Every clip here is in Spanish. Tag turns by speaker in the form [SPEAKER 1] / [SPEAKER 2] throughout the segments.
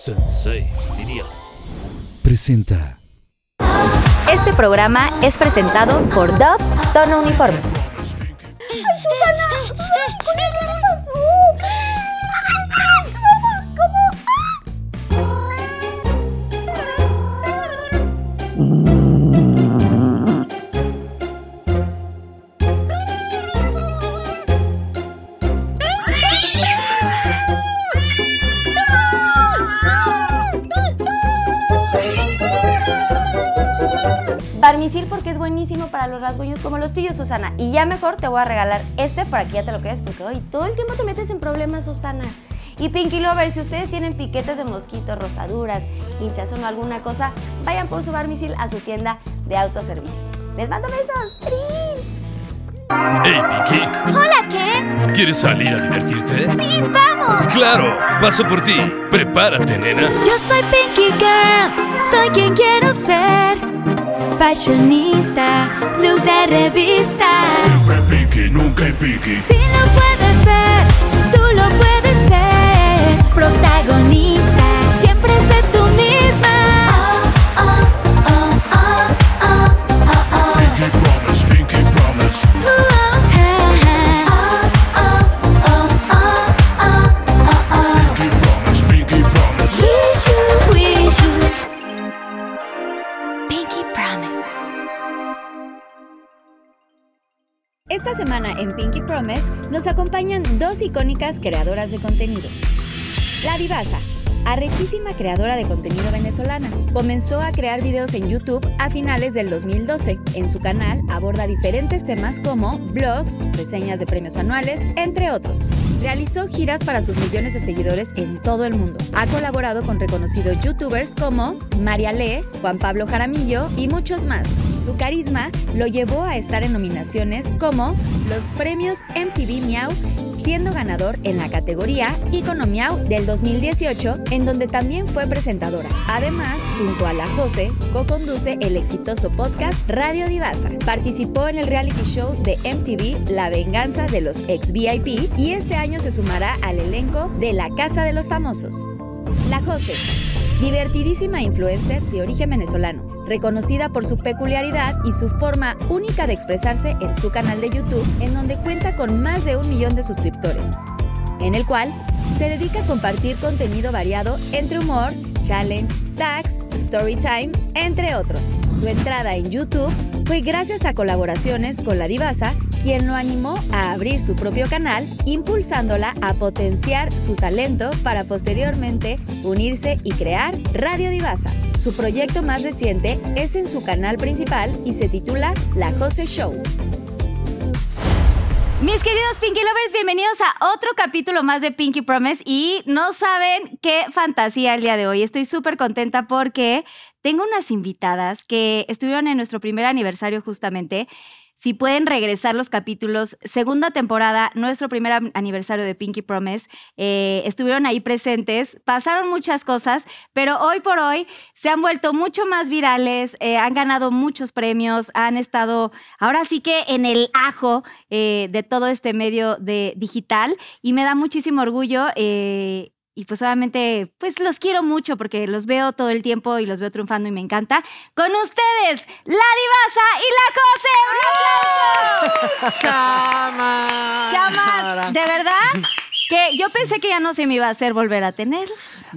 [SPEAKER 1] Sensei, diría. Presenta.
[SPEAKER 2] Este programa es presentado por Dove Tono Uniforme.
[SPEAKER 3] ¡Ay, Susana! ¡Susana, con el gran azul! ¡Ay, ay! ¿Cómo?
[SPEAKER 2] Barmisil porque es buenísimo para los rasguños como los tuyos, Susana. Y ya mejor te voy a regalar este para que ya te lo quedes porque hoy todo el tiempo te metes en problemas, Susana. Y Pinky Lover, si ustedes tienen piquetes de mosquitos, rosaduras, hinchazón o alguna cosa, vayan por su Barmisil a su tienda de autoservicio. ¡Les mando besos! ¡Trin!
[SPEAKER 1] Hey, Vicky,
[SPEAKER 3] ¿Hola, qué?
[SPEAKER 1] ¿quieres salir a divertirte?
[SPEAKER 3] ¡Sí, vamos!
[SPEAKER 1] Claro, paso por ti. Prepárate, nena.
[SPEAKER 3] Yo soy Pinky Girl, soy quien quiero ser. Fashionista, look de revista.
[SPEAKER 1] Siempre Vicky, nunca en Vicky.
[SPEAKER 3] Si lo puedes ver, tú lo puedes ser. Protagonista, siempre sé tú misma. Oh, oh, oh, oh, oh, oh, oh.
[SPEAKER 1] Vicky promise, Vicky promise.
[SPEAKER 3] Uh, oh, ah, ah. Oh, oh, oh, oh, oh, oh.
[SPEAKER 1] Vicky promise, Vicky promise.
[SPEAKER 3] Wish you, wish you. Pinky Promise.
[SPEAKER 2] Esta semana en Pinky Promise nos acompañan dos icónicas creadoras de contenido. La Divaza, arrechísima creadora de contenido venezolana, comenzó a crear videos en YouTube a finales del 2012. En su canal aborda diferentes temas como blogs, reseñas de premios anuales, entre otros. Realizó giras para sus millones de seguidores en todo el mundo. Ha colaborado con reconocidos youtubers como María Lee, Juan Pablo Jaramillo y muchos más. Su carisma lo llevó a estar en nominaciones como los premios MTV Miau siendo ganador en la categoría Icono Miau del 2018, en donde también fue presentadora. Además, junto a la Jose, co-conduce el exitoso podcast Radio Divasa. Participó en el reality show de MTV La Venganza de los Ex VIP y este año se sumará al elenco de La Casa de los Famosos. La Jose, divertidísima influencer de origen venezolano, reconocida por su peculiaridad y su forma única de expresarse en su canal de YouTube, en donde cuenta con más de un millón de suscriptores, en el cual se dedica a compartir contenido variado entre humor, challenge, tags, story time, entre otros. Su entrada en YouTube fue gracias a colaboraciones con la Divasa, quien lo animó a abrir su propio canal, impulsándola a potenciar su talento para posteriormente unirse y crear Radio Divasa. Su proyecto más reciente es en su canal principal y se titula La Jose Show. Mis queridos Pinky Lovers, bienvenidos a otro capítulo más de Pinky Promise y no saben qué fantasía el día de hoy. Estoy súper contenta porque tengo unas invitadas que estuvieron en nuestro primer aniversario justamente. Si pueden regresar los capítulos, segunda temporada, nuestro primer am- aniversario de Pinky Promise, eh, estuvieron ahí presentes, pasaron muchas cosas, pero hoy por hoy se han vuelto mucho más virales, eh, han ganado muchos premios, han estado ahora sí que en el ajo eh, de todo este medio de digital y me da muchísimo orgullo. eh, y pues obviamente, pues los quiero mucho porque los veo todo el tiempo y los veo triunfando y me encanta. Con ustedes, la divasa y la Jose. ¡Un aplauso!
[SPEAKER 4] Ah,
[SPEAKER 5] Chama.
[SPEAKER 2] Ah, Chamas, de verdad que yo pensé que ya no se me iba a hacer volver a tener.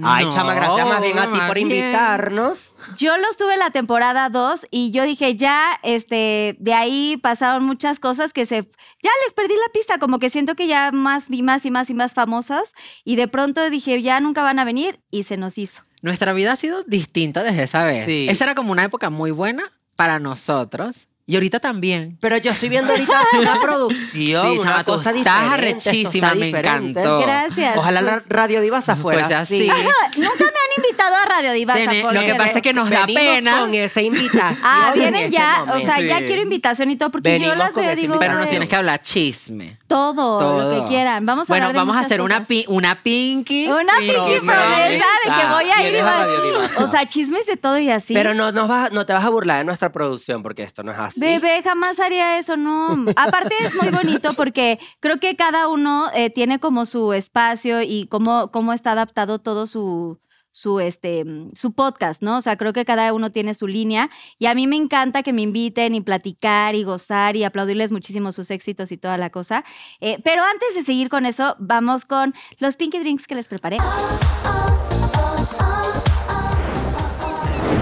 [SPEAKER 6] Ay,
[SPEAKER 5] No,
[SPEAKER 6] chama, gracias más bien a ti
[SPEAKER 5] más
[SPEAKER 6] por
[SPEAKER 5] bien.
[SPEAKER 6] invitarnos.
[SPEAKER 2] Yo los tuve la temporada 2 y yo dije ya, este, de ahí pasaron muchas cosas que se, ya les perdí la pista, como que siento que ya más y más y más y más famosos y de pronto dije ya nunca van a venir y se nos hizo.
[SPEAKER 5] Nuestra vida ha sido distinta desde esa vez.
[SPEAKER 6] Sí.
[SPEAKER 5] Esa era como una época muy buena para nosotros. Y ahorita también.
[SPEAKER 6] Pero yo estoy viendo ahorita una producción,
[SPEAKER 5] Sí, chama,
[SPEAKER 6] una
[SPEAKER 5] tú
[SPEAKER 6] cosa
[SPEAKER 5] estás
[SPEAKER 6] diferente, esto
[SPEAKER 5] arrechísima,
[SPEAKER 6] está
[SPEAKER 5] Ah, me
[SPEAKER 6] Ah, diferente.
[SPEAKER 5] encantó.
[SPEAKER 2] Gracias.
[SPEAKER 6] Ojalá la
[SPEAKER 2] Pues,
[SPEAKER 6] radio divasa fuera
[SPEAKER 5] Pues
[SPEAKER 6] así.
[SPEAKER 5] así.
[SPEAKER 2] Nunca me han invitado a Radio Diva.
[SPEAKER 5] Tene- lo que pasa es que nos da
[SPEAKER 6] Venimos
[SPEAKER 5] pena.
[SPEAKER 6] con esa invitación.
[SPEAKER 2] Ah,
[SPEAKER 6] en
[SPEAKER 2] vienen
[SPEAKER 6] este
[SPEAKER 2] ya, o
[SPEAKER 6] momento.
[SPEAKER 2] sea, ya
[SPEAKER 5] Sí.
[SPEAKER 2] quiero invitación y todo, porque yo
[SPEAKER 6] Venimos
[SPEAKER 2] las
[SPEAKER 6] con
[SPEAKER 2] veo,
[SPEAKER 6] esa
[SPEAKER 2] digo,
[SPEAKER 5] Pero
[SPEAKER 6] no
[SPEAKER 5] nos
[SPEAKER 2] "Ay,
[SPEAKER 5] tienes que hablar chisme.
[SPEAKER 2] todo, lo
[SPEAKER 5] Todo.
[SPEAKER 2] que quieran. Vamos a
[SPEAKER 5] bueno,
[SPEAKER 2] hablar de
[SPEAKER 5] vamos a
[SPEAKER 2] muchas
[SPEAKER 5] hacer una,
[SPEAKER 2] cosas.
[SPEAKER 5] pi- una pinky.
[SPEAKER 2] Una pinky promesa de que voy a ir.
[SPEAKER 6] vienes a Radio
[SPEAKER 2] y va-
[SPEAKER 6] Diva.
[SPEAKER 2] O sea, chismes de todo y así.
[SPEAKER 6] Pero no, nos vas- no te vas a burlar de nuestra producción porque esto no es así.
[SPEAKER 2] Bebé, jamás haría eso, no. Aparte es muy bonito porque creo que cada uno eh, tiene como su espacio y cómo, cómo está adaptado todo su,
[SPEAKER 4] su, este, mm, su podcast, ¿no? O sea, creo que cada uno tiene su línea y a mí me encanta que me inviten y platicar y gozar y aplaudirles muchísimo sus éxitos y toda la cosa. Eh, pero antes de seguir con eso, vamos con los Pinky Drinks que les preparé.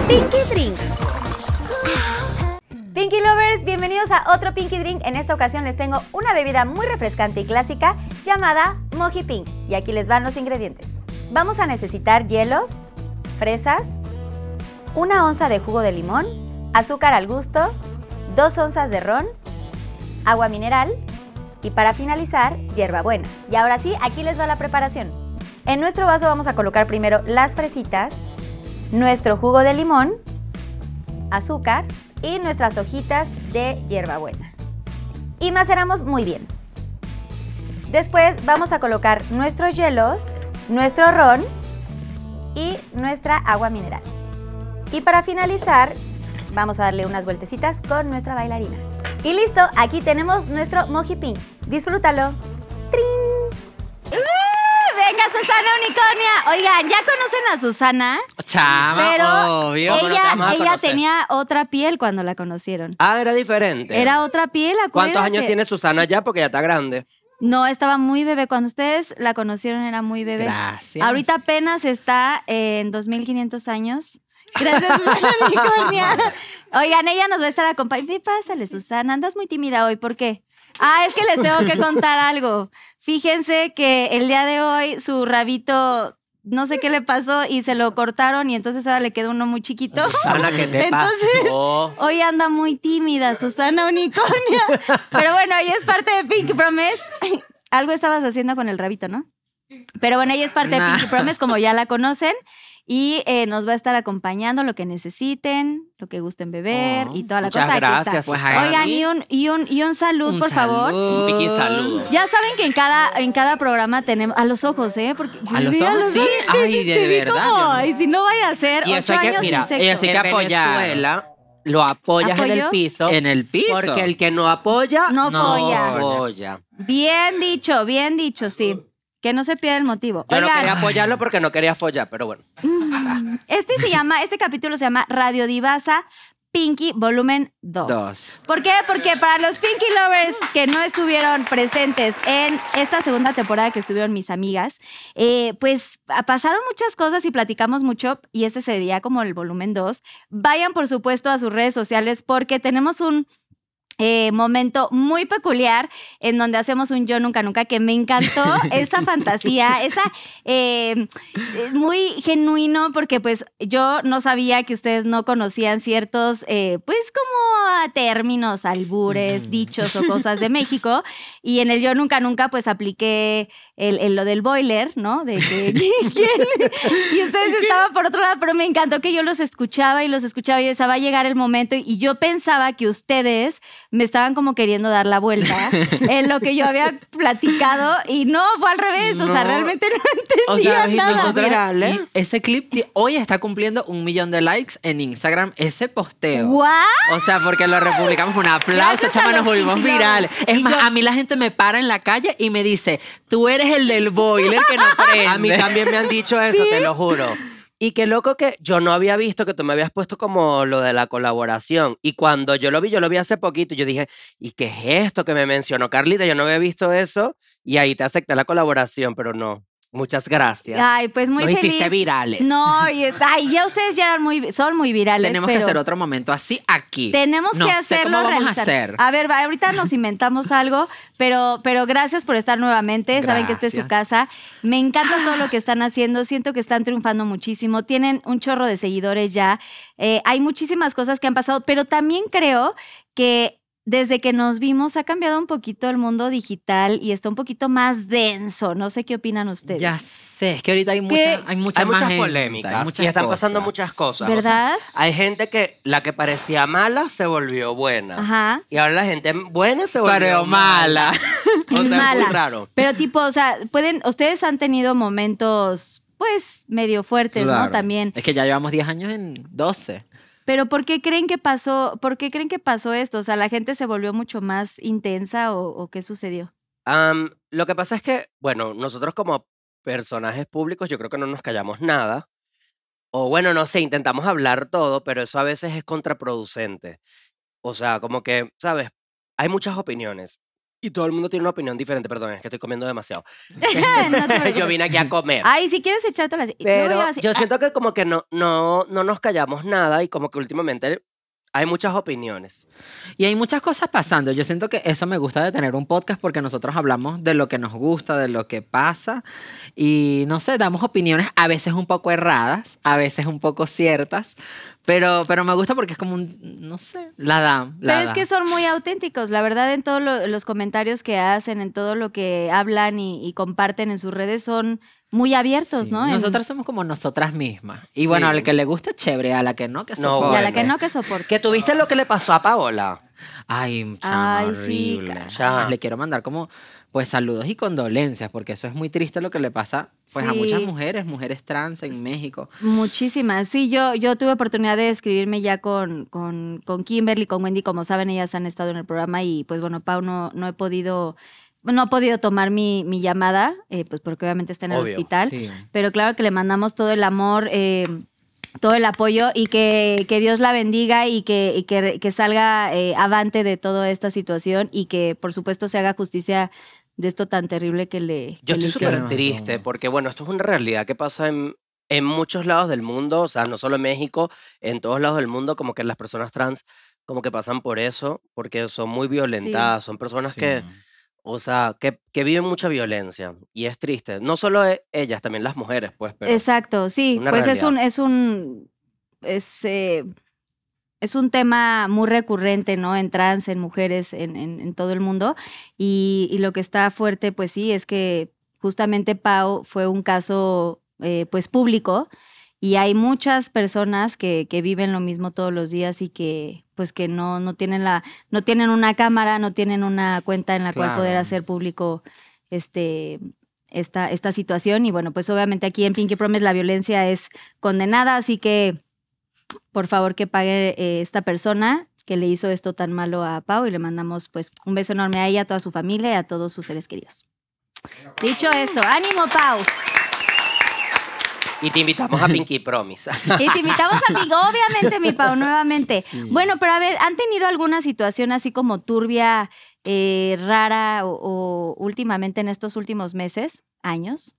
[SPEAKER 7] Pinky Drink.
[SPEAKER 4] Pinky Lovers, bienvenidos a otro Pinky Drink. En esta ocasión les tengo una bebida muy refrescante y clásica llamada Moji Pink. Y aquí les van los ingredientes. Vamos a necesitar hielos, fresas, una onza de jugo de limón, azúcar al gusto, dos onzas de ron, agua mineral y para finalizar, hierbabuena. Y ahora sí, aquí les va la preparación. En nuestro vaso vamos a colocar primero las fresitas, nuestro jugo de limón, azúcar y nuestras hojitas de hierbabuena. Y maceramos muy bien. Después vamos a colocar nuestros hielos, nuestro ron y nuestra agua mineral. Y para finalizar, vamos a darle unas vueltecitas con nuestra bailarina. Y listo, aquí tenemos nuestro Moji Pink. Disfrútalo. Venga, Susana Unicornia. Oigan, ¿ya conocen a Susana?
[SPEAKER 5] Chama,
[SPEAKER 4] Pero
[SPEAKER 5] obvio.
[SPEAKER 6] Ah, bueno, te vamos
[SPEAKER 4] ella,
[SPEAKER 6] a
[SPEAKER 4] ella
[SPEAKER 6] conocer.
[SPEAKER 4] tenía otra piel cuando la conocieron.
[SPEAKER 6] Ah, era diferente.
[SPEAKER 4] Era otra piel, acuérdate.
[SPEAKER 6] ¿Cuántos años tiene Susana ya? Porque ya está grande.
[SPEAKER 4] No, estaba muy bebé. Cuando ustedes la conocieron era muy bebé.
[SPEAKER 5] Gracias.
[SPEAKER 4] Ahorita apenas está en 2500 años. Gracias, Susana Unicornia. Oigan, ella nos va a estar acompañando. Pásale, Susana, andas muy tímida hoy. ¿Por qué? Ah, es que les tengo que contar algo. Fíjense que el día de hoy su rabito, no sé qué le pasó y se lo cortaron y entonces ahora le queda uno muy chiquito.
[SPEAKER 6] Susana, ¿qué te
[SPEAKER 4] Entonces-
[SPEAKER 6] pasó?
[SPEAKER 4] Hoy anda muy tímida, Susana Unicornia. Pero bueno, ella es parte de Pinky Promise. Algo estabas haciendo con el rabito, ¿no? Pero bueno, ella es parte de
[SPEAKER 5] Nah.
[SPEAKER 4] Pinky Promise, como ya la conocen. Y eh, nos va a estar acompañando lo que necesiten, lo que gusten beber
[SPEAKER 5] Oh,
[SPEAKER 4] y toda la
[SPEAKER 6] Muchas
[SPEAKER 4] cosa. Aquí está.
[SPEAKER 6] gracias,
[SPEAKER 5] Pues,
[SPEAKER 6] Susana.
[SPEAKER 4] Oigan, y un, y un, y un salud,
[SPEAKER 5] Un
[SPEAKER 4] por favor.
[SPEAKER 5] saludo.
[SPEAKER 6] Un piquín saludo.
[SPEAKER 4] Ya saben que en cada, en cada programa tenemos. A los ojos, ¿eh? Porque yo
[SPEAKER 5] ¿A los
[SPEAKER 4] vi
[SPEAKER 5] ojos? Sí.
[SPEAKER 4] te-
[SPEAKER 5] Ay, de
[SPEAKER 4] te vi
[SPEAKER 5] verdad,
[SPEAKER 4] como,
[SPEAKER 5] yo no.
[SPEAKER 4] "Ay, si no vaya a ser.
[SPEAKER 6] Y
[SPEAKER 4] ocho
[SPEAKER 6] eso hay que,
[SPEAKER 4] años
[SPEAKER 6] mira,
[SPEAKER 4] sin
[SPEAKER 6] y
[SPEAKER 4] sexo".
[SPEAKER 6] eso hay que
[SPEAKER 5] En
[SPEAKER 6] apoyar.
[SPEAKER 5] Venezuela,
[SPEAKER 6] lo apoyas en el
[SPEAKER 4] ¿Apoyo?
[SPEAKER 6] piso.
[SPEAKER 5] En el piso.
[SPEAKER 6] Porque el que no apoya,
[SPEAKER 4] No folla.
[SPEAKER 6] folla.
[SPEAKER 4] Bien dicho, bien dicho, sí. Que no se pierda el motivo.
[SPEAKER 6] Yo no quería
[SPEAKER 4] Oigan,
[SPEAKER 6] apoyarlo porque no quería follar, pero bueno.
[SPEAKER 4] este se llama, este capítulo se llama Radio Divasa Pinky Volumen 2.
[SPEAKER 5] Dos.
[SPEAKER 4] ¿Por qué? Porque para los Pinky Lovers que no estuvieron presentes en esta segunda temporada que estuvieron mis amigas, eh, pues ah, pasaron muchas cosas y platicamos mucho y este sería como el volumen 2. Vayan por supuesto a sus redes sociales porque tenemos un eh, momento muy peculiar en donde hacemos un yo nunca nunca que me encantó esa fantasía, esa eh, eh, muy genuino porque pues yo no sabía que ustedes no conocían ciertos eh, pues como términos, albures,
[SPEAKER 5] Mm.
[SPEAKER 4] dichos o cosas de México y en el yo nunca nunca pues apliqué el, el- lo del boiler, ¿no? De que ¿quién? y ustedes estaban por otro lado, pero me encantó que yo los escuchaba y los escuchaba y decía, va a llegar el momento y yo pensaba que ustedes me estaban como queriendo dar la vuelta en lo que yo había platicado y no, fue al revés, o sea,
[SPEAKER 5] No.
[SPEAKER 4] realmente no
[SPEAKER 5] O
[SPEAKER 4] entendía
[SPEAKER 5] sea, y
[SPEAKER 4] nada.
[SPEAKER 5] nosotras-
[SPEAKER 6] Viral, ¿eh?
[SPEAKER 5] y ese clip ti- hoy está cumpliendo un millón de likes en Instagram, ese posteo.
[SPEAKER 4] ¡Guau!
[SPEAKER 5] O sea, porque lo republicamos con un aplauso,
[SPEAKER 4] Gracias a
[SPEAKER 5] chama, nos
[SPEAKER 4] los
[SPEAKER 5] volvimos
[SPEAKER 4] Pinky
[SPEAKER 5] virales. Es
[SPEAKER 4] Y
[SPEAKER 5] más,
[SPEAKER 4] yo-
[SPEAKER 5] a mí la gente me para en la calle y me dice, tú eres el del boiler que no prende.
[SPEAKER 6] A mí también me han dicho eso, te lo juro. Y qué loco que yo no había visto que tú me habías puesto como lo de la colaboración. Y cuando yo lo vi, yo lo vi hace poquito y yo dije, ¿y qué es esto que me mencionó Carlita? Yo no había visto eso. Y ahí te acepté la colaboración, pero no. Muchas gracias.
[SPEAKER 4] Ay, pues muy
[SPEAKER 6] Nos
[SPEAKER 4] feliz.
[SPEAKER 6] hiciste virales.
[SPEAKER 4] No, y, ay, ya ustedes ya eran muy, son muy virales.
[SPEAKER 5] Tenemos que
[SPEAKER 4] pero-
[SPEAKER 5] hacer otro momento así aquí.
[SPEAKER 4] Tenemos
[SPEAKER 5] No
[SPEAKER 4] que
[SPEAKER 5] sé
[SPEAKER 4] hacerlo.
[SPEAKER 5] cómo vamos a
[SPEAKER 4] realizar.
[SPEAKER 5] hacer.
[SPEAKER 4] A ver, va, ahorita nos inventamos algo, pero, pero gracias por estar nuevamente. Saben que esta es su casa. Me encanta todo
[SPEAKER 5] Ah.
[SPEAKER 4] lo que están haciendo. Siento que están triunfando muchísimo. Tienen un chorro de seguidores ya. Eh, hay muchísimas cosas que han pasado, pero también creo que desde que nos vimos ha cambiado un poquito el mundo digital y está un poquito más denso. No sé qué opinan ustedes.
[SPEAKER 5] Ya sé, es que ahorita hay mucha, hay mucha
[SPEAKER 6] Hay
[SPEAKER 5] más
[SPEAKER 6] muchas
[SPEAKER 5] gente,
[SPEAKER 6] polémicas
[SPEAKER 5] hay muchas
[SPEAKER 6] y están pasando
[SPEAKER 5] cosas.
[SPEAKER 6] muchas cosas. O sea,
[SPEAKER 4] ¿Verdad?
[SPEAKER 6] hay gente que la que parecía mala se volvió buena.
[SPEAKER 4] Ajá.
[SPEAKER 6] Y ahora la gente buena se volvió
[SPEAKER 5] Pero mala.
[SPEAKER 6] O
[SPEAKER 4] Es
[SPEAKER 6] sea, es
[SPEAKER 4] mala.
[SPEAKER 6] muy raro.
[SPEAKER 4] Pero tipo, o sea, pueden, ustedes han tenido momentos, pues, medio fuertes, ¿no?
[SPEAKER 5] Claro.
[SPEAKER 4] También.
[SPEAKER 5] Es que ya llevamos 10 años en 12.
[SPEAKER 4] Pero ¿por qué creen que pasó, por qué creen que pasó esto? O sea, la gente se volvió mucho más intensa o, o qué sucedió?
[SPEAKER 6] Am, lo que pasa es que, bueno, nosotros como personajes públicos yo creo que no nos callamos nada. O bueno, no sé, intentamos hablar todo, pero eso a veces es contraproducente. O sea, como que, ¿sabes? Hay muchas opiniones. Y todo el mundo tiene una opinión diferente. Perdón, es que estoy comiendo demasiado.
[SPEAKER 4] No te
[SPEAKER 6] yo
[SPEAKER 4] preocupes.
[SPEAKER 6] vine aquí a comer.
[SPEAKER 4] Ay, si quieres echarte las...
[SPEAKER 6] Pero
[SPEAKER 4] así.
[SPEAKER 6] yo siento que como que no, no, no nos callamos nada y como que últimamente hay muchas opiniones.
[SPEAKER 5] Y hay muchas cosas pasando. Yo siento que eso me gusta de tener un podcast porque nosotros hablamos de lo que nos gusta, de lo que pasa y no sé, damos opiniones a veces un poco erradas, a veces un poco ciertas, pero, pero me gusta porque es como un, no sé, la dan. La
[SPEAKER 4] Pero es
[SPEAKER 5] dan.
[SPEAKER 4] que son muy auténticos, la verdad, en todos lo- los comentarios que hacen, en todo lo que hablan y, y comparten en sus redes, son muy abiertos,
[SPEAKER 5] Sí,
[SPEAKER 4] ¿no? En-
[SPEAKER 5] Nosotras somos como nosotras mismas. Y bueno, al que le gusta, chévere, a la que no, que
[SPEAKER 6] No,
[SPEAKER 5] soporte.
[SPEAKER 4] Y a la
[SPEAKER 6] bueno.
[SPEAKER 4] que no, que soporte.
[SPEAKER 6] Que tuviste lo que le pasó a Paola.
[SPEAKER 5] Ay, chama,
[SPEAKER 4] Ay, sí,
[SPEAKER 5] horrible.
[SPEAKER 4] ca-
[SPEAKER 6] Chama.
[SPEAKER 5] Le quiero mandar como pues saludos y condolencias, porque eso es muy triste lo que le pasa pues a muchas
[SPEAKER 4] Sí.
[SPEAKER 5] mujeres, mujeres trans en México.
[SPEAKER 4] Muchísimas. Sí, yo, yo tuve oportunidad de escribirme ya con, con, con Kimberly, con Wendy, como saben, ellas han estado en el programa y pues bueno, Pau no, no he podido, no ha podido tomar mi, mi llamada, eh, pues porque obviamente está en el
[SPEAKER 6] Obvio,
[SPEAKER 4] hospital.
[SPEAKER 5] Sí.
[SPEAKER 4] pero claro que le mandamos todo el amor, eh, todo el apoyo y que, que Dios la bendiga y que, y que, que salga eh, avante de toda esta situación y que por supuesto se haga justicia de esto tan terrible que le...
[SPEAKER 6] Yo
[SPEAKER 4] que le
[SPEAKER 6] estoy
[SPEAKER 5] hicieron
[SPEAKER 6] súper
[SPEAKER 5] a
[SPEAKER 6] triste
[SPEAKER 5] todos.
[SPEAKER 6] porque, bueno, esto es una realidad que pasa en, en muchos lados del mundo, o sea, no solo en México, en todos lados del mundo, como que las personas trans como que pasan por eso, porque son muy violentadas, son personas que, o sea, que, que viven mucha violencia y es triste. No solo e- ellas, también las mujeres, pues, pero
[SPEAKER 4] Exacto, sí,
[SPEAKER 6] Una
[SPEAKER 4] pues es
[SPEAKER 6] realidad.
[SPEAKER 4] un, es un, es, eh, es un tema muy recurrente, ¿no? En trans, en mujeres, en, en- en todo el mundo. Y, y lo que está fuerte, pues sí, es que justamente Pau fue un caso, eh, pues, público. Y hay muchas personas que, que viven lo mismo todos los días y que, pues, que no, no tienen la, no tienen una cámara, no tienen una cuenta en la cual poder
[SPEAKER 5] Claro.
[SPEAKER 4] hacer público, este, esta, esta situación. Y bueno, pues obviamente aquí en Pinky Promise la violencia es condenada, así que por favor que pague eh, esta persona que le hizo esto tan malo a Pau y le mandamos pues un beso enorme a ella, a toda su familia y a todos sus seres queridos. Dicho esto, ánimo Pau.
[SPEAKER 6] Y te invitamos a Pinky Promise.
[SPEAKER 4] Y te invitamos a Pinky, obviamente mi Pau, nuevamente. Bueno, pero a ver, ¿han tenido alguna situación así como turbia, eh, rara o, o últimamente en estos últimos meses, años?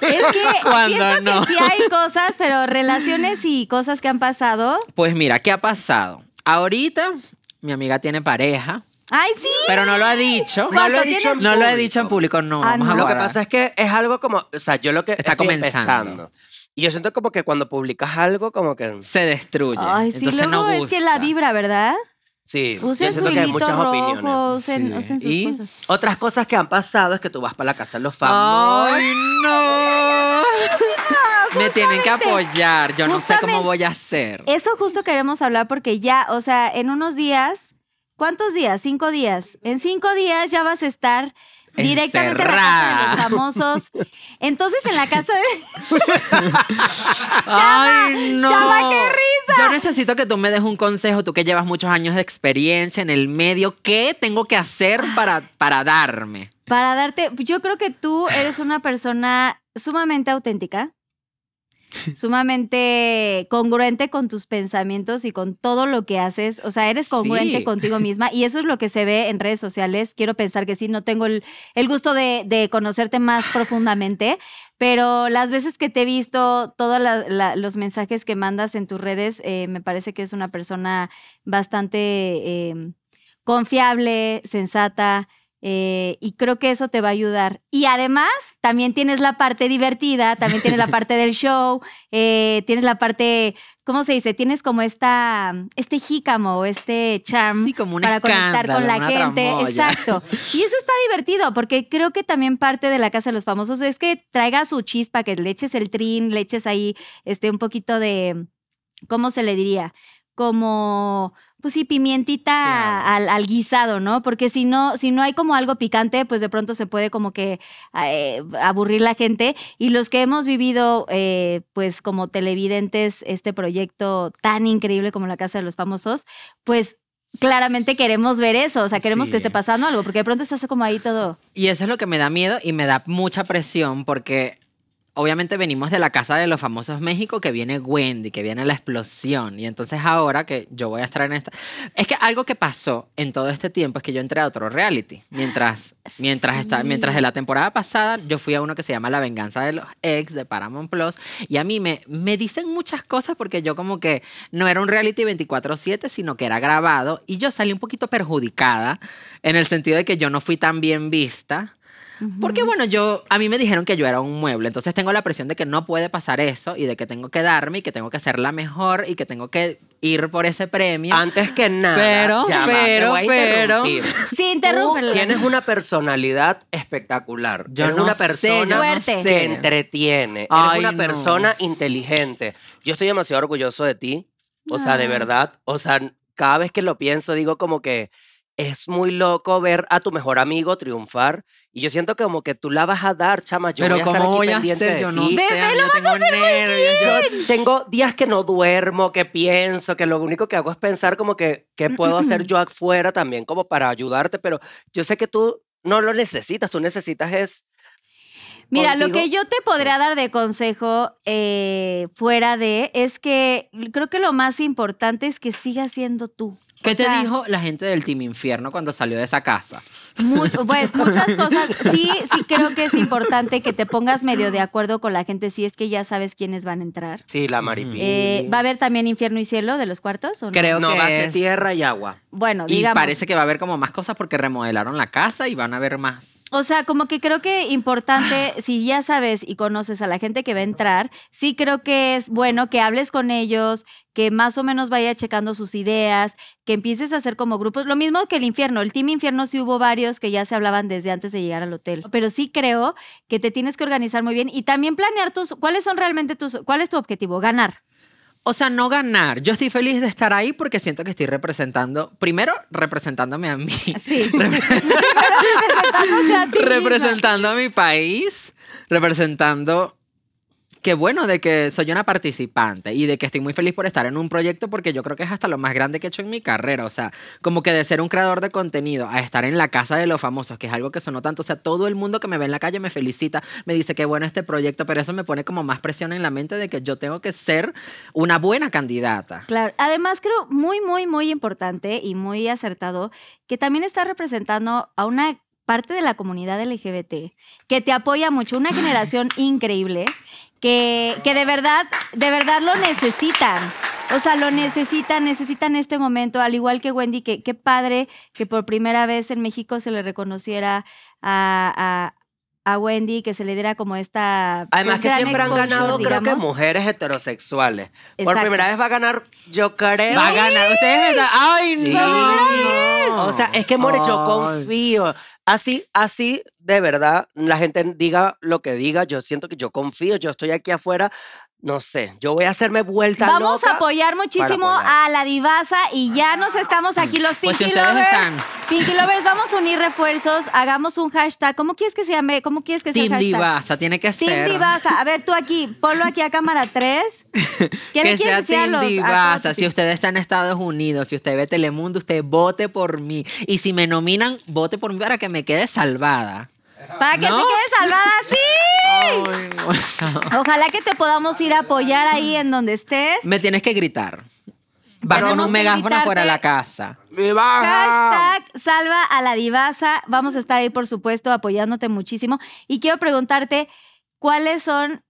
[SPEAKER 4] es que
[SPEAKER 5] Cuando
[SPEAKER 4] siento
[SPEAKER 5] no.
[SPEAKER 4] que sí hay cosas, pero relaciones y cosas que han pasado.
[SPEAKER 5] Pues mira, ¿qué ha pasado? Ahorita mi amiga tiene pareja,
[SPEAKER 4] ¡Ay, sí!
[SPEAKER 5] pero no lo ha dicho.
[SPEAKER 4] No lo he dicho
[SPEAKER 5] No lo he dicho en público, no.
[SPEAKER 4] Ah,
[SPEAKER 5] vamos
[SPEAKER 4] no.
[SPEAKER 5] a
[SPEAKER 6] Lo que
[SPEAKER 5] guardar.
[SPEAKER 6] pasa es que es algo como, o sea, yo lo que
[SPEAKER 5] Está
[SPEAKER 6] estoy
[SPEAKER 5] comenzando.
[SPEAKER 6] empezando. Y yo siento como que cuando publicas algo, como que...
[SPEAKER 5] se destruye.
[SPEAKER 4] Ay, sí,
[SPEAKER 5] Entonces
[SPEAKER 4] luego
[SPEAKER 5] no
[SPEAKER 4] es que la
[SPEAKER 5] gusta.
[SPEAKER 4] vibra, ¿verdad?
[SPEAKER 6] Sí, yo
[SPEAKER 4] Usen su
[SPEAKER 6] siento que hay
[SPEAKER 4] hilito
[SPEAKER 6] muchas opiniones.
[SPEAKER 4] rojo, usen,
[SPEAKER 5] Sí.
[SPEAKER 4] usen sus
[SPEAKER 5] ¿Y?
[SPEAKER 4] cosas.
[SPEAKER 6] Otras cosas que han pasado es que tú vas para la casa de los famosos.
[SPEAKER 5] Ay, no. Me tienen que apoyar. Yo no sé
[SPEAKER 4] Justamente.
[SPEAKER 5] cómo voy a hacer.
[SPEAKER 4] Eso justo queremos hablar porque ya, o sea, en unos días, ¿cuántos días? Cinco días. En cinco días ya vas a estar directamente en la casa de los
[SPEAKER 5] Encerrada.
[SPEAKER 4] famosos. Entonces, en la casa de...
[SPEAKER 5] Ay, no.
[SPEAKER 4] Chama, qué risa.
[SPEAKER 5] Yo necesito que tú me des un consejo, tú que llevas muchos años de experiencia en el medio, ¿qué tengo que hacer para, para darme?
[SPEAKER 4] Para darte, yo creo que tú eres una persona sumamente auténtica, sumamente congruente con tus pensamientos y con todo lo que haces. O sea, eres congruente
[SPEAKER 5] Sí.
[SPEAKER 4] contigo misma y eso es lo que se ve en redes sociales. Quiero pensar que sí, no tengo el, el gusto de, de conocerte más profundamente, pero las veces que te he visto, todos la- la- los mensajes que mandas en tus redes, eh, me parece que es una persona bastante eh, confiable, sensata. Eh, y creo que eso te va a ayudar. Y además, también tienes la parte divertida, también tienes la parte del show, eh, tienes la parte, ¿cómo se dice? Tienes como esta, este jícamo, este charm
[SPEAKER 5] Sí, como un
[SPEAKER 4] para conectar
[SPEAKER 5] escándalo,
[SPEAKER 4] con la
[SPEAKER 5] una
[SPEAKER 4] gente.
[SPEAKER 5] tramoya.
[SPEAKER 4] Exacto. Y eso está divertido, porque creo que también parte de la Casa de los Famosos es que traiga su chispa, que le eches el trin, le eches ahí este, un poquito de, ¿cómo se le diría? Como, pues sí, pimientita
[SPEAKER 5] Claro.
[SPEAKER 4] al, al guisado, ¿no? Porque si no, si no hay como algo picante, pues de pronto se puede como que eh, aburrir la gente. Y los que hemos vivido, eh, pues como televidentes, este proyecto tan increíble como la Casa de los Famosos, pues claramente queremos ver eso, o sea, queremos que
[SPEAKER 5] Sí.
[SPEAKER 4] esté pasando algo, porque de pronto estás como ahí todo.
[SPEAKER 5] Y eso es lo que me da miedo y me da mucha presión porque, obviamente venimos de la casa de los famosos México, que viene Wendy, que viene la explosión. Y entonces ahora que yo voy a estar en esta... Es que algo que pasó en todo este tiempo es que yo entré a otro reality. Mientras, mientras, esta- mientras de la temporada pasada, yo fui a uno que se llama La Venganza de los Ex, de Paramount Plus. Y a mí me, me dicen muchas cosas porque yo como que no era un reality 24/7, sino que era grabado. Y yo salí un poquito perjudicada en el sentido de que yo no fui tan bien vista. Porque bueno, yo a mí me dijeron que yo era un mueble, entonces tengo la presión de que no puede pasar eso y de que tengo que darme y que tengo que ser la mejor y que tengo que ir por ese premio.
[SPEAKER 6] Antes que nada,
[SPEAKER 5] Pero,
[SPEAKER 6] ya va, te
[SPEAKER 5] pero,
[SPEAKER 6] voy a
[SPEAKER 5] pero.
[SPEAKER 6] interrumpir.
[SPEAKER 4] Sí,
[SPEAKER 6] Tú
[SPEAKER 4] interrúmpela.
[SPEAKER 6] tienes una personalidad espectacular.
[SPEAKER 5] Yo
[SPEAKER 6] eres
[SPEAKER 5] no
[SPEAKER 6] una
[SPEAKER 5] sé,
[SPEAKER 6] persona
[SPEAKER 5] yo no
[SPEAKER 4] Fuerte.
[SPEAKER 6] que
[SPEAKER 5] sé.
[SPEAKER 6] entretiene.
[SPEAKER 5] Ay,
[SPEAKER 6] eres una
[SPEAKER 5] no.
[SPEAKER 6] persona inteligente. Yo estoy demasiado orgulloso de ti. O sea, de verdad. O sea, cada vez que lo pienso, digo como que es muy loco ver a tu mejor amigo triunfar. Y yo siento que como que tú la vas a dar, chama. Yo
[SPEAKER 5] Pero
[SPEAKER 6] voy a estar
[SPEAKER 5] ¿cómo
[SPEAKER 6] aquí
[SPEAKER 5] voy a
[SPEAKER 6] pendiente
[SPEAKER 5] hacer?
[SPEAKER 6] de
[SPEAKER 5] Yo no
[SPEAKER 6] ti.
[SPEAKER 5] sé,
[SPEAKER 4] Bebé,
[SPEAKER 5] yo tengo nervios. yo-
[SPEAKER 6] Yo tengo días que no duermo, que pienso, que lo único que hago es pensar como que qué puedo hacer yo afuera también como para ayudarte, pero yo sé que tú no lo necesitas, tú necesitas es
[SPEAKER 4] Mira, lo
[SPEAKER 6] contigo.
[SPEAKER 4] que yo te podría dar de consejo eh, fuera de es que creo que lo más importante es que sigas siendo tú.
[SPEAKER 5] ¿Qué
[SPEAKER 4] O
[SPEAKER 5] te
[SPEAKER 4] sea,
[SPEAKER 5] dijo la gente del Team Infierno cuando salió de esa casa?
[SPEAKER 4] mu- pues muchas cosas. Sí, sí creo que es importante que te pongas medio de acuerdo con la gente si es que ya sabes quiénes van a entrar.
[SPEAKER 6] sí, la maripi.
[SPEAKER 4] Eh, ¿Va a haber también infierno y cielo de los cuartos? ¿o no?
[SPEAKER 5] Creo
[SPEAKER 6] no
[SPEAKER 5] que
[SPEAKER 6] va a ser
[SPEAKER 5] es-
[SPEAKER 6] tierra y agua.
[SPEAKER 4] Bueno,
[SPEAKER 5] Y
[SPEAKER 4] digamos.
[SPEAKER 5] parece que va a haber como más cosas porque remodelaron la casa y van a haber más.
[SPEAKER 4] O sea, como que creo que importante, si ya sabes y conoces a la gente que va a entrar, sí creo que es bueno que hables con ellos, que más o menos vaya checando sus ideas, que empieces a hacer como grupos. Lo mismo que el infierno, el Team Infierno sí hubo varios que ya se hablaban desde antes de llegar al hotel. Pero sí creo que te tienes que organizar muy bien y también planear tus, cuáles son realmente tus, cuál es tu objetivo, ganar.
[SPEAKER 5] O sea, no ganar. Yo estoy feliz de estar ahí porque siento que estoy representando, primero representándome a mí.
[SPEAKER 4] Sí.
[SPEAKER 5] representando a mi país, representando que bueno de que soy una participante y de que estoy muy feliz por estar en un proyecto porque yo creo que es hasta lo más grande que he hecho en mi carrera, o sea, como que de ser un creador de contenido a estar en la casa de los famosos, que es algo que sonó tanto, o sea, todo el mundo que me ve en la calle me felicita, me dice que bueno este proyecto, pero eso me pone como más presión en la mente de que yo tengo que ser una buena candidata.
[SPEAKER 4] Claro, además creo muy, muy, muy importante y muy acertado que también estás representando a una parte de la comunidad LGBT que te apoya mucho, una generación increíble que, que de verdad, de verdad lo necesitan. O sea, lo necesitan, necesitan este momento, al igual que Wendy, que qué padre que por primera vez en México se le reconociera a, a- a Wendy, que se le diera como esta...
[SPEAKER 6] Además
[SPEAKER 4] pues,
[SPEAKER 6] que
[SPEAKER 4] gran
[SPEAKER 6] siempre han
[SPEAKER 4] exposure,
[SPEAKER 6] ganado creo que
[SPEAKER 4] digamos.
[SPEAKER 6] mujeres heterosexuales. Por
[SPEAKER 4] Exacto.
[SPEAKER 6] primera vez va a ganar yo creo.
[SPEAKER 5] Va a ganar ustedes, me están- ay
[SPEAKER 6] Sí.
[SPEAKER 5] no.
[SPEAKER 6] O sea, es que More, yo
[SPEAKER 5] Ay.
[SPEAKER 6] confío. Así, así, de verdad, la gente diga lo que diga, yo siento que yo confío, yo estoy aquí afuera, no sé, yo voy a hacerme vuelta
[SPEAKER 4] Vamos a
[SPEAKER 6] loca.
[SPEAKER 4] apoyar muchísimo
[SPEAKER 6] apoyar.
[SPEAKER 4] a la divasa y ya nos estamos aquí los Pinky
[SPEAKER 5] Pues si ustedes
[SPEAKER 4] Lovers.
[SPEAKER 5] están
[SPEAKER 4] Pinky Lovers, vamos a unir refuerzos, hagamos un hashtag. ¿Cómo quieres que se llame? ¿Cómo quieres que sea el
[SPEAKER 5] Team
[SPEAKER 4] hashtag?
[SPEAKER 5] Divasa, tiene que
[SPEAKER 4] Team
[SPEAKER 5] ser.
[SPEAKER 4] Divasa. A ver, tú aquí, ponlo aquí a cámara 3. ¿Quién le
[SPEAKER 5] que sea
[SPEAKER 4] quieres que sea
[SPEAKER 5] Team
[SPEAKER 4] los- a
[SPEAKER 5] Divasa.
[SPEAKER 4] todos?
[SPEAKER 5] Si usted está en Estados Unidos, si usted ve Telemundo, usted vote por mí. Y si me nominan, vote por mí para que me quede salvada.
[SPEAKER 4] Para que
[SPEAKER 5] ¿No?
[SPEAKER 4] te quedes salvada, sí.
[SPEAKER 5] Ay, no.
[SPEAKER 4] Ojalá que te podamos ir a apoyar ahí en donde estés.
[SPEAKER 5] Me tienes que gritar. Va con
[SPEAKER 4] Tenemos
[SPEAKER 5] un
[SPEAKER 4] que
[SPEAKER 5] megáfono fuera
[SPEAKER 4] gritarte.
[SPEAKER 5] de la casa.
[SPEAKER 4] Hashtag salva a la divasa. Vamos a estar ahí, por supuesto, apoyándote muchísimo. Y quiero preguntarte, ¿cuáles son?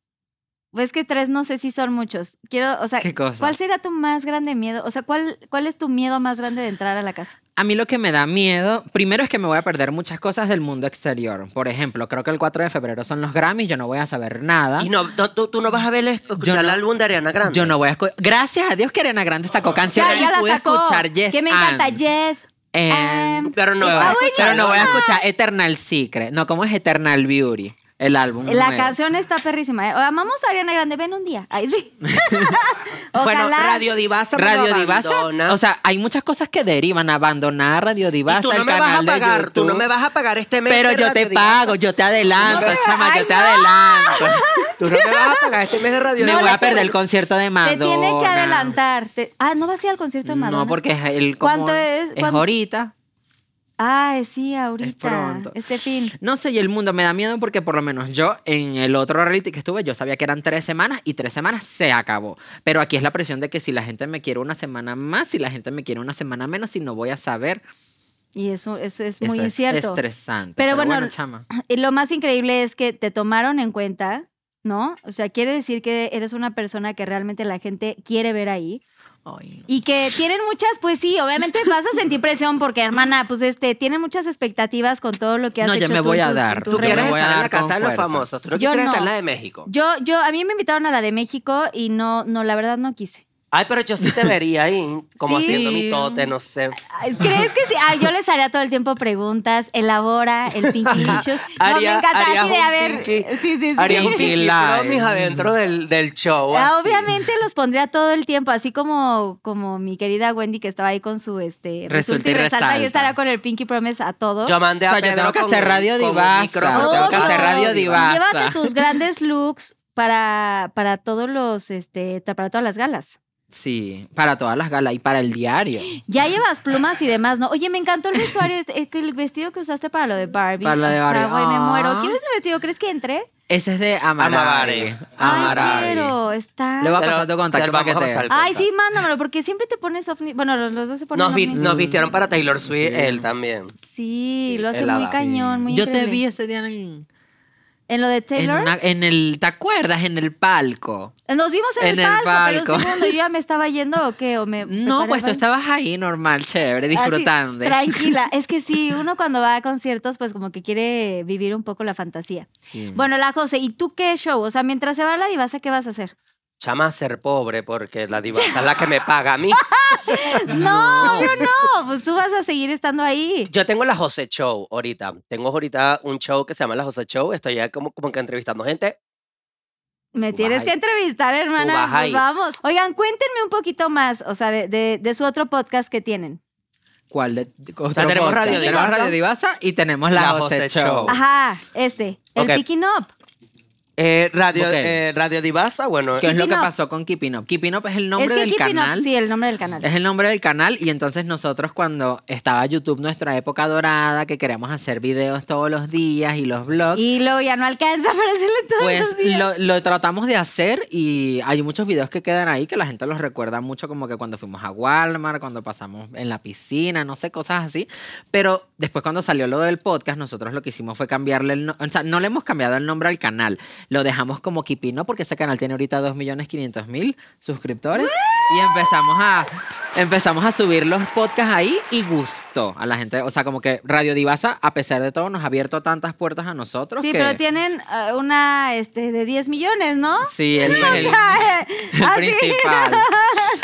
[SPEAKER 4] Pues que tres no sé si son muchos. Quiero, o sea,
[SPEAKER 5] ¿Qué cosa?
[SPEAKER 4] ¿cuál será tu más grande miedo? O sea, ¿cuál, ¿cuál es tu miedo más grande de entrar a la casa?
[SPEAKER 5] A mí lo que me da miedo, primero es que me voy a perder muchas cosas del mundo exterior. Por ejemplo, creo que el 4 de febrero son los Grammys, yo no voy a saber nada.
[SPEAKER 6] Y no, no, tú, tú no vas a ver escuchar
[SPEAKER 5] Yo
[SPEAKER 6] el
[SPEAKER 5] no-
[SPEAKER 6] álbum de Ariana Grande.
[SPEAKER 5] Yo no voy a escuchar. Gracias a Dios que Ariana Grande sacó canciones y pude escuchar Yes
[SPEAKER 4] que me encanta
[SPEAKER 5] and.
[SPEAKER 4] Yes.
[SPEAKER 5] And-
[SPEAKER 4] Am-
[SPEAKER 6] Pero no
[SPEAKER 5] Sí,
[SPEAKER 6] vas a
[SPEAKER 5] Em, pero-
[SPEAKER 6] escuchar.
[SPEAKER 5] pero no voy a escuchar Eternal Secret. No, ¿cómo es Eternal Beauty? El álbum.
[SPEAKER 4] La
[SPEAKER 5] nuevo.
[SPEAKER 4] canción está perrísima. ¿eh? Amamos a Ariana Grande. Ven un día. Ay, sí. Ojalá.
[SPEAKER 6] Bueno, Radio Divasa me lo
[SPEAKER 5] Radio Divasa.
[SPEAKER 6] abandona.
[SPEAKER 5] O sea, hay muchas cosas que derivan. Abandonar Radio Divasa,
[SPEAKER 6] y tú no
[SPEAKER 5] el
[SPEAKER 6] me vas a
[SPEAKER 5] canal de
[SPEAKER 6] pagar, tú no
[SPEAKER 5] YouTube.
[SPEAKER 6] me vas a pagar este mes.
[SPEAKER 5] Pero
[SPEAKER 6] de
[SPEAKER 5] yo te
[SPEAKER 6] Radio Divasa.
[SPEAKER 5] pago, yo te adelanto,
[SPEAKER 4] No,
[SPEAKER 5] chama,
[SPEAKER 4] ay,
[SPEAKER 5] yo te
[SPEAKER 4] no.
[SPEAKER 5] adelanto.
[SPEAKER 6] Tú no me vas a pagar este mes de Radio
[SPEAKER 5] Me
[SPEAKER 6] Divasa.
[SPEAKER 5] voy a perder el concierto de
[SPEAKER 4] Te
[SPEAKER 5] Madonna.
[SPEAKER 4] tiene que adelantar. Te- Ah, ¿no vas a ir al concierto de Madonna?
[SPEAKER 5] No, porque es el como-
[SPEAKER 4] ¿Cuánto es?
[SPEAKER 5] Es
[SPEAKER 4] ¿Cuánto?
[SPEAKER 5] ahorita.
[SPEAKER 2] Ay, Ah, sí, ahorita.
[SPEAKER 5] pronto.
[SPEAKER 2] Este fin.
[SPEAKER 5] No sé, y el mundo me da miedo porque por lo menos yo en el otro reality que estuve, yo sabía que eran tres semanas y tres semanas se acabó. Pero aquí es la presión de que si la gente me quiere una semana más, si la gente me quiere una semana menos, si no voy a saber.
[SPEAKER 2] Y eso, eso es
[SPEAKER 5] Eso
[SPEAKER 2] muy
[SPEAKER 5] es
[SPEAKER 2] incierto.
[SPEAKER 5] estresante.
[SPEAKER 2] Pero
[SPEAKER 5] Pero,
[SPEAKER 2] bueno,
[SPEAKER 5] bueno, chama.
[SPEAKER 2] Y lo más increíble es que te tomaron en cuenta, ¿no? O sea, quiere decir que eres una persona que realmente la gente quiere ver ahí.
[SPEAKER 5] Ay,
[SPEAKER 2] Y que tienen muchas, pues sí, obviamente vas a sentir presión porque, hermana, pues este, tienen muchas expectativas con todo lo que has
[SPEAKER 5] No, yo
[SPEAKER 2] hecho
[SPEAKER 5] me
[SPEAKER 2] tú
[SPEAKER 5] voy
[SPEAKER 2] en
[SPEAKER 5] a
[SPEAKER 2] tus-
[SPEAKER 5] dar.
[SPEAKER 2] en tus
[SPEAKER 6] Tú
[SPEAKER 5] me
[SPEAKER 6] quieres
[SPEAKER 2] redes.
[SPEAKER 5] voy a
[SPEAKER 6] estar en
[SPEAKER 5] dar
[SPEAKER 6] la casa
[SPEAKER 5] con
[SPEAKER 6] de los
[SPEAKER 5] fuerza.
[SPEAKER 6] famosos. Tú no
[SPEAKER 2] Yo
[SPEAKER 6] quieres estar
[SPEAKER 2] no.
[SPEAKER 6] en la de México.
[SPEAKER 2] Yo, yo, a mí me invitaron a la de México y no, no, la verdad no quise.
[SPEAKER 6] Ay, pero yo sí te vería ahí, como
[SPEAKER 2] Sí.
[SPEAKER 6] haciendo mi tote, no sé.
[SPEAKER 2] Ay, ¿Crees que sí? Ay, yo les haría todo el tiempo preguntas, elabora, el pinky issues. No, me
[SPEAKER 6] Haría-
[SPEAKER 2] encanta
[SPEAKER 6] harías
[SPEAKER 2] así de
[SPEAKER 6] un
[SPEAKER 2] a ver.
[SPEAKER 6] pinky-
[SPEAKER 2] sí, sí, sí.
[SPEAKER 6] Haría un
[SPEAKER 5] Sí.
[SPEAKER 6] pinky
[SPEAKER 5] Live.
[SPEAKER 6] promise adentro del, del show.
[SPEAKER 2] Ah,
[SPEAKER 6] así.
[SPEAKER 2] Obviamente los pondría todo el tiempo, así como, como mi querida Wendy que estaba ahí con su este
[SPEAKER 5] Resulta y resalta.
[SPEAKER 2] y estará con el Pinky Promise a todo.
[SPEAKER 6] Yo mandé
[SPEAKER 5] O
[SPEAKER 6] a
[SPEAKER 5] sea, yo
[SPEAKER 6] Pedro
[SPEAKER 5] tengo que
[SPEAKER 6] con
[SPEAKER 5] hacer
[SPEAKER 6] un-
[SPEAKER 5] Radio
[SPEAKER 6] con un
[SPEAKER 5] Divasa,
[SPEAKER 2] Oh,
[SPEAKER 6] micrófono.
[SPEAKER 5] tengo que hacer
[SPEAKER 2] Obvio.
[SPEAKER 5] Radio Divasa.
[SPEAKER 2] Llévate tus grandes looks para, para todos los, este, ta- para todas las galas.
[SPEAKER 5] Sí, para todas las galas y para el diario.
[SPEAKER 2] Ya llevas plumas y demás, ¿no? Oye, me encantó el vestuario, este- este- el vestido que usaste para lo de Barbie.
[SPEAKER 5] Para lo de
[SPEAKER 2] O sea,
[SPEAKER 5] Barbie,
[SPEAKER 2] güey, me
[SPEAKER 5] ah.
[SPEAKER 2] muero. Quiero ese vestido, ¿crees que entre?
[SPEAKER 5] Ese es de Amarare.
[SPEAKER 6] Amavare.
[SPEAKER 2] Ay,
[SPEAKER 5] Amarare.
[SPEAKER 2] quiero, está.
[SPEAKER 5] Le voy a
[SPEAKER 6] Te lo-
[SPEAKER 5] pasar tu
[SPEAKER 6] te lo
[SPEAKER 5] contacto para
[SPEAKER 6] vamos
[SPEAKER 5] que
[SPEAKER 6] a
[SPEAKER 5] te...
[SPEAKER 6] pasar.
[SPEAKER 2] Ay, sí, mándamelo, porque siempre te pones ovni. Bueno, los, los dos se ponen
[SPEAKER 6] Nos, vi-
[SPEAKER 2] ovnis.
[SPEAKER 6] nos vistieron para Taylor Swift,
[SPEAKER 5] Sí.
[SPEAKER 6] él también.
[SPEAKER 2] Sí,
[SPEAKER 6] Sí,
[SPEAKER 2] lo hace
[SPEAKER 6] el
[SPEAKER 2] muy
[SPEAKER 6] hada.
[SPEAKER 2] cañón, muy
[SPEAKER 5] Yo te
[SPEAKER 2] increíble.
[SPEAKER 5] vi ese día en,
[SPEAKER 2] En lo de
[SPEAKER 5] en,
[SPEAKER 2] Taylor.
[SPEAKER 5] una- en el... ¿Te acuerdas? En el palco.
[SPEAKER 2] Nos vimos en, el,
[SPEAKER 5] en el
[SPEAKER 2] palco, pero un
[SPEAKER 5] palco.
[SPEAKER 2] segundo, ¿yo ya me estaba yendo o qué? ¿O me
[SPEAKER 5] No,
[SPEAKER 2] separé
[SPEAKER 5] pues tú
[SPEAKER 2] del-
[SPEAKER 5] estabas ahí normal, chévere,
[SPEAKER 2] Así,
[SPEAKER 5] disfrutando.
[SPEAKER 2] tranquila, es que sí, uno cuando va a conciertos, pues como que quiere vivir un poco la fantasía.
[SPEAKER 5] Sí.
[SPEAKER 2] Bueno, la José, ¿y tú qué show? O sea, mientras se va la divasa, ¿qué vas a hacer?
[SPEAKER 6] Chama ser pobre porque la diva es la que me paga a mí.
[SPEAKER 2] No, yo no, pues tú vas a seguir estando ahí.
[SPEAKER 6] Yo tengo la José Show ahorita. Tengo ahorita un show que se llama la José Show. Estoy ya como, como que entrevistando gente.
[SPEAKER 2] Me
[SPEAKER 6] Tú
[SPEAKER 2] tienes
[SPEAKER 6] vas
[SPEAKER 2] que
[SPEAKER 6] ahí.
[SPEAKER 2] entrevistar, hermana.
[SPEAKER 6] vas
[SPEAKER 2] pues
[SPEAKER 6] ahí.
[SPEAKER 2] vamos. Oigan, cuéntenme un poquito más, o sea, de, de- de su otro podcast que tienen.
[SPEAKER 5] ¿Cuál de otro
[SPEAKER 6] tenemos
[SPEAKER 5] podcast?
[SPEAKER 6] Radio
[SPEAKER 5] Tenemos
[SPEAKER 6] Divasa.
[SPEAKER 5] Radio Divasa y tenemos la,
[SPEAKER 6] La
[SPEAKER 5] José,
[SPEAKER 6] José
[SPEAKER 5] Show.
[SPEAKER 6] Show.
[SPEAKER 2] Ajá, este, el
[SPEAKER 6] Ok.
[SPEAKER 2] Picking Up.
[SPEAKER 6] Eh, radio,
[SPEAKER 5] Ok.
[SPEAKER 6] eh, radio Divasa, bueno,
[SPEAKER 5] ¿Qué es lo
[SPEAKER 2] Keeping
[SPEAKER 5] que
[SPEAKER 2] Up.
[SPEAKER 5] pasó con Keeping Up? Keeping Up es el nombre
[SPEAKER 2] es que
[SPEAKER 5] del
[SPEAKER 2] Keeping Up-
[SPEAKER 5] canal.
[SPEAKER 2] sí, el nombre del canal.
[SPEAKER 5] Es el nombre del canal y entonces nosotros cuando estaba YouTube nuestra época dorada, que queríamos hacer videos todos los días y los vlogs,
[SPEAKER 2] Y luego ya no alcanza para hacerle todo
[SPEAKER 5] pues lo, lo tratamos de hacer y hay muchos videos que quedan ahí que la gente los recuerda mucho como que cuando fuimos a Walmart, cuando pasamos en la piscina, no sé, cosas así. Pero después cuando salió lo del podcast, nosotros lo que hicimos fue cambiarle el no- o sea, no le hemos cambiado el nombre al canal, lo dejamos como Kipino porque ese canal tiene ahorita 2.500.000 suscriptores y empezamos a empezamos a subir los podcasts ahí y gustó a la gente, o sea, como que Radio Divasa a pesar de todo nos ha abierto tantas puertas a nosotros
[SPEAKER 2] Sí,
[SPEAKER 5] que
[SPEAKER 2] pero tienen ah, una este, de 10 millones, ¿no? Ah, eh,
[SPEAKER 5] Sí, él es el, el
[SPEAKER 2] así.
[SPEAKER 5] principal.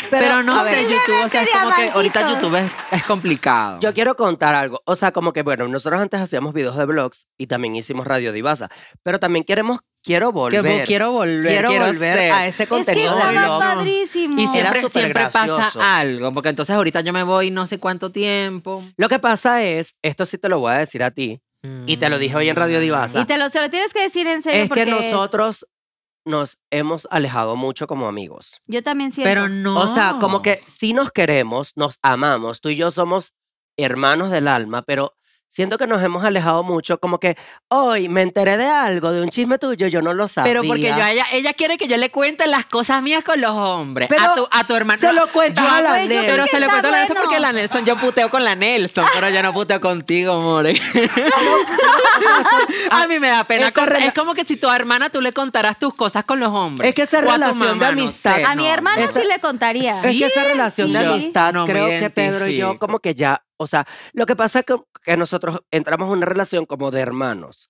[SPEAKER 5] Pero, no
[SPEAKER 6] a ver.
[SPEAKER 5] sé, YouTube, o sea, es
[SPEAKER 2] Millones de
[SPEAKER 5] como que ahorita
[SPEAKER 2] diamantitos.
[SPEAKER 5] YouTube es, es complicado.
[SPEAKER 6] Yo quiero contar algo. O sea, como que, bueno, nosotros antes hacíamos videos de blogs y también hicimos Radio Divasa, pero también queremos, quiero
[SPEAKER 5] Que
[SPEAKER 6] volver.
[SPEAKER 5] vo- quiero volver,
[SPEAKER 6] Quiero
[SPEAKER 5] quiero,
[SPEAKER 6] volver
[SPEAKER 5] ser.
[SPEAKER 6] a ese
[SPEAKER 2] Es que
[SPEAKER 6] contenido de
[SPEAKER 2] estaba
[SPEAKER 6] blogs.
[SPEAKER 2] padrísimo.
[SPEAKER 5] Y
[SPEAKER 6] Era
[SPEAKER 5] siempre,
[SPEAKER 6] súper
[SPEAKER 5] siempre
[SPEAKER 6] gracioso.
[SPEAKER 5] pasa algo, porque entonces ahorita yo me voy no sé cuánto tiempo.
[SPEAKER 6] Lo que pasa es, esto sí te lo voy a decir a ti, y te lo dije hoy en
[SPEAKER 5] Mm.
[SPEAKER 6] Radio Divasa.
[SPEAKER 2] Y te lo, se lo tienes que decir en serio
[SPEAKER 6] es
[SPEAKER 2] porque
[SPEAKER 6] que nosotros nos hemos alejado mucho como amigos.
[SPEAKER 2] yo también siento.
[SPEAKER 5] Pero no.
[SPEAKER 6] O sea,
[SPEAKER 5] Ah.
[SPEAKER 6] como que sí nos queremos, nos amamos, tú y yo somos hermanos del alma, pero siento que nos hemos alejado mucho, como que hoy me enteré de algo, de un chisme tuyo, yo no lo sabía.
[SPEAKER 5] Pero porque yo a ella, ella quiere que yo le cuente las cosas mías con los hombres.
[SPEAKER 6] Pero
[SPEAKER 5] a tu, a tu hermano.
[SPEAKER 6] se lo cuentas
[SPEAKER 5] Yo-
[SPEAKER 6] a la
[SPEAKER 5] Güey, yo
[SPEAKER 6] Nelson.
[SPEAKER 5] Pero se lo
[SPEAKER 2] Está
[SPEAKER 5] cuento a la Nelson
[SPEAKER 2] bueno.
[SPEAKER 5] porque la Nelson, yo puteo con la Nelson, pero yo no puteo contigo, more. a mí me da pena.
[SPEAKER 6] Esa
[SPEAKER 5] con-
[SPEAKER 6] rela-
[SPEAKER 5] es como que si tu hermana tú le contarás tus cosas con los hombres.
[SPEAKER 6] Es que esa
[SPEAKER 5] O a tu
[SPEAKER 6] relación de
[SPEAKER 5] mamá, no
[SPEAKER 6] amistad-
[SPEAKER 5] sé,
[SPEAKER 2] a mi
[SPEAKER 5] no.
[SPEAKER 2] hermana
[SPEAKER 6] esa-
[SPEAKER 2] sí le contaría.
[SPEAKER 6] Es que esa relación de
[SPEAKER 2] sí.
[SPEAKER 6] amistad,
[SPEAKER 5] No me
[SPEAKER 6] creo que Pedro y yo
[SPEAKER 5] identifico.
[SPEAKER 6] como que ya, o sea, lo que pasa es que, que nosotros entramos en una relación como de hermanos.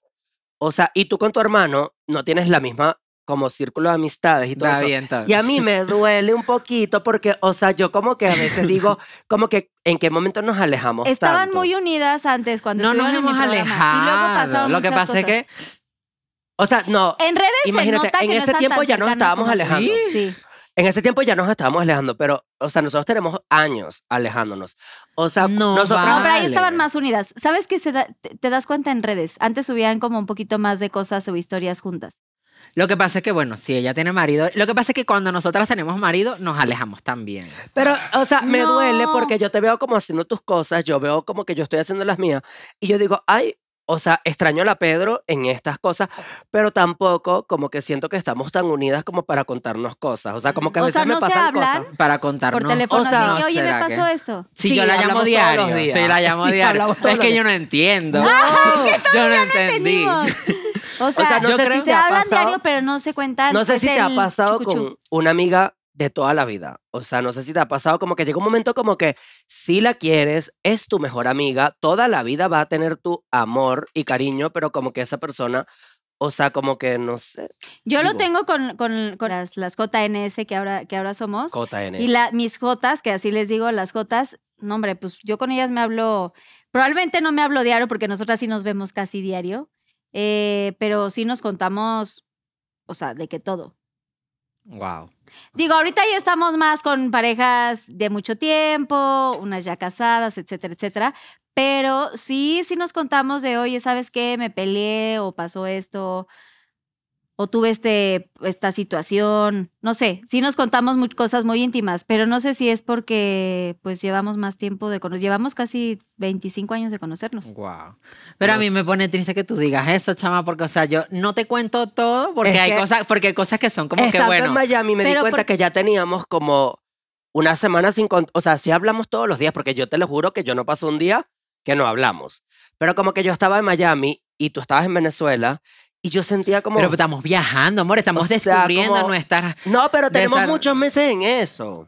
[SPEAKER 6] O sea, y tú con tu hermano no tienes la misma como círculo de amistades y todo
[SPEAKER 5] Está
[SPEAKER 6] eso.
[SPEAKER 5] bien, está bien.
[SPEAKER 6] Y a mí me duele un poquito porque, o sea, yo como que a veces digo, como que en qué momento nos alejamos
[SPEAKER 2] Estaban
[SPEAKER 6] tanto?
[SPEAKER 2] muy unidas antes cuando
[SPEAKER 5] No nos
[SPEAKER 2] estuvieron en mi
[SPEAKER 5] hemos
[SPEAKER 2] programa. Y luego
[SPEAKER 5] alejado.
[SPEAKER 2] pasaron
[SPEAKER 5] Lo que
[SPEAKER 2] muchas
[SPEAKER 5] pasa es
[SPEAKER 2] cosas.
[SPEAKER 5] que
[SPEAKER 6] O sea, no,
[SPEAKER 2] en redes se
[SPEAKER 6] Imagínate,
[SPEAKER 2] nota que
[SPEAKER 6] en
[SPEAKER 2] no
[SPEAKER 6] ese
[SPEAKER 2] están
[SPEAKER 6] tiempo
[SPEAKER 2] tan
[SPEAKER 6] ya nos
[SPEAKER 2] cercanos
[SPEAKER 6] estábamos
[SPEAKER 2] como-
[SPEAKER 6] alejando.
[SPEAKER 2] Sí.
[SPEAKER 6] en ese tiempo ya nos estábamos alejando, pero, o sea, nosotros tenemos años alejándonos. O sea,
[SPEAKER 5] No,
[SPEAKER 6] nosotros...
[SPEAKER 2] No, pero ahí
[SPEAKER 5] Vale.
[SPEAKER 2] estaban más unidas. ¿Sabes qué se da- te, te das cuenta en redes? Antes subían como un poquito más de cosas o historias juntas.
[SPEAKER 5] Lo que pasa es que, bueno, si ella tiene marido, lo que pasa es que cuando nosotras tenemos marido, nos alejamos también.
[SPEAKER 6] Pero, o sea, me duele
[SPEAKER 4] Ah, No.
[SPEAKER 6] porque yo te veo como haciendo tus cosas, yo veo como que yo estoy haciendo las mías. Y yo digo, ay, o sea, extraño a la Pedro en estas cosas, pero tampoco como que siento que estamos tan unidas como para contarnos cosas. O sea, como que a
[SPEAKER 4] O
[SPEAKER 6] veces
[SPEAKER 4] sea,
[SPEAKER 6] me
[SPEAKER 4] no se
[SPEAKER 6] pasan
[SPEAKER 4] hablan
[SPEAKER 6] cosas.
[SPEAKER 5] Para contarnos.
[SPEAKER 4] Por teléfono,
[SPEAKER 6] o sea,
[SPEAKER 4] así que, oye, me
[SPEAKER 5] ¿será
[SPEAKER 4] pasó
[SPEAKER 5] que?
[SPEAKER 4] esto.
[SPEAKER 5] Si
[SPEAKER 6] Sí,
[SPEAKER 5] yo la
[SPEAKER 6] hablamos
[SPEAKER 5] llamo
[SPEAKER 6] todos
[SPEAKER 5] diario.
[SPEAKER 6] los días.
[SPEAKER 5] Si la llamo
[SPEAKER 6] Sí,
[SPEAKER 5] diario.
[SPEAKER 6] hablamos todos
[SPEAKER 5] Es que
[SPEAKER 6] los
[SPEAKER 5] yo no entiendo.
[SPEAKER 4] Ah,
[SPEAKER 5] yo no entendí.
[SPEAKER 4] Tenimos. O sea,
[SPEAKER 6] no
[SPEAKER 4] yo
[SPEAKER 6] sé si
[SPEAKER 4] creo
[SPEAKER 6] te
[SPEAKER 4] que se
[SPEAKER 6] ha
[SPEAKER 4] hablan
[SPEAKER 6] pasado-
[SPEAKER 4] diario, pero no se cuentan.
[SPEAKER 6] No sé
[SPEAKER 4] es
[SPEAKER 6] si te ha
[SPEAKER 4] el
[SPEAKER 6] pasado
[SPEAKER 4] chucuchú.
[SPEAKER 6] con una amiga de toda la vida. O sea, no sé si te ha pasado como que llega un momento como que si la quieres, es tu mejor amiga, toda la vida va a tener tu amor y cariño, pero como que esa persona, o sea, como que no sé,
[SPEAKER 4] Yo lo
[SPEAKER 6] Digo.
[SPEAKER 4] tengo con, con- con las, las JNS que ahora, que ahora somos.
[SPEAKER 6] JN.
[SPEAKER 4] Y la, mis Jotas, que así les digo, las Jotas, no, hombre, pues yo con ellas me hablo. Probablemente no me hablo diario porque nosotras sí nos vemos casi diario. eh, pero sí nos contamos, o sea, de que todo.
[SPEAKER 5] Wow.
[SPEAKER 4] Digo, ahorita ya estamos más con parejas de mucho tiempo, unas ya casadas, etcétera, etcétera. Pero sí, sí nos contamos de, oye, ¿sabes qué? Me peleé o pasó esto o tuve este, esta situación. No sé, sí nos contamos mu- cosas muy íntimas, pero no sé si es porque pues llevamos más tiempo de conocernos. Llevamos casi 25 años de conocernos.
[SPEAKER 5] Wow. Pero a mí
[SPEAKER 6] Los-
[SPEAKER 5] me pone triste que tú digas eso, chama, porque, o sea, yo no te cuento todo porque
[SPEAKER 6] Es
[SPEAKER 5] hay
[SPEAKER 6] que-
[SPEAKER 5] cosas, porque hay cosas que son como que,
[SPEAKER 6] Estando en
[SPEAKER 5] bueno,
[SPEAKER 6] Miami me di
[SPEAKER 4] Pero
[SPEAKER 6] cuenta
[SPEAKER 4] por-
[SPEAKER 6] que ya teníamos como una semana sin... cont- O sea, sí hablamos todos los días, porque yo te lo juro que yo no pasó un día que no hablamos. Pero como que yo estaba en Miami y tú estabas en Venezuela y yo sentía como...
[SPEAKER 5] pero estamos viajando, amor, estamos
[SPEAKER 6] O sea,
[SPEAKER 5] descubriendo
[SPEAKER 6] como-
[SPEAKER 5] nuestras...
[SPEAKER 6] no, pero tenemos
[SPEAKER 5] desar-
[SPEAKER 6] muchos meses en eso.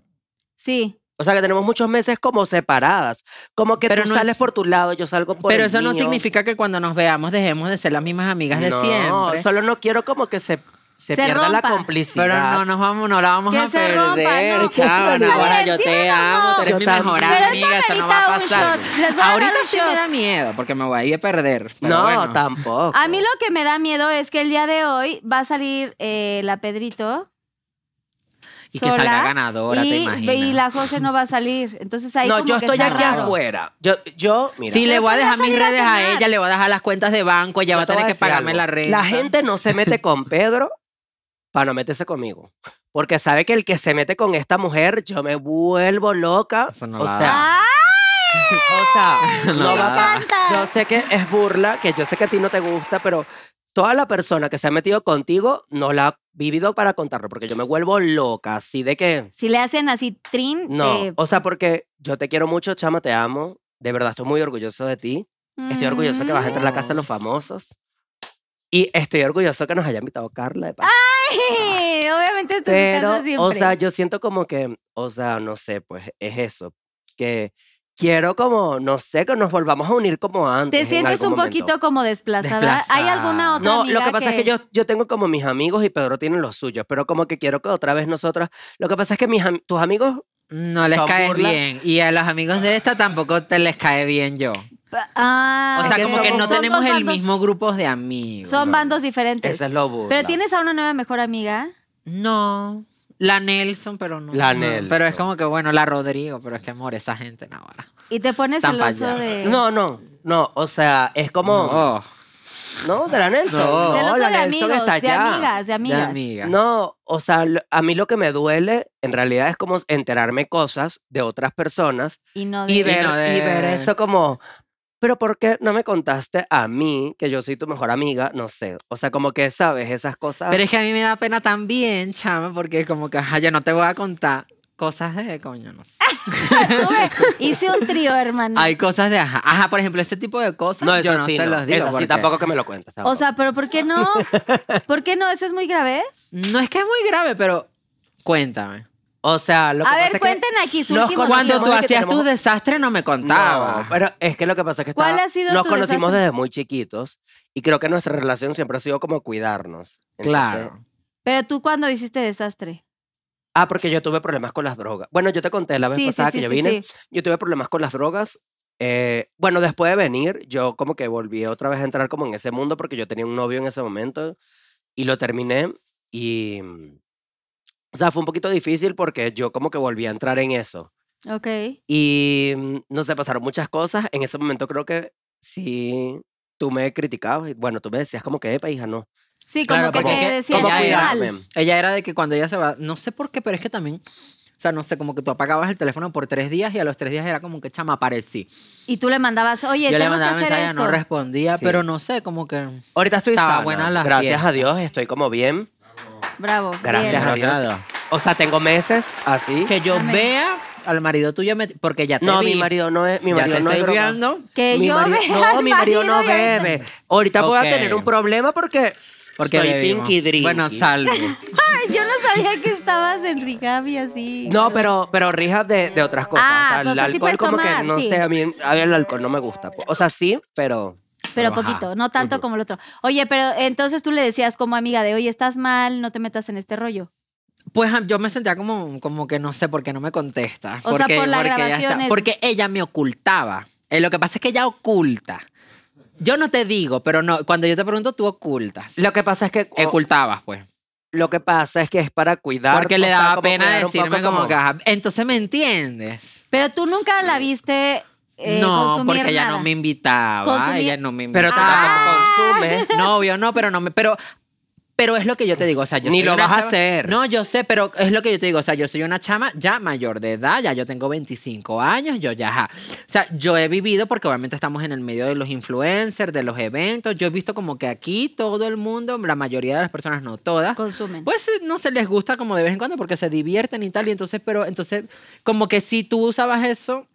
[SPEAKER 4] Sí,
[SPEAKER 6] O sea, que tenemos muchos meses como separadas. Como que
[SPEAKER 5] Pero
[SPEAKER 6] tú
[SPEAKER 5] no
[SPEAKER 6] sales
[SPEAKER 5] es-
[SPEAKER 6] por tu lado, yo salgo por
[SPEAKER 5] Pero
[SPEAKER 6] el
[SPEAKER 5] eso no
[SPEAKER 6] mío.
[SPEAKER 5] significa que cuando nos veamos dejemos de ser las mismas amigas de
[SPEAKER 6] no,
[SPEAKER 5] siempre.
[SPEAKER 6] solo no quiero como que se, se,
[SPEAKER 4] Se
[SPEAKER 6] pierda la
[SPEAKER 4] rompa.
[SPEAKER 6] complicidad.
[SPEAKER 5] Pero no nos vamos, no la vamos
[SPEAKER 4] Que
[SPEAKER 5] a
[SPEAKER 4] se rompa,
[SPEAKER 5] perder,
[SPEAKER 4] no.
[SPEAKER 5] chava.
[SPEAKER 6] Está
[SPEAKER 5] Ahora
[SPEAKER 4] bien,
[SPEAKER 5] yo
[SPEAKER 4] sí,
[SPEAKER 5] te
[SPEAKER 4] no,
[SPEAKER 5] amo,
[SPEAKER 4] no.
[SPEAKER 5] tú eres
[SPEAKER 6] Yo
[SPEAKER 5] mi
[SPEAKER 6] también.
[SPEAKER 5] mejor
[SPEAKER 6] Pero esto
[SPEAKER 5] amiga, eso no va a
[SPEAKER 4] merita un
[SPEAKER 5] pasar.
[SPEAKER 4] shot. Les voy a dar
[SPEAKER 5] Ahorita
[SPEAKER 4] un
[SPEAKER 5] sí me
[SPEAKER 4] shot.
[SPEAKER 5] da miedo porque me voy a ir a perder. pero
[SPEAKER 6] No,
[SPEAKER 5] bueno.
[SPEAKER 6] tampoco.
[SPEAKER 4] A mí lo que me da miedo es que el día de hoy va a salir eh, la Pedrito.
[SPEAKER 5] Y que salga
[SPEAKER 4] sola,
[SPEAKER 5] ganadora, te
[SPEAKER 4] y,
[SPEAKER 5] imaginas.
[SPEAKER 4] y la José no va a salir. Entonces ahí
[SPEAKER 6] No,
[SPEAKER 4] como
[SPEAKER 6] yo
[SPEAKER 4] que
[SPEAKER 6] estoy
[SPEAKER 4] está
[SPEAKER 6] aquí
[SPEAKER 4] raro.
[SPEAKER 6] afuera. Yo, yo mira.
[SPEAKER 5] Sí, le
[SPEAKER 4] Pero
[SPEAKER 5] voy a
[SPEAKER 4] tú vas
[SPEAKER 5] dejar
[SPEAKER 4] a
[SPEAKER 5] mis
[SPEAKER 4] ir a
[SPEAKER 5] redes a
[SPEAKER 4] cenar.
[SPEAKER 5] ella, le voy a dejar las cuentas de banco, ella va a
[SPEAKER 6] yo te voy
[SPEAKER 5] tener que
[SPEAKER 6] decir
[SPEAKER 5] pagarme
[SPEAKER 6] algo.
[SPEAKER 5] la renta.
[SPEAKER 6] La gente no se mete con Pedro para no meterse conmigo. Porque sabe que el que se mete con esta mujer, yo me vuelvo loca.
[SPEAKER 5] Eso no
[SPEAKER 6] o,
[SPEAKER 5] la
[SPEAKER 6] sea,
[SPEAKER 4] ¡Ah!
[SPEAKER 6] o sea,
[SPEAKER 5] No
[SPEAKER 6] no
[SPEAKER 5] la
[SPEAKER 6] va-
[SPEAKER 5] da.
[SPEAKER 6] yo sé que es burla, que yo sé que a ti no te gusta, pero toda la persona que se ha metido contigo no la ha vivido para contarlo, porque yo me vuelvo loca, así de que...
[SPEAKER 4] Si le hacen así eh, trim,
[SPEAKER 6] No,
[SPEAKER 4] te-
[SPEAKER 6] o sea, porque yo te quiero mucho, chama, te amo. De verdad, estoy muy orgulloso de ti. Estoy orgulloso que vas a entrar a la casa de
[SPEAKER 4] Mm.
[SPEAKER 6] los famosos. Y estoy orgulloso que nos haya invitado Carla de paso.
[SPEAKER 4] Sí, obviamente estoy en
[SPEAKER 6] Pero,
[SPEAKER 4] casa siempre.
[SPEAKER 6] o sea, yo siento como que, o sea, no sé, pues es eso. Que quiero como, no sé, que nos volvamos a unir como antes.
[SPEAKER 4] te
[SPEAKER 6] en
[SPEAKER 4] sientes
[SPEAKER 6] algún
[SPEAKER 4] un
[SPEAKER 6] momento.
[SPEAKER 4] poquito como desplazada. ¿Hay
[SPEAKER 5] Desplazada.
[SPEAKER 4] alguna otra
[SPEAKER 6] No,
[SPEAKER 4] amiga
[SPEAKER 6] lo que pasa es que yo, yo tengo como mis amigos y Pedro tiene los suyos, pero como que quiero que otra vez nosotras. Lo que pasa es que mis, am- tus amigos,
[SPEAKER 5] No les
[SPEAKER 6] Son
[SPEAKER 5] caes
[SPEAKER 6] burla.
[SPEAKER 5] bien. Y a los amigos de esta tampoco te les cae bien yo.
[SPEAKER 4] Ah,
[SPEAKER 5] O sea,
[SPEAKER 6] que
[SPEAKER 5] como que
[SPEAKER 6] somos-
[SPEAKER 5] no
[SPEAKER 4] son
[SPEAKER 5] tenemos
[SPEAKER 4] dos
[SPEAKER 5] el
[SPEAKER 4] bandos-
[SPEAKER 5] mismo grupo de amigos.
[SPEAKER 4] Son bandos diferentes.
[SPEAKER 6] ese es lo burla.
[SPEAKER 4] Pero tienes a una nueva mejor amiga.
[SPEAKER 5] No. La Nelson, pero no.
[SPEAKER 6] La
[SPEAKER 5] no,
[SPEAKER 6] Nelson.
[SPEAKER 5] Pero es como que, bueno, la Rodrigo, pero es que amor, esa gente no ahora.
[SPEAKER 4] Y te pones
[SPEAKER 5] Tan pa'
[SPEAKER 4] celoso
[SPEAKER 5] allá.
[SPEAKER 4] de.
[SPEAKER 6] No, no, no, o sea, es como...
[SPEAKER 5] No,
[SPEAKER 6] No, de la Nelson.
[SPEAKER 5] No.
[SPEAKER 6] No,
[SPEAKER 4] celoso
[SPEAKER 6] la
[SPEAKER 4] de
[SPEAKER 6] Nelson
[SPEAKER 4] amigos,
[SPEAKER 6] está
[SPEAKER 4] de
[SPEAKER 6] allá.
[SPEAKER 4] amigas, de
[SPEAKER 5] de
[SPEAKER 4] amigas.
[SPEAKER 5] amiga.
[SPEAKER 6] No, o sea, lo- a mí lo que me duele en realidad es como enterarme cosas de otras personas
[SPEAKER 4] Y no de.
[SPEAKER 6] y ver,
[SPEAKER 5] no
[SPEAKER 6] y ver
[SPEAKER 5] de-
[SPEAKER 6] eso como, pero ¿por qué no me contaste a mí que yo soy tu mejor amiga? No sé, o sea, como que sabes esas cosas.
[SPEAKER 5] Pero es que a mí me da pena también, chama, porque como que, ajá, yo no te voy a contar cosas de coño, no sé.
[SPEAKER 4] Tuve- hice un trío, hermano.
[SPEAKER 5] Hay cosas de ajá. Ajá, por ejemplo, este tipo de cosas
[SPEAKER 6] no, eso
[SPEAKER 5] yo no
[SPEAKER 6] sí,
[SPEAKER 5] se
[SPEAKER 6] no,
[SPEAKER 5] los digo.
[SPEAKER 6] eso sí,
[SPEAKER 5] porque
[SPEAKER 6] tampoco que me lo cuentes.
[SPEAKER 4] O
[SPEAKER 6] tampoco.
[SPEAKER 4] sea, pero ¿por qué no? ¿Por qué no? Eso es muy grave.
[SPEAKER 5] No es que es muy grave, pero cuéntame.
[SPEAKER 6] o sea,
[SPEAKER 2] Ah,
[SPEAKER 6] lo que
[SPEAKER 4] A
[SPEAKER 6] pasa
[SPEAKER 4] ver,
[SPEAKER 6] es que-
[SPEAKER 4] cuenten aquí su
[SPEAKER 6] nos
[SPEAKER 4] último
[SPEAKER 6] conocimos-
[SPEAKER 5] Cuando
[SPEAKER 4] trío.
[SPEAKER 5] tú
[SPEAKER 6] es que
[SPEAKER 5] hacías
[SPEAKER 6] tenemos-
[SPEAKER 5] tu desastre no me
[SPEAKER 6] No, pues,
[SPEAKER 5] contabas.
[SPEAKER 6] pero es que lo que pasa es que
[SPEAKER 4] ¿Cuál
[SPEAKER 6] estaba-
[SPEAKER 4] ha sido
[SPEAKER 6] nos
[SPEAKER 4] tu
[SPEAKER 6] conocimos
[SPEAKER 4] desastre?
[SPEAKER 6] desde muy chiquitos y creo que nuestra relación siempre ha sido como cuidarnos. Entonces,
[SPEAKER 5] claro.
[SPEAKER 4] Pero tú cuando hiciste desastre.
[SPEAKER 6] Ah, porque yo tuve problemas con las drogas. Bueno, yo te conté la vez
[SPEAKER 4] sí, sí,
[SPEAKER 6] pasada
[SPEAKER 4] sí,
[SPEAKER 6] que yo
[SPEAKER 4] sí,
[SPEAKER 6] vine.
[SPEAKER 4] sí.
[SPEAKER 6] Yo tuve problemas con las drogas. eh, bueno, después de venir, yo como que volví otra vez a entrar como en ese mundo porque yo tenía un novio en ese momento y lo terminé y... mm, O sea, fue un poquito difícil porque yo como que volví a entrar en eso.
[SPEAKER 4] Ok.
[SPEAKER 6] Y mm, no sé, pasaron muchas cosas. En ese momento creo que sí, tú me criticabas. y Bueno, tú me decías como que, epa, hija, no.
[SPEAKER 2] Sí, como
[SPEAKER 5] Claro,
[SPEAKER 2] que,
[SPEAKER 5] como
[SPEAKER 2] que
[SPEAKER 5] que-
[SPEAKER 2] decía
[SPEAKER 5] como
[SPEAKER 2] que
[SPEAKER 5] cuidado.
[SPEAKER 2] mal.
[SPEAKER 5] Ella era de que cuando ella se va, no sé por qué, pero es que también, o sea, no sé, como que tú apagabas el teléfono por tres días y a los tres días era como que chama, aparecí.
[SPEAKER 2] Y tú le mandabas, oye,
[SPEAKER 5] Yo le
[SPEAKER 2] tenemos que
[SPEAKER 5] mandaba
[SPEAKER 2] hacer
[SPEAKER 5] mensajes,
[SPEAKER 2] esto.
[SPEAKER 5] no respondía,
[SPEAKER 6] Sí.
[SPEAKER 5] pero no sé, como que...
[SPEAKER 6] Ahorita estoy
[SPEAKER 5] Estaba
[SPEAKER 6] sana.
[SPEAKER 5] buena la
[SPEAKER 6] Gracias
[SPEAKER 5] fiesta.
[SPEAKER 6] a Dios estoy como bien.
[SPEAKER 2] Bravo.
[SPEAKER 6] Gracias
[SPEAKER 2] bien.
[SPEAKER 6] a Dios. O sea, tengo meses así.
[SPEAKER 5] Que yo
[SPEAKER 2] Amén.
[SPEAKER 5] vea al marido tuyo, met- porque ya te
[SPEAKER 6] No,
[SPEAKER 5] vi.
[SPEAKER 6] mi marido no es, mi
[SPEAKER 5] Ya
[SPEAKER 6] marido
[SPEAKER 5] te
[SPEAKER 6] no es
[SPEAKER 5] estoy
[SPEAKER 6] broma.
[SPEAKER 5] viendo.
[SPEAKER 2] Que
[SPEAKER 6] mi
[SPEAKER 2] yo
[SPEAKER 6] marido,
[SPEAKER 2] vea
[SPEAKER 6] no,
[SPEAKER 2] al
[SPEAKER 6] mi marido no
[SPEAKER 2] marido y ahorita-
[SPEAKER 6] bebe. Ahorita voy a
[SPEAKER 5] Ok.
[SPEAKER 6] tener un problema porque,
[SPEAKER 5] Porque
[SPEAKER 6] soy
[SPEAKER 5] bebimos.
[SPEAKER 6] pinky drinky.
[SPEAKER 5] Bueno, salvo.
[SPEAKER 2] Ay, yo no sabía que estabas en Rigavi así.
[SPEAKER 6] No, pero, pero rijas de, de otras cosas.
[SPEAKER 2] Ah,
[SPEAKER 6] o sea, el
[SPEAKER 2] entonces sí
[SPEAKER 6] alcohol
[SPEAKER 2] puedes
[SPEAKER 6] como
[SPEAKER 2] tomar,
[SPEAKER 6] que no
[SPEAKER 2] sí.
[SPEAKER 6] sé, a mí, a mí el alcohol no me gusta. pues. O sea, sí, pero
[SPEAKER 2] Pero
[SPEAKER 5] Ajá.
[SPEAKER 2] poquito, no tanto como el otro. Oye, pero entonces tú le decías como amiga de, oye, estás mal, no te metas en este rollo.
[SPEAKER 5] Pues ah, yo me sentía como, como que no sé por qué no me contesta.
[SPEAKER 2] O sea,
[SPEAKER 5] porque,
[SPEAKER 2] por la
[SPEAKER 5] porque ella
[SPEAKER 2] grabación es-
[SPEAKER 5] porque ella me ocultaba. Eh, lo que pasa es que ella oculta. Yo no te digo, pero no, cuando yo te pregunto, tú ocultas.
[SPEAKER 6] lo que pasa es que
[SPEAKER 5] Ocultabas, pues.
[SPEAKER 6] lo que pasa es que es para cuidar.
[SPEAKER 5] Porque le
[SPEAKER 6] o sea,
[SPEAKER 5] daba
[SPEAKER 6] como
[SPEAKER 5] pena
[SPEAKER 6] cuidar un
[SPEAKER 5] decirme
[SPEAKER 6] poco
[SPEAKER 5] como, que, ajá, entonces me entiendes.
[SPEAKER 2] Pero tú nunca la viste eh,
[SPEAKER 5] no,
[SPEAKER 2] consumir
[SPEAKER 5] porque ella
[SPEAKER 2] nada.
[SPEAKER 5] no me invitaba.
[SPEAKER 2] Consumir-
[SPEAKER 5] Ella no me
[SPEAKER 6] Pero
[SPEAKER 5] invitaba.
[SPEAKER 6] tampoco consume.
[SPEAKER 5] Novio, no, pero no me. Pero, pero es lo que yo te digo. O sea, yo
[SPEAKER 6] Ni
[SPEAKER 5] soy
[SPEAKER 6] lo
[SPEAKER 5] una
[SPEAKER 6] vas a
[SPEAKER 5] chava-
[SPEAKER 6] hacer.
[SPEAKER 5] No, yo sé, pero es lo que yo te digo. O sea, yo soy una chama ya mayor de edad, ya yo tengo 25 años, yo ya. ajá. O sea, yo he vivido, porque obviamente estamos en el medio de los influencers, de los eventos. Yo he visto como que aquí todo el mundo, la mayoría de las personas, no todas,
[SPEAKER 2] Consumen.
[SPEAKER 5] pues eh, no se les gusta como de vez en cuando porque se divierten y tal. Y entonces, pero entonces, como que si tú usabas eso.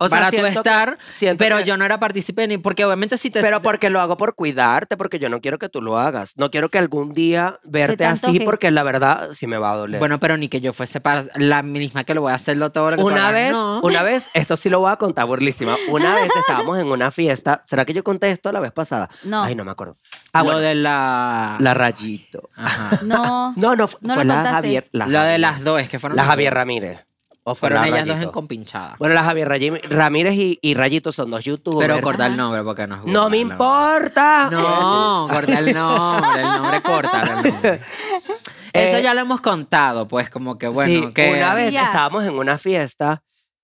[SPEAKER 6] O sea,
[SPEAKER 5] para tú
[SPEAKER 6] siento que-
[SPEAKER 5] estar,
[SPEAKER 6] siento
[SPEAKER 5] pero
[SPEAKER 6] que-
[SPEAKER 5] yo no era partícipe ni porque obviamente si te
[SPEAKER 6] Pero porque lo hago por cuidarte, porque yo no quiero que tú lo hagas. No quiero que algún día verte
[SPEAKER 2] tanto
[SPEAKER 6] así,
[SPEAKER 2] que-
[SPEAKER 6] porque la verdad sí me va a doler.
[SPEAKER 5] Bueno, pero ni que yo fuese para la misma que lo voy a hacerlo todo lo que
[SPEAKER 6] una
[SPEAKER 5] pueda.
[SPEAKER 6] vez,
[SPEAKER 5] No.
[SPEAKER 6] una vez, esto sí lo voy a contar, burlísima. Una vez estábamos en una fiesta. ¿Será que yo conté esto la vez pasada?
[SPEAKER 2] No.
[SPEAKER 6] Ay, no me acuerdo.
[SPEAKER 5] Ah,
[SPEAKER 6] Ah,
[SPEAKER 5] lo
[SPEAKER 6] bueno,
[SPEAKER 5] de la.
[SPEAKER 6] la rayito.
[SPEAKER 5] Ajá.
[SPEAKER 2] No.
[SPEAKER 6] No, no, fu-
[SPEAKER 2] No lo
[SPEAKER 6] fue la
[SPEAKER 2] contaste.
[SPEAKER 6] Javier. La
[SPEAKER 5] Lo de
[SPEAKER 6] Javier.
[SPEAKER 5] las dos, que fueron.
[SPEAKER 6] La
[SPEAKER 5] las
[SPEAKER 6] Javier
[SPEAKER 5] dos.
[SPEAKER 6] Ramírez. O fue
[SPEAKER 5] Fueron
[SPEAKER 6] la
[SPEAKER 5] ellas dos
[SPEAKER 6] Rayito.
[SPEAKER 5] en compinchada.
[SPEAKER 6] Bueno, la Javier Rayi- Ramírez y, y Rayito son dos youtubers. Ah.
[SPEAKER 5] pero corta el nombre porque nos gusta.
[SPEAKER 6] No me
[SPEAKER 5] la verdad.
[SPEAKER 6] importa.
[SPEAKER 5] No, corta el nombre, el nombre corta. el nombre. Eso
[SPEAKER 6] Eh,
[SPEAKER 5] ya lo hemos contado, pues, como que bueno,
[SPEAKER 6] Sí,
[SPEAKER 5] que.
[SPEAKER 6] una vez
[SPEAKER 2] Sí, ya.
[SPEAKER 6] estábamos en una fiesta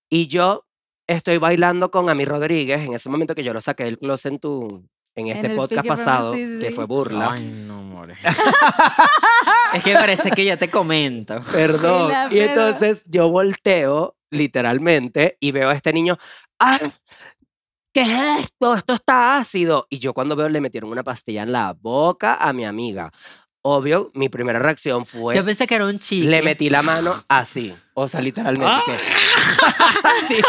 [SPEAKER 6] y yo estoy bailando con Ami Rodríguez en ese momento que yo lo saqué del closet en tu en este
[SPEAKER 2] el
[SPEAKER 6] podcast
[SPEAKER 2] Pinky Promise,
[SPEAKER 6] pasado
[SPEAKER 2] sí, sí,
[SPEAKER 6] que
[SPEAKER 2] sí.
[SPEAKER 6] fue burla.
[SPEAKER 5] Ay, no, more. es que parece que yo te comento.
[SPEAKER 6] Perdón.
[SPEAKER 2] la
[SPEAKER 6] Y
[SPEAKER 2] pedo.
[SPEAKER 6] entonces yo volteo literalmente y veo a este niño, "Ah, ¿Qué es esto? Esto está ácido. Y yo cuando veo le metieron una pastilla en la boca a mi amiga. Obvio, mi primera reacción fue
[SPEAKER 5] Yo pensé que era un chiste.
[SPEAKER 6] Le metí la mano así. O sea, literalmente. que- Así.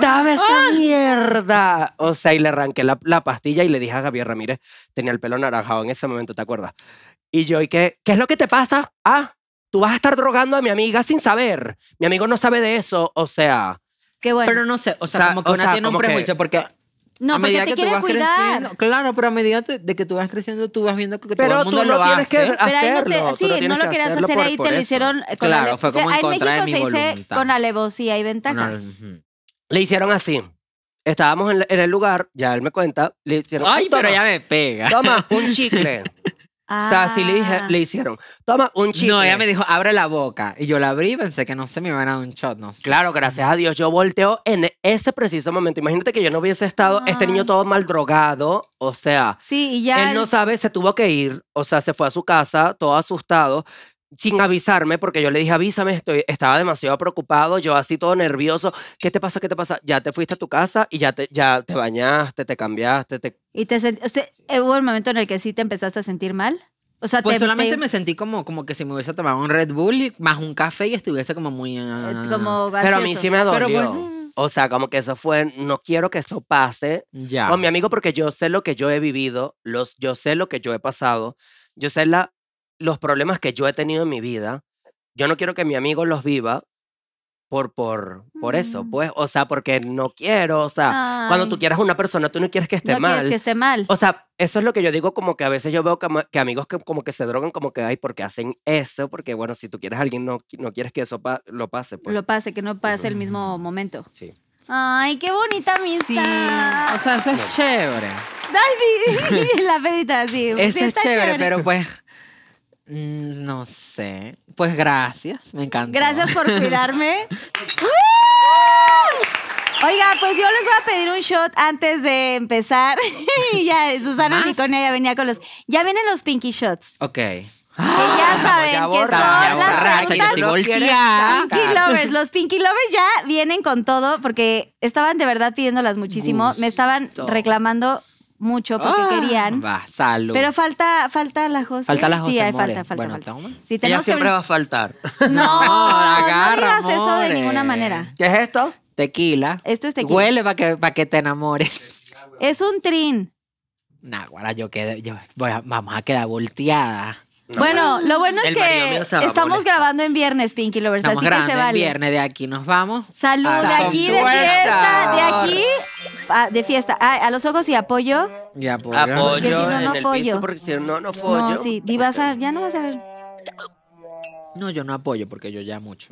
[SPEAKER 6] ¡Dame esa
[SPEAKER 2] Ah.
[SPEAKER 6] mierda! O sea, y le arranqué la, la pastilla y le dije a Javier Ramírez, tenía el pelo anaranjado en ese momento, ¿te acuerdas? Y yo, ¿y qué, qué es lo que te pasa? Ah, tú vas a estar drogando a mi amiga sin saber. Mi amigo no sabe de eso. O sea,
[SPEAKER 2] Qué bueno.
[SPEAKER 5] Pero no sé, o sea,
[SPEAKER 6] O sea,
[SPEAKER 5] como que
[SPEAKER 6] o
[SPEAKER 5] una
[SPEAKER 6] sea,
[SPEAKER 5] tiene un
[SPEAKER 6] como que- Ah.
[SPEAKER 5] prejuicio, porque
[SPEAKER 2] no,
[SPEAKER 5] a
[SPEAKER 2] porque
[SPEAKER 5] medida
[SPEAKER 2] te
[SPEAKER 5] que tú
[SPEAKER 2] quiere
[SPEAKER 5] vas
[SPEAKER 2] cuidar.
[SPEAKER 5] creciendo, claro, pero a medida de, de que tú vas creciendo, tú vas viendo que todo
[SPEAKER 6] pero
[SPEAKER 5] el
[SPEAKER 6] tú
[SPEAKER 5] mundo
[SPEAKER 6] no
[SPEAKER 5] lo
[SPEAKER 6] tienes
[SPEAKER 5] hace.
[SPEAKER 6] que hacerlo.
[SPEAKER 2] Pero ahí no te-
[SPEAKER 6] tú
[SPEAKER 2] sí, no
[SPEAKER 6] tienes
[SPEAKER 2] lo
[SPEAKER 6] que
[SPEAKER 2] querías
[SPEAKER 6] hacerlo
[SPEAKER 2] hacer
[SPEAKER 6] por-
[SPEAKER 2] ahí,
[SPEAKER 6] por
[SPEAKER 2] te lo
[SPEAKER 6] eso.
[SPEAKER 2] hicieron eh, con
[SPEAKER 5] Claro,
[SPEAKER 2] ale-
[SPEAKER 5] fue
[SPEAKER 2] o sea,
[SPEAKER 5] como en
[SPEAKER 2] en
[SPEAKER 5] contra de
[SPEAKER 2] México
[SPEAKER 5] mi
[SPEAKER 2] se dice
[SPEAKER 5] voluntad.
[SPEAKER 2] con alevosía y ventaja.
[SPEAKER 5] Una- ujú.
[SPEAKER 6] Le hicieron así. Estábamos en, la- en el lugar, ya él me cuenta, le hicieron...
[SPEAKER 5] Ay, pero
[SPEAKER 6] toma,
[SPEAKER 5] ya me pega.
[SPEAKER 6] Toma, un chicle. O sea, sí le, dije, le hicieron, toma un chicle.
[SPEAKER 5] Ah. No, ella me dijo, abre la boca. Y yo la abrí y pensé que no se me iban a dar un shot, no sé.
[SPEAKER 6] Claro, gracias a Dios, yo volteo en ese preciso momento. Imagínate que yo no hubiese estado, este niño
[SPEAKER 5] Ah.
[SPEAKER 2] Ay.
[SPEAKER 6] todo mal drogado, o sea,
[SPEAKER 2] Sí, y ya.
[SPEAKER 6] él no sabe, se tuvo que ir, o sea, se fue a su casa todo asustado, sin avisarme, porque yo le dije, avísame, estoy, estaba demasiado preocupado, yo así todo nervioso, ¿qué te pasa? ¿Qué te pasa? Ya te fuiste a tu casa y ya te, ya te bañaste, te cambiaste, te...
[SPEAKER 2] Y te sent- usted, eh, hubo un momento en el que sí te empezaste a sentir mal. O sea,
[SPEAKER 5] Pues
[SPEAKER 2] Ah, te,
[SPEAKER 5] solamente
[SPEAKER 2] te-
[SPEAKER 5] me sentí como, como que si me hubiese tomado un Red Bull y- más un café y estuviese como muy... ah,
[SPEAKER 2] eh, como
[SPEAKER 6] Pero a mí sí me
[SPEAKER 2] gaseoso.
[SPEAKER 6] dolió.
[SPEAKER 5] Pero pues,
[SPEAKER 6] o sea, como que eso fue, no quiero que eso pase,
[SPEAKER 2] Ah.
[SPEAKER 5] Ya.
[SPEAKER 6] con mi amigo porque yo sé lo que yo he vivido, los, yo sé lo que yo he pasado, yo sé la, los problemas que yo he tenido en mi vida. Yo no quiero que mi amigo los viva por, por, por eso,
[SPEAKER 2] Mm.
[SPEAKER 6] pues, o sea, porque no quiero, o sea, cuando tú
[SPEAKER 2] Ay,
[SPEAKER 6] quieras a una persona, tú no quieres que esté
[SPEAKER 2] no quieres
[SPEAKER 6] mal.
[SPEAKER 2] que esté mal.
[SPEAKER 6] O sea, eso es lo que yo digo, como que a veces yo veo que, ama- que amigos que como que se drogan, como que, ay, porque hacen eso, porque bueno, si tú quieres a alguien, no, qui- no quieres que eso pa- lo pase, pues.
[SPEAKER 2] lo pase, que no pase el mismo momento.
[SPEAKER 6] Sí.
[SPEAKER 2] Ay, qué bonita
[SPEAKER 5] Sí.
[SPEAKER 2] amistad.
[SPEAKER 5] O sea, eso es chévere.
[SPEAKER 2] Ay, sí, la pedita, sí.
[SPEAKER 5] Eso
[SPEAKER 2] sí
[SPEAKER 5] es
[SPEAKER 2] está
[SPEAKER 5] chévere, pero pues... mm, No sé. Pues gracias, me encanta.
[SPEAKER 2] Gracias por cuidarme.
[SPEAKER 4] Oiga, pues yo les voy a pedir un shot antes de empezar. y ya, Susana
[SPEAKER 5] ¿Más?
[SPEAKER 4] Unicornia ya venía con los. Ya vienen los pinky shots.
[SPEAKER 5] Ok. Ah,
[SPEAKER 4] Que Ah, ya saben
[SPEAKER 6] ya
[SPEAKER 4] que
[SPEAKER 6] borracha,
[SPEAKER 4] son
[SPEAKER 6] ya
[SPEAKER 4] las
[SPEAKER 5] borracha, ya
[SPEAKER 4] preguntas
[SPEAKER 5] estoy
[SPEAKER 6] no quieres
[SPEAKER 5] volteada.
[SPEAKER 4] Pinky Lovers, los Pinky Lovers ya vienen con todo porque estaban de verdad pidiéndolas muchísimo. Me estaban
[SPEAKER 5] Gusto.
[SPEAKER 4] reclamando mucho porque
[SPEAKER 5] Ah,
[SPEAKER 4] querían.
[SPEAKER 5] Va, salud.
[SPEAKER 4] Pero falta, falta la José.
[SPEAKER 5] Falta la
[SPEAKER 4] Sí,
[SPEAKER 5] José,
[SPEAKER 4] hay
[SPEAKER 5] more.
[SPEAKER 4] falta, falta,
[SPEAKER 5] Bueno,
[SPEAKER 4] falta.
[SPEAKER 5] toma.
[SPEAKER 4] Sí,
[SPEAKER 6] Ella
[SPEAKER 4] tenemos que
[SPEAKER 6] siempre
[SPEAKER 4] abrir-
[SPEAKER 6] va a faltar.
[SPEAKER 4] No, no
[SPEAKER 5] agarra,
[SPEAKER 4] digas eso de
[SPEAKER 5] more.
[SPEAKER 4] ninguna manera.
[SPEAKER 6] ¿Qué es esto?
[SPEAKER 5] Tequila.
[SPEAKER 4] Esto es tequila.
[SPEAKER 5] Huele para que, pa' que te enamores.
[SPEAKER 4] Es un trin.
[SPEAKER 5] Nah, guara, yo quedé. Yo, voy a- vamos a quedar volteada.
[SPEAKER 6] No,
[SPEAKER 4] bueno, lo bueno es
[SPEAKER 6] El marido
[SPEAKER 4] que
[SPEAKER 6] mío se va a
[SPEAKER 4] estamos
[SPEAKER 6] molestar.
[SPEAKER 4] grabando en viernes, Pinky Lovers,
[SPEAKER 5] Estamos
[SPEAKER 4] así que
[SPEAKER 5] grandes.
[SPEAKER 4] se
[SPEAKER 5] el
[SPEAKER 4] vale.
[SPEAKER 5] viernes de aquí nos vamos.
[SPEAKER 4] Salud,
[SPEAKER 5] A
[SPEAKER 4] de
[SPEAKER 5] la
[SPEAKER 4] aquí de
[SPEAKER 5] compuerta.
[SPEAKER 4] fiesta, de aquí ah, de fiesta. Ah, a los ojos y apoyo.
[SPEAKER 5] Ya, pues.
[SPEAKER 6] Apoyo
[SPEAKER 4] Porque si no,
[SPEAKER 6] en
[SPEAKER 4] no
[SPEAKER 6] el
[SPEAKER 4] follo.
[SPEAKER 6] piso porque si no, no follo.
[SPEAKER 4] No, sí, y vas a, ya no vas a ver.
[SPEAKER 5] No, yo no apoyo porque yo ya mucho.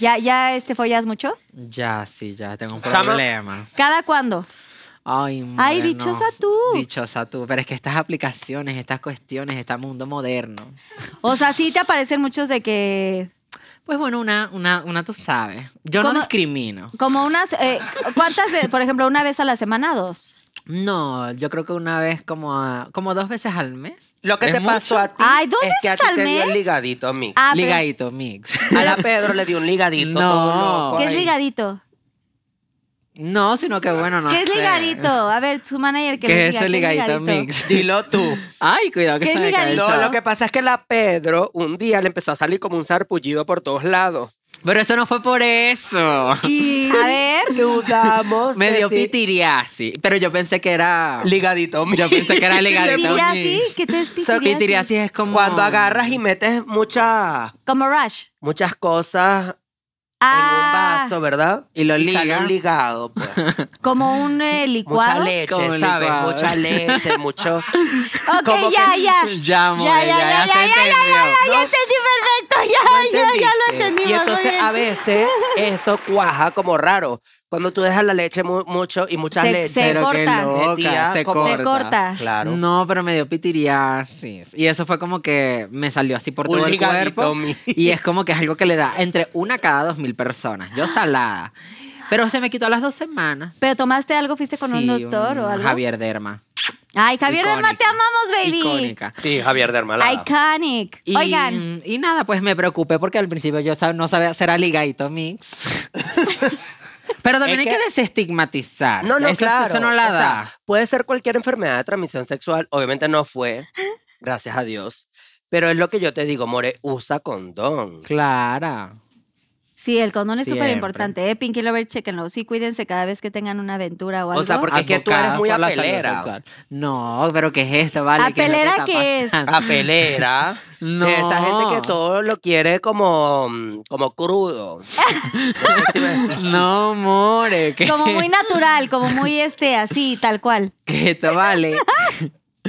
[SPEAKER 4] Ya, ya, este, follas mucho.
[SPEAKER 5] Ya, sí, ya tengo un
[SPEAKER 6] Chama.
[SPEAKER 5] problema.
[SPEAKER 4] ¿Cada cuándo?
[SPEAKER 5] Ay,
[SPEAKER 4] Ay,
[SPEAKER 5] more,
[SPEAKER 4] dichosa
[SPEAKER 5] no.
[SPEAKER 4] tú.
[SPEAKER 5] Dichosa tú. Pero es que estas aplicaciones, estas cuestiones, este mundo moderno.
[SPEAKER 4] O sea, sí te aparecen muchos de que,
[SPEAKER 5] Pues bueno, una, una, una tú sabes. Yo no
[SPEAKER 4] ¿Cómo?
[SPEAKER 5] discrimino.
[SPEAKER 4] como unas, eh, ¿cuántas veces? Por ejemplo, una vez a la semana, dos.
[SPEAKER 5] No, yo creo que una vez como a- como dos veces al mes.
[SPEAKER 6] Lo que
[SPEAKER 5] Es
[SPEAKER 6] te pasó
[SPEAKER 5] mucho.
[SPEAKER 6] a ti
[SPEAKER 4] Ay, ¿dos
[SPEAKER 6] es que a ti
[SPEAKER 4] veces al
[SPEAKER 6] te dio el
[SPEAKER 4] mes?
[SPEAKER 6] ligadito a mí.
[SPEAKER 4] Ah, pero-
[SPEAKER 5] Ligadito, mix.
[SPEAKER 6] A la Pedro le dio un ligadito.
[SPEAKER 5] No.
[SPEAKER 6] todo loco
[SPEAKER 4] ¿Qué es
[SPEAKER 6] ahí.
[SPEAKER 4] ligadito?
[SPEAKER 5] No, sino que bueno, no
[SPEAKER 4] ¿Qué es
[SPEAKER 5] sé.
[SPEAKER 4] ligadito? A ver, su manager que
[SPEAKER 5] ¿Qué
[SPEAKER 4] les
[SPEAKER 5] es
[SPEAKER 4] diga,
[SPEAKER 5] eso ligadito,
[SPEAKER 4] ligadito?
[SPEAKER 5] mix?
[SPEAKER 6] Dilo tú.
[SPEAKER 5] Ay, cuidado que
[SPEAKER 4] ¿Qué es
[SPEAKER 5] se me cae el
[SPEAKER 4] ligadito?
[SPEAKER 6] No,
[SPEAKER 5] show.
[SPEAKER 6] lo que pasa es que la Pedro un día le empezó a salir como un sarpullido por todos lados.
[SPEAKER 5] Pero eso no fue por eso.
[SPEAKER 6] Y
[SPEAKER 4] A ver.
[SPEAKER 6] dudamos.
[SPEAKER 5] Me
[SPEAKER 6] de
[SPEAKER 5] dio
[SPEAKER 6] si-
[SPEAKER 5] pitiriasis. Pero yo pensé que era...
[SPEAKER 6] Ligadito.
[SPEAKER 5] Yo pensé que era ligadito,
[SPEAKER 4] ¿Pitiriasis?
[SPEAKER 5] mix.
[SPEAKER 4] ¿Qué te es
[SPEAKER 5] So,
[SPEAKER 4] pitiriasis?
[SPEAKER 5] pitiriasis es como...
[SPEAKER 6] Cuando agarras y metes muchas,
[SPEAKER 4] Como Rush.
[SPEAKER 6] muchas cosas en
[SPEAKER 4] Ah,
[SPEAKER 6] un vaso, ¿verdad?
[SPEAKER 5] Y lo
[SPEAKER 6] sale
[SPEAKER 5] ligas.
[SPEAKER 6] un ligado, pues.
[SPEAKER 4] como un eh,
[SPEAKER 6] Mucha
[SPEAKER 4] licuado.
[SPEAKER 5] Como
[SPEAKER 6] leche,
[SPEAKER 5] un
[SPEAKER 6] ¿sabes?
[SPEAKER 5] licuado.
[SPEAKER 6] Mucha leche, mucho...
[SPEAKER 4] Ok,
[SPEAKER 6] como
[SPEAKER 4] ya,
[SPEAKER 6] que-
[SPEAKER 4] ya.
[SPEAKER 5] Ya, more,
[SPEAKER 4] Ya,
[SPEAKER 5] ya,
[SPEAKER 4] ya, ya,
[SPEAKER 5] ya,
[SPEAKER 4] ya,
[SPEAKER 5] se
[SPEAKER 4] ya, ya,
[SPEAKER 5] entendió.
[SPEAKER 4] Ah, ya entendí perfecto, ya, ya, ya lo
[SPEAKER 6] entendiste.
[SPEAKER 4] entendimos.
[SPEAKER 6] Y
[SPEAKER 4] muy
[SPEAKER 6] entonces
[SPEAKER 4] bien.
[SPEAKER 6] a veces este eso cuaja como raro. Cuando tú dejas la leche mu- mucho y mucha
[SPEAKER 4] Se-
[SPEAKER 6] leche.
[SPEAKER 4] se
[SPEAKER 5] Pero qué
[SPEAKER 4] corta.
[SPEAKER 5] loca,
[SPEAKER 6] Tía,
[SPEAKER 5] se
[SPEAKER 6] como-
[SPEAKER 5] corta.
[SPEAKER 4] Se corta.
[SPEAKER 6] Claro.
[SPEAKER 5] No, pero me dio pitiriasis. Y eso fue como que me salió así por
[SPEAKER 6] Un
[SPEAKER 5] todo el
[SPEAKER 6] ligadito,
[SPEAKER 5] cuerpo.
[SPEAKER 6] mi.
[SPEAKER 5] Y es como que es algo que le da entre una cada dos mil personas. Yo salada. Pero se me quitó a las dos semanas.
[SPEAKER 4] ¿Pero tomaste algo? ¿Fuiste con
[SPEAKER 5] Sí,
[SPEAKER 4] un doctor o
[SPEAKER 5] un
[SPEAKER 4] algo?
[SPEAKER 5] Javier Derma.
[SPEAKER 4] Ay, Javier Derma, te
[SPEAKER 5] Icónica.
[SPEAKER 4] amamos, baby.
[SPEAKER 5] Icónica.
[SPEAKER 6] Sí, Javier Dermalada.
[SPEAKER 4] Iconic.
[SPEAKER 5] Y,
[SPEAKER 4] Oigan,
[SPEAKER 5] y nada, pues me preocupé porque al principio yo sab- no sabía hacer a ligadito mix. Pero también
[SPEAKER 6] Es
[SPEAKER 5] hay que,
[SPEAKER 6] que-
[SPEAKER 5] desestigmatizar.
[SPEAKER 6] No, no,
[SPEAKER 5] eso,
[SPEAKER 6] claro.
[SPEAKER 5] Eso no la
[SPEAKER 6] O sea,
[SPEAKER 5] da.
[SPEAKER 6] puede ser cualquier enfermedad de transmisión sexual. Obviamente no fue, gracias a Dios. Pero es lo que yo te digo, More, usa condón.
[SPEAKER 5] Clara.
[SPEAKER 4] sí, el condón es
[SPEAKER 5] Siempre.
[SPEAKER 4] súper importante, ¿eh? Pinky Lover, chéquenlo. Sí, cuídense cada vez que tengan una aventura o algo.
[SPEAKER 6] O sea, porque es que tú eres
[SPEAKER 5] Advocadas
[SPEAKER 6] muy
[SPEAKER 5] por la salud
[SPEAKER 6] apelera.
[SPEAKER 5] sexual. No, pero ¿qué es esto? Vale, ¿qué es lo que
[SPEAKER 4] ¿Apelera
[SPEAKER 5] está
[SPEAKER 4] qué es?
[SPEAKER 5] pasando?
[SPEAKER 6] Apelera.
[SPEAKER 5] No.
[SPEAKER 6] De esa gente que todo lo quiere como, mm, como crudo.
[SPEAKER 5] No, more. ¿qué,
[SPEAKER 4] Como muy natural, como muy este, así, tal cual.
[SPEAKER 5] qué esto vale?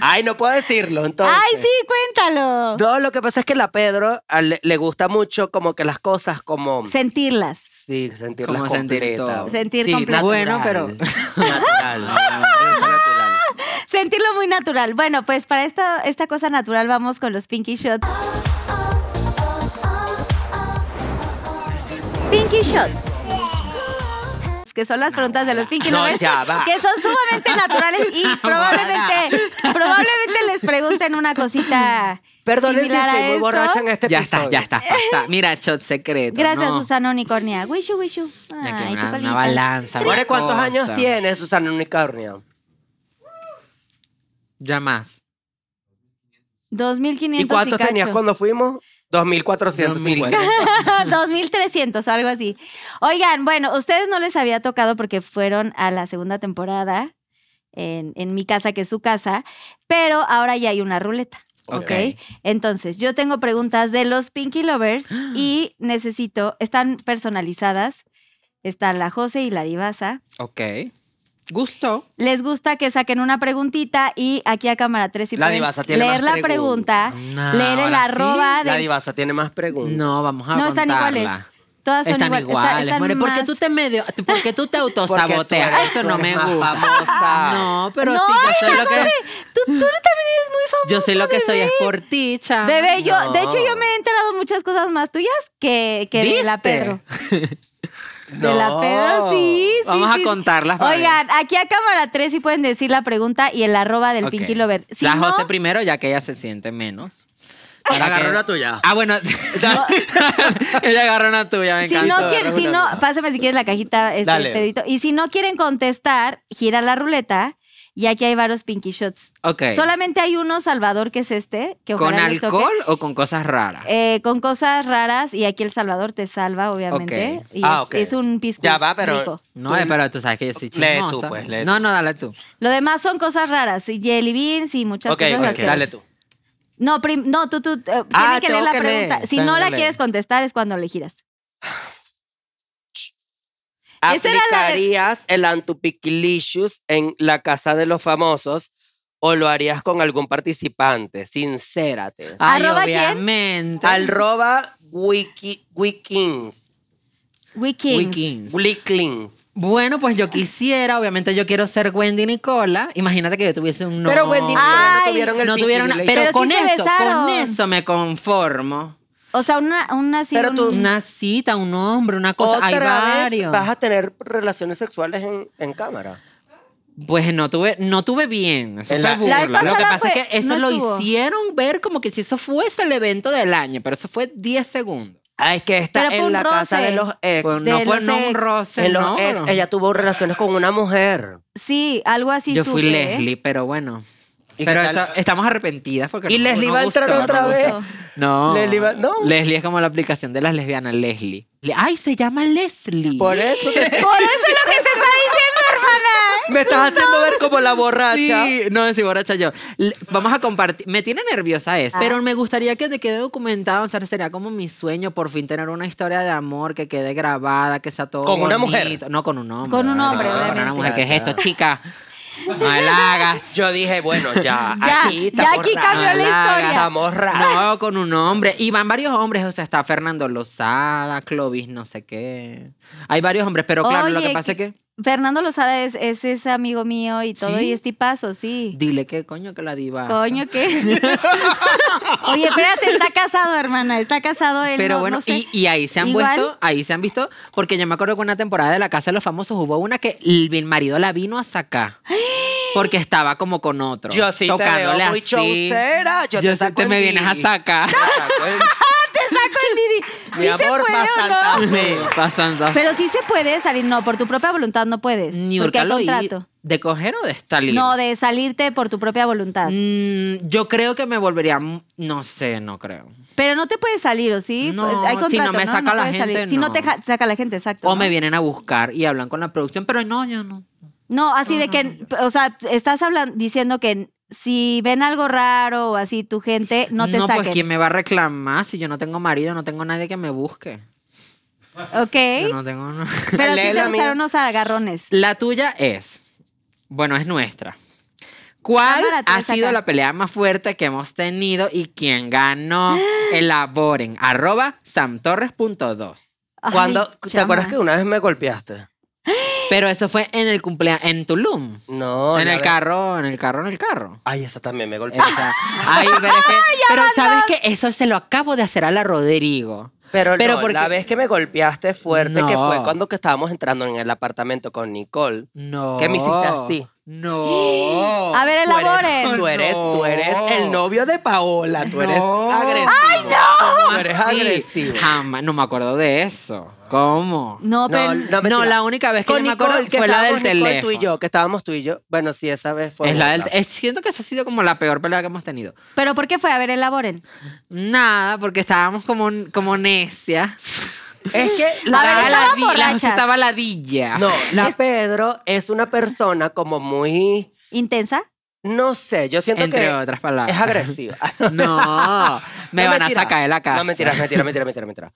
[SPEAKER 6] Ay, no puedo decirlo, entonces.
[SPEAKER 4] Ay, sí, cuéntalo.
[SPEAKER 6] No, lo que pasa es que la Pedro a le, le gusta mucho como que las cosas como...
[SPEAKER 4] Sentirlas.
[SPEAKER 6] sí, sentirlas
[SPEAKER 5] Como sentir
[SPEAKER 6] completas.
[SPEAKER 5] todo. Ah,
[SPEAKER 4] Sentir
[SPEAKER 6] sí,
[SPEAKER 4] completo.
[SPEAKER 5] Bueno, pero-
[SPEAKER 6] Natural. natural.
[SPEAKER 4] Sentirlo muy natural. Bueno, pues para esta, esta cosa natural vamos con los Pinky Shots.
[SPEAKER 8] Pinky Shot.
[SPEAKER 4] que son las preguntas de los Pinky
[SPEAKER 6] No,
[SPEAKER 4] Lovers,
[SPEAKER 6] ya va.
[SPEAKER 4] que son sumamente naturales y probablemente, probablemente les pregunten una cosita
[SPEAKER 6] Perdón, si
[SPEAKER 4] similar
[SPEAKER 6] estoy
[SPEAKER 4] a
[SPEAKER 6] muy
[SPEAKER 4] esto.
[SPEAKER 6] borracha en este
[SPEAKER 5] ya
[SPEAKER 6] episodio.
[SPEAKER 5] está, ya está. pasa. Mira, shot secreto.
[SPEAKER 4] Gracias,
[SPEAKER 5] no.
[SPEAKER 4] Susana Unicornia. Wishu, wishu.
[SPEAKER 5] Ya que
[SPEAKER 4] Ay, tu
[SPEAKER 5] una,
[SPEAKER 4] palita.
[SPEAKER 5] una balanza.
[SPEAKER 6] More,
[SPEAKER 5] una
[SPEAKER 6] ¿cuántos
[SPEAKER 5] cosa.
[SPEAKER 6] años tiene Susana Unicornio?
[SPEAKER 5] Ya más.
[SPEAKER 4] 2500
[SPEAKER 6] ¿Y cuántos
[SPEAKER 4] cacho.
[SPEAKER 6] tenías cuando fuimos? 2450.
[SPEAKER 4] 2300, algo así. Oigan, bueno, ustedes no les había tocado porque fueron a la segunda temporada en, en mi casa, que es su casa, pero ahora ya hay una ruleta.
[SPEAKER 5] Ok.
[SPEAKER 4] ok. Entonces, yo tengo preguntas de los Pinky Lovers y necesito, están personalizadas. Están la Jose y la Divaza.
[SPEAKER 5] Ok. Gusto.
[SPEAKER 4] Les gusta que saquen una preguntita y aquí a cámara 3 y
[SPEAKER 6] La
[SPEAKER 4] pueden
[SPEAKER 6] Divaza tiene
[SPEAKER 4] leer
[SPEAKER 6] más
[SPEAKER 4] la pregunta,
[SPEAKER 5] No,
[SPEAKER 4] Ah, leer el
[SPEAKER 5] ahora sí.
[SPEAKER 4] arroba
[SPEAKER 6] La
[SPEAKER 4] de
[SPEAKER 6] divasa tiene más preguntas.
[SPEAKER 5] No, vamos a
[SPEAKER 4] No, están
[SPEAKER 5] contarla.
[SPEAKER 4] iguales. todas son
[SPEAKER 5] Están
[SPEAKER 4] igual- está-
[SPEAKER 5] iguales.
[SPEAKER 4] están
[SPEAKER 5] more, ¿por, qué
[SPEAKER 4] más-
[SPEAKER 5] tú te medio, ¿Por qué tú te
[SPEAKER 6] Porque tú
[SPEAKER 5] autosaboteas?
[SPEAKER 6] eres-
[SPEAKER 5] Eso
[SPEAKER 6] tú
[SPEAKER 5] no
[SPEAKER 6] eres
[SPEAKER 5] me
[SPEAKER 6] más
[SPEAKER 5] gusta.
[SPEAKER 6] famosa.
[SPEAKER 5] No, pero
[SPEAKER 4] No,
[SPEAKER 5] sí, yo sé lo que...
[SPEAKER 4] Tú, tú también eres muy famosa.
[SPEAKER 5] Yo sé lo que soy es
[SPEAKER 4] bebé.
[SPEAKER 5] por ti, chama.
[SPEAKER 4] Bebé, yo, de hecho,
[SPEAKER 6] No.
[SPEAKER 4] yo me he enterado muchas cosas más tuyas que, que de la
[SPEAKER 5] ¿Viste?
[SPEAKER 4] Pedro.
[SPEAKER 2] De la peda, sí, sí,
[SPEAKER 5] Vamos
[SPEAKER 2] sí.
[SPEAKER 5] a contarlas. para ver.
[SPEAKER 2] Oigan, aquí a cámara 3 sí pueden decir la pregunta y el arroba del
[SPEAKER 5] Ok.
[SPEAKER 2] Pinky Lover. Si
[SPEAKER 5] la
[SPEAKER 2] no,
[SPEAKER 5] José primero, ya que ella se siente menos.
[SPEAKER 6] Ahora
[SPEAKER 5] Para
[SPEAKER 6] agarra
[SPEAKER 5] que-
[SPEAKER 6] una tuya.
[SPEAKER 5] Ah, bueno. ella agarró una tuya, me
[SPEAKER 2] si
[SPEAKER 5] encanta.
[SPEAKER 2] no quieren, si no, pásame si quieres la cajita, este
[SPEAKER 6] Dale.
[SPEAKER 2] pedito. Y si no quieren contestar, gira la ruleta y aquí hay varios Pinky Shots.
[SPEAKER 5] Ok.
[SPEAKER 2] Solamente hay uno, Salvador, que es este, que
[SPEAKER 5] ¿Con
[SPEAKER 2] ojalá les toque.
[SPEAKER 5] alcohol o con cosas raras?
[SPEAKER 2] Eh, con cosas raras y aquí el Salvador te salva, obviamente.
[SPEAKER 5] Ok.
[SPEAKER 2] Y
[SPEAKER 6] Ah,
[SPEAKER 2] es,
[SPEAKER 6] ok.
[SPEAKER 2] es un pisco.
[SPEAKER 6] Ya va, pero-
[SPEAKER 5] no, eh, pero tú sabes que yo soy
[SPEAKER 6] Lee tú,
[SPEAKER 5] chismosa.
[SPEAKER 6] pues, lee
[SPEAKER 5] no, no, dale tú.
[SPEAKER 2] Lo demás son cosas raras, y jelly beans y muchas
[SPEAKER 6] Ok,
[SPEAKER 2] cosas
[SPEAKER 6] ok,
[SPEAKER 2] asquerosas.
[SPEAKER 6] dale tú.
[SPEAKER 2] No, prim- no, tú, tú eh, tienen
[SPEAKER 5] Ah,
[SPEAKER 2] que
[SPEAKER 5] tengo
[SPEAKER 2] leer la
[SPEAKER 5] que leer,
[SPEAKER 2] pregunta. Si
[SPEAKER 5] tengo
[SPEAKER 2] no
[SPEAKER 5] que
[SPEAKER 2] la
[SPEAKER 5] leer.
[SPEAKER 2] quieres contestar es cuando le giras. Esa era la de-
[SPEAKER 6] ¿Aplicarías el antupiquilicious en la casa de los famosos o lo harías con algún participante? Sincérate.
[SPEAKER 5] Ay,
[SPEAKER 2] ¿Arroba quién?
[SPEAKER 5] obviamente.
[SPEAKER 6] Arroba wiki, wikings.
[SPEAKER 2] Wikings.
[SPEAKER 5] Wikings.
[SPEAKER 6] Wikings.
[SPEAKER 5] Bueno, pues yo quisiera, obviamente yo quiero ser Wendy Nicola. Imagínate que yo tuviese un novio.
[SPEAKER 6] Pero Wendy y Nicola
[SPEAKER 2] Ay,
[SPEAKER 6] no tuvieron el
[SPEAKER 5] no tuvieron,
[SPEAKER 6] Pinky
[SPEAKER 5] pero,
[SPEAKER 6] Relationship.
[SPEAKER 2] Pero
[SPEAKER 5] con
[SPEAKER 2] sí se
[SPEAKER 5] eso,
[SPEAKER 2] besaron.
[SPEAKER 5] con eso me conformo.
[SPEAKER 2] O sea, una, una así,
[SPEAKER 6] Pero
[SPEAKER 2] un-
[SPEAKER 6] tú-
[SPEAKER 5] Una cita, un hombre, una cosa, hay
[SPEAKER 6] Otra vez
[SPEAKER 5] varios.
[SPEAKER 6] vas a tener relaciones sexuales en, en cámara.
[SPEAKER 5] Pues no tuve, no tuve bien. Eso
[SPEAKER 6] En
[SPEAKER 5] fue
[SPEAKER 6] la-
[SPEAKER 5] burla.
[SPEAKER 2] La vez
[SPEAKER 5] Lo que
[SPEAKER 2] pasada
[SPEAKER 5] pasa
[SPEAKER 2] fue-
[SPEAKER 5] es que eso
[SPEAKER 2] no
[SPEAKER 5] lo
[SPEAKER 2] estuvo.
[SPEAKER 5] hicieron ver como que si eso fuese el evento del año, pero eso fue 10 segundos.
[SPEAKER 6] Ah, es que
[SPEAKER 2] Pero
[SPEAKER 6] está
[SPEAKER 2] fue un
[SPEAKER 6] en la casa
[SPEAKER 2] roce. Pues,
[SPEAKER 6] de los ex.
[SPEAKER 5] Pues
[SPEAKER 2] De
[SPEAKER 5] no fue
[SPEAKER 2] los
[SPEAKER 5] no un
[SPEAKER 2] ex.
[SPEAKER 5] roce,
[SPEAKER 6] en los
[SPEAKER 5] no.
[SPEAKER 6] ex, ella tuvo relaciones con una mujer.
[SPEAKER 2] Sí, algo así
[SPEAKER 5] Yo fui
[SPEAKER 2] supe, ¿eh?
[SPEAKER 5] Leslie, pero bueno.
[SPEAKER 6] ¿Y
[SPEAKER 5] Pero
[SPEAKER 6] qué tal?
[SPEAKER 5] eso- estamos arrepentidas porque
[SPEAKER 6] Y
[SPEAKER 5] no-
[SPEAKER 6] Leslie
[SPEAKER 5] no
[SPEAKER 6] va a entrar
[SPEAKER 5] gustó,
[SPEAKER 6] otra
[SPEAKER 5] no
[SPEAKER 6] vez.
[SPEAKER 5] gustó. No.
[SPEAKER 6] Leslie va- no.
[SPEAKER 5] Leslie es como la aplicación de las lesbianas, Leslie. Le- Ay, se llama Leslie.
[SPEAKER 6] Por eso
[SPEAKER 2] Por eso
[SPEAKER 6] te-
[SPEAKER 2] es lo que te está diciendo, hermana.
[SPEAKER 6] me estás haciendo ver como la borracha.
[SPEAKER 5] Sí, no, sí, borracha yo. Le- Vamos a compartir. Me tiene nerviosa eso,
[SPEAKER 2] Ah.
[SPEAKER 5] pero me gustaría que te quede documentado. O sea, sería como mi sueño por fin tener una historia de amor que quede grabada, que sea todo.
[SPEAKER 6] ¿Con una mujer?
[SPEAKER 5] bonito. No, con un hombre.
[SPEAKER 2] Con un
[SPEAKER 5] vale,
[SPEAKER 2] hombre,
[SPEAKER 5] no, Con una
[SPEAKER 2] obviamente.
[SPEAKER 5] mujer. ¿Qué es esto,
[SPEAKER 6] Claro.
[SPEAKER 5] chica? No me hagas.
[SPEAKER 6] Yo dije, bueno, ya,
[SPEAKER 2] Ya,
[SPEAKER 6] aquí
[SPEAKER 2] ya
[SPEAKER 6] estamos
[SPEAKER 2] aquí cambió
[SPEAKER 5] Ah,
[SPEAKER 6] raras,
[SPEAKER 2] la historia.
[SPEAKER 6] Estamos raras.
[SPEAKER 5] No, con un hombre. Y van varios hombres. O sea, está Fernando Lozada, Clovis, no sé qué. Hay varios hombres, pero claro, lo
[SPEAKER 2] Oye,
[SPEAKER 5] que pasa es que.
[SPEAKER 2] Fernando Lozada es, es ese amigo mío y todo,
[SPEAKER 5] ¿Sí?
[SPEAKER 2] y es tipazo, sí.
[SPEAKER 5] Dile que coño que la diva.
[SPEAKER 2] Coño, ¿qué? Oye, espérate, está casado, hermana, está casado él.
[SPEAKER 5] Pero
[SPEAKER 2] no-
[SPEAKER 5] bueno,
[SPEAKER 2] no sé.
[SPEAKER 5] y, y ahí se han
[SPEAKER 2] Igual.
[SPEAKER 5] visto, ahí se han visto, porque yo me acuerdo que una temporada de La Casa de los Famosos hubo una que el el marido la vino a sacar. Porque estaba como con otro.
[SPEAKER 6] Yo sí te
[SPEAKER 5] tocándole
[SPEAKER 6] veo muy
[SPEAKER 5] así.
[SPEAKER 6] chaucera. Yo,
[SPEAKER 5] Yo
[SPEAKER 6] te
[SPEAKER 5] sí
[SPEAKER 6] saco
[SPEAKER 5] te
[SPEAKER 6] el
[SPEAKER 5] me vienes a
[SPEAKER 6] Didi.
[SPEAKER 5] sacar.
[SPEAKER 6] Te saco el-
[SPEAKER 2] Te saco el Didi. ¿Sí
[SPEAKER 6] Mi
[SPEAKER 2] se
[SPEAKER 6] amor,
[SPEAKER 2] puede
[SPEAKER 6] pa'
[SPEAKER 2] o no?
[SPEAKER 6] Santa Fe.
[SPEAKER 5] Pasando.
[SPEAKER 2] Pero sí se puede salir, no, por tu propia voluntad no puedes. porque
[SPEAKER 5] Niurka
[SPEAKER 2] hay
[SPEAKER 5] lo oí.
[SPEAKER 2] contrato.
[SPEAKER 5] ¿De coger o de estar libre?
[SPEAKER 2] No, de salirte por tu propia voluntad.
[SPEAKER 5] Mm, yo creo que me volvería. mu- No sé, no creo.
[SPEAKER 2] Pero no te puedes salir, ¿o sí?
[SPEAKER 5] No,
[SPEAKER 2] hay contrato,
[SPEAKER 5] si no me saca la
[SPEAKER 2] puedes salir.
[SPEAKER 5] gente,
[SPEAKER 2] Si no
[SPEAKER 5] no.
[SPEAKER 2] te ja- saca la gente, exacto.
[SPEAKER 5] O
[SPEAKER 2] ¿no?
[SPEAKER 5] me vienen a buscar y hablan con la producción, pero no, yo no.
[SPEAKER 2] No, así de que, o sea, estás hablando, diciendo que si ven algo raro o así tu gente, no te saquen.
[SPEAKER 5] pues quién me va a reclamar si yo no tengo marido, no tengo nadie que me busque. Yo
[SPEAKER 2] Ok.
[SPEAKER 5] no tengo. no.
[SPEAKER 2] Pero sí
[SPEAKER 6] Léela,
[SPEAKER 2] te
[SPEAKER 6] amiga.
[SPEAKER 2] gustaron unos agarrones.
[SPEAKER 5] La tuya es. Bueno, es nuestra. ¿Cuál
[SPEAKER 2] Cámara,
[SPEAKER 5] ha
[SPEAKER 2] tres acá.
[SPEAKER 5] sido la pelea más fuerte que hemos tenido y quién ganó? Elaboren. Arroba samtorres.2.
[SPEAKER 2] Ay,
[SPEAKER 6] Cuando- ¿Te
[SPEAKER 2] chama.
[SPEAKER 6] acuerdas que una vez me golpeaste?
[SPEAKER 5] Pero eso fue en el cumpleaños, en Tulum.
[SPEAKER 6] No.
[SPEAKER 5] en
[SPEAKER 6] la
[SPEAKER 5] el
[SPEAKER 6] vez-
[SPEAKER 5] carro, en el carro, en el carro.
[SPEAKER 6] Ay, esa también me golpeó.
[SPEAKER 5] Esa- Ay, pero es que- pero sabes que eso se lo acabo de hacer a la Rodrigo.
[SPEAKER 6] Pero,
[SPEAKER 5] Pero
[SPEAKER 6] no,
[SPEAKER 5] porque-
[SPEAKER 6] la vez que me golpeaste fuerte, que
[SPEAKER 5] No.
[SPEAKER 6] fue cuando que estábamos entrando en el apartamento con Nicole.
[SPEAKER 5] No.
[SPEAKER 6] ¿Qué me hiciste así?
[SPEAKER 5] No.
[SPEAKER 2] A ver,
[SPEAKER 6] Tú eres-
[SPEAKER 2] elaboren.
[SPEAKER 6] Tú eres, tú eres el novio de Paola. Tú eres
[SPEAKER 5] No.
[SPEAKER 6] agresivo. ¡Ay, no! Tú eres
[SPEAKER 5] Sí,
[SPEAKER 6] agresivo.
[SPEAKER 5] Jamás, no me acuerdo de eso. ¿Cómo?
[SPEAKER 2] No, pero...
[SPEAKER 5] No,
[SPEAKER 6] mentira.
[SPEAKER 5] la única vez que
[SPEAKER 6] Con
[SPEAKER 5] yo me acuerdo
[SPEAKER 6] Nicole, que
[SPEAKER 5] fue la del
[SPEAKER 6] estábamos Nicole,
[SPEAKER 5] teléfono.
[SPEAKER 6] tú y yo, que estábamos tú y yo. Bueno, sí, esa vez fue.
[SPEAKER 5] Es la del-
[SPEAKER 6] buena.
[SPEAKER 5] es- siento que esa ha sido como la peor pelea que hemos tenido.
[SPEAKER 2] ¿Pero por qué fue? A ver, elaboren.
[SPEAKER 5] Nada, porque estábamos como, como necias.
[SPEAKER 6] Es que
[SPEAKER 2] A ver,
[SPEAKER 5] Estaba
[SPEAKER 2] estaban
[SPEAKER 5] la, di- la José
[SPEAKER 2] borrachas.
[SPEAKER 5] estaba ladilla.
[SPEAKER 6] No, la Pedro es una persona como muy,
[SPEAKER 2] ¿Intensa?
[SPEAKER 6] no sé, yo siento
[SPEAKER 5] entre
[SPEAKER 6] que
[SPEAKER 5] otras palabras.
[SPEAKER 6] es agresiva.
[SPEAKER 5] No, me
[SPEAKER 6] No,
[SPEAKER 5] van
[SPEAKER 6] mentira.
[SPEAKER 5] a sacar de la casa.
[SPEAKER 6] No, mentira, mentira, mentira, mentira, mentira.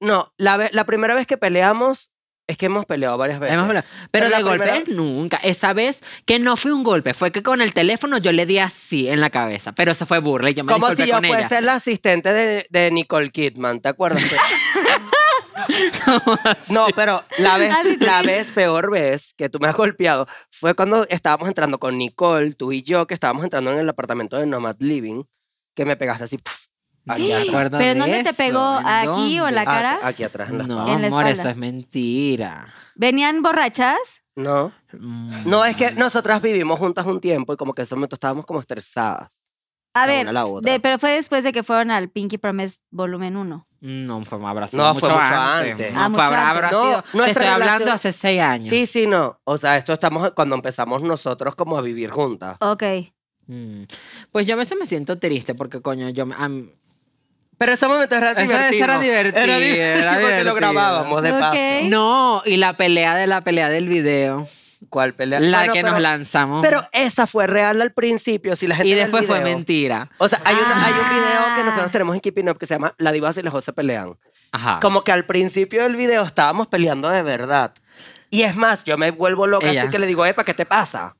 [SPEAKER 6] No, la, ve- la primera vez que peleamos es que hemos peleado varias veces.
[SPEAKER 5] Hemos hablado. Pero,
[SPEAKER 6] Pero la
[SPEAKER 5] de golpes
[SPEAKER 6] primera-
[SPEAKER 5] nunca. Esa vez que no fue un golpe, fue que con el teléfono yo le di así en la cabeza. Pero eso fue burla y yo me
[SPEAKER 6] Como
[SPEAKER 5] disculpé
[SPEAKER 6] si yo
[SPEAKER 5] con ella.
[SPEAKER 6] fuese la asistente de, de Nicole Kidman, ¿te acuerdas? no, pero la vez, la vez, peor vez que tú me has golpeado fue cuando estábamos entrando con Nicole, tú y yo, que estábamos entrando en el apartamento de Nomad Living, que me pegaste así. puf, Aquí atrás.
[SPEAKER 5] acuerdo
[SPEAKER 2] ¿Pero
[SPEAKER 5] de
[SPEAKER 2] dónde te
[SPEAKER 5] eso,
[SPEAKER 2] pegó?
[SPEAKER 5] ¿en
[SPEAKER 2] ¿Aquí o
[SPEAKER 5] dónde?
[SPEAKER 2] la cara?
[SPEAKER 6] Ah, aquí atrás. en la
[SPEAKER 5] No,
[SPEAKER 6] espalda.
[SPEAKER 2] En la
[SPEAKER 5] amor,
[SPEAKER 2] espalda.
[SPEAKER 5] eso es mentira.
[SPEAKER 2] ¿Venían borrachas?
[SPEAKER 6] No.
[SPEAKER 5] Mm.
[SPEAKER 6] No, es que nosotras vivimos juntas un tiempo y como que en ese momento estábamos como estresadas.
[SPEAKER 2] A
[SPEAKER 6] La
[SPEAKER 2] ver,
[SPEAKER 6] una, la otra.
[SPEAKER 2] de- eh, pero fue después de que fueron al Pinky Promise Volumen 1.
[SPEAKER 5] No, fue más
[SPEAKER 6] No,
[SPEAKER 5] mucho,
[SPEAKER 6] fue mucho
[SPEAKER 5] antes.
[SPEAKER 6] antes.
[SPEAKER 5] No,
[SPEAKER 2] Ah,
[SPEAKER 5] fue
[SPEAKER 2] mucho
[SPEAKER 5] habrá- habrá
[SPEAKER 6] antes. No,
[SPEAKER 5] sido- te
[SPEAKER 6] nuestra
[SPEAKER 5] estoy hablando
[SPEAKER 6] relación-
[SPEAKER 5] hace seis años.
[SPEAKER 6] Sí, sí, no. O sea, esto estamos cuando empezamos nosotros como a vivir juntas.
[SPEAKER 2] Ok.
[SPEAKER 5] Mm. Pues yo a veces me siento triste porque, coño, yo... me- am-
[SPEAKER 6] Pero ese momento era
[SPEAKER 5] Ese- ese
[SPEAKER 6] divertido.
[SPEAKER 5] era divertido,
[SPEAKER 6] Era
[SPEAKER 5] era
[SPEAKER 6] divertido porque
[SPEAKER 5] divertido.
[SPEAKER 6] lo grabábamos de
[SPEAKER 2] Ok.
[SPEAKER 6] paso.
[SPEAKER 5] No, y la pelea de la pelea del video,
[SPEAKER 6] ¿Cuál pelea?
[SPEAKER 5] la
[SPEAKER 6] Bueno,
[SPEAKER 5] que
[SPEAKER 6] pero-
[SPEAKER 5] nos lanzamos.
[SPEAKER 6] Pero esa fue real al principio. Si la gente
[SPEAKER 5] y
[SPEAKER 6] ve el
[SPEAKER 5] después fue
[SPEAKER 6] video.
[SPEAKER 5] mentira.
[SPEAKER 6] O sea, hay, una- hay un video que
[SPEAKER 2] Ah.
[SPEAKER 6] nosotros tenemos en Keeping Up que se llama La Divas y la José pelean.
[SPEAKER 5] Ajá.
[SPEAKER 6] Como que al principio del video estábamos peleando de verdad. Y es más, yo me vuelvo loca
[SPEAKER 5] Ella.
[SPEAKER 6] así que le digo, Epa, ¿qué te pasa?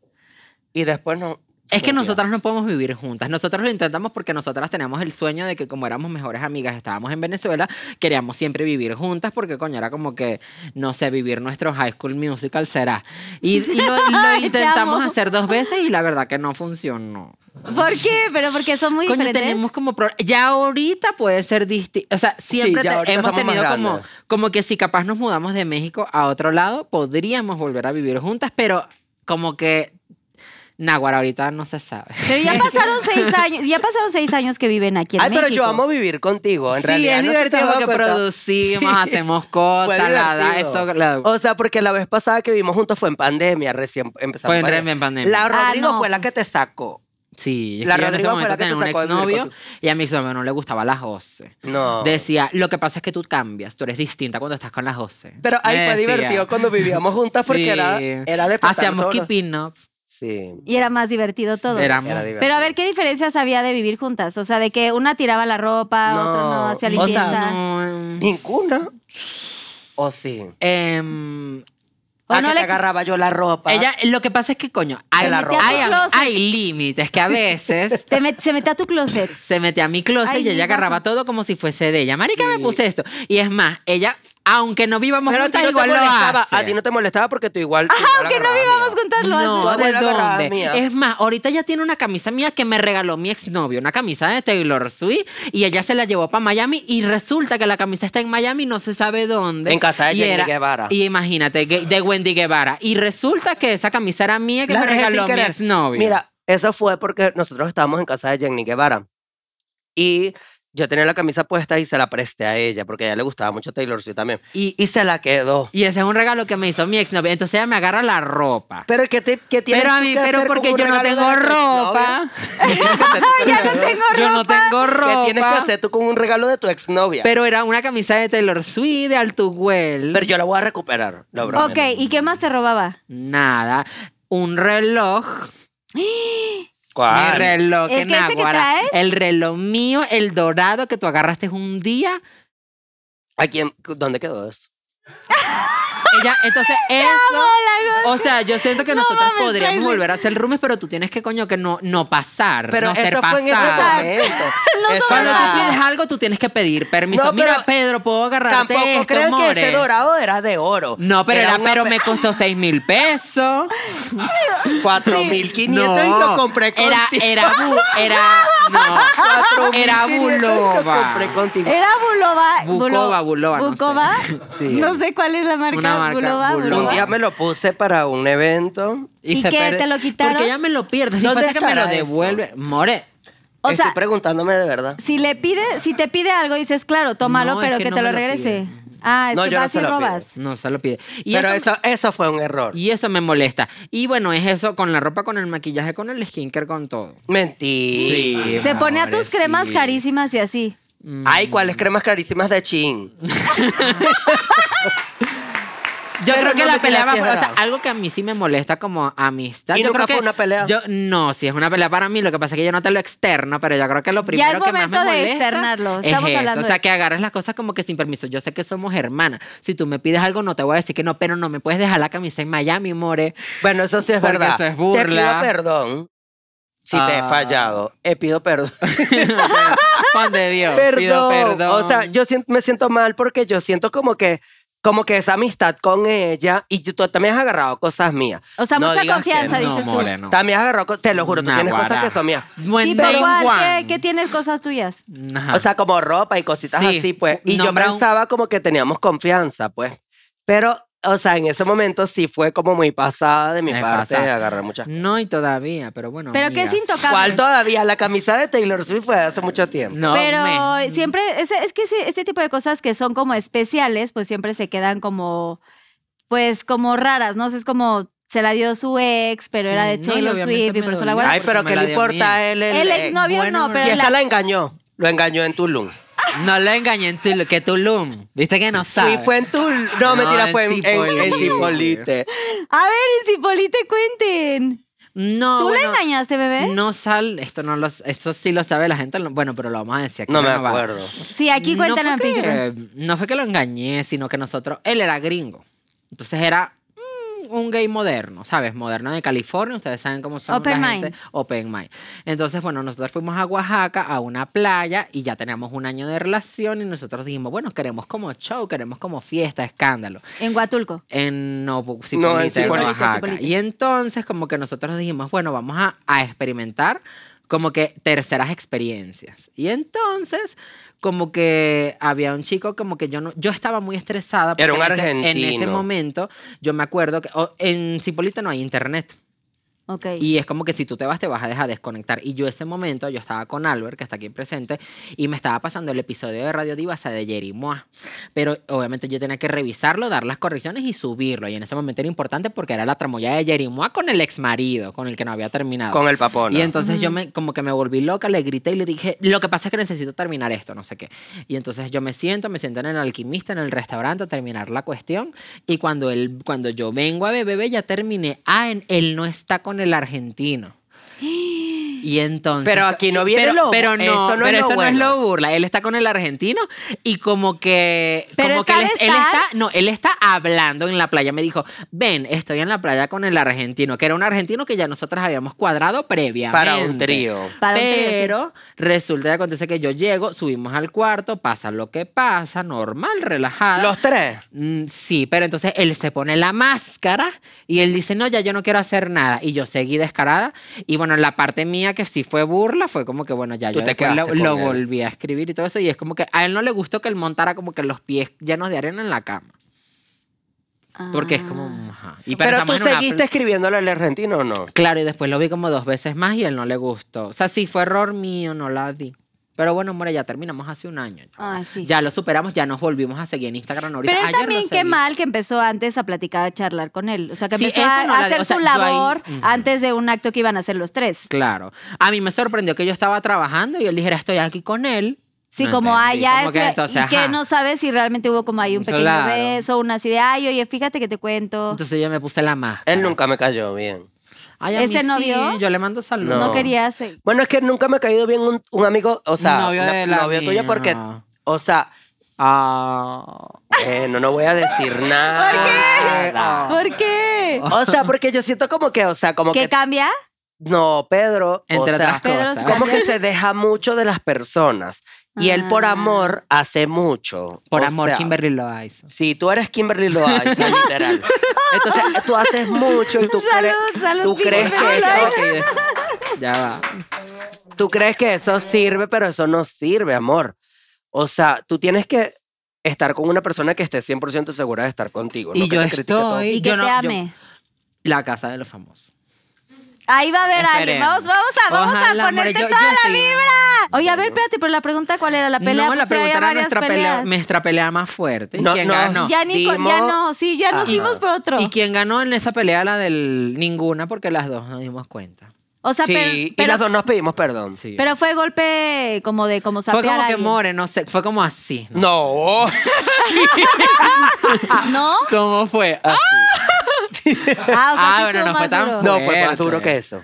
[SPEAKER 6] Y después no.
[SPEAKER 5] Es que
[SPEAKER 6] mentira.
[SPEAKER 5] nosotras no podemos vivir juntas. Nosotros lo intentamos porque nosotras teníamos el sueño de que como éramos mejores amigas, estábamos en Venezuela, queríamos siempre vivir juntas porque coño era como que, no sé, vivir nuestro high school musical será. Y, y lo, y lo
[SPEAKER 2] Ay, te
[SPEAKER 5] intentamos
[SPEAKER 2] amo.
[SPEAKER 5] hacer dos veces y la verdad que no funcionó.
[SPEAKER 2] ¿Por qué? Pero porque son muy
[SPEAKER 5] Coño,
[SPEAKER 2] diferentes.
[SPEAKER 5] tenemos como pro- ya ahorita puede ser distinto, o sea, siempre
[SPEAKER 6] ya
[SPEAKER 5] te-
[SPEAKER 6] ahorita
[SPEAKER 5] hemos
[SPEAKER 6] somos más
[SPEAKER 5] tenido como
[SPEAKER 6] grandes.
[SPEAKER 5] como que si capaz nos mudamos de México a otro lado, podríamos volver a vivir juntas, pero como que Naguara ahorita no se sabe.
[SPEAKER 2] Pero ya pasaron seis años, ya pasaron seis años que viven aquí en
[SPEAKER 6] Ay, pero yo
[SPEAKER 2] México.
[SPEAKER 6] amo vivir contigo. En
[SPEAKER 5] sí,
[SPEAKER 6] realidad,
[SPEAKER 5] es
[SPEAKER 6] no sé si te has
[SPEAKER 5] divertido
[SPEAKER 6] dado
[SPEAKER 5] porque
[SPEAKER 6] cuenta.
[SPEAKER 5] producimos,
[SPEAKER 6] Sí.
[SPEAKER 5] hacemos
[SPEAKER 6] Fue
[SPEAKER 5] cosas, la da,
[SPEAKER 6] divertido.
[SPEAKER 5] eso. la-
[SPEAKER 6] O sea, porque la vez pasada que vivimos juntos fue en pandemia, recién empezamos.
[SPEAKER 5] Fue en pandemia, en pandemia.
[SPEAKER 6] La
[SPEAKER 2] Ah,
[SPEAKER 6] Rodrigo
[SPEAKER 2] no.
[SPEAKER 6] fue la que te sacó.
[SPEAKER 5] sí,
[SPEAKER 6] la
[SPEAKER 5] la yo en ese
[SPEAKER 6] Rodrigo fue
[SPEAKER 5] momento
[SPEAKER 6] la que te
[SPEAKER 5] tenía un
[SPEAKER 6] sacó del
[SPEAKER 5] exnovio
[SPEAKER 6] Mercosur.
[SPEAKER 5] y a mi exnovio no le gustaba las 12.
[SPEAKER 6] No.
[SPEAKER 5] Decía, lo que pasa es que tú cambias, tú eres distinta cuando estás con las 12.
[SPEAKER 6] Pero ahí
[SPEAKER 5] Me
[SPEAKER 6] fue
[SPEAKER 5] decía.
[SPEAKER 6] divertido cuando vivíamos juntas porque
[SPEAKER 5] Sí.
[SPEAKER 6] era, era de pasar
[SPEAKER 5] Hacíamos
[SPEAKER 6] todos los-
[SPEAKER 5] keeping up.
[SPEAKER 6] Sí.
[SPEAKER 2] Y era más divertido todo.
[SPEAKER 5] Era
[SPEAKER 6] Era
[SPEAKER 5] muy-
[SPEAKER 6] divertido.
[SPEAKER 2] Pero a ver, ¿qué diferencias había de vivir juntas? O sea, de que una tiraba la ropa,
[SPEAKER 6] No,
[SPEAKER 2] otra no hacía
[SPEAKER 6] o sea,
[SPEAKER 2] limpieza.
[SPEAKER 5] O sea, no,
[SPEAKER 6] Ninguna. O sí.
[SPEAKER 5] em,
[SPEAKER 2] O
[SPEAKER 6] Ah,
[SPEAKER 2] no
[SPEAKER 6] que
[SPEAKER 2] le-
[SPEAKER 6] te agarraba yo la ropa.
[SPEAKER 5] ella, lo que pasa es que, coño, hay,
[SPEAKER 6] la ropa.
[SPEAKER 5] hay-
[SPEAKER 2] Closet.
[SPEAKER 5] hay límites que a veces
[SPEAKER 2] Te met- se metía a tu closet.
[SPEAKER 5] se metía a mi closet
[SPEAKER 2] Ay,
[SPEAKER 5] y
[SPEAKER 2] mi
[SPEAKER 5] ella agarraba
[SPEAKER 2] vaso.
[SPEAKER 5] todo como si fuese de ella. Marica, me puse esto. Y es más, ella, aunque no vivamos
[SPEAKER 6] Pero a ti
[SPEAKER 5] juntas,
[SPEAKER 6] no
[SPEAKER 5] igual
[SPEAKER 6] te
[SPEAKER 5] lo
[SPEAKER 6] molestaba.
[SPEAKER 5] hace.
[SPEAKER 6] A ti no te molestaba porque tú igual. Ajá,
[SPEAKER 2] Aunque no vivamos juntas, lo
[SPEAKER 5] No,
[SPEAKER 2] hacen.
[SPEAKER 6] Tu
[SPEAKER 5] ¿de
[SPEAKER 6] abuela agarraba
[SPEAKER 5] dónde?
[SPEAKER 6] mía.
[SPEAKER 5] Es más, ahorita ella tiene una camisa mía que me regaló mi exnovio, una camisa de Taylor Swift, y ella se la llevó para Miami y resulta que la camisa está en Miami, no se sabe dónde.
[SPEAKER 6] En casa de
[SPEAKER 5] Y
[SPEAKER 6] Jenny Guevara.
[SPEAKER 5] Y imagínate, que- de Wendy Guevara. Y resulta que esa camisa era mía que me regaló mi exnovio.
[SPEAKER 6] Mira, eso fue porque nosotros estábamos en casa de Jenny Guevara. Y yo tenía la camisa puesta y se la presté a ella porque a ella le gustaba mucho Taylor Swift también.
[SPEAKER 5] Y,
[SPEAKER 6] Y se la quedó.
[SPEAKER 5] y ese es un regalo que me hizo mi exnovio. Entonces ella me agarra la ropa.
[SPEAKER 6] Pero ¿qué, te, qué tienes
[SPEAKER 5] Pero a
[SPEAKER 6] tú
[SPEAKER 5] mí-
[SPEAKER 6] que
[SPEAKER 5] pero
[SPEAKER 6] hacer con
[SPEAKER 5] porque
[SPEAKER 6] un
[SPEAKER 5] yo no
[SPEAKER 6] regalo
[SPEAKER 5] tengo
[SPEAKER 6] de tu
[SPEAKER 5] ropa.
[SPEAKER 6] exnovio?
[SPEAKER 2] Ya no tengo
[SPEAKER 5] Yo no tengo ropa.
[SPEAKER 6] ¿Qué tienes que hacer tú con un regalo de tu exnovia?
[SPEAKER 5] Pero era una camisa de Taylor Swift, de Altuguel.
[SPEAKER 6] Pero yo la voy a recuperar, lo prometo.
[SPEAKER 2] Ok, ¿y qué más te robaba?
[SPEAKER 5] Nada. Un reloj. Mi
[SPEAKER 6] ¿Cuál?
[SPEAKER 5] reloj
[SPEAKER 2] ¿El
[SPEAKER 5] en
[SPEAKER 2] que ese que
[SPEAKER 5] Águara.
[SPEAKER 2] traes?
[SPEAKER 5] El reloj mío, el dorado que tú agarraste un día.
[SPEAKER 6] ¿A quién? ¿Dónde quedó eso?
[SPEAKER 5] Ella, entonces, eso. O sea, yo siento que
[SPEAKER 2] No
[SPEAKER 5] nosotras
[SPEAKER 2] mames,
[SPEAKER 5] podríamos
[SPEAKER 2] Leslie.
[SPEAKER 5] volver a ser roomies, pero tú tienes que, coño, que no, no pasar.
[SPEAKER 6] Pero
[SPEAKER 5] no
[SPEAKER 6] eso
[SPEAKER 5] hacer
[SPEAKER 6] fue en ese
[SPEAKER 5] pasar.
[SPEAKER 6] momento. Eso
[SPEAKER 5] Cuando
[SPEAKER 6] era-
[SPEAKER 5] tú pides algo, tú tienes que pedir permiso.
[SPEAKER 6] No, pero
[SPEAKER 5] Mira, Pedro, puedo agarrarte
[SPEAKER 6] Tampoco
[SPEAKER 5] esto,
[SPEAKER 6] creo que ese
[SPEAKER 5] more?
[SPEAKER 6] dorado era de oro.
[SPEAKER 5] No, pero, era,
[SPEAKER 6] una
[SPEAKER 5] pero
[SPEAKER 6] pe-
[SPEAKER 5] me costó seis mil pesos.
[SPEAKER 6] 4.500 y
[SPEAKER 5] No,
[SPEAKER 6] lo compré contigo.
[SPEAKER 5] Era, era, bu- era, no,
[SPEAKER 6] 4.500
[SPEAKER 5] era
[SPEAKER 6] y Lo
[SPEAKER 5] buloba.
[SPEAKER 6] compré contigo.
[SPEAKER 2] Era Bulova.
[SPEAKER 5] Bukova, Bulova, no sé.
[SPEAKER 2] Bukova.
[SPEAKER 6] Sí.
[SPEAKER 2] No sé cuál es la marca.
[SPEAKER 5] Una marca,
[SPEAKER 2] Bulova,
[SPEAKER 5] Bulova.
[SPEAKER 6] Un
[SPEAKER 2] Bulova.
[SPEAKER 6] día me lo puse para un evento.
[SPEAKER 2] ¿Y
[SPEAKER 5] se
[SPEAKER 2] qué?
[SPEAKER 5] pierde-
[SPEAKER 2] ¿Te lo quitaron?
[SPEAKER 5] Porque ya me lo pierdo. Si
[SPEAKER 6] ¿Dónde
[SPEAKER 5] pasa que me lo
[SPEAKER 6] estará eso?
[SPEAKER 5] devuelve. More.
[SPEAKER 2] O
[SPEAKER 6] Estoy
[SPEAKER 2] sea,
[SPEAKER 6] preguntándome de verdad.
[SPEAKER 2] si le pide, si te pide algo, dices, claro, tómalo,
[SPEAKER 5] No, es
[SPEAKER 2] pero
[SPEAKER 5] que
[SPEAKER 2] que,
[SPEAKER 5] no
[SPEAKER 2] te
[SPEAKER 5] me
[SPEAKER 2] lo
[SPEAKER 5] lo
[SPEAKER 2] regrese.
[SPEAKER 5] pide.
[SPEAKER 2] Ah, es
[SPEAKER 6] No,
[SPEAKER 2] que
[SPEAKER 6] yo no
[SPEAKER 2] vas
[SPEAKER 6] se
[SPEAKER 2] y
[SPEAKER 6] lo pido.
[SPEAKER 2] robas.
[SPEAKER 5] No se lo pide. Y
[SPEAKER 6] pero
[SPEAKER 5] eso,
[SPEAKER 6] eso, eso fue un error.
[SPEAKER 5] y eso me molesta. Y bueno, es eso con la ropa, con el maquillaje, con el skincare, con todo.
[SPEAKER 6] Mentira.
[SPEAKER 2] Se ponía
[SPEAKER 5] more,
[SPEAKER 2] tus cremas
[SPEAKER 5] sí.
[SPEAKER 2] carísimas y así.
[SPEAKER 6] Ay, ¿cuáles cremas carísimas de chin?
[SPEAKER 5] Yo
[SPEAKER 6] Pero
[SPEAKER 5] creo que
[SPEAKER 6] no
[SPEAKER 5] la
[SPEAKER 6] te
[SPEAKER 5] pelea
[SPEAKER 6] creas
[SPEAKER 5] va
[SPEAKER 6] que es
[SPEAKER 5] por- o sea,
[SPEAKER 6] verdad.
[SPEAKER 5] algo que a mí sí me molesta como amistad.
[SPEAKER 6] ¿Y
[SPEAKER 5] yo
[SPEAKER 6] nunca
[SPEAKER 5] creo que
[SPEAKER 6] fue una pelea?
[SPEAKER 5] Yo, no, sí es una pelea para mí. Lo que pasa es que yo no te lo externo, pero yo creo que lo primero que más me
[SPEAKER 2] momento de
[SPEAKER 5] molesta
[SPEAKER 2] externarlo,
[SPEAKER 5] es
[SPEAKER 2] estamos
[SPEAKER 5] eso,
[SPEAKER 2] hablando
[SPEAKER 5] O
[SPEAKER 2] de
[SPEAKER 5] sea,
[SPEAKER 2] eso.
[SPEAKER 5] que agarras las cosas como que sin permiso. Yo sé que somos hermanas. Si tú me pides algo, no te voy a decir que no, pero no me puedes dejar la camisa en Miami, more.
[SPEAKER 6] Bueno, eso sí es
[SPEAKER 5] Porque
[SPEAKER 6] verdad.
[SPEAKER 5] eso es
[SPEAKER 6] Te
[SPEAKER 5] burla.
[SPEAKER 6] pido perdón si te he
[SPEAKER 5] Ah.
[SPEAKER 6] fallado. Eh, pido perdón.
[SPEAKER 5] Juan de Dios.
[SPEAKER 6] perdón.
[SPEAKER 5] pido perdón.
[SPEAKER 6] O sea, yo siento- me siento mal porque yo siento como que como que esa amistad con ella y tú también has agarrado cosas mías.
[SPEAKER 2] O sea,
[SPEAKER 6] No
[SPEAKER 2] mucha
[SPEAKER 6] digas
[SPEAKER 2] confianza,
[SPEAKER 6] que no,
[SPEAKER 2] dices tú.
[SPEAKER 5] more, no.
[SPEAKER 6] También has agarrado cosas, te lo juro, tú tienes
[SPEAKER 5] Naguará.
[SPEAKER 6] cosas que son mías.
[SPEAKER 5] Buen
[SPEAKER 2] Tipo,
[SPEAKER 5] day
[SPEAKER 2] ¿cuál? ¿Qué,
[SPEAKER 5] one.
[SPEAKER 2] qué tienes cosas tuyas?
[SPEAKER 5] Ajá.
[SPEAKER 6] O sea, como ropa y cositas
[SPEAKER 5] Sí,
[SPEAKER 6] así, pues. Y yo
[SPEAKER 5] nombra un-
[SPEAKER 6] pensaba como que teníamos confianza, pues. Pero, o sea, en ese momento sí fue como muy pasada de mi
[SPEAKER 5] Es
[SPEAKER 6] parte
[SPEAKER 5] pasada.
[SPEAKER 6] agarrar muchas
[SPEAKER 5] no, y todavía, pero bueno.
[SPEAKER 2] Pero que
[SPEAKER 5] amiga.
[SPEAKER 2] es intocable.
[SPEAKER 6] ¿Cuál todavía? La camisa de Taylor Swift fue de hace mucho tiempo.
[SPEAKER 5] No,
[SPEAKER 2] Pero
[SPEAKER 5] Ah, me-
[SPEAKER 2] siempre, es, es que ese- este tipo de cosas que son como especiales, pues siempre se quedan como, pues como raras, ¿no? O sea, es como, se la dio su ex, pero
[SPEAKER 5] Sí,
[SPEAKER 2] era de
[SPEAKER 5] no, y
[SPEAKER 2] Taylor
[SPEAKER 5] obviamente
[SPEAKER 2] Swift y
[SPEAKER 5] me
[SPEAKER 2] por eso la
[SPEAKER 5] dolió.
[SPEAKER 2] guardó.
[SPEAKER 6] Ay,
[SPEAKER 5] porque
[SPEAKER 6] pero
[SPEAKER 5] me
[SPEAKER 6] ¿qué
[SPEAKER 5] la
[SPEAKER 6] le
[SPEAKER 5] dio a mí.
[SPEAKER 6] importa a él?
[SPEAKER 2] El exnovio
[SPEAKER 5] bueno,
[SPEAKER 2] no,
[SPEAKER 5] no.
[SPEAKER 2] pero
[SPEAKER 6] Si esta
[SPEAKER 2] la-
[SPEAKER 6] la engañó, lo engañó en Tulum.
[SPEAKER 5] No lo engañé en Tulum, que Tulum. Viste que no
[SPEAKER 6] Sí,
[SPEAKER 5] sabe.
[SPEAKER 6] fue en Tulum.
[SPEAKER 5] No,
[SPEAKER 6] No, mentira,
[SPEAKER 5] en
[SPEAKER 6] fue en, en, en
[SPEAKER 5] Cipolite.
[SPEAKER 6] Cipolite.
[SPEAKER 2] A ver, Cipolite, cuenten.
[SPEAKER 5] No,
[SPEAKER 2] ¿Tú la
[SPEAKER 5] bueno, mm,
[SPEAKER 2] engañaste, bebé?
[SPEAKER 5] No sal, esto no lo, esto sí lo sabe la gente, lo- bueno, pero lo vamos a decir aquí.
[SPEAKER 6] No me
[SPEAKER 5] no va.
[SPEAKER 6] acuerdo.
[SPEAKER 2] Sí, aquí pues.
[SPEAKER 5] no
[SPEAKER 2] cuéntanos.
[SPEAKER 5] fue, que, no fue que lo engañé, sino que nosotros, él era gringo. Entonces era mm, un gay moderno, ¿sabes? Moderno de California, ustedes saben cómo son
[SPEAKER 2] Open
[SPEAKER 5] la
[SPEAKER 2] mind.
[SPEAKER 5] gente. Open mind. Entonces, bueno, nosotros fuimos a Oaxaca, a una playa, y ya teníamos un año de relación, y nosotros dijimos, bueno, queremos como show, queremos como fiesta, escándalo.
[SPEAKER 2] En Huatulco.
[SPEAKER 5] En no,
[SPEAKER 6] No, en
[SPEAKER 5] en
[SPEAKER 6] Zipolite,
[SPEAKER 5] Oaxaca.
[SPEAKER 2] Zipolite.
[SPEAKER 5] Y entonces, como que nosotros dijimos, bueno, vamos a, a experimentar como que terceras experiencias. Y entonces, como que había un chico, como que yo no, yo estaba muy estresada. porque
[SPEAKER 6] Era un
[SPEAKER 5] en ese- En ese
[SPEAKER 6] argentino.
[SPEAKER 5] momento, yo me acuerdo que o- en Cipolita no hay internet.
[SPEAKER 2] Ok.
[SPEAKER 5] Y es como que si tú te vas, te vas a dejar desconectar. Y yo ese momento, yo estaba con Albert, que está aquí presente, y me estaba pasando el episodio de Radio Divasa de Jerry Moa. Pero obviamente yo tenía que revisarlo, dar las correcciones y subirlo. Y en ese momento era importante porque era la tramoya de Jerry Moa con el ex marido, con el que no había terminado.
[SPEAKER 6] Con el papón.
[SPEAKER 5] Y entonces yo me, como que me volví loca, le grité y le dije, lo que pasa es que necesito terminar esto, no sé qué. Y entonces yo me siento, me siento en el alquimista, en el restaurante, a terminar la cuestión. Y cuando, él, cuando yo vengo a Bebé, ya terminé. Ah, en- él no está con el argentino. Y entonces...
[SPEAKER 6] Pero aquí no viene
[SPEAKER 5] pero,
[SPEAKER 6] lo-
[SPEAKER 5] Pero no,
[SPEAKER 6] eso no es
[SPEAKER 5] pero
[SPEAKER 6] lo
[SPEAKER 5] eso no es
[SPEAKER 6] bueno.
[SPEAKER 5] lo burla. Él está con el argentino y como que...
[SPEAKER 2] Pero
[SPEAKER 5] como que
[SPEAKER 2] está
[SPEAKER 5] él,
[SPEAKER 2] de
[SPEAKER 5] él
[SPEAKER 2] estar.
[SPEAKER 5] está... No, él está hablando en la playa. Me dijo, ven, estoy en la playa con el argentino, que era un argentino que ya nosotras habíamos cuadrado previamente.
[SPEAKER 6] Para un trío.
[SPEAKER 2] Para un trío, sí.
[SPEAKER 5] Pero resulta que acontece que yo llego, subimos al cuarto, pasa lo que pasa, normal, relajada.
[SPEAKER 6] Los tres.
[SPEAKER 5] Mm, sí, pero entonces él se pone la máscara y él dice, no, ya yo no quiero hacer nada. Y yo seguí descarada. Y bueno, la parte mía que sí fue burla fue como que, bueno, ya
[SPEAKER 6] Tú
[SPEAKER 5] yo
[SPEAKER 6] te
[SPEAKER 5] después lo,
[SPEAKER 6] quedaste con
[SPEAKER 5] lo
[SPEAKER 6] él.
[SPEAKER 5] volví a escribir y todo eso. Y es como que a él no le gustó que él montara como que los pies llenos de arena en la cama. Porque es como...
[SPEAKER 2] Ah.
[SPEAKER 5] mm, ajá. Y
[SPEAKER 6] Pero tú
[SPEAKER 5] estamos en una
[SPEAKER 6] seguiste escribiéndole al argentino o no.
[SPEAKER 5] Claro, y después lo vi como dos veces más y él no le gustó. O sea, sí, fue error mío, no la di. Pero bueno, amor, ya terminamos hace un año.
[SPEAKER 2] Ah, sí.
[SPEAKER 5] Ya lo superamos, ya nos volvimos a seguir en Instagram ahorita.
[SPEAKER 2] Pero él
[SPEAKER 5] Ayer lo
[SPEAKER 2] también, qué
[SPEAKER 5] seguí.
[SPEAKER 2] mal que empezó antes a platicar, a charlar con él. O sea, que
[SPEAKER 5] Sí,
[SPEAKER 2] empezó
[SPEAKER 5] eso
[SPEAKER 2] a,
[SPEAKER 5] no
[SPEAKER 2] a
[SPEAKER 5] la-
[SPEAKER 2] hacer
[SPEAKER 5] o sea,
[SPEAKER 2] su
[SPEAKER 5] yo ahí-
[SPEAKER 2] labor
[SPEAKER 5] Ujú.
[SPEAKER 2] antes de un acto que iban a hacer los tres.
[SPEAKER 5] Claro. A mí me sorprendió que yo estaba trabajando y él dijera, estoy aquí con él.
[SPEAKER 2] Sí,
[SPEAKER 5] No
[SPEAKER 2] como,
[SPEAKER 5] entendí,
[SPEAKER 2] ay, ya,
[SPEAKER 5] como
[SPEAKER 2] es
[SPEAKER 5] que
[SPEAKER 2] la-
[SPEAKER 5] entonces,
[SPEAKER 2] y que
[SPEAKER 5] ajá.
[SPEAKER 2] no sabes si realmente hubo como ahí un pequeño
[SPEAKER 5] Claro.
[SPEAKER 2] beso, una así de, ay, oye, fíjate que te cuento.
[SPEAKER 5] Entonces yo me puse la máscara.
[SPEAKER 6] Él nunca me cayó bien.
[SPEAKER 5] Ay, a mí
[SPEAKER 2] ¿Ese
[SPEAKER 5] sí,
[SPEAKER 2] novio?
[SPEAKER 5] Yo le mando saludos.
[SPEAKER 2] no.
[SPEAKER 6] no.
[SPEAKER 2] querías. eh,
[SPEAKER 6] Bueno, es que nunca me ha caído bien un, un amigo, o sea,
[SPEAKER 5] Novio
[SPEAKER 6] una-
[SPEAKER 5] de la
[SPEAKER 6] novio tuyo
[SPEAKER 5] mía.
[SPEAKER 6] porque, o sea,
[SPEAKER 5] Ah.
[SPEAKER 6] bueno, no voy a decir nada.
[SPEAKER 2] ¿Por qué?
[SPEAKER 6] O sea, porque yo siento como que, o sea, como
[SPEAKER 2] ¿Qué
[SPEAKER 6] que,
[SPEAKER 2] cambia?
[SPEAKER 6] no, Pedro, o
[SPEAKER 5] Entre
[SPEAKER 6] sea,
[SPEAKER 5] otras
[SPEAKER 2] Pedro
[SPEAKER 5] cosas.
[SPEAKER 2] se
[SPEAKER 6] como que se deja mucho de las personas y él por
[SPEAKER 2] Ah.
[SPEAKER 6] amor hace mucho.
[SPEAKER 5] Por
[SPEAKER 6] O
[SPEAKER 5] amor,
[SPEAKER 6] sea,
[SPEAKER 5] Kimberly lo hizo.
[SPEAKER 6] Sí, tú eres Kimberly Loaiza, literal. Entonces, tú haces mucho y tú
[SPEAKER 5] eh,
[SPEAKER 6] crees,
[SPEAKER 2] salud,
[SPEAKER 6] tú crees que
[SPEAKER 2] Kimberly
[SPEAKER 6] eso,
[SPEAKER 2] Loaiza.
[SPEAKER 5] Ya va.
[SPEAKER 6] Tú crees que eso sirve, pero eso no sirve, amor. O sea, tú tienes que estar con una persona que esté 100% segura de estar contigo. no
[SPEAKER 5] Y
[SPEAKER 6] que
[SPEAKER 5] yo
[SPEAKER 6] te critique todo.
[SPEAKER 5] estoy.
[SPEAKER 2] Y que
[SPEAKER 5] yo no-
[SPEAKER 2] te
[SPEAKER 5] yo-
[SPEAKER 2] ame.
[SPEAKER 5] La casa de los famosos.
[SPEAKER 2] Ahí va a haber alguien.
[SPEAKER 5] Esperemos.
[SPEAKER 2] Vamos, vamos a, vamos
[SPEAKER 5] Ojalá,
[SPEAKER 2] a
[SPEAKER 5] amor,
[SPEAKER 2] ponerte
[SPEAKER 5] yo- yo
[SPEAKER 2] toda la
[SPEAKER 5] estoy-
[SPEAKER 2] vibra. Oye, a ver, espérate, pero la pregunta, ¿cuál era? La pelea.
[SPEAKER 5] no, la
[SPEAKER 2] pues, había
[SPEAKER 5] pregunta era
[SPEAKER 2] varias
[SPEAKER 5] nuestra pelea,
[SPEAKER 2] peleas.
[SPEAKER 5] nuestra pelea más fuerte. ¿Y
[SPEAKER 6] No,
[SPEAKER 5] quién
[SPEAKER 6] no,
[SPEAKER 5] ganó?
[SPEAKER 2] Ya ni con- ya
[SPEAKER 6] Dimos-
[SPEAKER 2] no, sí, ya nos
[SPEAKER 6] Ajá.
[SPEAKER 2] dimos por otro.
[SPEAKER 5] ¿Y quién ganó en esa pelea? La del ninguna, porque las dos nos dimos cuenta.
[SPEAKER 2] O sea,
[SPEAKER 6] Sí,
[SPEAKER 2] pero,
[SPEAKER 6] y
[SPEAKER 2] pero-
[SPEAKER 6] las dos nos pedimos perdón.
[SPEAKER 5] Sí.
[SPEAKER 2] pero fue golpe como de como
[SPEAKER 5] fue
[SPEAKER 2] sapear
[SPEAKER 5] como
[SPEAKER 2] a
[SPEAKER 5] que
[SPEAKER 2] alguien.
[SPEAKER 5] more, no sé, fue como así. ¿no?
[SPEAKER 6] No.
[SPEAKER 2] ¿No?
[SPEAKER 5] ¿Cómo fue? Ah, Así.
[SPEAKER 2] Ah, o sea,
[SPEAKER 5] Ah,
[SPEAKER 2] sí
[SPEAKER 5] bueno,
[SPEAKER 2] estuvo
[SPEAKER 5] no
[SPEAKER 2] más
[SPEAKER 5] fue tan
[SPEAKER 2] duro.
[SPEAKER 6] No, fue más
[SPEAKER 5] Fuerte.
[SPEAKER 6] duro que eso.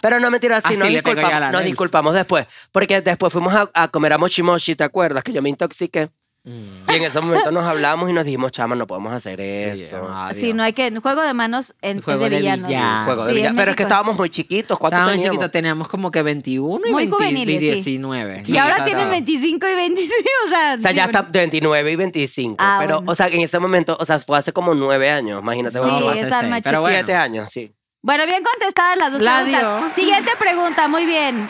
[SPEAKER 6] Pero no mentira, sí,
[SPEAKER 5] Así
[SPEAKER 6] nos,
[SPEAKER 5] le pego yo a
[SPEAKER 6] disculpamos,
[SPEAKER 5] la
[SPEAKER 6] nos
[SPEAKER 5] Nelson.
[SPEAKER 6] disculpamos después. Porque después fuimos a, a comer a Mochi Mochi, ¿te acuerdas? Que yo me intoxiqué.
[SPEAKER 5] Mm.
[SPEAKER 6] Y en ese momento nos hablamos y nos dijimos, chama, no podemos hacer
[SPEAKER 5] Sí,
[SPEAKER 6] eso.
[SPEAKER 5] adiós.
[SPEAKER 2] Sí, no hay que. Juego de manos en, es
[SPEAKER 5] Ah, Juego
[SPEAKER 2] de,
[SPEAKER 5] de
[SPEAKER 2] villanos.
[SPEAKER 5] villanos.
[SPEAKER 6] Juego
[SPEAKER 2] Sí,
[SPEAKER 6] de
[SPEAKER 2] en
[SPEAKER 6] billar. Pero es que
[SPEAKER 2] México.
[SPEAKER 6] estábamos muy chiquitos. ¿Cuánto
[SPEAKER 5] Estaban
[SPEAKER 6] teníamos?
[SPEAKER 5] chiquitos, teníamos como que 21 y,
[SPEAKER 2] Muy
[SPEAKER 5] 20
[SPEAKER 2] juveniles, sí.
[SPEAKER 5] y 19.
[SPEAKER 2] Y ahora
[SPEAKER 6] Sí,
[SPEAKER 2] tienen
[SPEAKER 6] claro.
[SPEAKER 2] 25 y 26. O sea,
[SPEAKER 6] O sea, ya
[SPEAKER 2] digo,
[SPEAKER 6] está 29 y 25.
[SPEAKER 2] Ah,
[SPEAKER 6] pero,
[SPEAKER 2] bueno.
[SPEAKER 6] o sea, en ese momento, o sea, fue hace como nueve años, imagínate.
[SPEAKER 2] Sí,
[SPEAKER 6] mucho más.
[SPEAKER 2] están machos.
[SPEAKER 5] Pero bueno,
[SPEAKER 6] Siete años, sí.
[SPEAKER 2] Bueno, bien contestadas las dos
[SPEAKER 5] La
[SPEAKER 2] preguntas.
[SPEAKER 5] dio.
[SPEAKER 2] Siguiente pregunta, muy bien.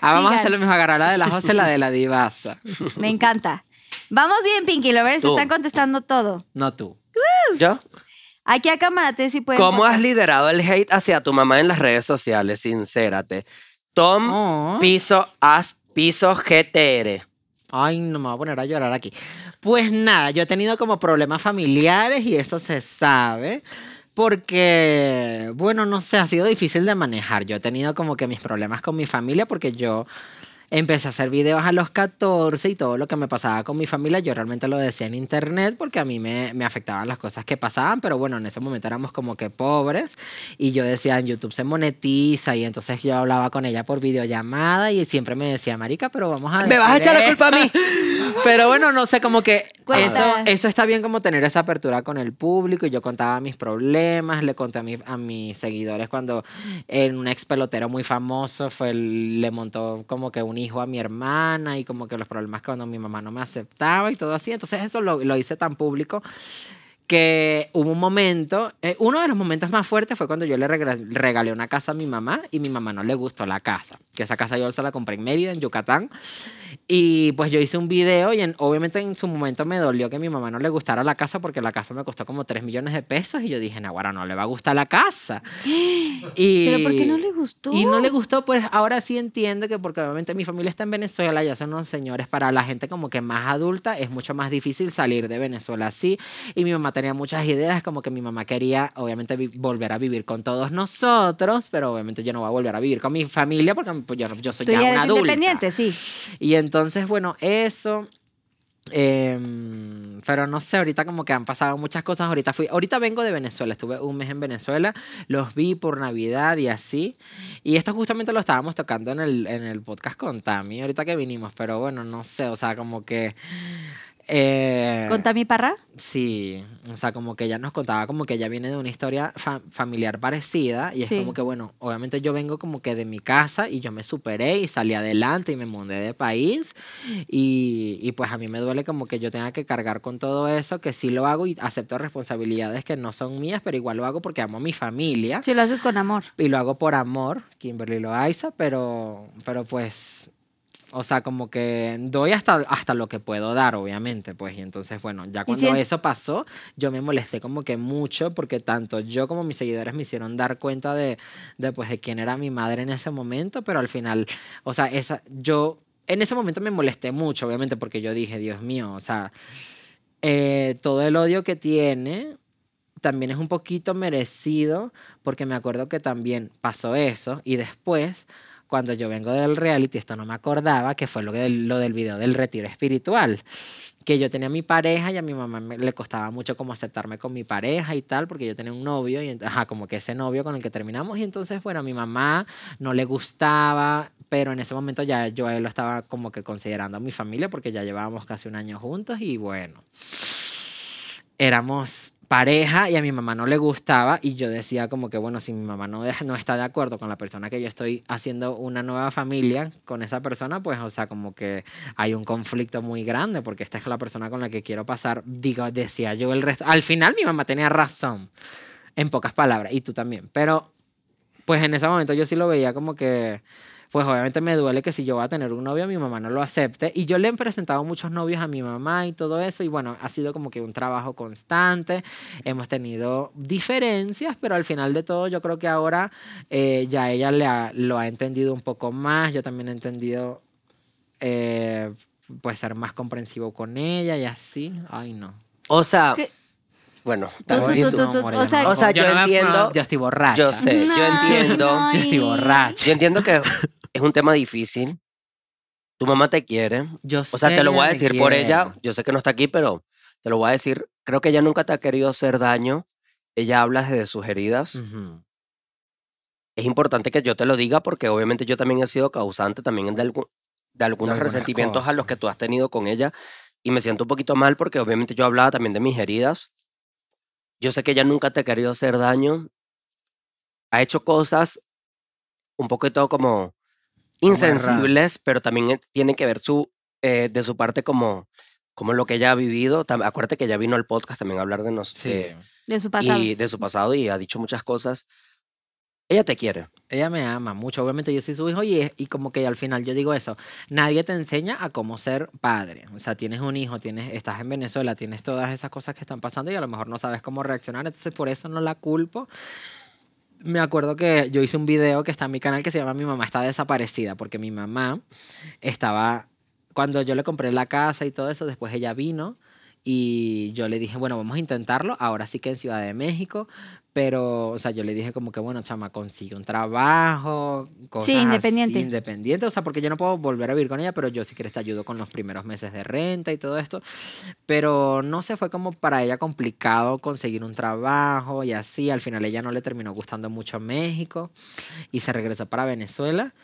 [SPEAKER 5] ah, vamos
[SPEAKER 2] sigan.
[SPEAKER 5] a hacer lo mismo, agarrar la de la José, la de la divasa.
[SPEAKER 2] Me encanta. Vamos bien, Pinky Lovers,
[SPEAKER 6] Tú.
[SPEAKER 2] están contestando todo.
[SPEAKER 5] No tú.
[SPEAKER 6] ¿Yo?
[SPEAKER 2] Aquí a Camarate sí pueden.
[SPEAKER 6] ¿Cómo has
[SPEAKER 2] contestar.
[SPEAKER 6] liderado el hate hacia tu mamá en las redes sociales? Sincérate. Tom
[SPEAKER 5] Oh.
[SPEAKER 6] Piso As Piso GTR.
[SPEAKER 5] Ay, no me voy a poner a llorar aquí. Pues nada, yo he tenido como problemas familiares y eso se sabe. Porque, bueno, no sé, ha sido difícil de manejar. Yo he tenido como que mis problemas con mi familia porque yo empecé a hacer videos a los 14 y todo lo que me pasaba con mi familia yo realmente lo decía en internet porque a mí me, me afectaban las cosas que pasaban, pero bueno, en ese momento éramos como que pobres y yo decía en YouTube se monetiza y entonces yo hablaba con ella por videollamada y siempre me decía, marica, pero vamos a...
[SPEAKER 6] Me vas a
[SPEAKER 5] decir
[SPEAKER 6] echar la
[SPEAKER 5] esto".
[SPEAKER 6] culpa a mí.
[SPEAKER 5] Pero bueno, no sé, como que eso,
[SPEAKER 2] Cuenta.
[SPEAKER 5] eso está bien como tener esa apertura con el público. Y yo contaba mis problemas, le conté a, mi- a mis seguidores cuando en un ex pelotero muy famoso fue el- le montó como que un hijo a mi hermana y como que los problemas cuando mi mamá no me aceptaba y todo así. Entonces eso lo, lo hice tan público que hubo un momento, eh, uno de los momentos más fuertes fue cuando yo le regra- regalé una casa a mi mamá y mi mamá no le gustó la casa, que esa casa yo se la compré en Mérida, en Yucatán, y pues yo hice un video y en- obviamente en su momento me dolió que mi mamá no le gustara la casa porque la casa me costó como 3 millones de pesos y yo dije, Naguara, no le va a gustar la casa. Y,
[SPEAKER 2] Pero ¿por qué no le gustó?
[SPEAKER 5] y no le gustó, pues ahora sí entiendo que porque obviamente mi familia está en Venezuela, ya son unos señores, para la gente como que más adulta es mucho más difícil salir de Venezuela así. Y mi mamá tenía muchas ideas, como que mi mamá quería obviamente vi- volver a vivir con todos nosotros, pero obviamente yo no voy a volver a vivir con mi familia porque pues, yo, yo soy
[SPEAKER 2] Tú
[SPEAKER 5] ya,
[SPEAKER 2] ya eres
[SPEAKER 5] una adulta.
[SPEAKER 2] independiente, sí.
[SPEAKER 5] Y entonces, bueno, eso. em, pero no sé, ahorita como que han pasado muchas cosas. Ahorita fui, ahorita vengo de Venezuela, estuve un mes en Venezuela, los vi por Navidad y así. Y esto justamente lo estábamos tocando en el, en el podcast con Tami, ahorita que vinimos, pero bueno, no sé, o sea, como que. eh,
[SPEAKER 2] ¿Con Tami Parra?
[SPEAKER 5] Sí, o sea, como que ella nos contaba como que ella viene de una historia fa- familiar parecida y es
[SPEAKER 2] Sí.
[SPEAKER 5] como que, bueno, obviamente yo vengo como que de mi casa y yo me superé y salí adelante y me mudé de país y, y pues a mí me duele como que yo tenga que cargar con todo eso, que sí lo hago y acepto responsabilidades que no son mías, pero igual lo hago porque amo a mi familia
[SPEAKER 2] Si lo haces con amor.
[SPEAKER 5] y lo hago por amor, Kimberly Loaiza, pero, pero pues, o sea, como que doy hasta, hasta lo que puedo dar, obviamente, pues, y entonces, bueno, ya cuando
[SPEAKER 2] sien-
[SPEAKER 5] eso pasó, yo me molesté como que mucho, porque tanto yo como mis seguidores me hicieron dar cuenta de, de, pues, de quién era mi madre en ese momento, pero al final, o sea, esa, yo en ese momento me molesté mucho, obviamente, porque yo dije, Dios mío, o sea, eh, todo el odio que tiene también es un poquito merecido, porque me acuerdo que también pasó eso y después... Cuando yo vengo del reality, esto no me acordaba, que fue lo, que, lo del video del retiro espiritual que yo tenía a mi pareja y a mi mamá me- le costaba mucho como aceptarme con mi pareja y tal, porque yo tenía un novio y ent- ajá, como que ese novio con el que terminamos y entonces, bueno, a mi mamá no le gustaba, pero en ese momento ya yo a él lo estaba como que considerando a mi familia porque ya llevábamos casi un año juntos y bueno, éramos pareja y a mi mamá no le gustaba y yo decía como que bueno, si mi mamá no, de- no está de acuerdo con la persona que yo estoy haciendo una nueva familia con esa persona, pues o sea, como que hay un conflicto muy grande porque esta es la persona con la que quiero pasar, digo, decía yo el resto. Al final mi mamá tenía razón, en pocas palabras, y tú también, pero pues en ese momento yo sí lo veía como que, pues obviamente me duele que si yo voy a tener un novio, mi mamá no lo acepte, y yo le he presentado muchos novios a mi mamá y todo eso, y bueno, ha sido como que un trabajo constante, hemos tenido diferencias, pero al final de todo yo creo que ahora eh, ya ella le ha- lo ha entendido un poco más, yo también he entendido eh, pues ser más comprensivo con ella y así. Ay, no.
[SPEAKER 6] O sea,
[SPEAKER 2] ¿Qué?
[SPEAKER 6] bueno,
[SPEAKER 2] Tú, tú,
[SPEAKER 6] y
[SPEAKER 2] tú,
[SPEAKER 6] tú.
[SPEAKER 2] tú, tú,
[SPEAKER 5] amor,
[SPEAKER 2] o
[SPEAKER 5] yo
[SPEAKER 2] sea-
[SPEAKER 5] me
[SPEAKER 6] O sea, yo
[SPEAKER 5] acuerdo. me acuerdo,
[SPEAKER 6] entiendo-
[SPEAKER 5] Yo estoy borracha.
[SPEAKER 6] yo sé, yo
[SPEAKER 2] Ay,
[SPEAKER 6] entiendo.
[SPEAKER 2] no.
[SPEAKER 5] Yo estoy borracha.
[SPEAKER 6] Yo entiendo que es un tema difícil. Tu mamá te quiere.
[SPEAKER 5] Yo
[SPEAKER 6] O sea, te lo
[SPEAKER 5] sé
[SPEAKER 6] voy a
[SPEAKER 5] que
[SPEAKER 6] decir por ella.
[SPEAKER 5] quiero.
[SPEAKER 6] Yo sé que no está aquí, pero te lo voy a decir. Creo que ella nunca te ha querido hacer daño. Ella habla desde sus heridas.
[SPEAKER 5] Ujú.
[SPEAKER 6] Es importante que yo te lo diga porque obviamente yo también he sido causante también de, algu- de algunos
[SPEAKER 5] algunas
[SPEAKER 6] resentimientos a los
[SPEAKER 5] cosas.
[SPEAKER 6] que tú has tenido con ella. y me siento un poquito mal porque obviamente yo hablaba también de mis heridas. Yo sé que ella nunca te ha querido hacer daño. Ha hecho cosas un poquito como insensibles, pero también eh, tiene que ver su, eh, de su parte como, como lo que ella ha vivido. Tam- Acuérdate que ella vino al podcast también a hablar de, nos,
[SPEAKER 5] Sí.
[SPEAKER 6] de-
[SPEAKER 2] de su pasado.
[SPEAKER 6] y de su pasado y ha dicho muchas cosas. Ella te quiere.
[SPEAKER 5] Ella me ama mucho. Obviamente yo soy su hijo y, es- y como que al final yo digo eso. Nadie te enseña a cómo ser padre. O sea, tienes un hijo, tienes, estás en Venezuela, tienes todas esas cosas que están pasando y a lo mejor no sabes cómo reaccionar. Entonces por eso no la culpo. Me acuerdo que yo hice un video que está en mi canal que se llama Mi mamá está desaparecida porque mi mamá estaba, cuando yo le compré la casa y todo eso, después ella vino y yo le dije, bueno, vamos a intentarlo, ahora sí que en Ciudad de México, pero, o sea, yo le dije como que, bueno, chama, consigue un trabajo, cosas así,
[SPEAKER 2] independiente.
[SPEAKER 5] independiente, o sea, porque yo no puedo volver a vivir con ella, pero yo sí que te ayudo con los primeros meses de renta y todo esto, pero no sé, fue como para ella complicado conseguir un trabajo y así, al final ella no le terminó gustando mucho México y se regresó para Venezuela.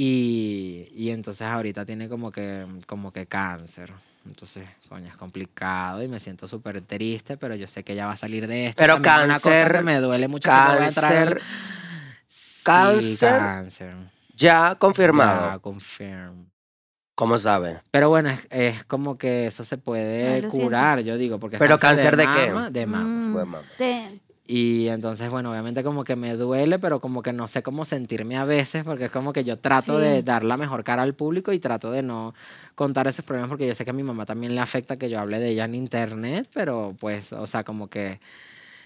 [SPEAKER 5] Y, y entonces ahorita tiene como que, como que cáncer. Entonces, coño, es complicado y me siento súper triste, pero yo sé que ella va a salir de esto.
[SPEAKER 6] Pero
[SPEAKER 5] También es Una cosa
[SPEAKER 6] cáncer,
[SPEAKER 5] que me duele mucho. que me voy a
[SPEAKER 6] Cáncer
[SPEAKER 5] traer. Sí,
[SPEAKER 6] cáncer
[SPEAKER 5] cáncer.
[SPEAKER 6] ya confirmado.
[SPEAKER 5] Ya, confirm.
[SPEAKER 6] ¿Cómo sabe?
[SPEAKER 5] Pero bueno, es, es como que eso se puede
[SPEAKER 2] Ay, lo siento.
[SPEAKER 5] curar, yo digo. Porque es
[SPEAKER 6] ¿Pero cáncer de qué?
[SPEAKER 5] mama, De mama.
[SPEAKER 2] Mm,
[SPEAKER 6] Bueno, mamá.
[SPEAKER 2] de-
[SPEAKER 5] Y entonces, bueno, obviamente como que me duele, pero como que no sé cómo sentirme a veces, porque es como que yo trato
[SPEAKER 2] Sí.
[SPEAKER 5] de dar la mejor cara al público y trato de no contar esos problemas, porque yo sé que a mi mamá también le afecta que yo hable de ella en internet, pero pues, o sea, como que,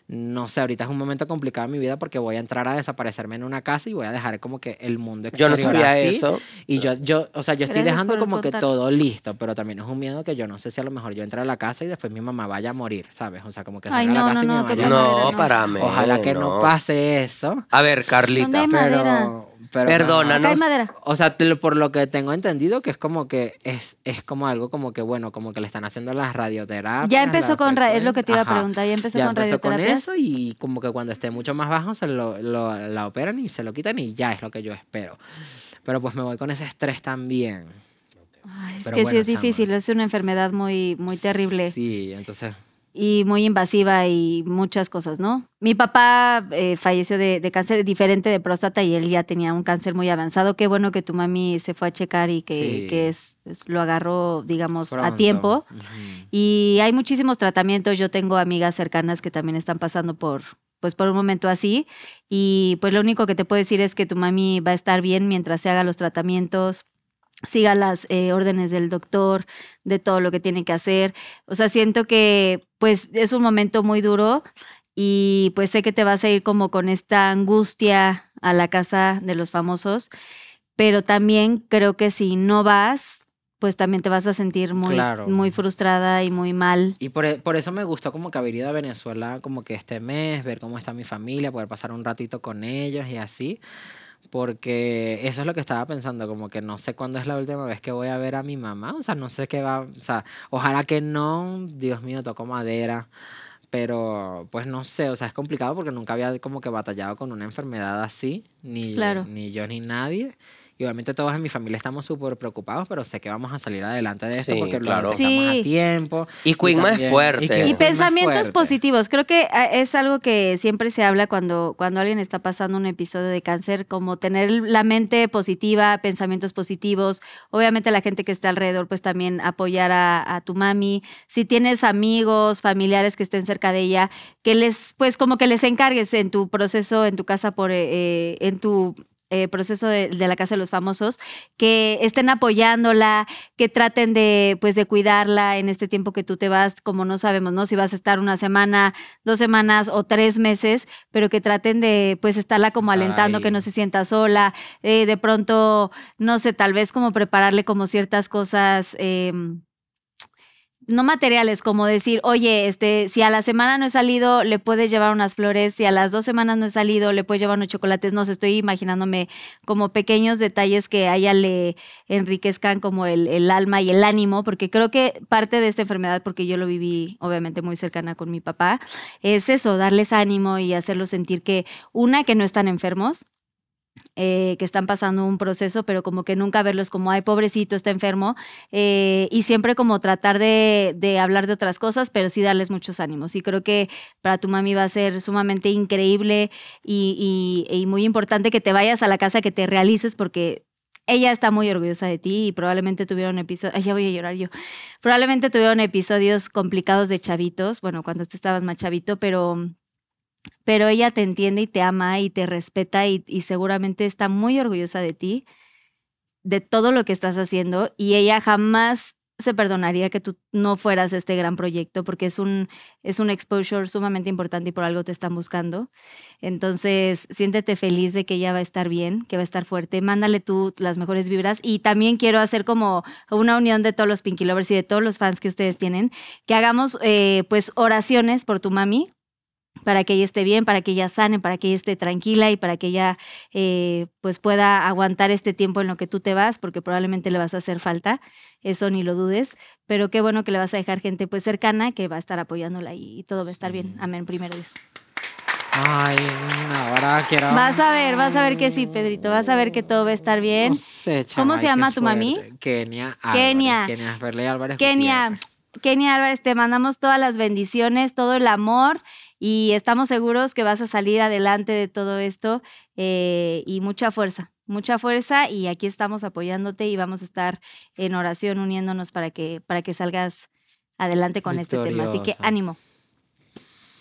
[SPEAKER 5] no sé, ahorita es un momento complicado en mi vida porque voy a entrar a desaparecerme en una casa y voy a dejar como que el mundo
[SPEAKER 6] Yo no
[SPEAKER 5] exterior
[SPEAKER 6] sabía
[SPEAKER 5] así.
[SPEAKER 6] eso.
[SPEAKER 5] Y yo, yo, o sea, yo estoy
[SPEAKER 2] Gracias
[SPEAKER 5] dejando
[SPEAKER 2] por
[SPEAKER 5] como que
[SPEAKER 2] contar.
[SPEAKER 5] todo listo, pero también es un miedo que yo no sé si a lo mejor yo entre a la casa y después mi mamá vaya a morir, ¿sabes? O sea, como que
[SPEAKER 2] Ay,
[SPEAKER 5] salga a
[SPEAKER 2] no,
[SPEAKER 5] la casa
[SPEAKER 2] no,
[SPEAKER 5] y mi
[SPEAKER 2] no,
[SPEAKER 5] mamá
[SPEAKER 2] toca
[SPEAKER 5] ya-
[SPEAKER 2] madera,
[SPEAKER 6] No,
[SPEAKER 2] no.
[SPEAKER 6] párame.
[SPEAKER 5] Ojalá que no pase eso.
[SPEAKER 6] A ver,
[SPEAKER 2] ¿Dónde
[SPEAKER 6] Carlita.
[SPEAKER 2] hay madera?
[SPEAKER 5] Pero, pero
[SPEAKER 6] Perdónanos.
[SPEAKER 2] Acá hay madera.
[SPEAKER 5] O sea, te lo- por lo que tengo entendido, que es como que es, es como algo como que, bueno, como que le están haciendo las radioterapias.
[SPEAKER 2] Ya empezó
[SPEAKER 5] las
[SPEAKER 2] con, ra- es lo que te iba a
[SPEAKER 5] frecuencias. Ah, pues, Ajá.
[SPEAKER 2] preguntar, ya empezó
[SPEAKER 5] Ya
[SPEAKER 2] con
[SPEAKER 5] empezó con
[SPEAKER 2] radioterapia.
[SPEAKER 5] eso y como que cuando esté mucho más bajo se lo, lo- la operan y se lo quitan y ya es lo que yo espero. Pero pues me voy con ese estrés también.
[SPEAKER 2] Ay, es
[SPEAKER 5] Pero
[SPEAKER 2] que sí
[SPEAKER 5] bueno,
[SPEAKER 2] es difícil,
[SPEAKER 5] chama.
[SPEAKER 2] es una enfermedad muy, muy terrible.
[SPEAKER 5] Sí, entonces
[SPEAKER 2] y muy invasiva y muchas cosas, ¿no? Mi papá eh, falleció de, de cáncer diferente de próstata y él ya tenía un cáncer muy avanzado. Qué bueno que tu mami se fue a checar y que,
[SPEAKER 5] Sí.
[SPEAKER 2] que es, es- lo agarró, digamos,
[SPEAKER 5] pronto.
[SPEAKER 2] a tiempo.
[SPEAKER 5] Ujú.
[SPEAKER 2] Y hay muchísimos tratamientos. Yo tengo amigas cercanas que también están pasando por, pues, por un momento así. Y pues lo único que te puedo decir es que tu mami va a estar bien mientras se haga los tratamientos, siga las eh, órdenes del doctor, de todo lo que tiene que hacer. O sea, siento que pues es un momento muy duro y pues sé que te vas a ir como con esta angustia a la casa de los famosos, pero también creo que si no vas, pues también te vas a sentir muy,
[SPEAKER 5] Claro.
[SPEAKER 2] muy frustrada y muy mal.
[SPEAKER 5] Y por, e- por eso me gustó como que haber ido a Venezuela como que este mes, ver cómo está mi familia, poder pasar un ratito con ellos y así. Porque eso es lo que estaba pensando, como que no sé cuándo es la última vez que voy a ver a mi mamá, o sea, no sé qué va, o sea, ojalá que no, Dios mío, toco madera, pero pues no sé, o sea, es complicado porque nunca había como que batallado con una enfermedad así, ni,
[SPEAKER 2] Claro.
[SPEAKER 5] ni yo ni nadie. Y obviamente todos en mi familia estamos súper preocupados, pero sé que vamos a salir adelante de esto
[SPEAKER 6] Sí,
[SPEAKER 5] porque
[SPEAKER 6] claro.
[SPEAKER 5] lo detectamos
[SPEAKER 2] Sí.
[SPEAKER 5] a tiempo,
[SPEAKER 6] Y Quigma
[SPEAKER 5] también-
[SPEAKER 6] es
[SPEAKER 5] y
[SPEAKER 6] fuerte.
[SPEAKER 5] Quigma-
[SPEAKER 2] Y
[SPEAKER 5] Ujú. Más
[SPEAKER 2] pensamientos
[SPEAKER 5] fuerte.
[SPEAKER 2] positivos. Creo que ah, es algo que siempre se habla cuando, cuando alguien está pasando un episodio de cáncer, como tener la mente positiva, pensamientos positivos. Obviamente la gente que está alrededor, pues también apoyar a, a tu mami. Si tienes amigos, familiares que estén cerca de ella, que les, pues como que les encargues en tu proceso, en tu casa, por, eh, eh, en tu eh, proceso de, de la casa de los famosos, que estén apoyándola, que traten de, pues, de cuidarla en este tiempo que tú te vas, como no sabemos, ¿no? Si vas a estar una semana, dos semanas o tres meses, pero que traten de, pues, estarla como
[SPEAKER 5] Estar
[SPEAKER 2] alentando,
[SPEAKER 5] ahí.
[SPEAKER 2] que no se sienta sola, eh, de pronto, no sé, tal vez como prepararle como ciertas cosas. em, no materiales, como decir, oye, este, si a la semana no he salido, le puedes llevar unas flores, si a las dos semanas no he salido, le puedes llevar unos chocolates. No sé, estoy imaginándome como pequeños detalles que a ella le enriquezcan como el, el alma y el ánimo, porque creo que parte de esta enfermedad, porque yo lo viví obviamente muy cercana con mi papá, es eso, darles ánimo y hacerlos sentir que, una, que no están enfermos, eh, que están pasando un proceso, pero como que nunca verlos como, ay, pobrecito, está enfermo, eh, y siempre como tratar de, de hablar de otras cosas, pero sí darles muchos ánimos. Y creo que para tu mami va a ser sumamente increíble y, y- y muy importante que te vayas a la casa, que te realices, porque... Ella está muy orgullosa de ti y probablemente tuvieron episodios, ay, ya voy a llorar yo, probablemente tuvieron episodios complicados de chavitos, bueno, cuando tú estabas más chavito, pero pero ella te entiende y te ama y te respeta y, y seguramente está muy orgullosa de ti, de todo lo que estás haciendo y ella jamás se perdonaría que tú no fueras este gran proyecto porque es un, es un exposure sumamente importante y por algo te están buscando. Entonces, siéntete feliz de que ella va a estar bien, que va a estar fuerte. Mándale tú las mejores vibras y también quiero hacer como una unión de todos los Pinky Lovers y de todos los fans que ustedes tienen, que hagamos eh, pues oraciones por tu mami, para que ella esté bien, para que ella sane, para que ella esté tranquila y para que ella eh, pues pueda aguantar este tiempo en lo que tú te vas, porque probablemente le vas a hacer falta, eso ni lo dudes, pero qué bueno que le vas a dejar gente pues cercana que va a estar apoyándola y, y todo va a estar bien. Amén, primero Dios.
[SPEAKER 5] Ay, ahora quiero.
[SPEAKER 2] Vas a ver, vas a ver que sí, Pedrito, vas a ver que todo va a estar bien.
[SPEAKER 5] No sé,
[SPEAKER 2] ¿Cómo se
[SPEAKER 5] chaval, qué
[SPEAKER 2] llama tu mami?
[SPEAKER 5] fuerte. Kenia.
[SPEAKER 2] Kenia.
[SPEAKER 5] Álvarez, Kenia Verley Álvarez.
[SPEAKER 2] Kenia,
[SPEAKER 5] Gutiérrez.
[SPEAKER 2] Kenia Álvarez, te mandamos todas las bendiciones, todo el amor y estamos seguros que vas a salir adelante de todo esto eh, y mucha fuerza, mucha fuerza y aquí estamos apoyándote y vamos a estar en oración uniéndonos para que, para que salgas adelante con este tema. Así que
[SPEAKER 5] Victoriosa.
[SPEAKER 2] ánimo,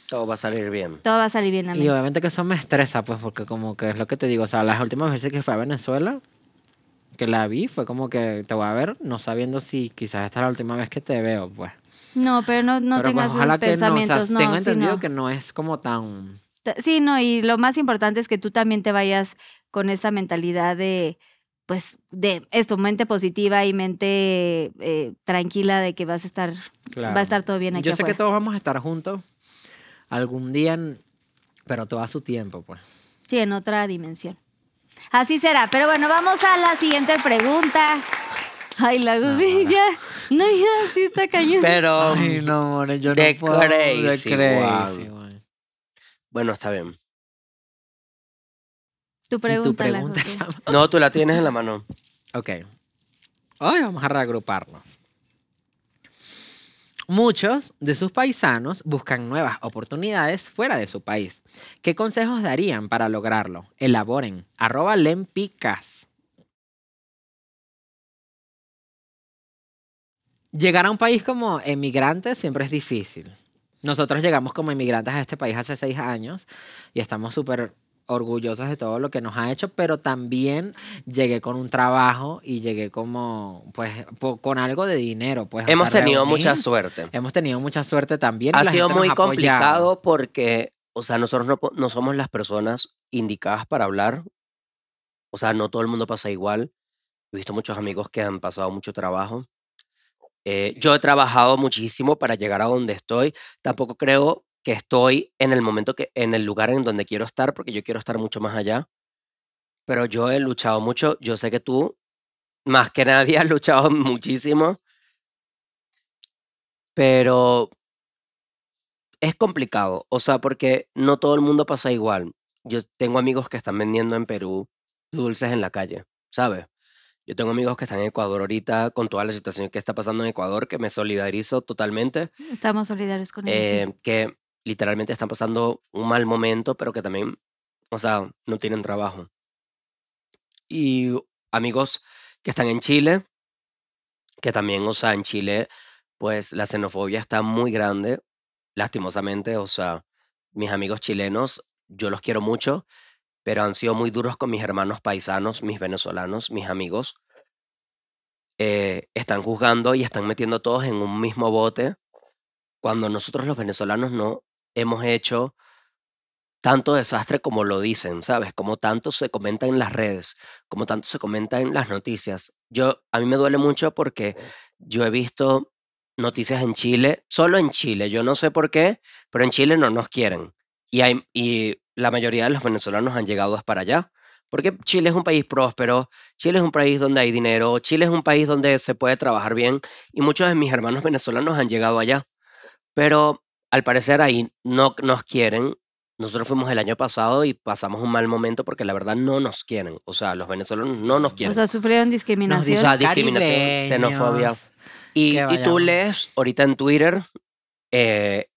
[SPEAKER 6] Todo va a salir bien.
[SPEAKER 2] todo va a salir bien,
[SPEAKER 5] Y
[SPEAKER 2] amén.
[SPEAKER 5] obviamente que eso me estresa, pues, porque como que es lo que te digo, o sea, las últimas veces que fui a Venezuela, que la vi, fue como que te voy a ver, no sabiendo si quizás esta es la última vez que te veo, pues.
[SPEAKER 2] No, pero no, no
[SPEAKER 5] Pero, pues,
[SPEAKER 2] tengas
[SPEAKER 5] ojalá
[SPEAKER 2] esos
[SPEAKER 5] que no, o sea,
[SPEAKER 2] pensamientos, no,
[SPEAKER 5] tengo
[SPEAKER 2] sí,
[SPEAKER 5] entendido
[SPEAKER 2] no.
[SPEAKER 5] que no es como tan...
[SPEAKER 2] Ta- Sí, no, y lo más importante es que tú también te vayas con esta mentalidad de, pues, de esto, mente positiva y mente eh, tranquila de que vas a estar, va
[SPEAKER 5] Claro.
[SPEAKER 2] a estar todo bien aquí
[SPEAKER 5] Yo sé que
[SPEAKER 2] afuera.
[SPEAKER 5] todos vamos a estar juntos algún día, en- pero todo a su tiempo, pues.
[SPEAKER 2] Sí, en otra dimensión. Así será, pero bueno, vamos a la siguiente pregunta. Ay, la
[SPEAKER 6] Ah.
[SPEAKER 2] gusilla. No, ya, sí está cañón.
[SPEAKER 6] Pero, mm,
[SPEAKER 5] no, more, yo
[SPEAKER 6] de crazy,
[SPEAKER 5] De crazy,
[SPEAKER 6] guau.
[SPEAKER 5] guau.
[SPEAKER 6] bueno, está bien.
[SPEAKER 2] tu
[SPEAKER 5] Y tu
[SPEAKER 2] pregunta, la
[SPEAKER 5] pregunta,
[SPEAKER 2] Josué.
[SPEAKER 5] chama.
[SPEAKER 6] No, tú la tienes en la mano.
[SPEAKER 5] Ok. Hoy vamos a reagruparnos. Muchos de sus paisanos buscan nuevas oportunidades fuera de su país. ¿Qué consejos darían para lograrlo? Elaboren. Arroba lempicas. Llegar a un país como emigrante siempre es difícil. Nosotros llegamos como emigrantes a este país hace seis años y estamos súper orgullosos de todo lo que nos ha hecho, pero también llegué con un trabajo y llegué como, pues, po- con algo de dinero. Pues, o sea,
[SPEAKER 6] Hemos tenido
[SPEAKER 5] reuní.
[SPEAKER 6] mucha suerte.
[SPEAKER 5] Hemos tenido mucha suerte también.
[SPEAKER 6] Ha
[SPEAKER 5] la
[SPEAKER 6] sido
[SPEAKER 5] gente nos
[SPEAKER 6] muy
[SPEAKER 5] apoyado.
[SPEAKER 6] complicado porque, o sea, nosotros no, po- no somos las personas indicadas para hablar. O sea, no todo el mundo pasa igual. He visto muchos amigos que han pasado mucho trabajo. Eh, Yo he trabajado muchísimo para llegar a donde estoy. Tampoco creo que estoy en el momento que, en el lugar en donde quiero estar, porque yo quiero estar mucho más allá. Pero yo he luchado mucho. Yo sé que tú, más que nadie, has luchado muchísimo. Pero es complicado, o sea, porque no todo el mundo pasa igual. Yo tengo amigos que están vendiendo en Perú dulces en la calle, ¿sabes? Yo tengo amigos que están en Ecuador ahorita con toda la situación que está pasando en Ecuador, que me solidarizo totalmente,
[SPEAKER 2] Estamos solidarios con ellos. sí.
[SPEAKER 6] eh, que literalmente están pasando un mal momento, pero que también, o sea, no tienen trabajo. Y amigos que están en Chile, que también, o sea, en Chile, pues la xenofobia está muy grande, lastimosamente, o sea, mis amigos chilenos, yo los quiero mucho, pero han sido muy duros con mis hermanos paisanos, mis venezolanos, mis amigos. Eh, están juzgando y están metiendo todos en un mismo bote cuando nosotros los venezolanos no hemos hecho tanto desastre como lo dicen, ¿sabes? Como tanto se comenta en las redes, como tanto se comenta en las noticias. Yo a mí me duele mucho porque yo he visto noticias en Chile, solo en Chile, yo no sé por qué, pero en Chile no nos quieren. Y, hay, y la mayoría de los venezolanos han llegado es para allá, porque Chile es un país próspero, Chile es un país donde hay dinero, Chile es un país donde se puede trabajar bien, y muchos de mis hermanos venezolanos han llegado allá pero al parecer ahí no nos quieren Nosotros fuimos el año pasado y pasamos un mal momento porque la verdad no nos quieren. O sea, los venezolanos no nos quieren.
[SPEAKER 2] O sea, sufrieron
[SPEAKER 6] Nos
[SPEAKER 2] discriminación.
[SPEAKER 6] dice discriminación,
[SPEAKER 5] Caribeños.
[SPEAKER 6] xenofobia. Y,
[SPEAKER 5] Que
[SPEAKER 6] y tú
[SPEAKER 5] vayamos.
[SPEAKER 6] lees ahorita en Twitter eh,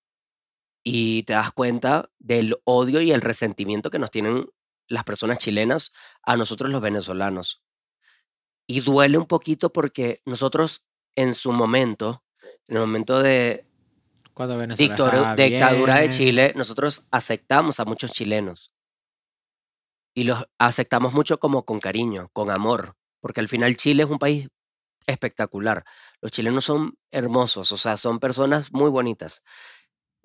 [SPEAKER 6] y te das cuenta del odio y el resentimiento que nos tienen las personas chilenas a nosotros los venezolanos. Y duele un poquito porque nosotros en su momento, en el momento de
[SPEAKER 5] Cuando Venezuela
[SPEAKER 6] dictadura-
[SPEAKER 5] estaba
[SPEAKER 6] dictadura de
[SPEAKER 5] bien.
[SPEAKER 6] Chile, nosotros aceptamos a muchos chilenos. Y los aceptamos mucho como con cariño, con amor, porque al final Chile es un país espectacular. Los chilenos son hermosos, o sea, son personas muy bonitas.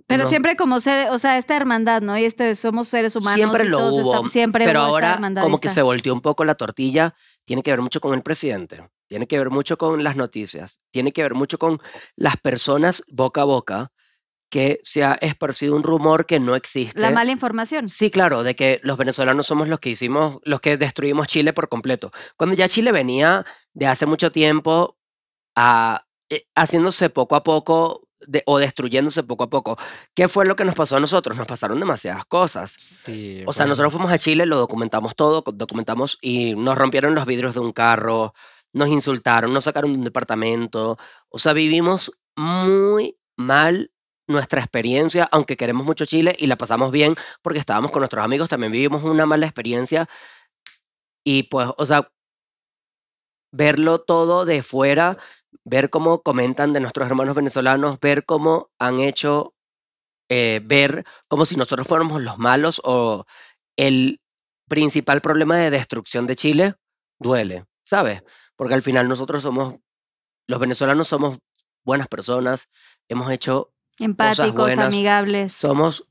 [SPEAKER 2] Pero
[SPEAKER 6] No,
[SPEAKER 2] siempre como ser, o sea, esta hermandad, ¿no? Y este somos seres humanos.
[SPEAKER 6] Siempre
[SPEAKER 2] y
[SPEAKER 6] lo
[SPEAKER 2] todos
[SPEAKER 6] hubo,
[SPEAKER 2] estamos- siempre
[SPEAKER 6] pero
[SPEAKER 2] hubo esta
[SPEAKER 6] ahora
[SPEAKER 2] hermandad y
[SPEAKER 6] como que
[SPEAKER 2] esta-
[SPEAKER 6] se volteó un poco la tortilla, tiene que ver mucho con el presidente, tiene que ver mucho con las noticias, tiene que ver mucho con las personas boca a boca que se ha esparcido un rumor que no existe.
[SPEAKER 2] La mala información.
[SPEAKER 6] Sí, claro, de que los venezolanos somos los que hicimos, los que destruimos Chile por completo. Cuando ya Chile venía de hace mucho tiempo a, eh, haciéndose poco a poco de- o destruyéndose poco a poco. ¿Qué fue lo que nos pasó a nosotros? Nos pasaron demasiadas cosas.
[SPEAKER 5] Sí,
[SPEAKER 6] O sea,
[SPEAKER 5] bueno.
[SPEAKER 6] nosotros fuimos a Chile, lo documentamos todo, co- documentamos y nos rompieron los vidrios de un carro, nos insultaron, nos sacaron de un departamento. O sea, vivimos muy mal nuestra experiencia, aunque queremos mucho Chile y la pasamos bien porque estábamos con nuestros amigos, también vivimos una mala experiencia. Y pues, o sea, verlo todo de fuera, ver cómo comentan de nuestros hermanos venezolanos, ver cómo han hecho eh, ver como si nosotros fuéramos los malos o el principal problema de destrucción de Chile duele, ¿sabes? Porque al final nosotros somos, los venezolanos somos buenas personas, hemos hecho,
[SPEAKER 2] Empáticos,
[SPEAKER 6] buenas.
[SPEAKER 2] amigables.
[SPEAKER 6] somos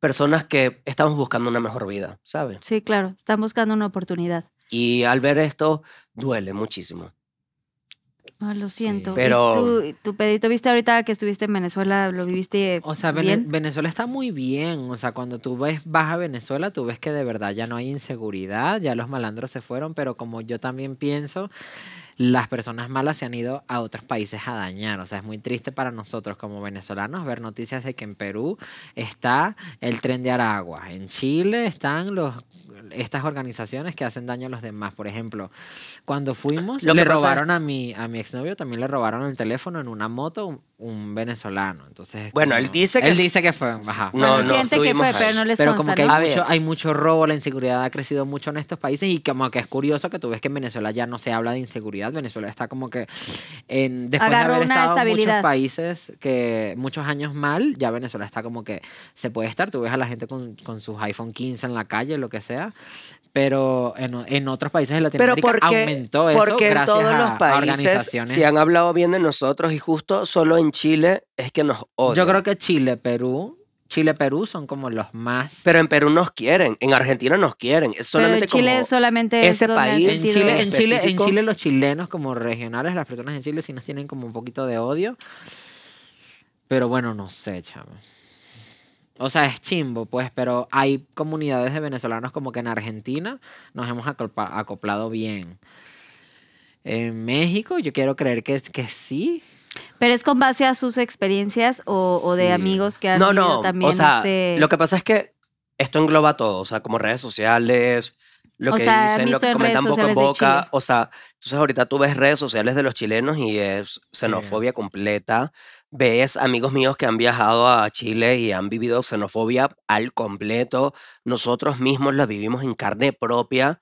[SPEAKER 6] personas que estamos buscando una mejor vida, ¿sabes?
[SPEAKER 2] Sí, claro. Están buscando una oportunidad.
[SPEAKER 6] Y al ver esto duele muchísimo.
[SPEAKER 2] No, Ah, lo siento. ¿Y
[SPEAKER 6] Pero-
[SPEAKER 2] tú- y tu pedito, viste ahorita que estuviste en Venezuela, lo viviste.
[SPEAKER 5] O sea, Vene-
[SPEAKER 2] bien?
[SPEAKER 5] Venezuela está muy bien. O sea, cuando tú ves, vas a Venezuela, tú ves que de verdad ya no hay inseguridad, ya los malandros se fueron, pero como yo también pienso, las personas malas se han ido a otros países a dañar. O sea, es muy triste para nosotros como venezolanos ver noticias de que en Perú está el tren de Aragua, en Chile están los estas organizaciones que hacen daño a los demás. Por ejemplo, cuando fuimos,
[SPEAKER 6] Lo
[SPEAKER 5] le
[SPEAKER 6] que pasa es-
[SPEAKER 5] robaron a mi, a mi exnovio, también le robaron el teléfono en una moto un, un venezolano. Entonces, es
[SPEAKER 6] Bueno, él
[SPEAKER 5] como-
[SPEAKER 6] dice que-
[SPEAKER 5] Él dice que fue. Ajá.
[SPEAKER 6] No,
[SPEAKER 2] bueno,
[SPEAKER 6] no,
[SPEAKER 2] siente que
[SPEAKER 6] estuvimos
[SPEAKER 2] fue,
[SPEAKER 6] ahí.
[SPEAKER 2] pero no les
[SPEAKER 5] Pero
[SPEAKER 2] consta,
[SPEAKER 5] como que
[SPEAKER 2] ¿no?
[SPEAKER 6] A
[SPEAKER 5] hay
[SPEAKER 6] ver.
[SPEAKER 5] mucho, hay mucho robo, la inseguridad ha crecido mucho en estos países y como que es curioso que tú ves que en Venezuela ya no se habla de inseguridad, Venezuela está como que en, después
[SPEAKER 2] Agarró
[SPEAKER 5] de haber
[SPEAKER 2] una
[SPEAKER 5] estado en muchos
[SPEAKER 2] estabilidad.
[SPEAKER 5] países que muchos años mal, ya Venezuela está como que se puede estar, tú ves a la gente con, con sus iPhone 15 en la calle, lo que sea, pero en, o- en otros países de
[SPEAKER 6] Pero
[SPEAKER 5] Latinoamérica
[SPEAKER 6] porque,
[SPEAKER 5] aumentó eso
[SPEAKER 6] porque en
[SPEAKER 5] gracias
[SPEAKER 6] todos
[SPEAKER 5] a-
[SPEAKER 6] los
[SPEAKER 5] a
[SPEAKER 6] países
[SPEAKER 5] organizaciones.
[SPEAKER 6] se han hablado bien de nosotros y justo solo en Chile es que nos odian.
[SPEAKER 5] Yo creo que Chile, Perú, Chile, Perú son como los más...
[SPEAKER 6] Pero en Perú nos quieren, en Argentina nos quieren. Es
[SPEAKER 2] Pero en
[SPEAKER 6] solamente
[SPEAKER 2] Chile
[SPEAKER 6] como-
[SPEAKER 2] solamente es
[SPEAKER 6] ese
[SPEAKER 2] donde han
[SPEAKER 6] país-
[SPEAKER 5] En
[SPEAKER 2] crecido.
[SPEAKER 5] Chile, en, Chile, en
[SPEAKER 6] específico.
[SPEAKER 5] Chile los chilenos como regionales, las personas en Chile sí nos tienen como un poquito de odio. Pero bueno, no sé, chamo. O sea, es chimbo, pues, pero hay comunidades de venezolanos como que en Argentina nos hemos acopa- acoplado bien. En México yo quiero creer que, que sí.
[SPEAKER 2] Pero es con base a sus experiencias o, o de
[SPEAKER 5] Sí.
[SPEAKER 2] amigos que han
[SPEAKER 6] No,
[SPEAKER 2] vivido
[SPEAKER 6] no,
[SPEAKER 2] también.
[SPEAKER 6] o sea,
[SPEAKER 2] este-
[SPEAKER 6] lo que pasa es que esto engloba todo, o sea, como redes sociales, lo
[SPEAKER 2] O
[SPEAKER 6] que
[SPEAKER 2] sea,
[SPEAKER 6] dicen, lo
[SPEAKER 2] visto
[SPEAKER 6] que
[SPEAKER 2] en redes
[SPEAKER 6] comentan boca en
[SPEAKER 2] sociales de Chile.
[SPEAKER 6] boca, o sea, entonces ahorita tú ves redes sociales de los chilenos y es xenofobia completa, ves amigos míos que han viajado a Chile y han vivido xenofobia al completo, nosotros mismos la vivimos en carne propia,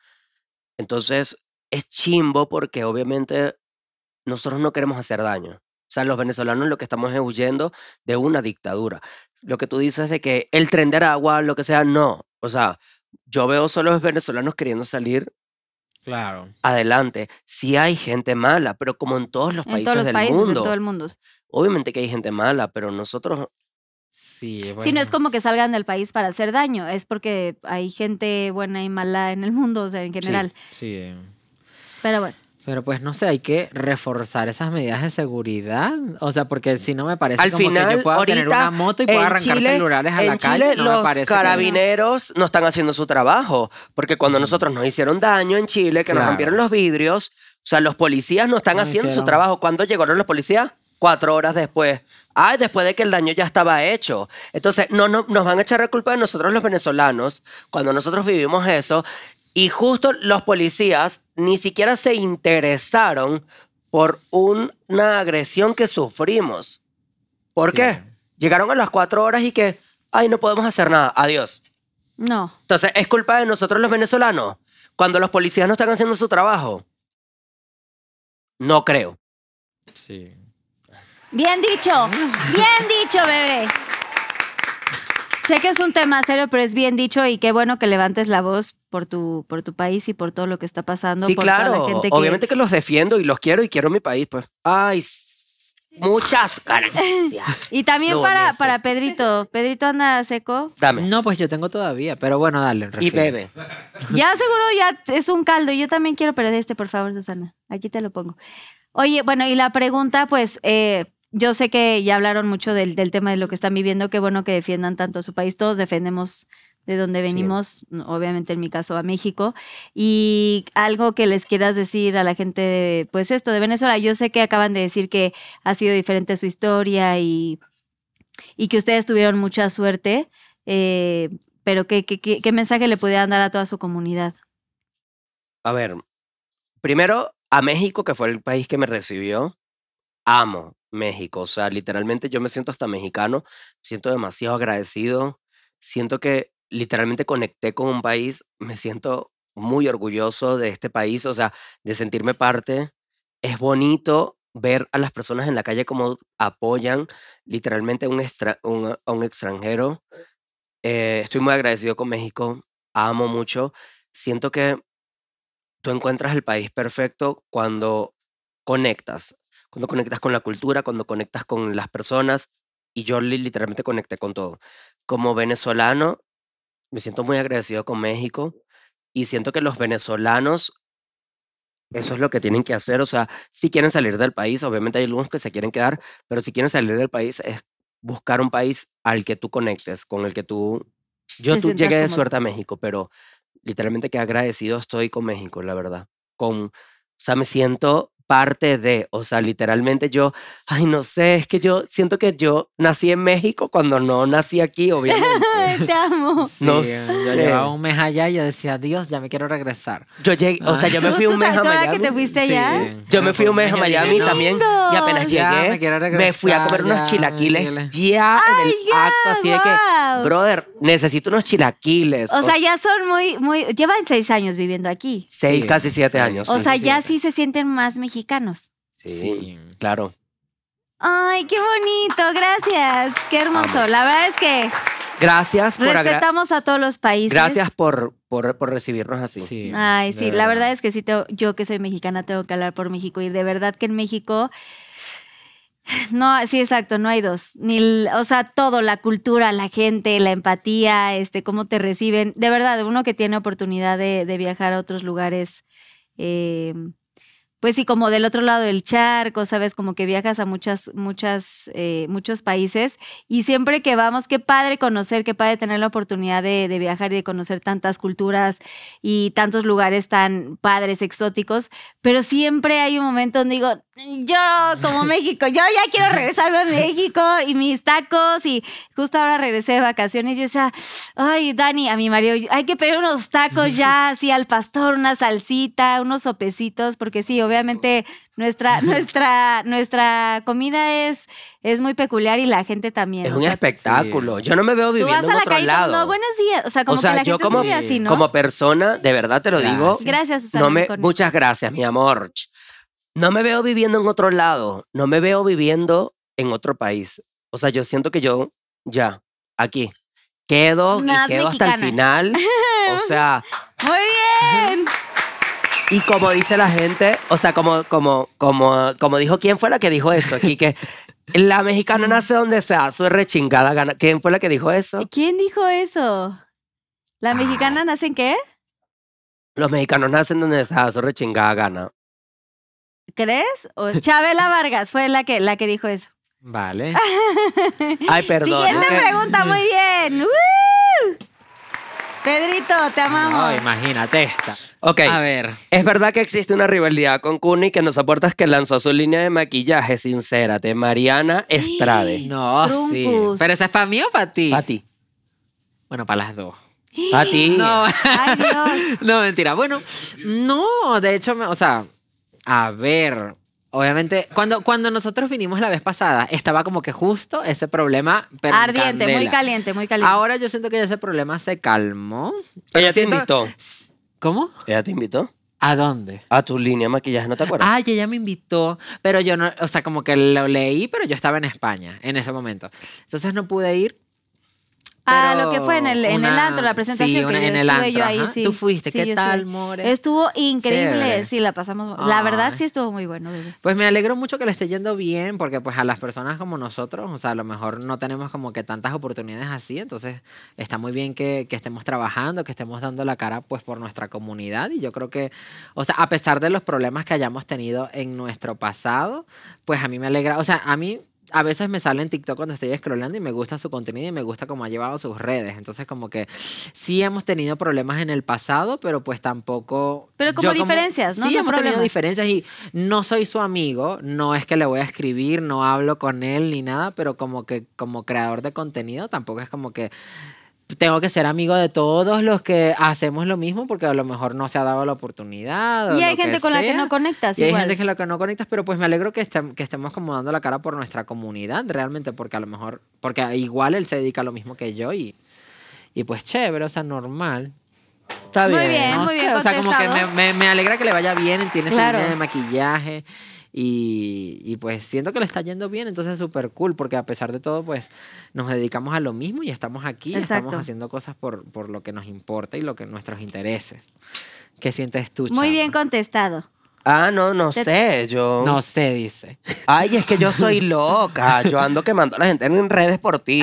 [SPEAKER 6] entonces es chimbo porque obviamente nosotros no queremos hacer daño. O sea, los venezolanos lo que estamos es huyendo de una dictadura. Lo que tú dices de que el tren de Aragua, lo que sea, no. O sea, yo veo solo los venezolanos queriendo salir
[SPEAKER 5] Claro.
[SPEAKER 6] adelante. Sí hay gente mala, pero como en todos los
[SPEAKER 2] en
[SPEAKER 6] países
[SPEAKER 2] todos los
[SPEAKER 6] del
[SPEAKER 2] países, en
[SPEAKER 6] mundo.
[SPEAKER 2] todo el mundo.
[SPEAKER 6] Obviamente que hay gente mala, pero nosotros...
[SPEAKER 5] Sí,
[SPEAKER 2] Sí, no
[SPEAKER 5] bueno.
[SPEAKER 2] es como que salgan del país para hacer daño, es porque hay gente buena y mala en el mundo, o sea, en general.
[SPEAKER 5] Sí. eh.
[SPEAKER 2] Pero bueno,
[SPEAKER 5] Pero pues no sé, hay que reforzar esas medidas de seguridad. O sea, porque si no me parece
[SPEAKER 6] Al
[SPEAKER 5] como que
[SPEAKER 6] final,
[SPEAKER 5] yo pueda tener
[SPEAKER 6] ahorita,
[SPEAKER 5] una moto y pueda
[SPEAKER 6] en
[SPEAKER 5] arrancar
[SPEAKER 6] Chile-
[SPEAKER 5] celulares a la
[SPEAKER 6] en Chile
[SPEAKER 5] calle. No me
[SPEAKER 6] los
[SPEAKER 5] parece. como-
[SPEAKER 6] carabineros no están haciendo su trabajo, porque cuando
[SPEAKER 5] Ujú.
[SPEAKER 6] nosotros nos hicieron daño en Chile, que nos
[SPEAKER 5] Claro.
[SPEAKER 6] rompieron los vidrios, o sea, los policías no están
[SPEAKER 5] No
[SPEAKER 6] haciendo su
[SPEAKER 5] hicieron.
[SPEAKER 6] trabajo. ¿Cuándo llegaron los policías? Cuatro horas después. Ay, después de que el daño ya estaba hecho. Entonces, no, no nos van a echar la culpa de nosotros los venezolanos cuando nosotros vivimos eso. Y justo los policías ni siquiera se interesaron por un- una agresión que sufrimos. ¿Por
[SPEAKER 5] Sí.
[SPEAKER 6] qué? Llegaron a las cuatro horas y que, ay, no podemos hacer nada. Adiós.
[SPEAKER 4] No.
[SPEAKER 6] Entonces, ¿es culpa de nosotros los venezolanos? Cuando los policías no están haciendo su trabajo. No creo.
[SPEAKER 5] Sí.
[SPEAKER 4] Bien dicho,
[SPEAKER 5] Ah.
[SPEAKER 4] bien dicho, bebé. Sé que es un tema serio, pero es bien dicho y qué bueno que levantes la voz por tu, por tu país y por todo lo que está pasando.
[SPEAKER 6] sí,
[SPEAKER 4] por toda
[SPEAKER 6] claro.
[SPEAKER 4] la gente que-
[SPEAKER 6] Obviamente que... los defiendo y los quiero y quiero mi país, pues. Ay, s- muchas gracias.
[SPEAKER 4] Y también
[SPEAKER 6] Lo
[SPEAKER 4] para,
[SPEAKER 6] necesito.
[SPEAKER 4] para Pedrito. Pedrito anda seco.
[SPEAKER 6] Dame.
[SPEAKER 5] No, pues yo tengo todavía, pero bueno, dale.
[SPEAKER 6] Y
[SPEAKER 5] refiere.
[SPEAKER 6] bebe.
[SPEAKER 4] Ya seguro ya es un caldo. Yo también quiero perder este, por favor, Susana. Aquí te lo pongo. Oye, bueno, y la pregunta, pues, eh, yo sé que ya hablaron mucho del, del tema de lo que están viviendo. Qué bueno que defiendan tanto a su país. Todos defendemos de donde venimos, obviamente en mi caso a México. Y algo que les quieras decir a la gente, de, pues esto, de Venezuela. Yo sé que acaban de decir que ha sido diferente su historia y, y que ustedes tuvieron mucha suerte. eh, pero ¿qué, qué, qué, qué mensaje le pudieran dar a toda su comunidad?
[SPEAKER 6] A ver, primero a México, que fue el país que me recibió. Amo México, o sea, literalmente yo me siento hasta mexicano, siento demasiado agradecido, siento que literalmente conecté con un país, me siento muy orgulloso de este país, o sea, de sentirme parte. Es bonito ver a las personas en la calle como apoyan literalmente a un, extra- un- a un extranjero. Eh, estoy muy agradecido con México, amo mucho, siento que tú encuentras el país perfecto cuando conectas, cuando conectas con la cultura, cuando conectas con las personas. Y yo li- literalmente conecté con todo. Como venezolano, me siento muy agradecido con México y siento que los venezolanos, eso es lo que tienen que hacer. O sea, si quieren salir del país, obviamente hay algunos que se quieren quedar, pero si quieren salir del país es buscar un país al que tú conectes, con el que tú... Yo
[SPEAKER 4] Te
[SPEAKER 6] tú
[SPEAKER 4] sientas
[SPEAKER 6] llegué de
[SPEAKER 4] cómodo.
[SPEAKER 6] suerte a México, pero literalmente que agradecido estoy con México, la verdad. Con, o sea, me siento parte de, o sea, literalmente yo, ay, no sé, es que yo siento que yo nací en México cuando no nací aquí, obviamente.
[SPEAKER 4] Ay, te amo.
[SPEAKER 6] No
[SPEAKER 5] Sí,
[SPEAKER 6] sé.
[SPEAKER 5] Yo llevaba un mes allá y yo decía, Dios, ya me quiero regresar.
[SPEAKER 6] Yo llegué, o sea, yo me
[SPEAKER 4] ¿Tú-
[SPEAKER 6] fui
[SPEAKER 4] Ah. tú
[SPEAKER 6] un mes a
[SPEAKER 4] traicionada que te
[SPEAKER 6] Miami.
[SPEAKER 4] fuiste allá?
[SPEAKER 6] Yo me fui un mes a Miami también y apenas
[SPEAKER 5] Ya, me
[SPEAKER 6] llegué,
[SPEAKER 5] quiero
[SPEAKER 6] me fui a
[SPEAKER 5] regresar,
[SPEAKER 6] comer
[SPEAKER 5] ya,
[SPEAKER 6] unos chilaquiles
[SPEAKER 5] chilaquiles.
[SPEAKER 6] ya en el acto, así de que,
[SPEAKER 4] Guau.
[SPEAKER 6] brother, necesito unos chilaquiles.
[SPEAKER 4] O sea, ya son muy, muy, llevan seis años viviendo aquí.
[SPEAKER 6] Seis,
[SPEAKER 5] Sí,
[SPEAKER 6] casi
[SPEAKER 5] sí.
[SPEAKER 6] siete años.
[SPEAKER 4] O
[SPEAKER 6] sí,
[SPEAKER 4] sea,
[SPEAKER 6] sí,
[SPEAKER 4] ya
[SPEAKER 6] sí.
[SPEAKER 4] sí se sienten más mexicanos.
[SPEAKER 6] Sí, claro.
[SPEAKER 4] Ay, qué bonito, gracias, qué hermoso. La verdad es que
[SPEAKER 6] Gracias por agra-
[SPEAKER 4] respetamos a todos los países.
[SPEAKER 6] Gracias por, por, por recibirnos así.
[SPEAKER 5] sí.
[SPEAKER 4] Ay,
[SPEAKER 5] de
[SPEAKER 4] sí, la verdad es que sí, tengo- yo que soy mexicana tengo que hablar por México y de verdad que en México, no, sí, exacto, no hay dos. Ni, el- o sea, todo, la cultura, la gente, la empatía, este, cómo te reciben. De verdad, uno que tiene oportunidad de, de viajar a otros lugares, eh, pues sí, como del otro lado del charco, sabes, como que viajas a muchas, muchas, eh, muchos países y siempre que vamos, qué padre conocer, qué padre tener la oportunidad de, de viajar y de conocer tantas culturas y tantos lugares tan padres, exóticos. Pero siempre hay un momento donde digo, yo como México, yo ya quiero regresarme a México y mis tacos. Y justo ahora regresé de vacaciones. Yo decía, ay, Dani, a mi marido, hay que pedir unos tacos ya, así al pastor, una salsita, unos sopecitos, porque sí, obviamente nuestra, nuestra, nuestra comida es es muy peculiar y la gente también.
[SPEAKER 6] Es
[SPEAKER 4] o
[SPEAKER 6] un
[SPEAKER 4] sea,
[SPEAKER 6] espectáculo. Yo no me veo
[SPEAKER 4] Tú
[SPEAKER 6] viviendo
[SPEAKER 4] vas a
[SPEAKER 6] en
[SPEAKER 4] la
[SPEAKER 6] otro
[SPEAKER 4] calle y como,
[SPEAKER 6] lado.
[SPEAKER 4] no, buenos días. O sea, como
[SPEAKER 6] o sea,
[SPEAKER 4] que la
[SPEAKER 6] yo
[SPEAKER 4] gente
[SPEAKER 6] como,
[SPEAKER 4] es muy así, ¿no?
[SPEAKER 6] como persona, de verdad te lo
[SPEAKER 5] Claro,
[SPEAKER 6] digo,
[SPEAKER 5] sí.
[SPEAKER 4] Gracias, Susana.
[SPEAKER 6] no me,
[SPEAKER 4] Rincón.
[SPEAKER 6] muchas gracias, mi amor. No me veo viviendo en otro lado. No me veo viviendo en otro país. O sea, yo siento que yo ya, aquí, quedo
[SPEAKER 4] Más
[SPEAKER 6] y quedo hasta el
[SPEAKER 4] mexicana.
[SPEAKER 6] final. O sea,
[SPEAKER 4] Muy bien.
[SPEAKER 6] y como dice la gente, o sea, como, como, como, como dijo, ¿quién fue la que dijo eso aquí? Que la mexicana nace donde sea, su rechingada gana. ¿Quién fue la que dijo eso?
[SPEAKER 4] ¿Quién dijo eso?
[SPEAKER 5] Ah.
[SPEAKER 4] ¿La mexicana nace en qué?
[SPEAKER 6] Los mexicanos nacen donde se da su rechingada gana.
[SPEAKER 4] ¿Crees? O Chabela Vargas fue la que, la que dijo eso.
[SPEAKER 5] Vale.
[SPEAKER 6] Ay, perdón. Mm. es
[SPEAKER 4] Siguiente
[SPEAKER 6] que-
[SPEAKER 4] pregunta, muy bien. ¡Uh!
[SPEAKER 2] Pedrito, te amamos.
[SPEAKER 5] No, imagínate esta.
[SPEAKER 6] Ok.
[SPEAKER 5] A ver.
[SPEAKER 6] Es verdad que existe una rivalidad con Cuni que no soportas que lanzó su línea de maquillaje, sincérate, Mariana Estrade.
[SPEAKER 5] No, sí.
[SPEAKER 2] Truncus.
[SPEAKER 5] Pero esa es para mí o para ti.
[SPEAKER 6] A ti.
[SPEAKER 5] Bueno, para las dos.
[SPEAKER 6] A ti.
[SPEAKER 5] No.
[SPEAKER 2] Ay, Dios.
[SPEAKER 5] no, mentira. Bueno, no, de hecho, me- o sea, a ver, obviamente, cuando, cuando nosotros vinimos la vez pasada, estaba como que justo ese problema, pero en
[SPEAKER 2] Ardiente, muy
[SPEAKER 5] candela. Ah,
[SPEAKER 2] caliente, muy caliente.
[SPEAKER 5] Ahora yo siento que ese problema se calmó.
[SPEAKER 6] Ella te
[SPEAKER 5] Siento-
[SPEAKER 6] invitó.
[SPEAKER 5] ¿Cómo?
[SPEAKER 6] Ella te invitó
[SPEAKER 5] ¿A dónde?
[SPEAKER 6] a tu línea de maquillaje, ¿no te acuerdas?
[SPEAKER 5] Ay, ella me invitó, pero yo no, o sea, como que lo leí, pero yo estaba en España en ese momento. Entonces no pude ir.
[SPEAKER 2] Ah,
[SPEAKER 5] pero
[SPEAKER 2] lo que fue en el- en el antro, la presentación
[SPEAKER 5] Sí,
[SPEAKER 2] que
[SPEAKER 5] una-
[SPEAKER 2] yo
[SPEAKER 5] en el
[SPEAKER 2] estuve
[SPEAKER 5] antro.
[SPEAKER 2] yo ahí,
[SPEAKER 5] ajá.
[SPEAKER 2] sí.
[SPEAKER 5] Tú fuiste,
[SPEAKER 2] Sí,
[SPEAKER 5] ¿qué
[SPEAKER 2] yo
[SPEAKER 5] tal,
[SPEAKER 2] estuve.
[SPEAKER 5] More?
[SPEAKER 2] Estuvo increíble,
[SPEAKER 5] Chévere.
[SPEAKER 2] sí, la pasamos. La verdad
[SPEAKER 5] Ay.
[SPEAKER 2] sí estuvo muy bueno, bebé.
[SPEAKER 5] Pues me alegro mucho que le esté yendo bien, porque pues a las personas como nosotros, o sea, a lo mejor no tenemos como que tantas oportunidades así, entonces está muy bien que, que estemos trabajando, que estemos dando la cara pues por nuestra comunidad y yo creo que, o sea, a pesar de los problemas que hayamos tenido en nuestro pasado, pues a mí me alegra, o sea, a mí... A veces me sale en TikTok cuando estoy scrollando y me gusta su contenido y me gusta cómo ha llevado sus redes. Entonces, como que sí hemos tenido problemas en el pasado, pero pues tampoco...
[SPEAKER 2] Pero como
[SPEAKER 5] yo
[SPEAKER 2] diferencias, ¿no?
[SPEAKER 5] Sí,
[SPEAKER 2] No
[SPEAKER 5] hemos tenido
[SPEAKER 2] problemas.
[SPEAKER 5] diferencias y no soy su amigo, no es que le voy a escribir, no hablo con él ni nada, pero como que como creador de contenido tampoco es como que tengo que ser amigo de todos los que hacemos lo mismo porque a lo mejor no se ha dado la oportunidad. o
[SPEAKER 2] Y hay
[SPEAKER 5] lo que
[SPEAKER 2] gente con la que
[SPEAKER 5] sea.
[SPEAKER 2] no conectas
[SPEAKER 5] Y hay
[SPEAKER 2] igual.
[SPEAKER 5] gente que la que no conectas, pero pues me alegro que, estem- que estemos como dando la cara por nuestra comunidad realmente, porque a lo mejor, porque igual él se dedica a lo mismo que yo y, y pues chévere, o sea, normal. Está
[SPEAKER 2] Muy bien,
[SPEAKER 5] no
[SPEAKER 2] muy
[SPEAKER 5] sé,
[SPEAKER 2] bien
[SPEAKER 5] O sea, como que me,
[SPEAKER 2] contestado.
[SPEAKER 5] me- me alegra que le vaya bien, tiene
[SPEAKER 2] Claro.
[SPEAKER 5] su línea de maquillaje y, y pues siento que le está yendo bien, entonces es súper cool, porque a pesar de todo, pues nos dedicamos a lo mismo y estamos aquí, y estamos
[SPEAKER 2] Exacto.
[SPEAKER 5] haciendo cosas por, por lo que nos importa y lo que nuestros intereses. ¿Qué sientes tú?
[SPEAKER 2] Muy bien
[SPEAKER 5] chama?
[SPEAKER 2] contestado.
[SPEAKER 6] Ah, no, no
[SPEAKER 2] Te-
[SPEAKER 6] sé, yo...
[SPEAKER 5] No sé, dice.
[SPEAKER 6] Ay, es que yo soy loca. Yo ando quemando a la gente en redes por ti.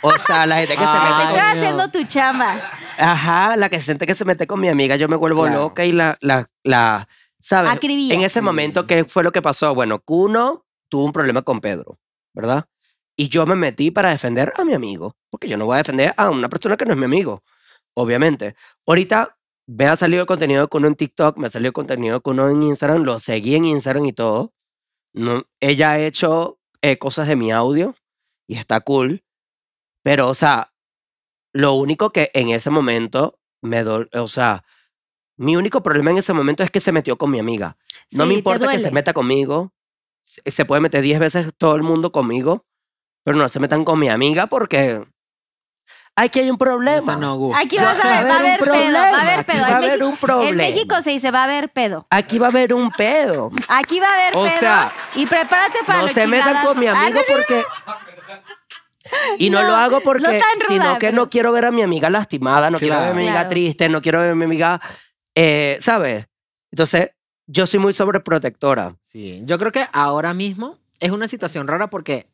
[SPEAKER 6] O sea, la gente que se
[SPEAKER 5] Ay,
[SPEAKER 6] mete
[SPEAKER 2] Estoy
[SPEAKER 6] con...
[SPEAKER 5] no.
[SPEAKER 2] haciendo tu chamba.
[SPEAKER 6] Ajá, la que siente que se mete con mi amiga, yo me vuelvo
[SPEAKER 5] Claro.
[SPEAKER 6] loca y la, la, la, ¿sabes?
[SPEAKER 2] Acribilla.
[SPEAKER 6] En ese momento, ¿qué fue lo que pasó? Bueno, Cuno tuvo un problema con Pedro, ¿verdad? Y yo me metí para defender a mi amigo, porque yo no voy a defender a una persona que no es mi amigo, obviamente. Ahorita me ha salido el contenido de Cuno en TikTok, me ha salido el contenido de Cuno en Instagram, lo seguí en Instagram y todo. No, ella ha hecho eh, cosas de mi audio y está cool, pero, o sea, lo único que en ese momento me dol- o sea, mi único problema en ese momento es que se metió con mi amiga. No
[SPEAKER 2] Sí,
[SPEAKER 6] me
[SPEAKER 2] te
[SPEAKER 6] importa que se
[SPEAKER 2] duele.
[SPEAKER 6] meta conmigo. se- Se puede meter 10 veces todo el mundo conmigo, pero no se metan con mi amiga porque aquí hay un problema.
[SPEAKER 5] Eso no gusta.
[SPEAKER 2] Aquí vas a ver, va a
[SPEAKER 6] un
[SPEAKER 2] haber pedo, va a
[SPEAKER 6] problema,
[SPEAKER 2] haber
[SPEAKER 6] aquí
[SPEAKER 2] pedo.
[SPEAKER 6] va a
[SPEAKER 2] En
[SPEAKER 6] haber
[SPEAKER 2] México-
[SPEAKER 6] un problema.
[SPEAKER 2] En México se dice va a haber pedo.
[SPEAKER 6] Aquí va a haber un pedo.
[SPEAKER 2] Aquí va a haber
[SPEAKER 6] O
[SPEAKER 2] pedo.
[SPEAKER 6] sea,
[SPEAKER 2] y prepárate para
[SPEAKER 6] no
[SPEAKER 2] los
[SPEAKER 6] se metan con mi
[SPEAKER 2] chingadazos.
[SPEAKER 6] amigo
[SPEAKER 2] Ah, no, no,
[SPEAKER 6] porque... Y no,
[SPEAKER 2] No,
[SPEAKER 6] lo hago
[SPEAKER 2] no
[SPEAKER 6] porque,
[SPEAKER 2] tan ruda,
[SPEAKER 6] sino que
[SPEAKER 2] pero-
[SPEAKER 6] no quiero ver a mi amiga lastimada, no quiero ver a mi amiga
[SPEAKER 2] Claro.
[SPEAKER 6] triste, no quiero ver a mi amiga, eh, ¿sabes? Entonces, yo soy muy sobreprotectora.
[SPEAKER 5] Sí, Yo creo que ahora mismo es una situación rara porque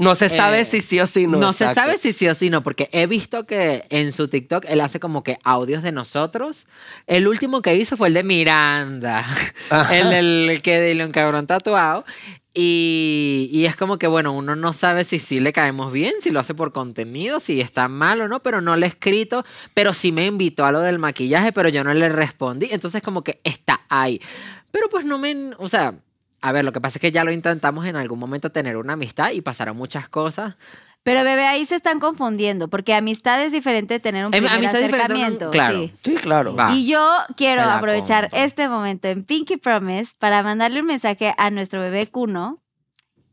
[SPEAKER 6] No se sabe
[SPEAKER 5] Eh,
[SPEAKER 6] si sí o si no.
[SPEAKER 5] no, se
[SPEAKER 6] exacto.
[SPEAKER 5] sabe si sí o si no, porque he visto que en su TikTok él hace como que audios de nosotros. El último que hizo fue el de Miranda,
[SPEAKER 6] Ajá.
[SPEAKER 2] eh,
[SPEAKER 5] el del que de un cabrón tatuado. Y, y es como que, bueno, uno no sabe si sí le caemos bien, si lo hace por contenido, si está mal o no, pero no le he escrito, pero sí me invitó a lo del maquillaje, pero yo no le respondí. Entonces como que está ahí. Pero pues no me... O sea, a ver, lo que pasa es que ya lo intentamos en algún momento tener una amistad y pasaron muchas cosas.
[SPEAKER 2] Pero bebé, ahí se están confundiendo, porque amistad es diferente de tener un
[SPEAKER 5] Em-
[SPEAKER 2] primer
[SPEAKER 5] amistad es diferente a un-
[SPEAKER 2] acercamiento.
[SPEAKER 5] claro.
[SPEAKER 2] sí.
[SPEAKER 6] Sí, claro. Ah.
[SPEAKER 5] Va.
[SPEAKER 2] Y yo quiero
[SPEAKER 5] Te la
[SPEAKER 2] aprovechar
[SPEAKER 5] compro.
[SPEAKER 2] este momento en Pinky Promise para mandarle un mensaje a nuestro bebé Cuno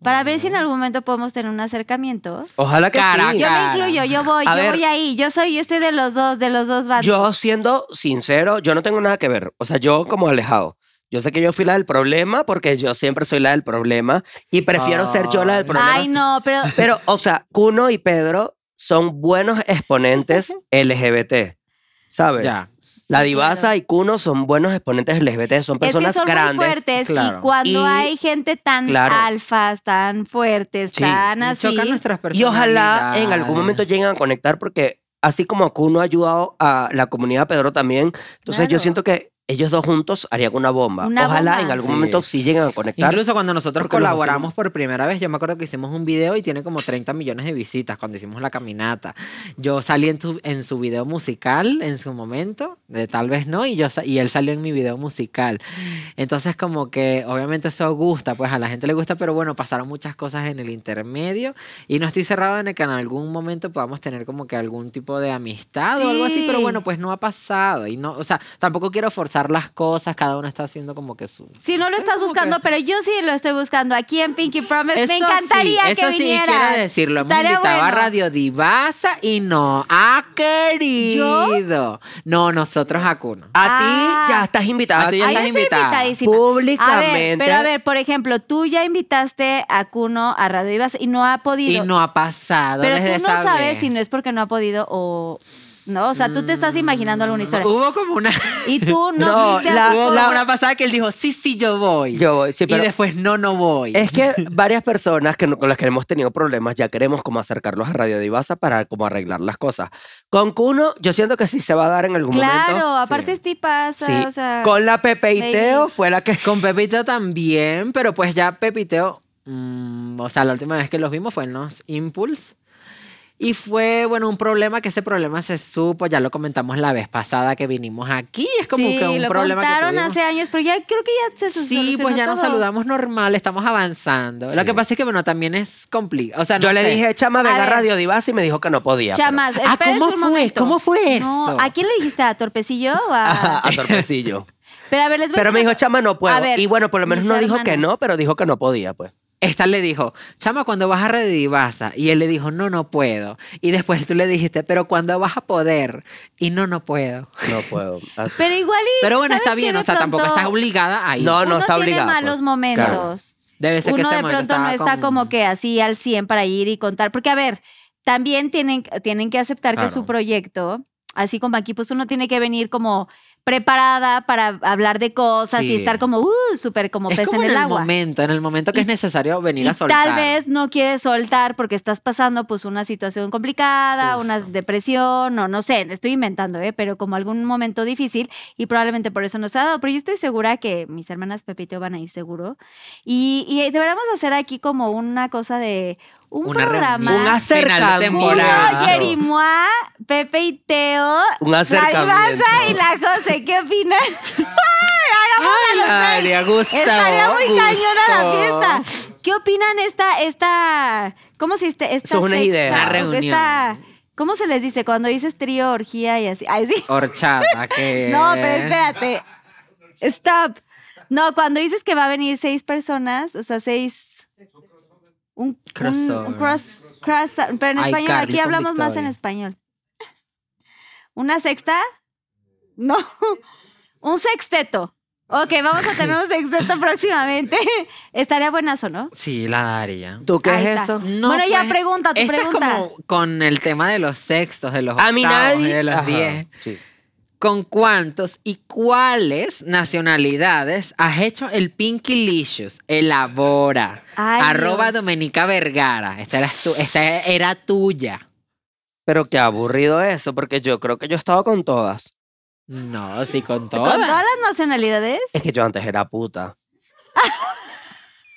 [SPEAKER 2] para ver si en algún momento podemos tener un acercamiento.
[SPEAKER 6] Ojalá que sí.
[SPEAKER 2] Yo
[SPEAKER 5] Caracas.
[SPEAKER 2] me
[SPEAKER 5] Claro.
[SPEAKER 2] incluyo, yo voy,
[SPEAKER 6] A
[SPEAKER 2] yo
[SPEAKER 6] ver.
[SPEAKER 2] voy ahí, yo soy, yo estoy de los dos, de los dos bandos.
[SPEAKER 6] Yo, siendo sincero, yo no tengo nada que ver. O sea, yo como alejado. Yo sé que yo fui la del problema porque yo siempre soy la del problema y prefiero ser yo la del
[SPEAKER 5] Ay.
[SPEAKER 6] problema.
[SPEAKER 2] Ay, no, pero
[SPEAKER 6] Pero, o sea, Cuno y Pedro son buenos exponentes LGBT, ¿sabes?
[SPEAKER 5] Ya.
[SPEAKER 6] La
[SPEAKER 2] Sí,
[SPEAKER 6] divasa
[SPEAKER 2] claro.
[SPEAKER 6] y Cuno son buenos exponentes LGBT, son
[SPEAKER 2] es que
[SPEAKER 6] personas
[SPEAKER 2] son muy
[SPEAKER 6] grandes.
[SPEAKER 2] fuertes
[SPEAKER 5] claro.
[SPEAKER 2] y cuando
[SPEAKER 6] Y-
[SPEAKER 2] hay gente tan
[SPEAKER 6] claro.
[SPEAKER 2] alfas, tan fuertes,
[SPEAKER 6] pues, Sí,
[SPEAKER 2] tan así,
[SPEAKER 5] Chocan nuestras
[SPEAKER 6] Y ojalá en algún momento
[SPEAKER 5] personalidades.
[SPEAKER 6] lleguen a conectar porque así como Kuno ha ayudado a la comunidad, Pedro también. Entonces
[SPEAKER 2] Claro.
[SPEAKER 6] yo siento que ellos dos juntos harían una bomba.
[SPEAKER 2] Una
[SPEAKER 6] Ojalá
[SPEAKER 2] bomba.
[SPEAKER 6] en algún
[SPEAKER 5] Sí.
[SPEAKER 6] momento sí lleguen a conectar.
[SPEAKER 5] Incluso cuando nosotros
[SPEAKER 6] Porque los
[SPEAKER 5] colaboramos por primera vez, yo me acuerdo que hicimos un video y tiene como 30 millones de visitas cuando hicimos la caminata. Yo salí en, tu- en su video musical en su momento, de tal vez no, y, yo, sa- y él salió en mi video musical. Entonces como que obviamente eso gusta, pues a la gente le gusta, pero bueno, pasaron muchas cosas en el intermedio y no estoy cerrado en el que en algún momento podamos tener como que algún tipo de amistad o algo así, pero
[SPEAKER 2] Sí.
[SPEAKER 5] bueno, pues no ha pasado. Y no, o sea, tampoco quiero forzar las cosas, cada uno está haciendo como que su...
[SPEAKER 2] Si no lo
[SPEAKER 5] sé,
[SPEAKER 2] estás
[SPEAKER 5] como que-
[SPEAKER 2] buscando, pero yo sí lo estoy buscando aquí en Pinky Promise.
[SPEAKER 5] eso
[SPEAKER 2] Pues Me encantaría
[SPEAKER 5] sí,
[SPEAKER 2] que
[SPEAKER 5] eso sí
[SPEAKER 2] vinieras.
[SPEAKER 5] quiero decirlo. Hemos
[SPEAKER 2] Estaría
[SPEAKER 5] invitado a
[SPEAKER 2] bueno.
[SPEAKER 5] Radio Divasa y no ha querido. No, nosotros a Cuno.
[SPEAKER 6] A
[SPEAKER 2] Ah.
[SPEAKER 6] ti ya estás invitada.
[SPEAKER 5] A ti ya
[SPEAKER 6] aquí
[SPEAKER 5] estás
[SPEAKER 2] estoy
[SPEAKER 5] invitada.
[SPEAKER 2] invitadísima. A ver,
[SPEAKER 6] Públicamente.
[SPEAKER 2] pero a ver, por ejemplo, tú ya invitaste a Cuno a Radio Ibas y no ha
[SPEAKER 5] Y
[SPEAKER 2] podido.
[SPEAKER 5] no ha pasado
[SPEAKER 2] pero
[SPEAKER 5] desde
[SPEAKER 2] tú no
[SPEAKER 5] esa
[SPEAKER 2] sabes
[SPEAKER 5] vez.
[SPEAKER 2] si no es porque no ha podido o no, o sea, tú te estás imaginando alguna historia.
[SPEAKER 5] Hubo como una...
[SPEAKER 2] Y tú no,
[SPEAKER 6] No,
[SPEAKER 2] fuiste a
[SPEAKER 6] la-
[SPEAKER 2] Cuno.
[SPEAKER 5] Hubo
[SPEAKER 6] la-
[SPEAKER 5] como una pasada que él dijo, sí, sí, yo voy.
[SPEAKER 6] Yo voy, sí, pero-
[SPEAKER 5] Y después, no, no voy.
[SPEAKER 6] Es que varias personas que, no- con las que hemos tenido problemas ya queremos como acercarlos a Radio Divasa para como arreglar las cosas. Con Cuno, yo siento que sí se va a dar en algún
[SPEAKER 2] Claro,
[SPEAKER 6] momento.
[SPEAKER 2] aparte es tipaza,
[SPEAKER 6] Sí.
[SPEAKER 2] o sea,
[SPEAKER 6] Con la Pepe y
[SPEAKER 2] maybe.
[SPEAKER 6] Teo fue la que...
[SPEAKER 5] Con Pepito también, pero pues ya Pepiteo, mm, o sea, la última vez que los vimos fue en los Impulse. Y fue, bueno, un problema que ese problema se supo, ya lo comentamos la vez pasada que vinimos aquí, es como
[SPEAKER 2] sí,
[SPEAKER 5] que un
[SPEAKER 2] lo
[SPEAKER 5] problema
[SPEAKER 2] contaron
[SPEAKER 5] que tuvimos.
[SPEAKER 2] hace años, pero ya creo que ya se
[SPEAKER 5] Sí,
[SPEAKER 2] solucionó
[SPEAKER 5] pues ya nos
[SPEAKER 2] todo.
[SPEAKER 5] saludamos normal, estamos avanzando. Lo
[SPEAKER 6] Sí.
[SPEAKER 5] que pasa es que, bueno, también es complicado. O sea, no
[SPEAKER 6] Yo le
[SPEAKER 5] sé.
[SPEAKER 6] dije, chama, ven
[SPEAKER 2] A
[SPEAKER 6] a,
[SPEAKER 2] ver.
[SPEAKER 6] Radio Divasa y me dijo que no podía. pero-
[SPEAKER 2] Chamas,
[SPEAKER 5] Ah,
[SPEAKER 2] espérense
[SPEAKER 5] ¿cómo
[SPEAKER 2] un
[SPEAKER 5] fue?
[SPEAKER 2] momento.
[SPEAKER 5] ¿Cómo fue
[SPEAKER 2] No,
[SPEAKER 5] eso?
[SPEAKER 2] ¿a quién le dijiste? ¿A Torpecillo? o a-
[SPEAKER 6] a Torpecillo.
[SPEAKER 2] Pero a ver, les voy a
[SPEAKER 6] pero me
[SPEAKER 2] decir
[SPEAKER 6] dijo,
[SPEAKER 2] una-
[SPEAKER 6] chama, no puedo.
[SPEAKER 2] A ver,
[SPEAKER 6] y bueno, por lo menos
[SPEAKER 2] mis
[SPEAKER 6] no dijo que
[SPEAKER 2] hermanas.
[SPEAKER 6] no, pero dijo que no podía, pues.
[SPEAKER 5] Esta le dijo, chama, cuando vas a Radio Divasa? Y él le dijo, no, no puedo. Y después tú le dijiste, pero cuando vas a poder? Y no, no puedo.
[SPEAKER 6] No puedo. Así-
[SPEAKER 2] Pero igual y,
[SPEAKER 5] Pero bueno,
[SPEAKER 2] ¿sabes
[SPEAKER 5] está
[SPEAKER 2] qué?
[SPEAKER 5] bien,
[SPEAKER 2] De
[SPEAKER 5] o sea, tampoco
[SPEAKER 2] pronto
[SPEAKER 5] estás obligada a ir.
[SPEAKER 6] No,
[SPEAKER 2] Uno
[SPEAKER 6] no está
[SPEAKER 2] tiene
[SPEAKER 6] obligado. pues.
[SPEAKER 2] malos momentos.
[SPEAKER 6] Claro.
[SPEAKER 5] Debe ser que
[SPEAKER 2] Uno
[SPEAKER 5] este
[SPEAKER 2] de
[SPEAKER 5] momento
[SPEAKER 2] pronto no
[SPEAKER 5] estaba
[SPEAKER 2] está
[SPEAKER 5] con-
[SPEAKER 2] como que así al 100 para ir y contar. Porque, a ver, también tienen, tienen que aceptar que su
[SPEAKER 6] Claro.
[SPEAKER 2] proyecto, así como aquí, pues uno tiene que venir como preparada para hablar de cosas y
[SPEAKER 5] Sí.
[SPEAKER 2] estar como, uh, súper como
[SPEAKER 5] es
[SPEAKER 2] pez
[SPEAKER 5] como
[SPEAKER 2] en
[SPEAKER 5] en
[SPEAKER 2] el
[SPEAKER 5] el
[SPEAKER 2] agua.
[SPEAKER 5] momento, en el momento que
[SPEAKER 2] Y-
[SPEAKER 5] es necesario venir a
[SPEAKER 2] Y
[SPEAKER 5] soltar.
[SPEAKER 2] Tal vez no quieres soltar porque estás pasando pues una situación complicada, una
[SPEAKER 5] Justo.
[SPEAKER 2] depresión o no sé, estoy inventando, ¿eh? pero como algún momento difícil y probablemente por eso no se ha dado, pero yo estoy segura que mis hermanas Pepito van a ir seguro y, y deberíamos hacer aquí como una cosa de un
[SPEAKER 5] Una
[SPEAKER 2] programa.
[SPEAKER 5] reunión.
[SPEAKER 6] Un
[SPEAKER 5] Final de
[SPEAKER 6] acercamiento.
[SPEAKER 5] temporada.
[SPEAKER 2] Julio, Jerimoa, Pepe y Teo,
[SPEAKER 6] Un
[SPEAKER 2] la
[SPEAKER 6] acercamiento.
[SPEAKER 2] Ibaza y la José, ¿qué opinan? ¡Hagamos a los tres!
[SPEAKER 5] Ay, Gustavo,
[SPEAKER 2] Estaría muy
[SPEAKER 5] Gustavo.
[SPEAKER 2] cañona la fiesta. ¿Qué opinan esta, esta, cómo se dice? Esta
[SPEAKER 6] Eso es una
[SPEAKER 2] sexta,
[SPEAKER 6] idea.
[SPEAKER 5] Una
[SPEAKER 2] o
[SPEAKER 5] reunión.
[SPEAKER 2] esta- ¿Cómo se les dice cuando dices trío, orgía y así? Ay, sí.
[SPEAKER 5] Horchata,
[SPEAKER 6] Eh.
[SPEAKER 5] que...
[SPEAKER 2] No, pero espérate. Stop. No, cuando dices que va a venir seis personas, o sea, seis... Un un-
[SPEAKER 5] Crossover.
[SPEAKER 2] un cross- cross- pero en
[SPEAKER 5] Ay,
[SPEAKER 2] español,
[SPEAKER 5] Carly
[SPEAKER 2] aquí
[SPEAKER 5] con
[SPEAKER 2] hablamos más en
[SPEAKER 5] Victoria.
[SPEAKER 2] español. ¿Una sexta? No. Un sexteto. Ok, vamos a tener un sexteto próximamente. Estaría buenazo, ¿no?
[SPEAKER 5] Sí, la daría.
[SPEAKER 6] ¿Tú qué
[SPEAKER 2] Ahí
[SPEAKER 6] es
[SPEAKER 2] está.
[SPEAKER 6] eso?
[SPEAKER 5] No,
[SPEAKER 2] bueno, ya
[SPEAKER 5] pues,
[SPEAKER 2] pregunta, tu
[SPEAKER 5] Esta es
[SPEAKER 2] pregunta.
[SPEAKER 5] como con el tema de los sextos, de los
[SPEAKER 6] A mí
[SPEAKER 5] octavos,
[SPEAKER 6] nadie...
[SPEAKER 5] de los
[SPEAKER 6] Ajá,
[SPEAKER 5] diez.
[SPEAKER 6] sí.
[SPEAKER 5] ¿Con cuántos y cuáles nacionalidades has hecho el Pinky Licious? Elabora.
[SPEAKER 2] Ay,
[SPEAKER 5] arroba
[SPEAKER 2] Dios.
[SPEAKER 5] Domenica Vergara. Esta, eras tú- esta era tuya.
[SPEAKER 6] Pero qué aburrido eso, porque yo creo que yo he estado con todas.
[SPEAKER 5] No, sí, con
[SPEAKER 2] ¿Con todas
[SPEAKER 5] todas.
[SPEAKER 2] las nacionalidades?
[SPEAKER 6] Es que yo antes era puta.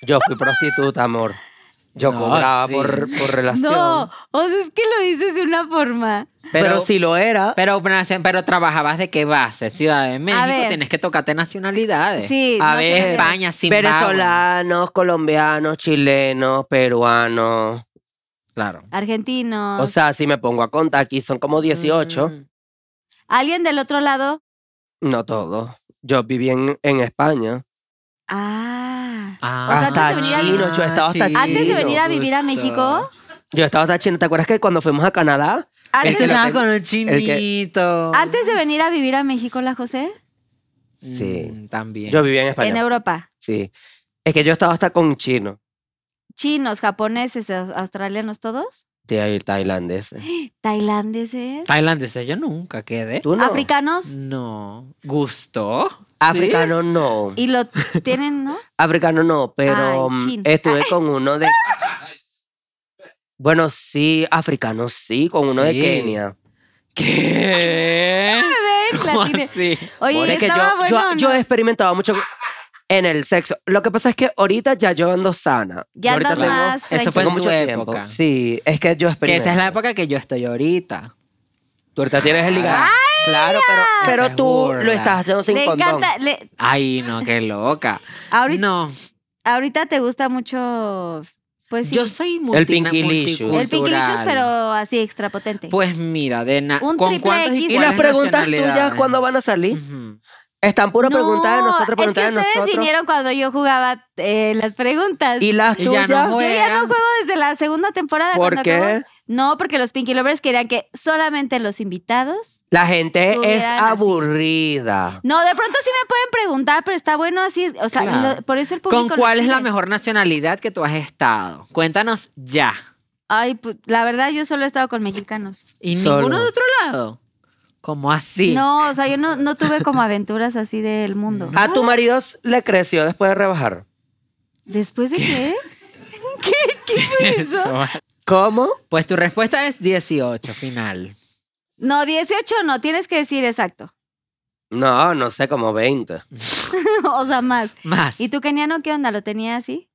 [SPEAKER 6] Yo fui prostituta, amor. Yo
[SPEAKER 5] No,
[SPEAKER 6] cobraba
[SPEAKER 5] sí.
[SPEAKER 6] por, por relación.
[SPEAKER 2] No, o sea, es que lo dices de una forma.
[SPEAKER 6] Pero,
[SPEAKER 5] Pero-
[SPEAKER 6] si lo era,
[SPEAKER 5] Pero, nace- pero trabajabas de qué base? Ciudad de México,
[SPEAKER 2] ver.
[SPEAKER 5] tienes que tocarte nacionalidades.
[SPEAKER 2] Sí,
[SPEAKER 6] A
[SPEAKER 2] no sé
[SPEAKER 6] ver,
[SPEAKER 2] qué.
[SPEAKER 5] España, Zimbabue.
[SPEAKER 6] venezolanos, colombianos, chilenos, peruanos.
[SPEAKER 5] Claro.
[SPEAKER 2] Argentinos.
[SPEAKER 6] O sea, si me pongo a contar, aquí son como 18.
[SPEAKER 5] Mm.
[SPEAKER 2] ¿Alguien del otro lado? Mm.
[SPEAKER 6] No todos. Yo viví en, en España.
[SPEAKER 2] Ah.
[SPEAKER 5] Ah,
[SPEAKER 2] O sea, antes de venir a-
[SPEAKER 6] chino, yo he estado hasta
[SPEAKER 2] Antes de
[SPEAKER 6] chino,
[SPEAKER 2] venir a vivir a México.
[SPEAKER 6] Yo estaba hasta China. ¿Te acuerdas que cuando fuimos a Canadá?
[SPEAKER 2] Antes,
[SPEAKER 5] Este que
[SPEAKER 6] lo
[SPEAKER 5] estaba
[SPEAKER 6] tengo-
[SPEAKER 5] con un
[SPEAKER 6] el que-
[SPEAKER 5] chinito.
[SPEAKER 2] antes de venir a vivir a México, la José,
[SPEAKER 5] Mm,
[SPEAKER 6] Sí.
[SPEAKER 5] también.
[SPEAKER 6] Yo vivía en
[SPEAKER 2] en
[SPEAKER 6] España.
[SPEAKER 2] Europa.
[SPEAKER 6] Sí. Es que yo estaba hasta con chino.
[SPEAKER 2] Chinos, japoneses, aus- australianos, todos.
[SPEAKER 6] De ahí tailandés.
[SPEAKER 2] Tailandeses.
[SPEAKER 5] Tailandesa, yo nunca quedé.
[SPEAKER 6] ¿Tú no?
[SPEAKER 2] Africanos.
[SPEAKER 5] No. ¿Gustó?
[SPEAKER 6] Africano no.
[SPEAKER 2] Y lo tienen, ¿no?
[SPEAKER 6] Africano no, pero
[SPEAKER 2] Ay,
[SPEAKER 6] mm,
[SPEAKER 2] chin.
[SPEAKER 6] estuve con uno de. Bueno, sí, africano sí, con uno de
[SPEAKER 5] Sí.
[SPEAKER 6] Kenia.
[SPEAKER 5] ¿Qué?
[SPEAKER 2] Ve, que la tiene.
[SPEAKER 5] Sí.
[SPEAKER 2] Oye,
[SPEAKER 6] Pobre que yo,
[SPEAKER 2] estaba
[SPEAKER 6] yo-
[SPEAKER 2] bueno,
[SPEAKER 6] yo
[SPEAKER 2] ¿no?
[SPEAKER 6] he experimentado mucho en el sexo. Lo que pasa es que ahorita ya yo ando sana.
[SPEAKER 2] Ya
[SPEAKER 6] Yo ahorita
[SPEAKER 2] andas
[SPEAKER 6] tengo-
[SPEAKER 2] más
[SPEAKER 5] Eso fue en
[SPEAKER 6] tengo
[SPEAKER 5] su
[SPEAKER 6] mucho tiempo.
[SPEAKER 5] época.
[SPEAKER 6] Sí, es que yo
[SPEAKER 5] Que
[SPEAKER 6] experimento.
[SPEAKER 5] esa es la época que yo estoy ahorita.
[SPEAKER 6] Tú ahorita tienes el hígado.
[SPEAKER 5] Ay,
[SPEAKER 6] Claro, pero,
[SPEAKER 5] Esa
[SPEAKER 6] pero
[SPEAKER 5] es
[SPEAKER 6] tú lo
[SPEAKER 5] burda.
[SPEAKER 6] estás haciendo sin
[SPEAKER 2] Le
[SPEAKER 6] condón.
[SPEAKER 2] encanta. le-
[SPEAKER 5] Ay, no, qué loca.
[SPEAKER 2] ahorita,
[SPEAKER 5] No,
[SPEAKER 2] ahorita te gusta mucho. Pues sí.
[SPEAKER 5] yo soy multi-
[SPEAKER 6] El Pinky Licious.
[SPEAKER 2] el Pinky Licious,
[SPEAKER 5] multicultural.
[SPEAKER 2] pero así extra potente.
[SPEAKER 5] Pues mira, de na-
[SPEAKER 2] Un
[SPEAKER 5] ¿con
[SPEAKER 2] triple
[SPEAKER 5] cuántos
[SPEAKER 2] X.
[SPEAKER 5] y
[SPEAKER 6] ¿Y las
[SPEAKER 5] cuáles
[SPEAKER 6] preguntas tuyas
[SPEAKER 5] nacionalidades?
[SPEAKER 6] cuándo van a salir?
[SPEAKER 5] Ujú.
[SPEAKER 6] Están puras preguntas de nosotros,
[SPEAKER 2] es que
[SPEAKER 6] preguntas de
[SPEAKER 2] ustedes
[SPEAKER 6] nosotros.
[SPEAKER 2] vinieron cuando yo jugaba eh, las preguntas.
[SPEAKER 6] ¿Y las
[SPEAKER 5] Y ya
[SPEAKER 6] tuyas?
[SPEAKER 5] no
[SPEAKER 2] yo ya no
[SPEAKER 5] juegan.
[SPEAKER 2] juego desde la segunda temporada.
[SPEAKER 6] ¿Por
[SPEAKER 2] cuando
[SPEAKER 6] qué?
[SPEAKER 2] acabó. No, porque los Pinky Lovers querían que solamente los invitados.
[SPEAKER 6] La gente es
[SPEAKER 2] Tuvieran así.
[SPEAKER 6] aburrida.
[SPEAKER 2] No, de pronto sí me pueden preguntar, pero está bueno así. O sea,
[SPEAKER 5] Claro.
[SPEAKER 2] lo- por eso el público.
[SPEAKER 5] ¿Con
[SPEAKER 2] lo
[SPEAKER 5] cuál es la
[SPEAKER 2] pide.
[SPEAKER 5] mejor nacionalidad que tú has estado? Cuéntanos ya.
[SPEAKER 2] Ay, pues, la verdad, yo solo he estado con mexicanos.
[SPEAKER 5] ¿Y
[SPEAKER 6] Solo.
[SPEAKER 5] ninguno de otro lado? ¿Cómo así?
[SPEAKER 2] No, o sea, yo no, no tuve como aventuras así del mundo.
[SPEAKER 5] Ah,
[SPEAKER 6] ¿A tu marido le creció después de rebajar?
[SPEAKER 2] ¿Después de qué? ¿Qué, qué fue pues, eso?
[SPEAKER 6] ¿Cómo?
[SPEAKER 5] Pues tu respuesta es 18, final.
[SPEAKER 2] No, 18 no, tienes que decir exacto.
[SPEAKER 6] No, no sé, como 20.
[SPEAKER 2] o sea, más.
[SPEAKER 5] Más.
[SPEAKER 2] ¿Y tu keniano qué onda? ¿Lo tenía así?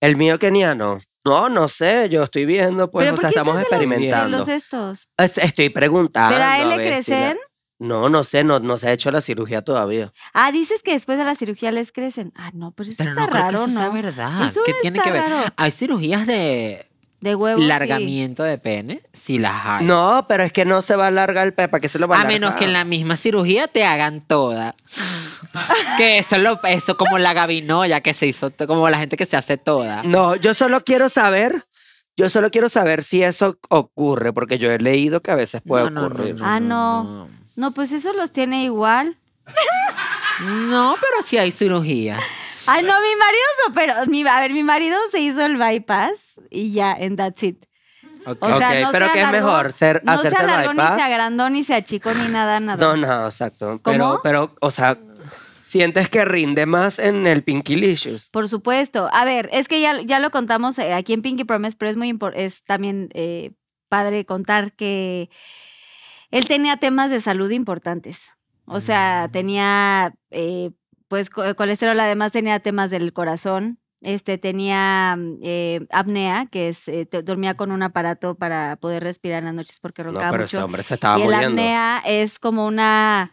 [SPEAKER 6] ¿El mío keniano? No, no sé, yo estoy viendo, pues,
[SPEAKER 2] ¿Pero
[SPEAKER 6] o
[SPEAKER 2] por
[SPEAKER 6] sea,
[SPEAKER 2] qué
[SPEAKER 6] estamos
[SPEAKER 2] se hace los-
[SPEAKER 6] experimentando.
[SPEAKER 2] los estos?
[SPEAKER 6] Es- Estoy preguntando.
[SPEAKER 2] ¿Pero a él le
[SPEAKER 6] ver si la-
[SPEAKER 2] crecen?
[SPEAKER 6] No, no sé, no, no se ha hecho la cirugía todavía.
[SPEAKER 2] Ah, dices que después de la cirugía les crecen. Ah, no, pero eso
[SPEAKER 5] Pero
[SPEAKER 2] está
[SPEAKER 5] no creo
[SPEAKER 2] raro,
[SPEAKER 5] que eso sea
[SPEAKER 2] ¿no?
[SPEAKER 5] verdad.
[SPEAKER 2] Eso
[SPEAKER 5] ¿Qué tiene
[SPEAKER 2] está
[SPEAKER 5] que ver?
[SPEAKER 2] raro.
[SPEAKER 5] Hay cirugías de
[SPEAKER 2] De huevos. sí.
[SPEAKER 5] largamiento de pene, si las hay.
[SPEAKER 6] No, pero es que no se va a alargar el pepa, que se lo va a
[SPEAKER 5] A
[SPEAKER 6] alargar?
[SPEAKER 5] menos que en la misma cirugía te hagan toda. que eso es lo, eso como la gavinoya que se hizo, to- como la gente que se hace toda.
[SPEAKER 6] No, yo solo quiero saber, yo solo quiero saber si eso ocurre, porque yo he leído que a veces puede
[SPEAKER 5] No, no, no,
[SPEAKER 6] ocurrir.
[SPEAKER 5] no,
[SPEAKER 2] Ah,
[SPEAKER 5] no,
[SPEAKER 2] no. No, pues eso los tiene igual.
[SPEAKER 5] No, pero sí hay cirugía.
[SPEAKER 2] Ay, no, mi marido se operó. Mi, a ver, mi marido se hizo el bypass y ya, en that's it. O sea,
[SPEAKER 6] Ok,
[SPEAKER 2] no
[SPEAKER 6] pero
[SPEAKER 2] se
[SPEAKER 6] ¿qué es
[SPEAKER 2] alargó-
[SPEAKER 6] mejor, ser-
[SPEAKER 2] no
[SPEAKER 6] hacerse
[SPEAKER 2] se
[SPEAKER 6] el
[SPEAKER 2] alargó, ni se
[SPEAKER 6] bypass?
[SPEAKER 2] agrandó, ni se achicó, ni nada, nada.
[SPEAKER 6] No, no, exacto. Pero,
[SPEAKER 2] ¿Cómo?
[SPEAKER 6] pero, o sea, sientes que rinde más en el Pinky Licious.
[SPEAKER 2] Por supuesto. A ver, es que ya, ya lo contamos eh, aquí en Pinky Promise, pero es muy impor- es también eh, padre contar que él tenía temas de salud importantes. O sea, tenía eh, pues co- colesterol, además tenía temas del corazón. Este tenía mm, eh, apnea, que es eh, te- dormía con un aparato para poder respirar en las noches porque
[SPEAKER 6] No,
[SPEAKER 2] roncaba
[SPEAKER 6] pero ese
[SPEAKER 2] mucho.
[SPEAKER 6] hombre se estaba
[SPEAKER 2] y el
[SPEAKER 6] muriendo.
[SPEAKER 2] apnea es como una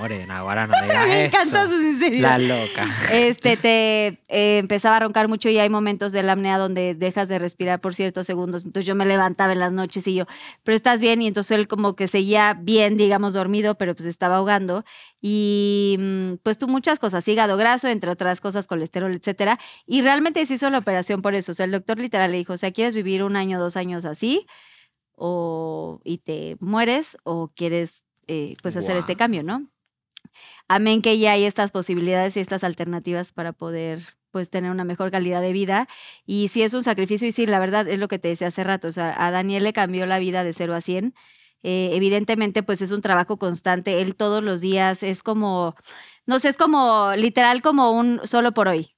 [SPEAKER 5] Morena, ahora no digas
[SPEAKER 2] me
[SPEAKER 5] eso.
[SPEAKER 2] encanta su sinceridad.
[SPEAKER 5] La loca.
[SPEAKER 2] Este te eh, empezaba a roncar mucho y hay momentos de la apnea donde dejas de respirar por ciertos segundos. Entonces yo me levantaba en las noches y yo, pero estás bien. Y entonces él como que seguía bien, digamos, dormido, pero pues estaba ahogando. Y mm, pues tú muchas cosas, hígado graso, entre otras cosas, colesterol, etcétera. Y realmente se hizo la operación por eso. O sea, el doctor literal le dijo, o sea, ¿quieres vivir un año, dos años así? O, y te mueres o quieres eh, pues hacer este
[SPEAKER 5] Guau.
[SPEAKER 2] cambio, ¿no? Amén que ya hay estas posibilidades y estas alternativas para poder pues tener una mejor calidad de vida. Y sí es un sacrificio y sí, la verdad es lo que te decía hace rato, o sea, a Daniel le cambió la vida de 0 a 100. Eh, evidentemente pues es un trabajo constante, él todos los días es como, no sé, es como literal como un solo por hoy,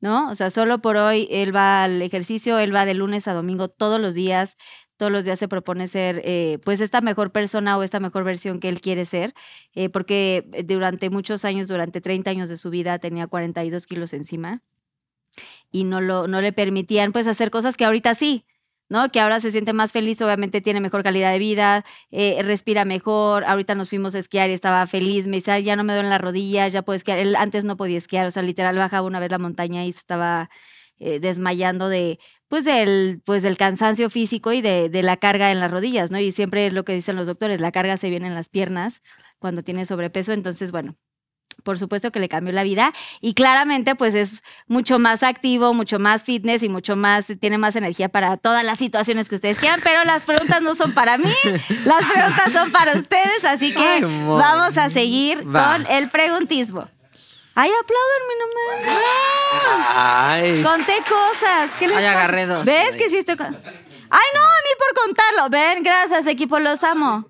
[SPEAKER 2] ¿no? O sea, solo por hoy él va al ejercicio, él va de lunes a domingo todos los días, todos los días se propone ser eh, pues esta mejor persona o esta mejor versión que él quiere ser, eh, porque durante muchos años, durante 30 años de su vida tenía 42 kilos encima y no, lo, no le permitían pues hacer cosas que ahorita sí. ¿no? que ahora se siente más feliz, obviamente tiene mejor calidad de vida, eh, respira mejor, ahorita nos fuimos a esquiar y estaba feliz, me decía, ya no me duelen las rodillas, ya puedo esquiar, él antes no podía esquiar, o sea, literal bajaba una vez la montaña y se estaba eh, desmayando de, pues del, pues del cansancio físico y de, de la carga en las rodillas, ¿no? Y siempre es lo que dicen los doctores, la carga se viene en las piernas cuando tiene sobrepeso, entonces, bueno, por supuesto que le cambió la vida y claramente pues es mucho más activo, mucho más fitness y mucho más, tiene más energía para todas las situaciones que ustedes quieran, pero las preguntas no son para mí, las preguntas son para ustedes, así que
[SPEAKER 5] Ay, amor.
[SPEAKER 2] vamos a seguir
[SPEAKER 5] Va.
[SPEAKER 2] con el preguntismo. Ay, apláudanme nomás.
[SPEAKER 6] Ay,
[SPEAKER 2] Conté cosas. ¿Qué les
[SPEAKER 5] Ay,
[SPEAKER 2] pasa?
[SPEAKER 5] agarré dos.
[SPEAKER 2] ¿Ves que sí estoy con- Ay, no, a mí por contarlo. Ven, gracias, equipo, los amo.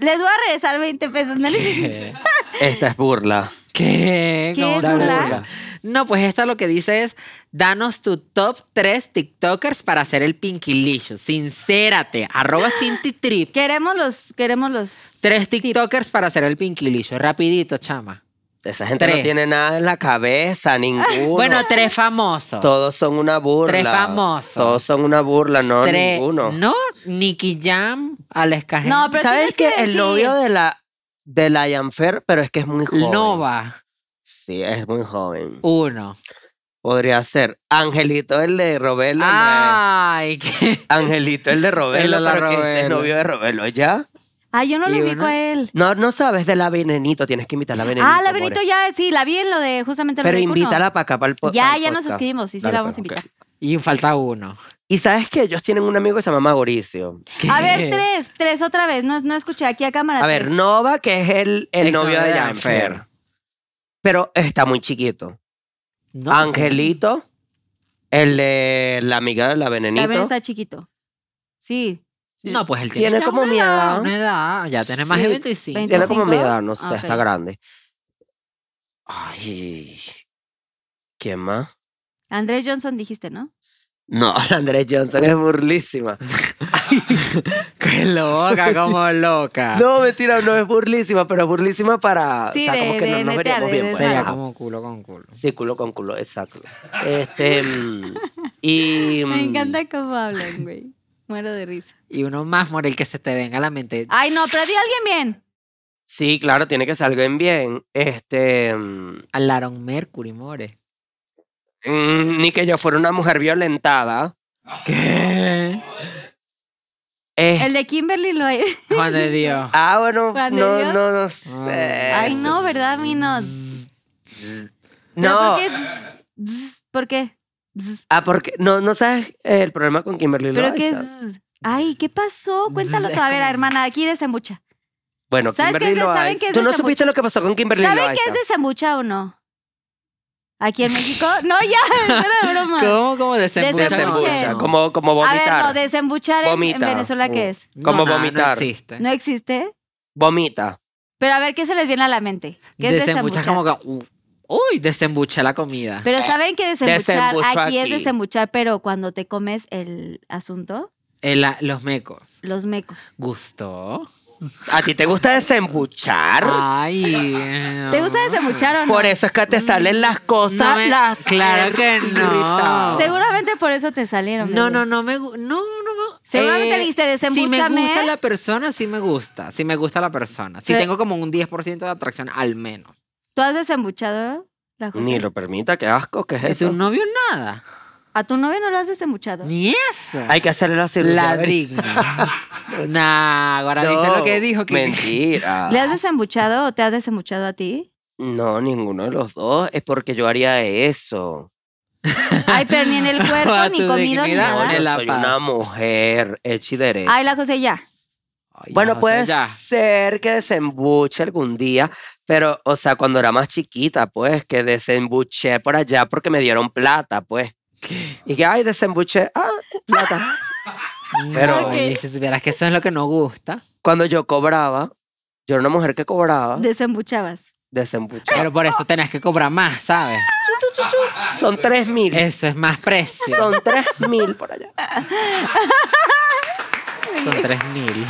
[SPEAKER 2] Les voy a regresar 20 pesos. ¿no? les-
[SPEAKER 6] esta es burla.
[SPEAKER 5] ¿Qué?
[SPEAKER 2] ¿Qué
[SPEAKER 5] ¿Cómo
[SPEAKER 2] es
[SPEAKER 5] te
[SPEAKER 2] burla?
[SPEAKER 5] burlas? No, pues esta lo que dice es, danos tu top 3 TikTokers para hacer el Pinky Licious. Sincérate, arroba Cinti Trip.
[SPEAKER 2] Queremos los, queremos los.
[SPEAKER 5] Tres
[SPEAKER 2] tips.
[SPEAKER 5] TikTokers para hacer el Pinky Licious. Rapidito, chama.
[SPEAKER 6] Esa gente no
[SPEAKER 5] Tres.
[SPEAKER 6] tiene nada en la cabeza, ninguno.
[SPEAKER 5] Bueno, tres famosos.
[SPEAKER 6] Todos son una burla.
[SPEAKER 5] Tres famosos.
[SPEAKER 6] Todos son una burla, no
[SPEAKER 5] Tres-
[SPEAKER 6] ninguno.
[SPEAKER 5] No, Nicky Jam, Alex Cajé.
[SPEAKER 2] No, pero
[SPEAKER 6] ¿Sabes
[SPEAKER 2] tienes que
[SPEAKER 6] qué? El
[SPEAKER 2] decir.
[SPEAKER 6] novio de la de la Yanfer, pero es que es muy joven.
[SPEAKER 5] Nova,
[SPEAKER 6] Sí, es muy joven.
[SPEAKER 5] uno.
[SPEAKER 6] Podría ser Angelito, el de Robelo. no es.
[SPEAKER 2] Ah,
[SPEAKER 5] Ay, qué...
[SPEAKER 6] Angelito, el de Robelo,
[SPEAKER 5] El de la
[SPEAKER 6] pero que ese es
[SPEAKER 5] Robelo.
[SPEAKER 6] novio de Robelo, ¿ya?
[SPEAKER 2] Ay, yo no
[SPEAKER 5] Y
[SPEAKER 2] lo ubico
[SPEAKER 5] uno-
[SPEAKER 2] a él.
[SPEAKER 6] No, no sabes de la Venenito, tienes que invitar a la Venenito.
[SPEAKER 2] Ah, la
[SPEAKER 6] amores.
[SPEAKER 2] Benito ya, sí, la vi en lo de justamente el
[SPEAKER 6] eh. Pero
[SPEAKER 2] Mercurio.
[SPEAKER 6] invítala para acá, para el po-
[SPEAKER 2] Ya,
[SPEAKER 6] pa'l
[SPEAKER 2] ya nos
[SPEAKER 6] podcast.
[SPEAKER 2] escribimos, sí, sí,
[SPEAKER 6] Dale,
[SPEAKER 2] la vamos a
[SPEAKER 6] pues,
[SPEAKER 2] invitar.
[SPEAKER 6] ok.
[SPEAKER 5] Y falta uno.
[SPEAKER 6] Y sabes que ellos tienen un amigo que se llama Mauricio.
[SPEAKER 2] A ver,
[SPEAKER 5] ¿Qué?
[SPEAKER 2] tres, tres otra vez. No, no escuché aquí a cámara.
[SPEAKER 6] A ver,
[SPEAKER 2] tres.
[SPEAKER 6] Nova, que es el, el
[SPEAKER 5] Ex
[SPEAKER 6] novio de
[SPEAKER 5] novio de
[SPEAKER 6] Janfer.
[SPEAKER 5] Janfer.
[SPEAKER 6] Pero está muy chiquito.
[SPEAKER 5] No,
[SPEAKER 6] Angelito, el de la amiga de la Venenito.
[SPEAKER 2] También está chiquito. Sí.
[SPEAKER 5] No, pues él tiene,
[SPEAKER 6] tiene como mi edad.
[SPEAKER 5] una edad. Ya tiene más de
[SPEAKER 6] Sí.
[SPEAKER 5] 25.
[SPEAKER 2] Veinte-
[SPEAKER 6] Tiene como mi
[SPEAKER 2] 25?
[SPEAKER 6] edad, no sé,
[SPEAKER 2] Ah,
[SPEAKER 6] está
[SPEAKER 2] ok.
[SPEAKER 6] grande. Ay. ¿Quién más?
[SPEAKER 2] Andrés Johnson dijiste, ¿no?
[SPEAKER 6] No, la Andrés Johnson es burlísima.
[SPEAKER 5] Qué loca, como loca.
[SPEAKER 6] No, mentira, no es burlísima, pero burlísima para.
[SPEAKER 2] Sí,
[SPEAKER 6] o sea,
[SPEAKER 2] de-
[SPEAKER 6] como que no
[SPEAKER 2] de-
[SPEAKER 6] nos
[SPEAKER 2] de
[SPEAKER 6] veríamos
[SPEAKER 2] tarde,
[SPEAKER 6] bien.
[SPEAKER 2] de
[SPEAKER 6] pues.
[SPEAKER 5] Sería
[SPEAKER 6] Ajá.
[SPEAKER 5] como culo con culo.
[SPEAKER 6] Sí, culo con culo, exacto. Este. mm, y.
[SPEAKER 2] Me
[SPEAKER 6] mm,
[SPEAKER 2] encanta cómo hablan, güey. Muero de risa.
[SPEAKER 5] Y uno más, Morel, que se te venga a la mente.
[SPEAKER 2] Ay, no, pero di a alguien bien.
[SPEAKER 6] Sí, claro, tiene que salir bien bien. Este. mm,
[SPEAKER 5] Al Laron Mercury, More.
[SPEAKER 6] mm, ni que yo fuera una mujer violentada.
[SPEAKER 5] ¿Qué?
[SPEAKER 6] Eh,
[SPEAKER 2] El de Kimberly lo es.
[SPEAKER 5] Juan de Dios.
[SPEAKER 6] Ah, bueno, no,
[SPEAKER 2] Juan de
[SPEAKER 6] no,
[SPEAKER 2] Dios.
[SPEAKER 6] no, sé.
[SPEAKER 2] Ay, no, ¿verdad, Minos? ¿Pero ¿Por
[SPEAKER 6] No,
[SPEAKER 2] qué? Zzz, ¿Por qué? Zzz.
[SPEAKER 6] ah, porque no, no sabes el problema con Kimberly
[SPEAKER 2] ¿Pero
[SPEAKER 6] Loaiza.
[SPEAKER 2] qué? zzz? Ay, ¿qué pasó? Cuéntalo
[SPEAKER 5] Es
[SPEAKER 2] tú. A ver,
[SPEAKER 5] como-
[SPEAKER 2] hermana, aquí desembucha.
[SPEAKER 6] Bueno,
[SPEAKER 2] ¿Sabes qué
[SPEAKER 6] Kimberly
[SPEAKER 2] es de- saben
[SPEAKER 6] Loaiza.
[SPEAKER 2] qué es
[SPEAKER 6] ¿Tú
[SPEAKER 2] de
[SPEAKER 6] no
[SPEAKER 2] esa
[SPEAKER 6] supiste lo que pasó con Kimberly
[SPEAKER 2] ¿Saben
[SPEAKER 6] Loaiza?
[SPEAKER 2] qué es desembucha o no? ¿Aquí en México? No, ya, era broma.
[SPEAKER 5] ¿Cómo, cómo desembucha?
[SPEAKER 2] Desembucha,
[SPEAKER 6] Desembucha,
[SPEAKER 2] No.
[SPEAKER 6] como, como
[SPEAKER 2] A ver,
[SPEAKER 6] vomitar.
[SPEAKER 2] no, desembuchar en- en,
[SPEAKER 6] Vomita.
[SPEAKER 2] Venezuela, ¿qué es?
[SPEAKER 5] No,
[SPEAKER 6] como
[SPEAKER 5] nada,
[SPEAKER 6] vomitar.
[SPEAKER 5] No existe.
[SPEAKER 2] ¿No existe?
[SPEAKER 6] Vomita.
[SPEAKER 2] Pero a ver, ¿qué se les viene a la mente? ¿Qué es
[SPEAKER 5] desembucha
[SPEAKER 2] desembuchar?
[SPEAKER 5] es como que. uh, Uy, desembucha la comida.
[SPEAKER 2] Pero ¿saben que desembuchar
[SPEAKER 6] Desembucho
[SPEAKER 2] aquí, es
[SPEAKER 6] aquí.
[SPEAKER 2] desembuchar, pero cuando te comes el asunto,
[SPEAKER 5] El- la- los mecos.
[SPEAKER 2] los mecos.
[SPEAKER 5] ¿Gustó?
[SPEAKER 6] ¿A ti te gusta desembuchar?
[SPEAKER 5] Ay.
[SPEAKER 2] ¿Te gusta desembuchar o no?
[SPEAKER 6] Ah. Por eso es que te salen las cosas.
[SPEAKER 5] No me-
[SPEAKER 6] las
[SPEAKER 5] claro que no. Ah,
[SPEAKER 6] irritadas.
[SPEAKER 5] pues.
[SPEAKER 2] Seguramente por eso te salieron.
[SPEAKER 5] No,
[SPEAKER 2] bebé.
[SPEAKER 5] no, no me gu- no, no me
[SPEAKER 2] Seguramente le dijiste,
[SPEAKER 5] Si me
[SPEAKER 2] desembúchame.
[SPEAKER 5] gusta la persona, sí me gusta. Si me gusta la persona. Si
[SPEAKER 2] Pero-
[SPEAKER 5] tengo como un 10% de atracción al menos.
[SPEAKER 2] ¿Tú has desembuchado la José?
[SPEAKER 6] Ni lo permita, qué asco, qué es
[SPEAKER 5] ¿Es un
[SPEAKER 6] eso.
[SPEAKER 5] novio nada?
[SPEAKER 2] ¿A tu novio no lo has desembuchado?
[SPEAKER 5] Ni eso.
[SPEAKER 6] Hay que hacerle la cirugía.
[SPEAKER 5] la
[SPEAKER 6] de-
[SPEAKER 5] digna. nah, ahora viste
[SPEAKER 6] No,
[SPEAKER 5] lo que dijo. Que...
[SPEAKER 6] Mentira.
[SPEAKER 2] ¿Le has desembuchado o te has desembuchado a ti?
[SPEAKER 6] No, ninguno de los dos. Es porque yo haría eso.
[SPEAKER 2] Ay, pero ni en el cuerpo,
[SPEAKER 5] A
[SPEAKER 2] ni
[SPEAKER 5] tu
[SPEAKER 2] comido, ni
[SPEAKER 5] dignidad,
[SPEAKER 6] No,
[SPEAKER 2] nada.
[SPEAKER 5] en el-
[SPEAKER 6] yo soy
[SPEAKER 5] apa.
[SPEAKER 6] una mujer hecha y derecha.
[SPEAKER 2] Ay, la José ya.
[SPEAKER 5] Ay,
[SPEAKER 6] bueno, pues,
[SPEAKER 5] o sea,
[SPEAKER 6] puede
[SPEAKER 5] ya.
[SPEAKER 6] ser que desembuche algún día, pero, o sea, cuando era más chiquita, pues, que desembuché por allá porque me dieron plata, pues. Y que, ay, desembuché, ah, plata. pero-
[SPEAKER 5] No, y si supieras que eso es lo que nos gusta.
[SPEAKER 6] cuando yo cobraba, yo era una mujer que cobraba,
[SPEAKER 2] Desembuchabas.
[SPEAKER 6] desembuché.
[SPEAKER 5] Pero por eso tenés que cobrar más, ¿sabes?
[SPEAKER 6] Son tres mil.
[SPEAKER 5] Eso es más precio.
[SPEAKER 6] Son tres mil por allá.
[SPEAKER 5] Son 3000.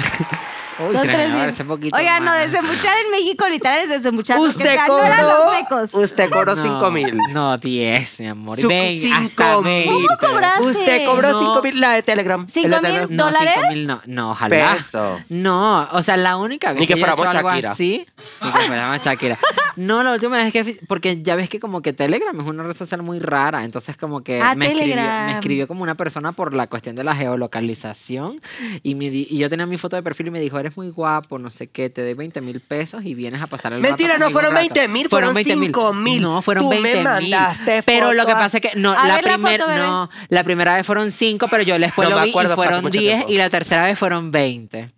[SPEAKER 5] Uy,
[SPEAKER 2] Son
[SPEAKER 5] 3000.
[SPEAKER 2] tres
[SPEAKER 5] me
[SPEAKER 2] mil.
[SPEAKER 5] parece poquito.
[SPEAKER 2] Oigan, no,
[SPEAKER 5] más.
[SPEAKER 2] desembuchar en México literal es desembuchar. porque
[SPEAKER 6] Usted
[SPEAKER 2] ganó eran los
[SPEAKER 6] cobró,
[SPEAKER 2] mecos.
[SPEAKER 6] usted cobró
[SPEAKER 5] No,
[SPEAKER 6] cinco mil.
[SPEAKER 5] No, 10, mi amor.
[SPEAKER 6] Su-
[SPEAKER 5] Ven,
[SPEAKER 6] cinco
[SPEAKER 5] hasta
[SPEAKER 6] mil.
[SPEAKER 5] 20.
[SPEAKER 6] ¿Cómo
[SPEAKER 2] cobraste?
[SPEAKER 6] Usted cobró
[SPEAKER 5] No.
[SPEAKER 6] cinco mil, la de Telegram.
[SPEAKER 2] Cinco
[SPEAKER 6] el de
[SPEAKER 2] mil
[SPEAKER 6] Telegram.
[SPEAKER 5] No,
[SPEAKER 2] ¿Dólares?
[SPEAKER 5] 5000 no, no, ojalá.
[SPEAKER 6] Peso.
[SPEAKER 5] No, o sea, la única vez
[SPEAKER 6] Ni que
[SPEAKER 5] yo he hecho
[SPEAKER 6] fuéramos
[SPEAKER 5] algo
[SPEAKER 6] Shakira.
[SPEAKER 5] así, ni que fuéramos Shakira. No, la última vez que fui- porque ya ves que como que Telegram es una red social muy rara, entonces como que
[SPEAKER 2] Ah,
[SPEAKER 5] me escribió,
[SPEAKER 2] Telegram.
[SPEAKER 5] me escribió como una persona por la cuestión de la geolocalización y, me di- y yo tenía mi foto de perfil y me dijo, eres muy guapo, no sé qué, te doy 20 mil pesos y vienes a pasar el rato
[SPEAKER 6] Mentira, no
[SPEAKER 5] conmigo un
[SPEAKER 6] fueron
[SPEAKER 5] rato".
[SPEAKER 6] 20 mil, fueron 5 mil.
[SPEAKER 5] No, fueron
[SPEAKER 6] Tú me
[SPEAKER 5] 20 mil.
[SPEAKER 6] mandaste
[SPEAKER 5] Pero lo que
[SPEAKER 6] fotos.
[SPEAKER 5] pasa es que no,
[SPEAKER 2] A
[SPEAKER 5] la,
[SPEAKER 2] ver la foto,
[SPEAKER 5] primer-
[SPEAKER 2] bebé.
[SPEAKER 5] no, la primera vez fueron 5, pero yo después
[SPEAKER 6] No
[SPEAKER 5] lo
[SPEAKER 6] me
[SPEAKER 5] vi
[SPEAKER 6] acuerdo,
[SPEAKER 5] y
[SPEAKER 6] fue hace
[SPEAKER 5] fueron
[SPEAKER 6] mucho
[SPEAKER 5] 10
[SPEAKER 6] tiempo.
[SPEAKER 5] y la tercera vez fueron 20.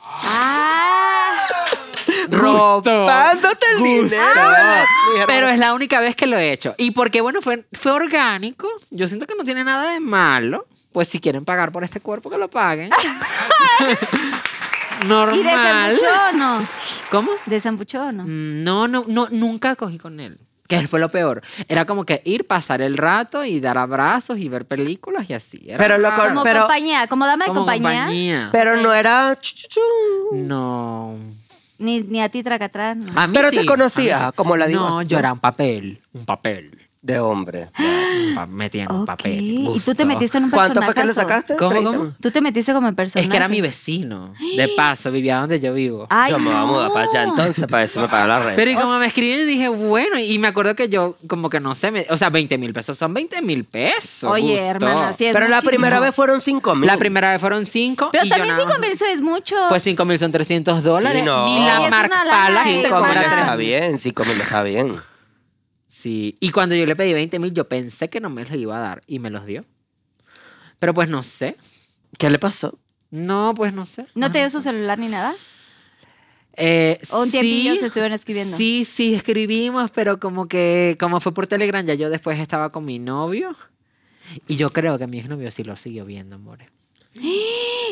[SPEAKER 2] Ah,
[SPEAKER 6] Robándote el dinero.
[SPEAKER 5] Pero es la única vez que lo he hecho. Y porque, bueno, fue, fue orgánico. Yo siento que no tiene nada de malo. Pues si quieren pagar por este cuerpo, que lo
[SPEAKER 2] ¿Y
[SPEAKER 5] paguen. Normal.
[SPEAKER 2] desembuchó o no?
[SPEAKER 5] ¿Cómo? Mm,
[SPEAKER 2] ¿Desembuchó o no?
[SPEAKER 5] No, no, no, nunca cogí con él. que fue lo peor. Era como que ir, pasar el rato y dar abrazos y ver películas y así. Era
[SPEAKER 6] Pero lo
[SPEAKER 5] raro.
[SPEAKER 2] Como
[SPEAKER 6] Pero-
[SPEAKER 2] compañía, como dama de
[SPEAKER 5] Como
[SPEAKER 2] compañía,
[SPEAKER 6] Pero no era.
[SPEAKER 5] No.
[SPEAKER 2] Ni, ni a ti tracatrás. no.
[SPEAKER 5] A mí
[SPEAKER 6] Pero
[SPEAKER 5] sí,
[SPEAKER 6] te
[SPEAKER 5] a mí
[SPEAKER 6] conocía
[SPEAKER 5] sí.
[SPEAKER 6] como la diva.
[SPEAKER 5] No, yo era un papel. Un papel.
[SPEAKER 6] De hombre.
[SPEAKER 5] Un pa- Metí en un
[SPEAKER 2] Ok.
[SPEAKER 5] papel.
[SPEAKER 2] ¿Y tú
[SPEAKER 5] gusto.
[SPEAKER 2] te metiste en un
[SPEAKER 6] ¿Cuánto fue que le
[SPEAKER 2] personajazo?
[SPEAKER 6] sacaste?
[SPEAKER 5] ¿Cómo,
[SPEAKER 6] Treinta.
[SPEAKER 5] cómo?
[SPEAKER 2] Tú te metiste como personaje.
[SPEAKER 5] Es que era mi vecino. De paso, vivía donde yo vivo.
[SPEAKER 2] Ay,
[SPEAKER 6] Yo me voy a mudar
[SPEAKER 2] no.
[SPEAKER 6] para allá entonces, para eso me pagan la renta.
[SPEAKER 5] Pero y como me escribieron, dije, bueno, y me acuerdo que yo, como que no sé, me- o sea, 20 mil pesos son 20 mil pesos.
[SPEAKER 2] Oye,
[SPEAKER 5] gusto.
[SPEAKER 2] hermana, sí es
[SPEAKER 6] Pero la
[SPEAKER 2] muchísimo.
[SPEAKER 6] primera vez fueron cinco mil.
[SPEAKER 5] La primera vez fueron 5.
[SPEAKER 2] Pero también sí
[SPEAKER 5] mil
[SPEAKER 2] comenzó es mucho.
[SPEAKER 5] Pues 5 mil son 300 dólares.
[SPEAKER 6] Sí, no.
[SPEAKER 5] Ni
[SPEAKER 6] Sí, es
[SPEAKER 5] la
[SPEAKER 6] una
[SPEAKER 5] Mark
[SPEAKER 2] lana,
[SPEAKER 5] Pala
[SPEAKER 2] eh,
[SPEAKER 5] que te
[SPEAKER 6] Cinco mil
[SPEAKER 2] Juana.
[SPEAKER 6] está
[SPEAKER 5] cobra tres.
[SPEAKER 6] bien, cinco mil está bien.
[SPEAKER 5] Sí. Y cuando yo le pedí 20 mil, yo pensé que no me los iba a dar y me los dio. Pero pues no sé.
[SPEAKER 6] ¿Qué le pasó?
[SPEAKER 5] No, pues no sé.
[SPEAKER 2] ¿No te dio su celular ni nada?
[SPEAKER 5] Eh,
[SPEAKER 2] ¿O un tiempillo
[SPEAKER 5] sí,
[SPEAKER 2] se estuvieron escribiendo?
[SPEAKER 5] Sí, sí, escribimos, pero como que, como fue por Telegram, ya yo después estaba con mi novio. Y yo creo que mi exnovio sí lo siguió viendo, amores.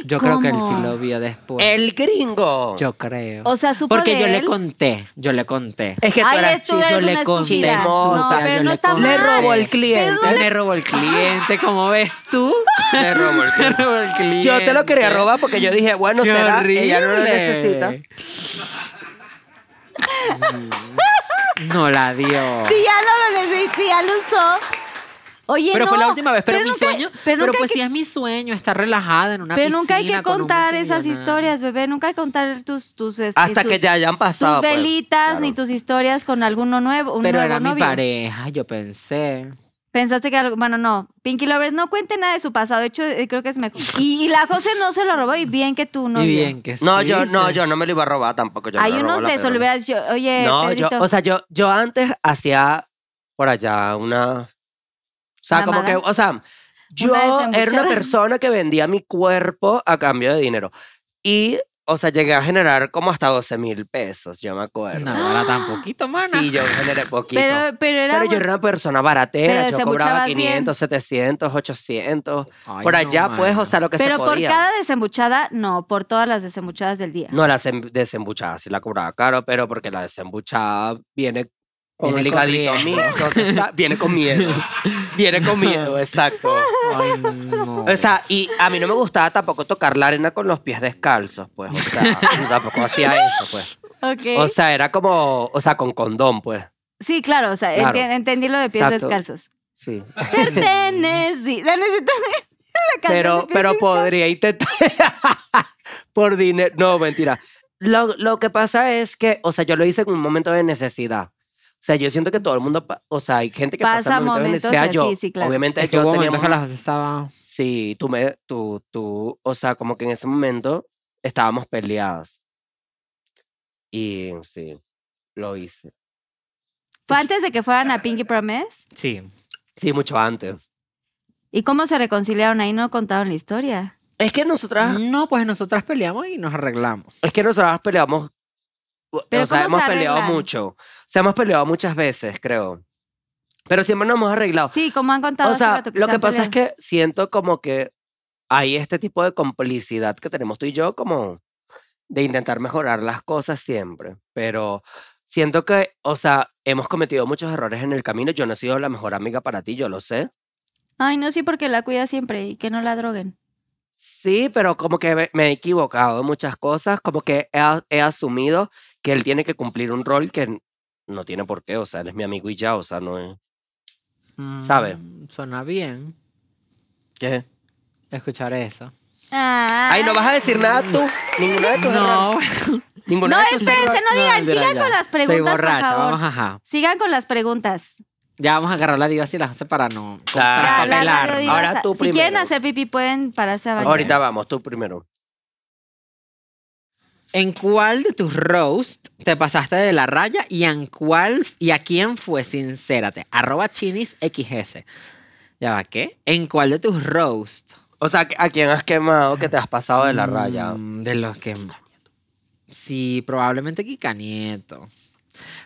[SPEAKER 5] Yo creo que él sí
[SPEAKER 2] ¿Cómo?
[SPEAKER 5] lo vio después.
[SPEAKER 6] ¡El gringo!
[SPEAKER 5] Yo creo.
[SPEAKER 2] O sea, supo
[SPEAKER 5] Porque
[SPEAKER 2] de
[SPEAKER 5] yo le
[SPEAKER 2] él.
[SPEAKER 5] conté, yo le conté.
[SPEAKER 6] Es que tú
[SPEAKER 2] Ay,
[SPEAKER 6] eras
[SPEAKER 2] tú eres
[SPEAKER 5] yo
[SPEAKER 6] chido.
[SPEAKER 5] le
[SPEAKER 2] una
[SPEAKER 5] conté,
[SPEAKER 2] estúpida. No,
[SPEAKER 5] excusa,
[SPEAKER 2] pero
[SPEAKER 5] yo
[SPEAKER 2] no
[SPEAKER 5] le
[SPEAKER 2] está mal.
[SPEAKER 5] conté.
[SPEAKER 6] Le robó el cliente.
[SPEAKER 2] Pero no
[SPEAKER 5] Me robó el cliente, como ves tú.
[SPEAKER 6] Le robó el
[SPEAKER 5] Me
[SPEAKER 6] cliente.
[SPEAKER 5] robó el cliente.
[SPEAKER 6] Yo te lo quería robar porque yo dije, bueno,
[SPEAKER 5] Qué
[SPEAKER 6] será, ella no lo
[SPEAKER 5] horrible.
[SPEAKER 6] necesita.
[SPEAKER 5] No la dio.
[SPEAKER 2] Sí, ya lo necesito, sí, ya lo usó. Oye,
[SPEAKER 5] Pero fue la
[SPEAKER 2] no,
[SPEAKER 5] última vez, pero, mi
[SPEAKER 2] nunca-
[SPEAKER 5] sueño, pero,
[SPEAKER 2] pero, nunca hay
[SPEAKER 5] pues
[SPEAKER 2] que-
[SPEAKER 5] sí es mi sueño, estar relajada en una
[SPEAKER 2] pero nunca hay
[SPEAKER 5] piscina
[SPEAKER 2] que
[SPEAKER 5] con un
[SPEAKER 2] contar esas
[SPEAKER 5] funcionario.
[SPEAKER 2] historias, bebé. Nunca hay que contar tus... tus este,
[SPEAKER 6] Hasta que
[SPEAKER 2] tus-
[SPEAKER 6] ya hayan pasado.
[SPEAKER 2] Tus
[SPEAKER 6] pues,
[SPEAKER 2] velitas ni
[SPEAKER 6] claro.
[SPEAKER 2] tus historias con alguno nuevo. Un
[SPEAKER 5] Pero
[SPEAKER 2] nuevo
[SPEAKER 5] era mi
[SPEAKER 2] novio.
[SPEAKER 5] pareja, yo pensé.
[SPEAKER 2] Pensaste que algo. Bueno, no. Pinky Lovers, no cuente nada de su pasado. De hecho, eh, creo que es mejor. Y, y la José no se lo robó y bien que tú no.
[SPEAKER 5] y bien que
[SPEAKER 6] No,
[SPEAKER 5] sí,
[SPEAKER 6] yo, no,
[SPEAKER 5] sí.
[SPEAKER 6] yo no me lo iba a robar tampoco. Yo no
[SPEAKER 2] Hay
[SPEAKER 6] le robo
[SPEAKER 2] unos
[SPEAKER 6] la
[SPEAKER 2] besos, le
[SPEAKER 6] pedra.
[SPEAKER 2] hubieras dicho, oye,
[SPEAKER 6] No, yo,
[SPEAKER 2] Eh, Pedrito,
[SPEAKER 6] o sea, yo, yo antes hacía por allá una. O sea, como que,
[SPEAKER 2] Mamada.
[SPEAKER 6] o sea, yo
[SPEAKER 2] desembuchada.
[SPEAKER 6] era una persona que vendía mi cuerpo a cambio de dinero. Y, o sea, llegué a generar como hasta 12 mil pesos, yo me acuerdo.
[SPEAKER 5] No,
[SPEAKER 2] Ah.
[SPEAKER 5] era tan poquito, mana.
[SPEAKER 6] Sí, yo generé poquito. Pero,
[SPEAKER 2] pero, pero era.
[SPEAKER 6] yo
[SPEAKER 2] muy-
[SPEAKER 6] era una persona baratera,
[SPEAKER 2] Pero
[SPEAKER 6] yo cobraba
[SPEAKER 2] desembuchabas bien.
[SPEAKER 6] 500, 700, 800.
[SPEAKER 5] Ay,
[SPEAKER 6] por
[SPEAKER 5] no,
[SPEAKER 6] allá, pues,
[SPEAKER 5] mana.
[SPEAKER 6] o sea, lo que
[SPEAKER 2] pero
[SPEAKER 6] se
[SPEAKER 2] por
[SPEAKER 6] podía.
[SPEAKER 2] cada desembuchada, no, por todas las desembuchadas del día.
[SPEAKER 6] No la sem- desembuchaba, sí la cobraba caro, pero porque la desembuchada viene con
[SPEAKER 5] Viene
[SPEAKER 6] el
[SPEAKER 5] con
[SPEAKER 6] ligadito
[SPEAKER 5] riesgo.
[SPEAKER 6] mixto, se sa- viene con miedo. Viene con miedo, exacto.
[SPEAKER 5] Ay, no.
[SPEAKER 6] O sea, y a mí no me gustaba tampoco tocar la arena con los pies descalzos, pues, o sea, tampoco hacía eso, pues.
[SPEAKER 2] Ok.
[SPEAKER 6] O sea, era como, o sea, con condón, pues.
[SPEAKER 2] sí, claro, o sea,
[SPEAKER 6] Claro.
[SPEAKER 2] enti- entendí lo de pies
[SPEAKER 6] Exacto.
[SPEAKER 2] descalzos.
[SPEAKER 6] Sí.
[SPEAKER 2] Te Tennessee. La necesito la canción de
[SPEAKER 6] Pero,
[SPEAKER 2] pies
[SPEAKER 6] pero
[SPEAKER 2] descalzos.
[SPEAKER 6] podría intentar por dinero. No, mentira. Lo, lo que pasa es que, o sea, yo lo hice en un momento de necesidad. O sea, yo siento que todo el mundo, pa- o sea, hay gente que pasa,
[SPEAKER 2] Pasa
[SPEAKER 6] momentos de
[SPEAKER 2] momentos
[SPEAKER 6] necesidad.
[SPEAKER 2] así,
[SPEAKER 6] Yo,
[SPEAKER 2] sí, claro.
[SPEAKER 6] obviamente,
[SPEAKER 5] Es que
[SPEAKER 6] yo
[SPEAKER 5] hubo
[SPEAKER 6] tenía
[SPEAKER 5] momentos que la José estaba...
[SPEAKER 6] Sí, tú me, tú, tú, o sea, como que en ese momento estábamos peleados. Y sí, lo hice. pues
[SPEAKER 2] Fue antes de que fueran a Pinky Promise.
[SPEAKER 5] Sí.
[SPEAKER 6] Sí, mucho antes.
[SPEAKER 2] ¿Y cómo se reconciliaron ahí? No contaron la historia.
[SPEAKER 6] Es que nosotras,
[SPEAKER 5] No, pues nosotras peleamos y nos arreglamos.
[SPEAKER 6] es que nosotras peleamos, o-
[SPEAKER 2] Pero
[SPEAKER 6] o sea,
[SPEAKER 2] ¿cómo
[SPEAKER 6] hemos
[SPEAKER 2] se
[SPEAKER 6] peleado
[SPEAKER 2] arreglan?
[SPEAKER 6] mucho. O sea, hemos peleado muchas veces, creo. Pero siempre nos hemos arreglado.
[SPEAKER 2] Sí, como han contado.
[SPEAKER 6] O
[SPEAKER 2] hace
[SPEAKER 6] sea,
[SPEAKER 2] rato
[SPEAKER 6] lo
[SPEAKER 2] se
[SPEAKER 6] que
[SPEAKER 2] han
[SPEAKER 6] pasa es
[SPEAKER 2] peleado.
[SPEAKER 6] que siento como que hay este tipo de complicidad que tenemos tú y yo, como de intentar mejorar las cosas siempre. Pero siento que, o sea, hemos cometido muchos errores en el camino. Yo no he sido la mejor amiga para ti, yo lo sé.
[SPEAKER 2] Ay, no, sí, porque la cuida siempre y que no la droguen.
[SPEAKER 6] Sí, pero como que me- me he equivocado en muchas cosas, como que he, a- he asumido que él tiene que cumplir un rol que n- no tiene por qué, o sea, él es mi amigo y ya, o sea, no es... ¿Sabe?
[SPEAKER 5] Mm, Suena bien
[SPEAKER 6] ¿Qué?
[SPEAKER 5] escuchar eso.
[SPEAKER 2] Ah,
[SPEAKER 6] Ay, no vas a decir nada
[SPEAKER 5] Ah.
[SPEAKER 6] tú, ninguno de tus errores,
[SPEAKER 5] No,
[SPEAKER 6] ninguno
[SPEAKER 2] No,
[SPEAKER 6] de tus errores.
[SPEAKER 2] espérense, no digan,
[SPEAKER 5] mentira,
[SPEAKER 2] sigan
[SPEAKER 5] ya.
[SPEAKER 2] con las
[SPEAKER 5] estoy
[SPEAKER 2] preguntas, por
[SPEAKER 5] borracha.
[SPEAKER 2] favor.
[SPEAKER 5] Vamos, ajá.
[SPEAKER 2] Sigan con las preguntas.
[SPEAKER 5] Ya vamos a agarrar la diva y la José para no...
[SPEAKER 6] Claro.
[SPEAKER 2] Ya,
[SPEAKER 5] para
[SPEAKER 2] la
[SPEAKER 5] pelar.
[SPEAKER 2] radio
[SPEAKER 6] Ahora
[SPEAKER 2] divasa.
[SPEAKER 6] tú
[SPEAKER 2] si quieren
[SPEAKER 6] primero.
[SPEAKER 2] hacer pipí, pueden pararse a bañar.
[SPEAKER 6] Ahorita vamos, tú primero.
[SPEAKER 5] ¿En cuál de tus roasts te pasaste de la raya y en cuál y a quién fue sincérate? Arroba chinisxs. ¿Ya va qué? ¿En cuál de tus roasts?
[SPEAKER 6] O sea, ¿a quién has quemado que te has pasado de la raya?
[SPEAKER 5] Mm, De los que. Sí, probablemente Kika Nieto.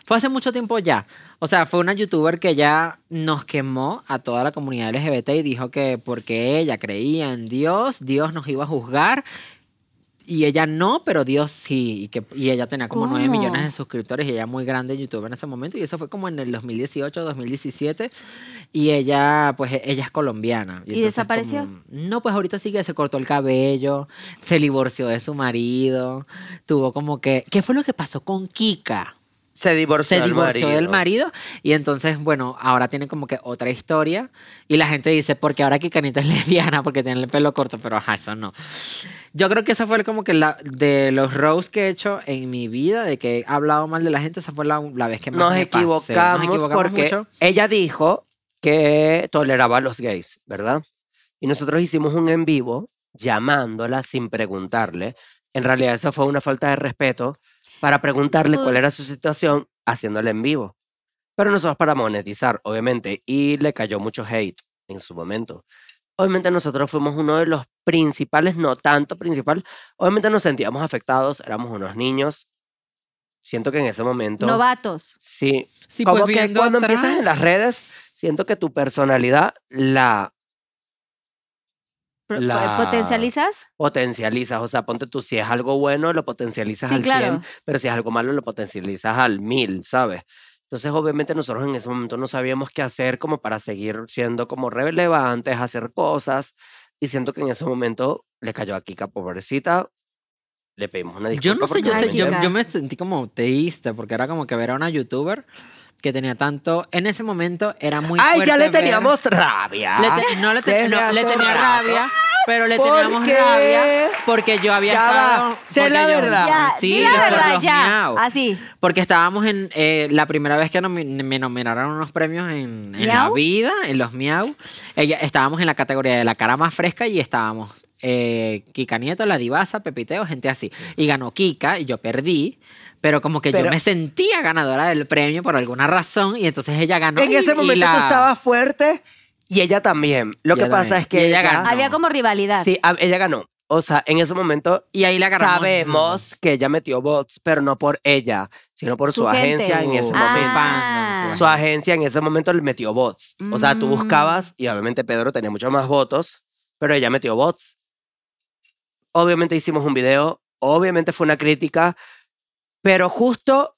[SPEAKER 5] Fue hace mucho tiempo ya. O sea, fue una youtuber que ya nos quemó a toda la comunidad LGBT y dijo que porque ella creía en Dios, Dios nos iba a juzgar. Y ella no, pero Dios sí. Y, que, y ella tenía como 9
[SPEAKER 2] ¿Cómo?
[SPEAKER 5] millones de suscriptores y ella muy grande en YouTube en ese momento. Y eso fue como en el 2018, 2017. Y ella, pues e- ella es colombiana.
[SPEAKER 2] ¿Y
[SPEAKER 5] entonces
[SPEAKER 2] desapareció?
[SPEAKER 5] como- no, pues ahorita sí que se cortó el cabello, se divorció de su marido, tuvo como que... ¿Qué fue lo que pasó con Kika?
[SPEAKER 6] Se divorció,
[SPEAKER 5] se
[SPEAKER 6] del
[SPEAKER 5] divorció del
[SPEAKER 6] marido.
[SPEAKER 5] marido y entonces, bueno, ahora tiene como que otra historia y la gente dice, porque ahora Kikanita es lesbiana porque tiene el pelo corto, pero ajá, eso no. Yo creo que esa fue como que la de los rows que he hecho en mi vida, de que he hablado mal de la gente, esa fue la, la vez que más
[SPEAKER 6] Nos
[SPEAKER 5] me pasé.
[SPEAKER 6] equivocamos, porque
[SPEAKER 5] mucho.
[SPEAKER 6] ella dijo que toleraba a los gays, ¿verdad? Y nosotros hicimos un en vivo llamándola sin preguntarle. En realidad eso fue una falta de respeto para preguntarle cuál
[SPEAKER 2] Pues-
[SPEAKER 6] era su situación haciéndole en vivo. Pero nosotros para monetizar, obviamente, y le cayó mucho hate en su momento. Obviamente nosotros fuimos uno de los principales, no tanto principal, obviamente nos sentíamos afectados, éramos unos niños. Siento que en ese momento...
[SPEAKER 2] Novatos.
[SPEAKER 6] Sí,
[SPEAKER 5] Sí,
[SPEAKER 6] como
[SPEAKER 5] pues,
[SPEAKER 6] que
[SPEAKER 5] viendo
[SPEAKER 6] cuando
[SPEAKER 5] atrás,
[SPEAKER 6] empiezas en las redes, siento que tu personalidad la
[SPEAKER 2] Pro- eh,
[SPEAKER 6] La-
[SPEAKER 2] ¿Potencializas?
[SPEAKER 6] potencializas. O sea, ponte tú, si es algo bueno, lo potencializas
[SPEAKER 2] Sí,
[SPEAKER 6] al
[SPEAKER 2] claro.
[SPEAKER 6] 100, pero si es algo malo, lo potencializas al 1000, ¿sabes? Entonces, obviamente, nosotros en ese momento no sabíamos qué hacer como para seguir siendo como relevantes, hacer cosas. Y siento que en ese momento le cayó a Kika, pobrecita. Le pedimos una disculpa.
[SPEAKER 5] Yo no sé,
[SPEAKER 6] porque
[SPEAKER 5] yo, sé,
[SPEAKER 2] Ay,
[SPEAKER 5] yo,
[SPEAKER 2] qué
[SPEAKER 5] yo me sentí como teísta, porque era como que ver a una youtuber que tenía tanto, en ese momento era muy...
[SPEAKER 6] ¡Ay, ya
[SPEAKER 5] fuerte
[SPEAKER 6] le
[SPEAKER 5] ver-
[SPEAKER 6] teníamos Ah, rabia!
[SPEAKER 5] Le te- no le, te-
[SPEAKER 6] Desde
[SPEAKER 5] no,
[SPEAKER 6] hace
[SPEAKER 5] le tenía
[SPEAKER 6] rato.
[SPEAKER 5] rabia, pero le teníamos
[SPEAKER 6] Porque-
[SPEAKER 5] rabia porque yo había
[SPEAKER 6] Ya va,
[SPEAKER 5] estado.
[SPEAKER 6] sé
[SPEAKER 5] porque
[SPEAKER 6] la verdad.
[SPEAKER 2] Ya,
[SPEAKER 5] Ah, sí,
[SPEAKER 2] sí, la
[SPEAKER 5] por
[SPEAKER 2] verdad,
[SPEAKER 5] los
[SPEAKER 2] ya.
[SPEAKER 5] miau.
[SPEAKER 2] Así.
[SPEAKER 5] Porque estábamos en eh, la primera vez que nomi- me nominaron unos premios en, en la
[SPEAKER 2] ¿Miau?
[SPEAKER 5] vida, en los miau. Ella, estábamos en la categoría de la cara más fresca y estábamos eh, Kika Nieto, La Divaza, Pepiteo, gente así. Y ganó Kika y yo perdí. Pero como que yo
[SPEAKER 6] Pero-
[SPEAKER 5] me sentía ganadora del premio por alguna razón y entonces ella ganó.
[SPEAKER 6] en
[SPEAKER 5] y-
[SPEAKER 6] ese
[SPEAKER 5] y
[SPEAKER 6] momento
[SPEAKER 5] la-
[SPEAKER 6] tú estabas fuerte y ella también. Lo
[SPEAKER 5] Y
[SPEAKER 6] que
[SPEAKER 5] ella
[SPEAKER 6] pasa
[SPEAKER 5] también.
[SPEAKER 6] es que
[SPEAKER 5] Y ella ganó.
[SPEAKER 2] Había como rivalidad.
[SPEAKER 6] Sí, a- ella ganó. O sea, en ese momento
[SPEAKER 5] Y ahí la agarramos.
[SPEAKER 6] sabemos que ella metió bots, pero no por ella, sino por su,
[SPEAKER 2] Su gente.
[SPEAKER 6] agencia en ese
[SPEAKER 5] Uh,
[SPEAKER 6] momento.
[SPEAKER 2] Ah.
[SPEAKER 5] fandom,
[SPEAKER 6] Su agencia en ese momento le metió bots. O sea, tú
[SPEAKER 2] Mm.
[SPEAKER 6] buscabas, y obviamente Pedro tenía muchos más votos, pero ella metió bots. Obviamente hicimos un video, obviamente fue una crítica, pero justo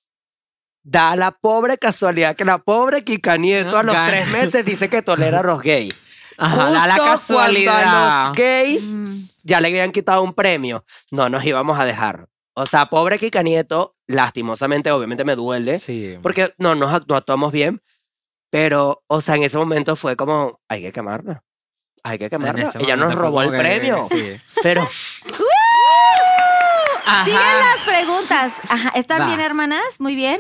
[SPEAKER 6] da la pobre casualidad que la pobre Kika Nieto a los
[SPEAKER 5] Gana.
[SPEAKER 6] tres meses dice que tolera a los gays.
[SPEAKER 5] Ajá, da la
[SPEAKER 6] Justo cuando A
[SPEAKER 5] casualidad.
[SPEAKER 6] los gays
[SPEAKER 2] Mm.
[SPEAKER 6] ya le habían quitado un premio, no nos íbamos a dejar. O sea, pobre Kika Nieto, lastimosamente, obviamente me duele,
[SPEAKER 5] Sí.
[SPEAKER 6] porque no nos act- no actuamos bien, pero, o sea, en ese momento fue como, hay que quemarla, hay que
[SPEAKER 5] En
[SPEAKER 6] quemarla.
[SPEAKER 5] ese
[SPEAKER 6] Ella nos
[SPEAKER 5] momento fue
[SPEAKER 6] robó el
[SPEAKER 5] como que-
[SPEAKER 6] premio,
[SPEAKER 5] sí.
[SPEAKER 6] pero
[SPEAKER 2] Siguen las preguntas. Ajá, ¿Están
[SPEAKER 5] Va.
[SPEAKER 2] bien, hermanas? Muy bien.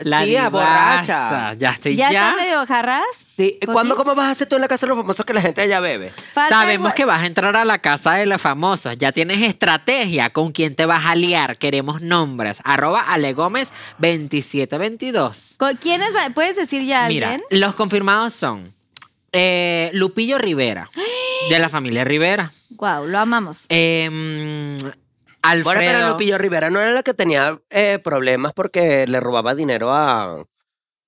[SPEAKER 5] La
[SPEAKER 6] Sí,
[SPEAKER 5] divaza.
[SPEAKER 6] borracha.
[SPEAKER 5] Ya estoy
[SPEAKER 2] ¿Ya,
[SPEAKER 5] ya.
[SPEAKER 2] están medio jarras?
[SPEAKER 6] sí,
[SPEAKER 2] ¿Con
[SPEAKER 6] ¿cuándo
[SPEAKER 2] quién?
[SPEAKER 6] cómo vas a hacer tú en la casa de los famosos que la gente allá bebe?
[SPEAKER 2] Falta
[SPEAKER 5] Sabemos
[SPEAKER 2] igual-
[SPEAKER 5] que vas a entrar a la casa de los famosos. Ya tienes estrategia con quién te vas a liar. Queremos nombres. Arroba Ale Gómez 2722.
[SPEAKER 2] ¿Con ¿Quiénes van? ¿Puedes decir ya a
[SPEAKER 5] Mira,
[SPEAKER 2] alguien?
[SPEAKER 5] los confirmados son eh, Lupillo Rivera, de la familia Rivera.
[SPEAKER 2] Wow, lo amamos.
[SPEAKER 5] Eh, mm,
[SPEAKER 6] Bueno, pero
[SPEAKER 5] Alfredo.
[SPEAKER 6] Lupillo Rivera no era la que tenía eh, problemas porque le robaba dinero a...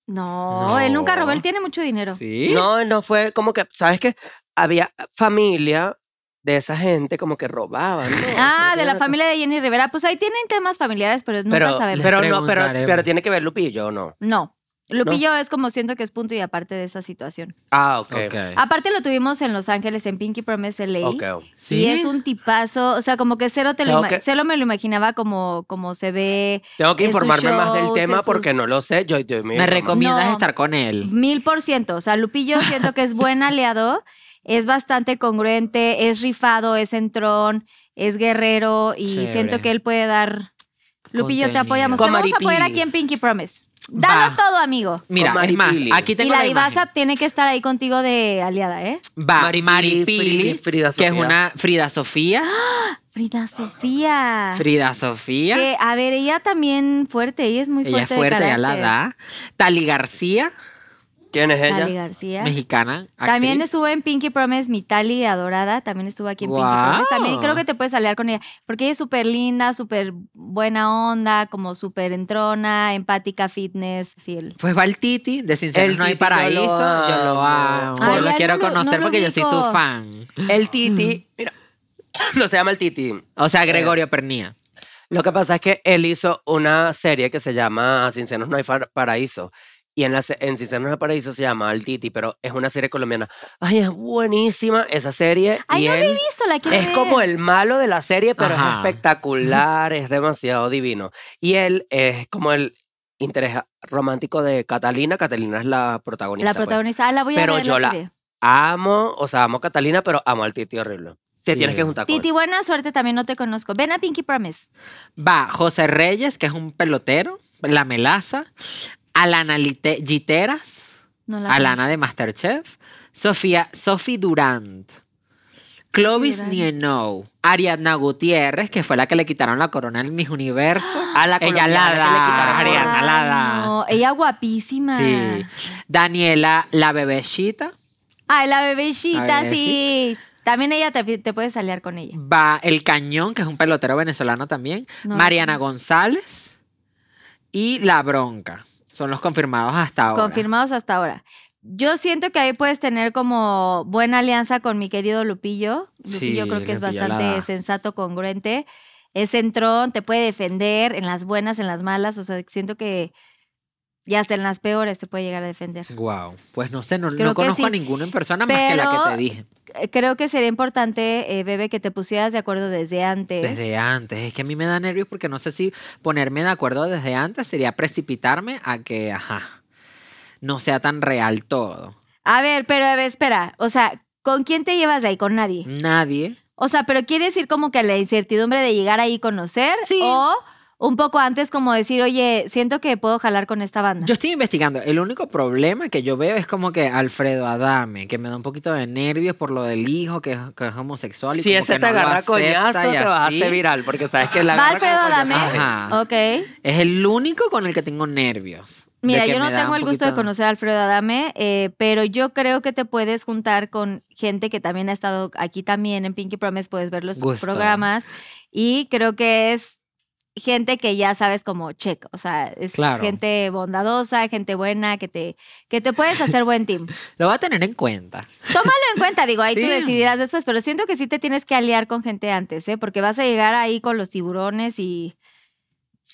[SPEAKER 2] No,
[SPEAKER 5] No.
[SPEAKER 2] él nunca robó, él tiene mucho dinero.
[SPEAKER 5] Sí.
[SPEAKER 6] No, no fue como que, ¿sabes qué? Había familia de esa gente como que robaban. ¿no? O sea,
[SPEAKER 2] Ah,
[SPEAKER 6] no
[SPEAKER 2] de
[SPEAKER 6] tiene
[SPEAKER 2] la
[SPEAKER 6] nada-
[SPEAKER 2] familia de Jenny Rivera. Pues ahí tienen temas familiares, pero nunca
[SPEAKER 6] Pero,
[SPEAKER 2] sabemos.
[SPEAKER 6] pero no, pero,
[SPEAKER 5] preguntaremos.
[SPEAKER 6] pero tiene que ver Lupillo, ¿o ¿no?
[SPEAKER 2] No. Lupillo es como siento que es punto y aparte de esa situación.
[SPEAKER 6] Ah, ok.
[SPEAKER 5] Ok.
[SPEAKER 2] Aparte lo tuvimos en Los Ángeles, en Pinky Promise LA.
[SPEAKER 6] Ok.
[SPEAKER 5] Sí.
[SPEAKER 2] Y es un tipazo, o sea, como que cero, te lo
[SPEAKER 6] Tengo
[SPEAKER 2] ima-
[SPEAKER 6] que-
[SPEAKER 2] cero me lo imaginaba como, como se ve
[SPEAKER 6] Tengo que
[SPEAKER 2] En sus
[SPEAKER 6] informarme más del
[SPEAKER 2] shows,
[SPEAKER 6] tema
[SPEAKER 2] en
[SPEAKER 6] porque
[SPEAKER 2] sus-
[SPEAKER 6] no lo sé. Yo, yo-
[SPEAKER 5] Me recomiendas
[SPEAKER 2] No. Mm.
[SPEAKER 5] estar con él.
[SPEAKER 2] mil por ciento. O sea, Lupillo siento que es buen aliado, es bastante congruente, es rifado, es entrón, es guerrero y
[SPEAKER 5] Chévere.
[SPEAKER 2] siento que él puede dar. Lupillo,
[SPEAKER 5] Contenido.
[SPEAKER 2] te apoyamos.
[SPEAKER 6] Con
[SPEAKER 2] te vamos a apoyar aquí
[SPEAKER 6] Maripili.
[SPEAKER 2] en Pinky Promise. Dalo
[SPEAKER 5] Va.
[SPEAKER 2] todo, amigo.
[SPEAKER 5] Mira,
[SPEAKER 6] Con
[SPEAKER 5] es más,
[SPEAKER 6] Maripili.
[SPEAKER 5] aquí
[SPEAKER 2] Y
[SPEAKER 5] tengo la,
[SPEAKER 2] la
[SPEAKER 5] imagen.
[SPEAKER 2] divasa tiene que estar ahí contigo de aliada, ¿eh?
[SPEAKER 5] Va,
[SPEAKER 6] Maripili, Frida-
[SPEAKER 5] Maripili,
[SPEAKER 6] Frida
[SPEAKER 5] que es
[SPEAKER 6] Sofía.
[SPEAKER 5] una Frida Sofía.
[SPEAKER 2] Frida Sofía.
[SPEAKER 5] Frida Sofía.
[SPEAKER 2] Que, a ver, ella también fuerte, ella es muy
[SPEAKER 5] Ella es
[SPEAKER 2] fuerte. de
[SPEAKER 5] fuerte, ya la
[SPEAKER 2] carácter.
[SPEAKER 5] da. Tali García,
[SPEAKER 6] ¿Quién es
[SPEAKER 2] Tali
[SPEAKER 6] ella?
[SPEAKER 2] García.
[SPEAKER 5] mexicana. actriz.
[SPEAKER 2] También estuvo en Pinky Promise, mi Tali adorada, también estuvo aquí en Pinky
[SPEAKER 5] Guau.
[SPEAKER 2] Promise. También creo que te puedes aliar con ella, porque ella es súper linda, súper buena onda, como súper entrona, empática, fitness. Sí, el-
[SPEAKER 5] Pues va el Titi, de Sinceros
[SPEAKER 6] El
[SPEAKER 5] No hay
[SPEAKER 6] Titi, yo
[SPEAKER 5] Paraíso.
[SPEAKER 6] lo
[SPEAKER 5] Yo lo
[SPEAKER 6] amo.
[SPEAKER 5] amo.
[SPEAKER 2] Ay,
[SPEAKER 5] yo
[SPEAKER 2] ya
[SPEAKER 5] lo
[SPEAKER 2] no
[SPEAKER 5] quiero
[SPEAKER 2] lo- no
[SPEAKER 5] conocer
[SPEAKER 2] lo
[SPEAKER 5] porque yo soy
[SPEAKER 2] ubico.
[SPEAKER 5] su fan.
[SPEAKER 6] El Titi. Mira, no se llama el Titi.
[SPEAKER 5] O sea, Gregorio Pernía.
[SPEAKER 6] Lo que pasa es que él hizo una serie que se llama Sinceros No hay Far- Paraíso. Y en, la, se- en Sinceros No hay Paraíso se llama El Titi, pero es una serie colombiana. Ay, es buenísima esa serie.
[SPEAKER 2] Ay,
[SPEAKER 6] y
[SPEAKER 2] no la
[SPEAKER 6] él
[SPEAKER 2] he visto, la quiero
[SPEAKER 6] es
[SPEAKER 2] ver.
[SPEAKER 6] como el malo de la serie, pero
[SPEAKER 5] Ajá.
[SPEAKER 6] es espectacular, es demasiado divino. Y él es como el interés romántico de Catalina. Catalina es la protagonista.
[SPEAKER 2] La
[SPEAKER 6] pues.
[SPEAKER 2] protagonista. Ah, la voy a
[SPEAKER 6] Pero
[SPEAKER 2] ver.
[SPEAKER 6] yo la-
[SPEAKER 2] serie.
[SPEAKER 6] Amo, o sea, amo a Catalina, pero amo al Titi horrible. Te
[SPEAKER 5] Sí.
[SPEAKER 6] tienes que juntar con él.
[SPEAKER 2] Titi, buena suerte, también no te conozco. Ven a Pinky Promise.
[SPEAKER 5] Va José Reyes, que es un pelotero, la melaza, Alana Lite- Giteras,
[SPEAKER 2] No la
[SPEAKER 5] Alana de Masterchef, Sofía, Sophie Durant, Clovis
[SPEAKER 2] Durant.
[SPEAKER 5] Nienou, Ariadna Gutiérrez, que fue la que le quitaron la corona en Mis Universo.
[SPEAKER 2] Ah,
[SPEAKER 6] A la
[SPEAKER 5] Ella
[SPEAKER 6] colombiana
[SPEAKER 5] la
[SPEAKER 6] que le
[SPEAKER 5] da,
[SPEAKER 6] quitaron
[SPEAKER 2] conozco.
[SPEAKER 5] Ariana, la
[SPEAKER 2] Ay,
[SPEAKER 5] da.
[SPEAKER 2] No, ella guapísima.
[SPEAKER 5] Ah, Sí. Daniela, la bebecita.
[SPEAKER 2] Ay, la bebecita,
[SPEAKER 5] La bebé,
[SPEAKER 2] sí. También ella te, te puedes aliar con ella.
[SPEAKER 5] Va El Cañón, que es un pelotero venezolano también.
[SPEAKER 2] No, no
[SPEAKER 5] Mariana
[SPEAKER 2] conozco.
[SPEAKER 5] González. Y La Bronca. Son los confirmados hasta ahora.
[SPEAKER 2] Confirmados hasta ahora. Yo siento que ahí puedes tener como buena alianza con mi querido Lupillo. Lupillo
[SPEAKER 5] Sí,
[SPEAKER 2] creo que es
[SPEAKER 5] Lupillo la
[SPEAKER 2] bastante
[SPEAKER 5] da.
[SPEAKER 2] sensato, congruente. Es centrón, te puede defender en las buenas, en las malas. O sea, siento que ya hasta en las peores te puede llegar a defender.
[SPEAKER 5] Wow. Pues no sé, no, no
[SPEAKER 2] Creo que
[SPEAKER 5] conozco a
[SPEAKER 2] sí,
[SPEAKER 5] ninguno en persona más que la que
[SPEAKER 2] pero
[SPEAKER 5] te dije.
[SPEAKER 2] Eh, Creo que sería importante, eh, Bebe, que te pusieras de acuerdo desde antes.
[SPEAKER 5] Desde antes. Es que a mí me da nervios porque no sé si ponerme de acuerdo desde antes sería precipitarme a que, ajá, no sea tan real todo.
[SPEAKER 2] A ver, pero Bebe, espera. O sea, ¿con quién te llevas de ahí? Con nadie.
[SPEAKER 5] Nadie.
[SPEAKER 2] O sea, pero quieres ir como que a la incertidumbre de llegar ahí y conocer
[SPEAKER 5] Sí.
[SPEAKER 2] o un poco antes como decir, oye, siento que puedo jalar con esta banda.
[SPEAKER 5] Yo estoy investigando. El único problema que yo veo es como que Alfredo Adame, que me da un poquito de nervios por lo del hijo, que, es- que es homosexual. Y
[SPEAKER 6] Si
[SPEAKER 5] como
[SPEAKER 6] ese
[SPEAKER 5] que
[SPEAKER 6] te
[SPEAKER 5] no lo
[SPEAKER 6] agarra
[SPEAKER 5] acepta
[SPEAKER 6] coñazo,
[SPEAKER 5] y
[SPEAKER 6] te vas a
[SPEAKER 5] así.
[SPEAKER 6] hacer viral, porque sabes que la
[SPEAKER 2] ¿Va
[SPEAKER 6] agarra como
[SPEAKER 2] Alfredo
[SPEAKER 6] coñazo.
[SPEAKER 2] Adame?
[SPEAKER 5] Ajá.
[SPEAKER 2] Ok.
[SPEAKER 5] Es el único con el que tengo nervios. de
[SPEAKER 2] Mira,
[SPEAKER 5] que
[SPEAKER 2] yo no
[SPEAKER 5] me da
[SPEAKER 2] tengo
[SPEAKER 5] un
[SPEAKER 2] el gusto de
[SPEAKER 5] poquito-
[SPEAKER 2] conocer a Alfredo Adame, eh, pero yo creo que te puedes juntar con gente que también ha estado aquí también en Pinky Promise, puedes ver los
[SPEAKER 5] Gusto.
[SPEAKER 2] programas y creo que es gente que ya sabes como check, o sea, es
[SPEAKER 5] Claro.
[SPEAKER 2] gente bondadosa, gente buena, que te, que te puedes hacer buen team.
[SPEAKER 5] Lo va a tener en cuenta.
[SPEAKER 2] Tómalo en cuenta, digo, ahí
[SPEAKER 5] Sí.
[SPEAKER 2] tú decidirás después, pero siento que sí te tienes que aliar con gente antes, ¿eh? Porque vas a llegar ahí con los tiburones y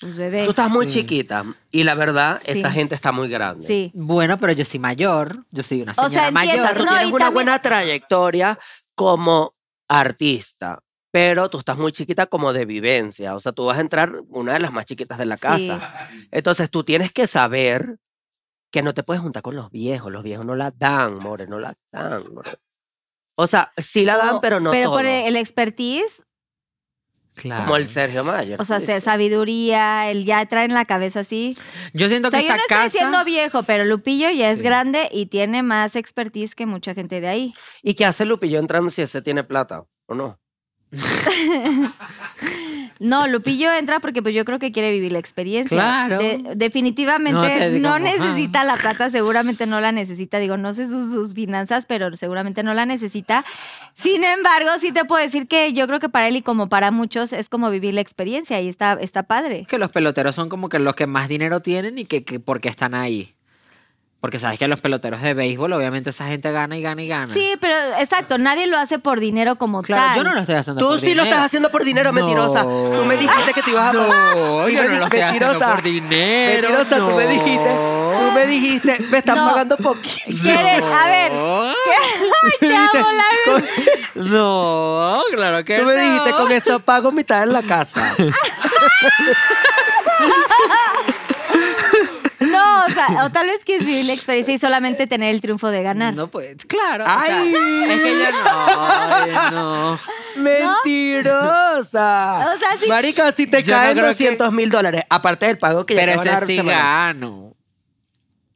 [SPEAKER 2] pues bebé.
[SPEAKER 6] Tú estás muy
[SPEAKER 5] Sí.
[SPEAKER 6] chiquita y la verdad,
[SPEAKER 2] Sí.
[SPEAKER 6] esa gente está muy grande.
[SPEAKER 2] Sí.
[SPEAKER 5] Bueno, pero yo soy mayor. Yo soy una
[SPEAKER 2] sea,
[SPEAKER 5] señora mayor.
[SPEAKER 6] O sea, tú
[SPEAKER 2] No,
[SPEAKER 6] tienes
[SPEAKER 2] y
[SPEAKER 6] una
[SPEAKER 2] también-
[SPEAKER 6] buena trayectoria como artista, pero tú estás muy chiquita como de vivencia. O sea, tú vas a entrar una de las más chiquitas de la casa. Entonces tú tienes que saber que no te puedes juntar con los viejos. Los viejos no la dan, more, no la dan. more. O sea, sí la dan, pero no
[SPEAKER 2] Pero por
[SPEAKER 6] todo.
[SPEAKER 2] el expertise,
[SPEAKER 5] Claro.
[SPEAKER 6] Como el Sergio Mayer.
[SPEAKER 2] o sea,
[SPEAKER 6] tú
[SPEAKER 2] se-
[SPEAKER 6] dices.
[SPEAKER 2] sabiduría, el ya trae en la cabeza así.
[SPEAKER 5] Yo siento
[SPEAKER 2] O sea,
[SPEAKER 5] que
[SPEAKER 2] yo no
[SPEAKER 5] esta
[SPEAKER 2] estoy
[SPEAKER 5] casa.
[SPEAKER 2] diciendo viejo, pero Lupillo ya es
[SPEAKER 5] Sí.
[SPEAKER 2] grande y tiene más expertise que mucha gente de ahí.
[SPEAKER 6] ¿Y qué hace Lupillo entrando si ese tiene plata o no?
[SPEAKER 2] No, Lupillo entra porque pues yo creo que quiere vivir la experiencia.
[SPEAKER 5] Claro.
[SPEAKER 2] De-
[SPEAKER 5] No te
[SPEAKER 2] definitivamente
[SPEAKER 5] digo,
[SPEAKER 2] no,
[SPEAKER 5] ajá.
[SPEAKER 2] necesita la plata, seguramente no la necesita. Digo, no sé sus, sus finanzas, pero seguramente no la necesita. Sin embargo, sí te puedo decir que yo creo que para él y como para muchos es como vivir la experiencia y está, está padre.
[SPEAKER 5] que los peloteros son como que los que más dinero tienen y que, que porque están ahí. Porque sabes que los peloteros de béisbol, obviamente esa gente gana y gana y gana.
[SPEAKER 2] Sí, pero exacto, nadie lo hace por dinero como
[SPEAKER 5] claro,
[SPEAKER 2] tal.
[SPEAKER 5] yo no lo estoy haciendo
[SPEAKER 6] Tú
[SPEAKER 5] por
[SPEAKER 6] sí lo estás
[SPEAKER 5] dinero.
[SPEAKER 6] haciendo por
[SPEAKER 5] No.
[SPEAKER 6] dinero, mentirosa. Tú me dijiste que te ibas a
[SPEAKER 5] No,
[SPEAKER 6] Sí,
[SPEAKER 5] yo
[SPEAKER 6] me
[SPEAKER 5] no
[SPEAKER 6] di-
[SPEAKER 5] lo estoy haciendo
[SPEAKER 6] mentirosa.
[SPEAKER 5] por dinero.
[SPEAKER 6] Mentirosa, tú me
[SPEAKER 5] no.
[SPEAKER 6] dijiste. Tú me dijiste, me estás
[SPEAKER 2] No.
[SPEAKER 6] pagando poquito.
[SPEAKER 2] ¿Quieres? A ver.
[SPEAKER 6] Tú me dijiste, con-
[SPEAKER 5] No, claro que
[SPEAKER 6] tú me
[SPEAKER 5] no.
[SPEAKER 6] dijiste, con eso pago mitad de la casa.
[SPEAKER 2] No, o, sea, o tal vez quieres vivir la experiencia y solamente tener el triunfo de ganar.
[SPEAKER 5] No, pues, claro. o sea,
[SPEAKER 6] ¡Ay!
[SPEAKER 5] es que yo no, ay, no.
[SPEAKER 6] ¡Mentirosa!
[SPEAKER 2] O sea, sí.
[SPEAKER 6] Marica, si te
[SPEAKER 5] Yo no
[SPEAKER 6] caen
[SPEAKER 5] creo que-
[SPEAKER 6] 200 mil dólares, aparte del pago que ya
[SPEAKER 5] Pero
[SPEAKER 6] te van a
[SPEAKER 5] ese
[SPEAKER 6] dar
[SPEAKER 5] sí
[SPEAKER 6] semanal.
[SPEAKER 5] gano.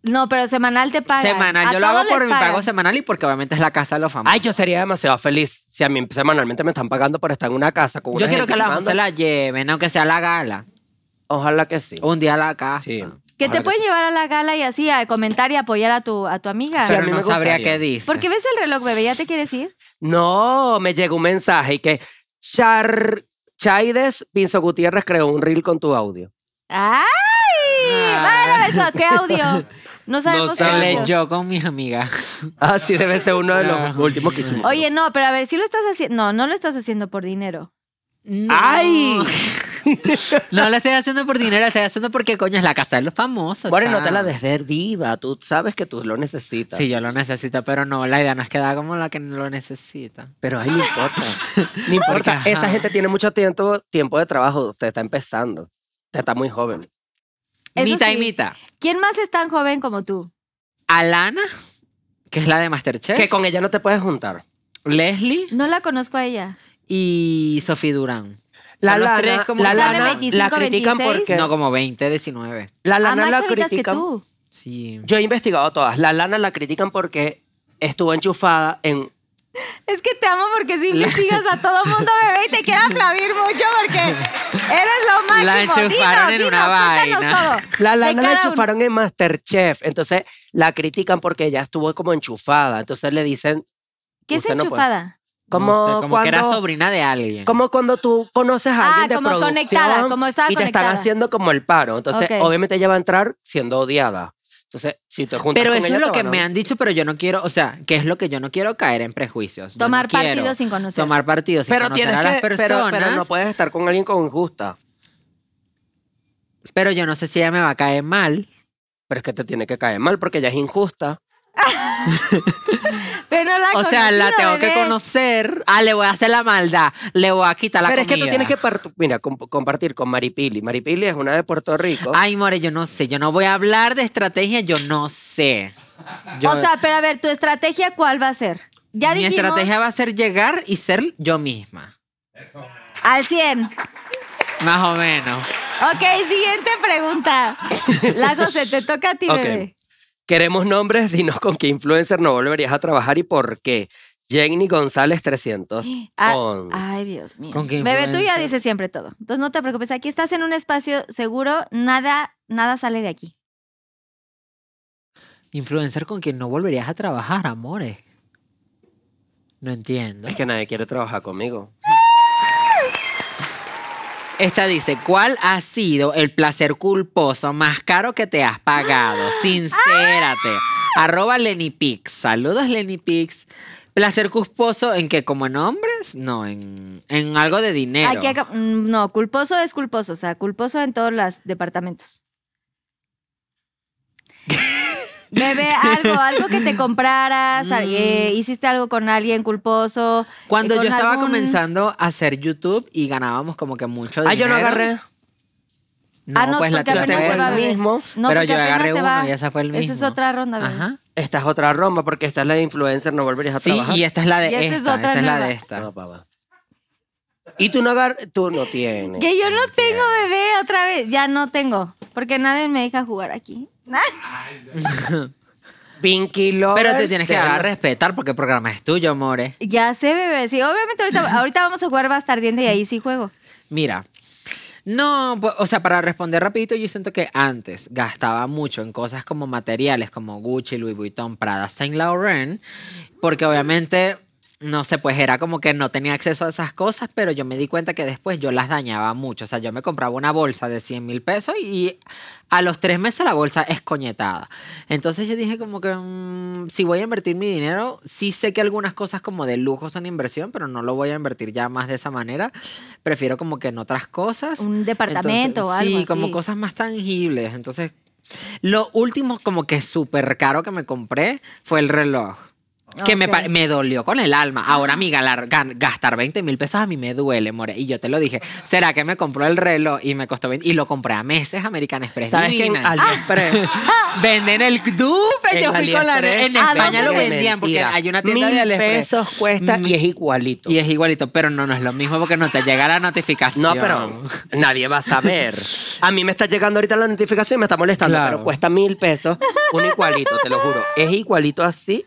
[SPEAKER 2] No, pero semanal te pagan.
[SPEAKER 5] Semanal,
[SPEAKER 2] A
[SPEAKER 5] yo lo
[SPEAKER 2] todos
[SPEAKER 5] hago por
[SPEAKER 2] les
[SPEAKER 5] mi pago
[SPEAKER 2] pagan.
[SPEAKER 5] semanal y porque obviamente es la casa de los famosos.
[SPEAKER 6] Ay, yo sería demasiado feliz si a mí semanalmente me están pagando por estar en una casa con una
[SPEAKER 5] Yo quiero
[SPEAKER 6] gente
[SPEAKER 5] que la
[SPEAKER 6] manda.
[SPEAKER 5] se la lleven, aunque sea a la gala.
[SPEAKER 6] Ojalá que sí.
[SPEAKER 5] Un día a la casa.
[SPEAKER 6] Sí.
[SPEAKER 2] Que
[SPEAKER 6] Ojalá
[SPEAKER 2] te pueden llevar a la gala y así a comentar y apoyar a tu, a tu amiga.
[SPEAKER 6] Sí, a
[SPEAKER 5] Pero
[SPEAKER 6] mí
[SPEAKER 5] no
[SPEAKER 6] me
[SPEAKER 5] sabría
[SPEAKER 6] gustaría.
[SPEAKER 5] qué dice.
[SPEAKER 2] ¿Por qué ves el reloj, bebé? ¿Ya te quieres ir?
[SPEAKER 6] No, me llegó un mensaje y que Char Chaides Pinzo Gutiérrez creó un reel con tu audio.
[SPEAKER 2] ¡Ay!
[SPEAKER 5] Ah.
[SPEAKER 2] Bueno, eso, ¿qué audio? No sabemos.
[SPEAKER 6] sabe.
[SPEAKER 2] cómo.
[SPEAKER 6] sabemos.
[SPEAKER 5] Le yo con mis amigas.
[SPEAKER 6] Ah, sí, debe ser uno de los
[SPEAKER 5] No.
[SPEAKER 6] últimos que hicimos.
[SPEAKER 2] Oye, no, pero a ver, si lo estás haciendo. No, no lo estás haciendo por dinero.
[SPEAKER 6] ¡Ay!
[SPEAKER 5] No la estoy haciendo por dinero, la estoy haciendo porque coño es la casa de los famosos.
[SPEAKER 6] Bueno, no
[SPEAKER 5] chao.
[SPEAKER 6] te la des de diva. Tú sabes que tú lo necesitas.
[SPEAKER 5] Sí, yo lo necesito, pero no, la idea no es quedar como la que no lo necesita.
[SPEAKER 6] Pero ahí no importa. No importa.
[SPEAKER 5] Porque,
[SPEAKER 6] Esa
[SPEAKER 5] ajá.
[SPEAKER 6] gente tiene mucho tiempo, tiempo de trabajo. Usted está empezando. Usted está muy joven.
[SPEAKER 2] Eso
[SPEAKER 5] mita y
[SPEAKER 2] sí.
[SPEAKER 5] mita.
[SPEAKER 2] ¿Quién más es tan joven como tú?
[SPEAKER 5] Alana, que es la de Masterchef.
[SPEAKER 6] Que con ella no te puedes juntar.
[SPEAKER 5] Leslie
[SPEAKER 2] No la conozco a ella.
[SPEAKER 5] y Sophie Durán.
[SPEAKER 6] La
[SPEAKER 5] Son los
[SPEAKER 6] lana,
[SPEAKER 5] tres como
[SPEAKER 6] la,
[SPEAKER 5] que-
[SPEAKER 6] lana la
[SPEAKER 2] 25,
[SPEAKER 6] critican
[SPEAKER 2] 26.
[SPEAKER 6] porque...
[SPEAKER 5] No, como 20, 19.
[SPEAKER 6] la
[SPEAKER 2] A
[SPEAKER 6] lana
[SPEAKER 2] más
[SPEAKER 6] la
[SPEAKER 2] chavitas que
[SPEAKER 6] critican...
[SPEAKER 2] tú.
[SPEAKER 5] Sí.
[SPEAKER 6] Yo he investigado todas. La lana la critican porque estuvo enchufada en...
[SPEAKER 2] Es que te amo porque si investigas a todo mundo, bebé, y te quiero aplaudir mucho porque eres lo máximo.
[SPEAKER 5] La
[SPEAKER 2] Dinos,
[SPEAKER 5] enchufaron en
[SPEAKER 2] dinos,
[SPEAKER 5] una
[SPEAKER 2] cuéntanos
[SPEAKER 5] vaina.
[SPEAKER 2] todo.
[SPEAKER 6] La
[SPEAKER 2] De
[SPEAKER 6] lana la
[SPEAKER 2] cada uno.
[SPEAKER 6] enchufaron en Masterchef. Entonces la critican porque ella estuvo como enchufada. Entonces le dicen...
[SPEAKER 2] ¿Qué es
[SPEAKER 6] "Usted no puede".
[SPEAKER 2] enchufada?
[SPEAKER 6] como,
[SPEAKER 5] No sé, como que era
[SPEAKER 6] cuando-
[SPEAKER 5] sobrina de alguien.
[SPEAKER 6] Como cuando tú conoces a
[SPEAKER 2] Ah,
[SPEAKER 6] alguien de
[SPEAKER 2] como
[SPEAKER 6] producción
[SPEAKER 2] conectada, como estaba
[SPEAKER 6] y te están
[SPEAKER 2] conectada.
[SPEAKER 6] haciendo como el paro. Entonces,
[SPEAKER 2] Ok.
[SPEAKER 6] obviamente ella va a entrar siendo odiada. Entonces, si te juntas
[SPEAKER 5] Pero
[SPEAKER 6] con
[SPEAKER 5] eso
[SPEAKER 6] ella,
[SPEAKER 5] es
[SPEAKER 6] te
[SPEAKER 5] lo que
[SPEAKER 6] van a-
[SPEAKER 5] me han dicho, pero yo no quiero, o sea, ¿qué es lo que yo no quiero caer en prejuicios? Yo no
[SPEAKER 2] Tomar
[SPEAKER 5] quiero
[SPEAKER 2] partido sin conocer.
[SPEAKER 5] Tomar partido sin
[SPEAKER 6] Pero
[SPEAKER 5] conocer
[SPEAKER 6] tienes
[SPEAKER 5] a las
[SPEAKER 6] que... pero-
[SPEAKER 5] personas.
[SPEAKER 6] Pero, no puedes estar con alguien con injusta.
[SPEAKER 5] pero yo no sé si ella me va a caer mal.
[SPEAKER 6] Pero es que te tiene que caer mal porque ella es injusta.
[SPEAKER 2] Pero no la
[SPEAKER 5] O sea, la
[SPEAKER 2] conocía,
[SPEAKER 5] tengo que
[SPEAKER 2] bebé.
[SPEAKER 5] conocer. Ah, le voy a hacer la maldad. Le voy a quitar la
[SPEAKER 6] pero es
[SPEAKER 5] comida.
[SPEAKER 6] que tú tienes que... par- Mira, comp- compartir con Maripili. Maripili es una de Puerto Rico.
[SPEAKER 5] Ay, More, yo no sé. Yo no voy a hablar de estrategia, yo no sé. Yo-
[SPEAKER 2] O sea, pero a ver, ¿tu estrategia cuál va a ser? Ya
[SPEAKER 5] mi
[SPEAKER 2] dijimos
[SPEAKER 5] estrategia va a ser llegar y ser yo misma.
[SPEAKER 2] al 100.
[SPEAKER 5] Más o menos.
[SPEAKER 2] Ok, siguiente pregunta. La José, te toca a ti,
[SPEAKER 6] Ok.
[SPEAKER 2] bebé.
[SPEAKER 6] Queremos nombres, dinos con qué influencer no volverías a trabajar y por qué. Jenny González 300.
[SPEAKER 2] Ah, Ay, Dios mío.
[SPEAKER 5] Pues, ¿Con qué
[SPEAKER 2] Bebé, tú ya
[SPEAKER 5] influencer?
[SPEAKER 2] dices siempre todo. Entonces no te preocupes, aquí estás en un espacio seguro, nada, nada sale de aquí.
[SPEAKER 5] Influencer con quien no volverías a trabajar, amores. No entiendo.
[SPEAKER 6] Es que nadie quiere trabajar conmigo.
[SPEAKER 5] Esta dice, ¿cuál ha sido el placer culposo más caro que te has pagado? Sincérate.
[SPEAKER 2] ¡Ah!
[SPEAKER 5] Arroba Lenny Pix. Saludos, Lenny Pix. Placer culposo en que como en hombres, no, en, en algo de dinero.
[SPEAKER 2] Aquí acá- mm, no, culposo es culposo, o sea, culposo en todos los departamentos. Bebé, algo, algo que te compraras, al- eh, hiciste algo con alguien culposo. eh,
[SPEAKER 5] Mm. Cuando
[SPEAKER 2] con
[SPEAKER 5] yo estaba
[SPEAKER 2] algún-
[SPEAKER 5] comenzando a hacer YouTube y ganábamos como que mucho
[SPEAKER 6] Ah,
[SPEAKER 5] dinero.
[SPEAKER 6] yo no agarré.
[SPEAKER 5] No,
[SPEAKER 2] Ah, no,
[SPEAKER 5] pues la
[SPEAKER 2] porque
[SPEAKER 5] tuya
[SPEAKER 2] apenas
[SPEAKER 5] fue
[SPEAKER 2] te va
[SPEAKER 5] esa.
[SPEAKER 2] a beber.
[SPEAKER 6] mismo.
[SPEAKER 2] No,
[SPEAKER 5] pero
[SPEAKER 2] porque
[SPEAKER 5] yo agarré
[SPEAKER 2] apenas te
[SPEAKER 5] uno
[SPEAKER 2] va-
[SPEAKER 5] y esa fue el mismo.
[SPEAKER 2] Esa es otra ronda, bebé.
[SPEAKER 5] Ajá.
[SPEAKER 6] Esta es otra Roma porque esta es la de influencer, no volverías a
[SPEAKER 5] Sí,
[SPEAKER 6] trabajar.
[SPEAKER 5] y esta es la de
[SPEAKER 2] Y esta
[SPEAKER 5] esta.
[SPEAKER 2] es
[SPEAKER 5] esa
[SPEAKER 2] otra
[SPEAKER 5] es la
[SPEAKER 2] nueva.
[SPEAKER 5] de esta.
[SPEAKER 6] No, papá. Y tú no agarras, tú no tienes.
[SPEAKER 2] Que yo no tengo bebé otra vez, ya no tengo, porque nadie me deja jugar aquí.
[SPEAKER 6] Pinky Lovers.
[SPEAKER 5] Pero te tienes que
[SPEAKER 6] te
[SPEAKER 5] dar a
[SPEAKER 6] dan-
[SPEAKER 5] respetar porque el programa es tuyo, more.
[SPEAKER 2] Ya sé, bebé. Sí, obviamente ahorita, ahorita vamos a jugar bastardiente y ahí sí juego.
[SPEAKER 5] Mira, no, pues, o sea, para responder rapidito, yo siento que antes gastaba mucho en cosas como materiales, como Gucci, Louis Vuitton, Prada, Saint Laurent, porque obviamente, no sé, pues era como que no tenía acceso a esas cosas, pero yo me di cuenta que después yo las dañaba mucho. O sea, yo me compraba una bolsa de 100 mil pesos y a los tres meses la bolsa es coñetada. Entonces yo dije como que, mm, si voy a invertir mi dinero, sí sé que algunas cosas como de lujo son inversión, pero no lo voy a invertir ya más de esa manera. Prefiero como que en otras cosas.
[SPEAKER 2] Un departamento o
[SPEAKER 5] Entonces,
[SPEAKER 2] algo.
[SPEAKER 5] Sí, como
[SPEAKER 2] así.
[SPEAKER 5] cosas más tangibles. Entonces, lo último como que súper caro que me compré fue el reloj. Que me,
[SPEAKER 2] Ok.
[SPEAKER 5] pa- me dolió con el alma. Ahora, amiga, la- gan- gastar 20 mil pesos a mí me duele, more. Y yo te lo dije. ¿Será que me compró el reloj y me costó 20? Y lo compré a meses, American Express.
[SPEAKER 6] ¿Sabes qué?
[SPEAKER 5] divina.
[SPEAKER 6] AliExpress.
[SPEAKER 5] Venden el dupe.
[SPEAKER 6] Ah. En
[SPEAKER 5] Yo fui con la.
[SPEAKER 6] AliExpress,
[SPEAKER 5] En
[SPEAKER 2] ¿a
[SPEAKER 5] España
[SPEAKER 2] dónde
[SPEAKER 5] lo
[SPEAKER 2] lo venden?
[SPEAKER 5] vendían porque
[SPEAKER 6] Ah, Mentira.
[SPEAKER 5] hay una tienda de
[SPEAKER 6] Mil
[SPEAKER 5] AliExpress.
[SPEAKER 6] pesos cuesta y es igualito.
[SPEAKER 5] Y es igualito, pero no, no es lo mismo porque no te llega la notificación.
[SPEAKER 6] No, pero nadie va a saber. A mí me está llegando ahorita la notificación y me está molestando,
[SPEAKER 5] Claro.
[SPEAKER 6] pero cuesta mil pesos. Un igualito, te lo juro. Es igualito así.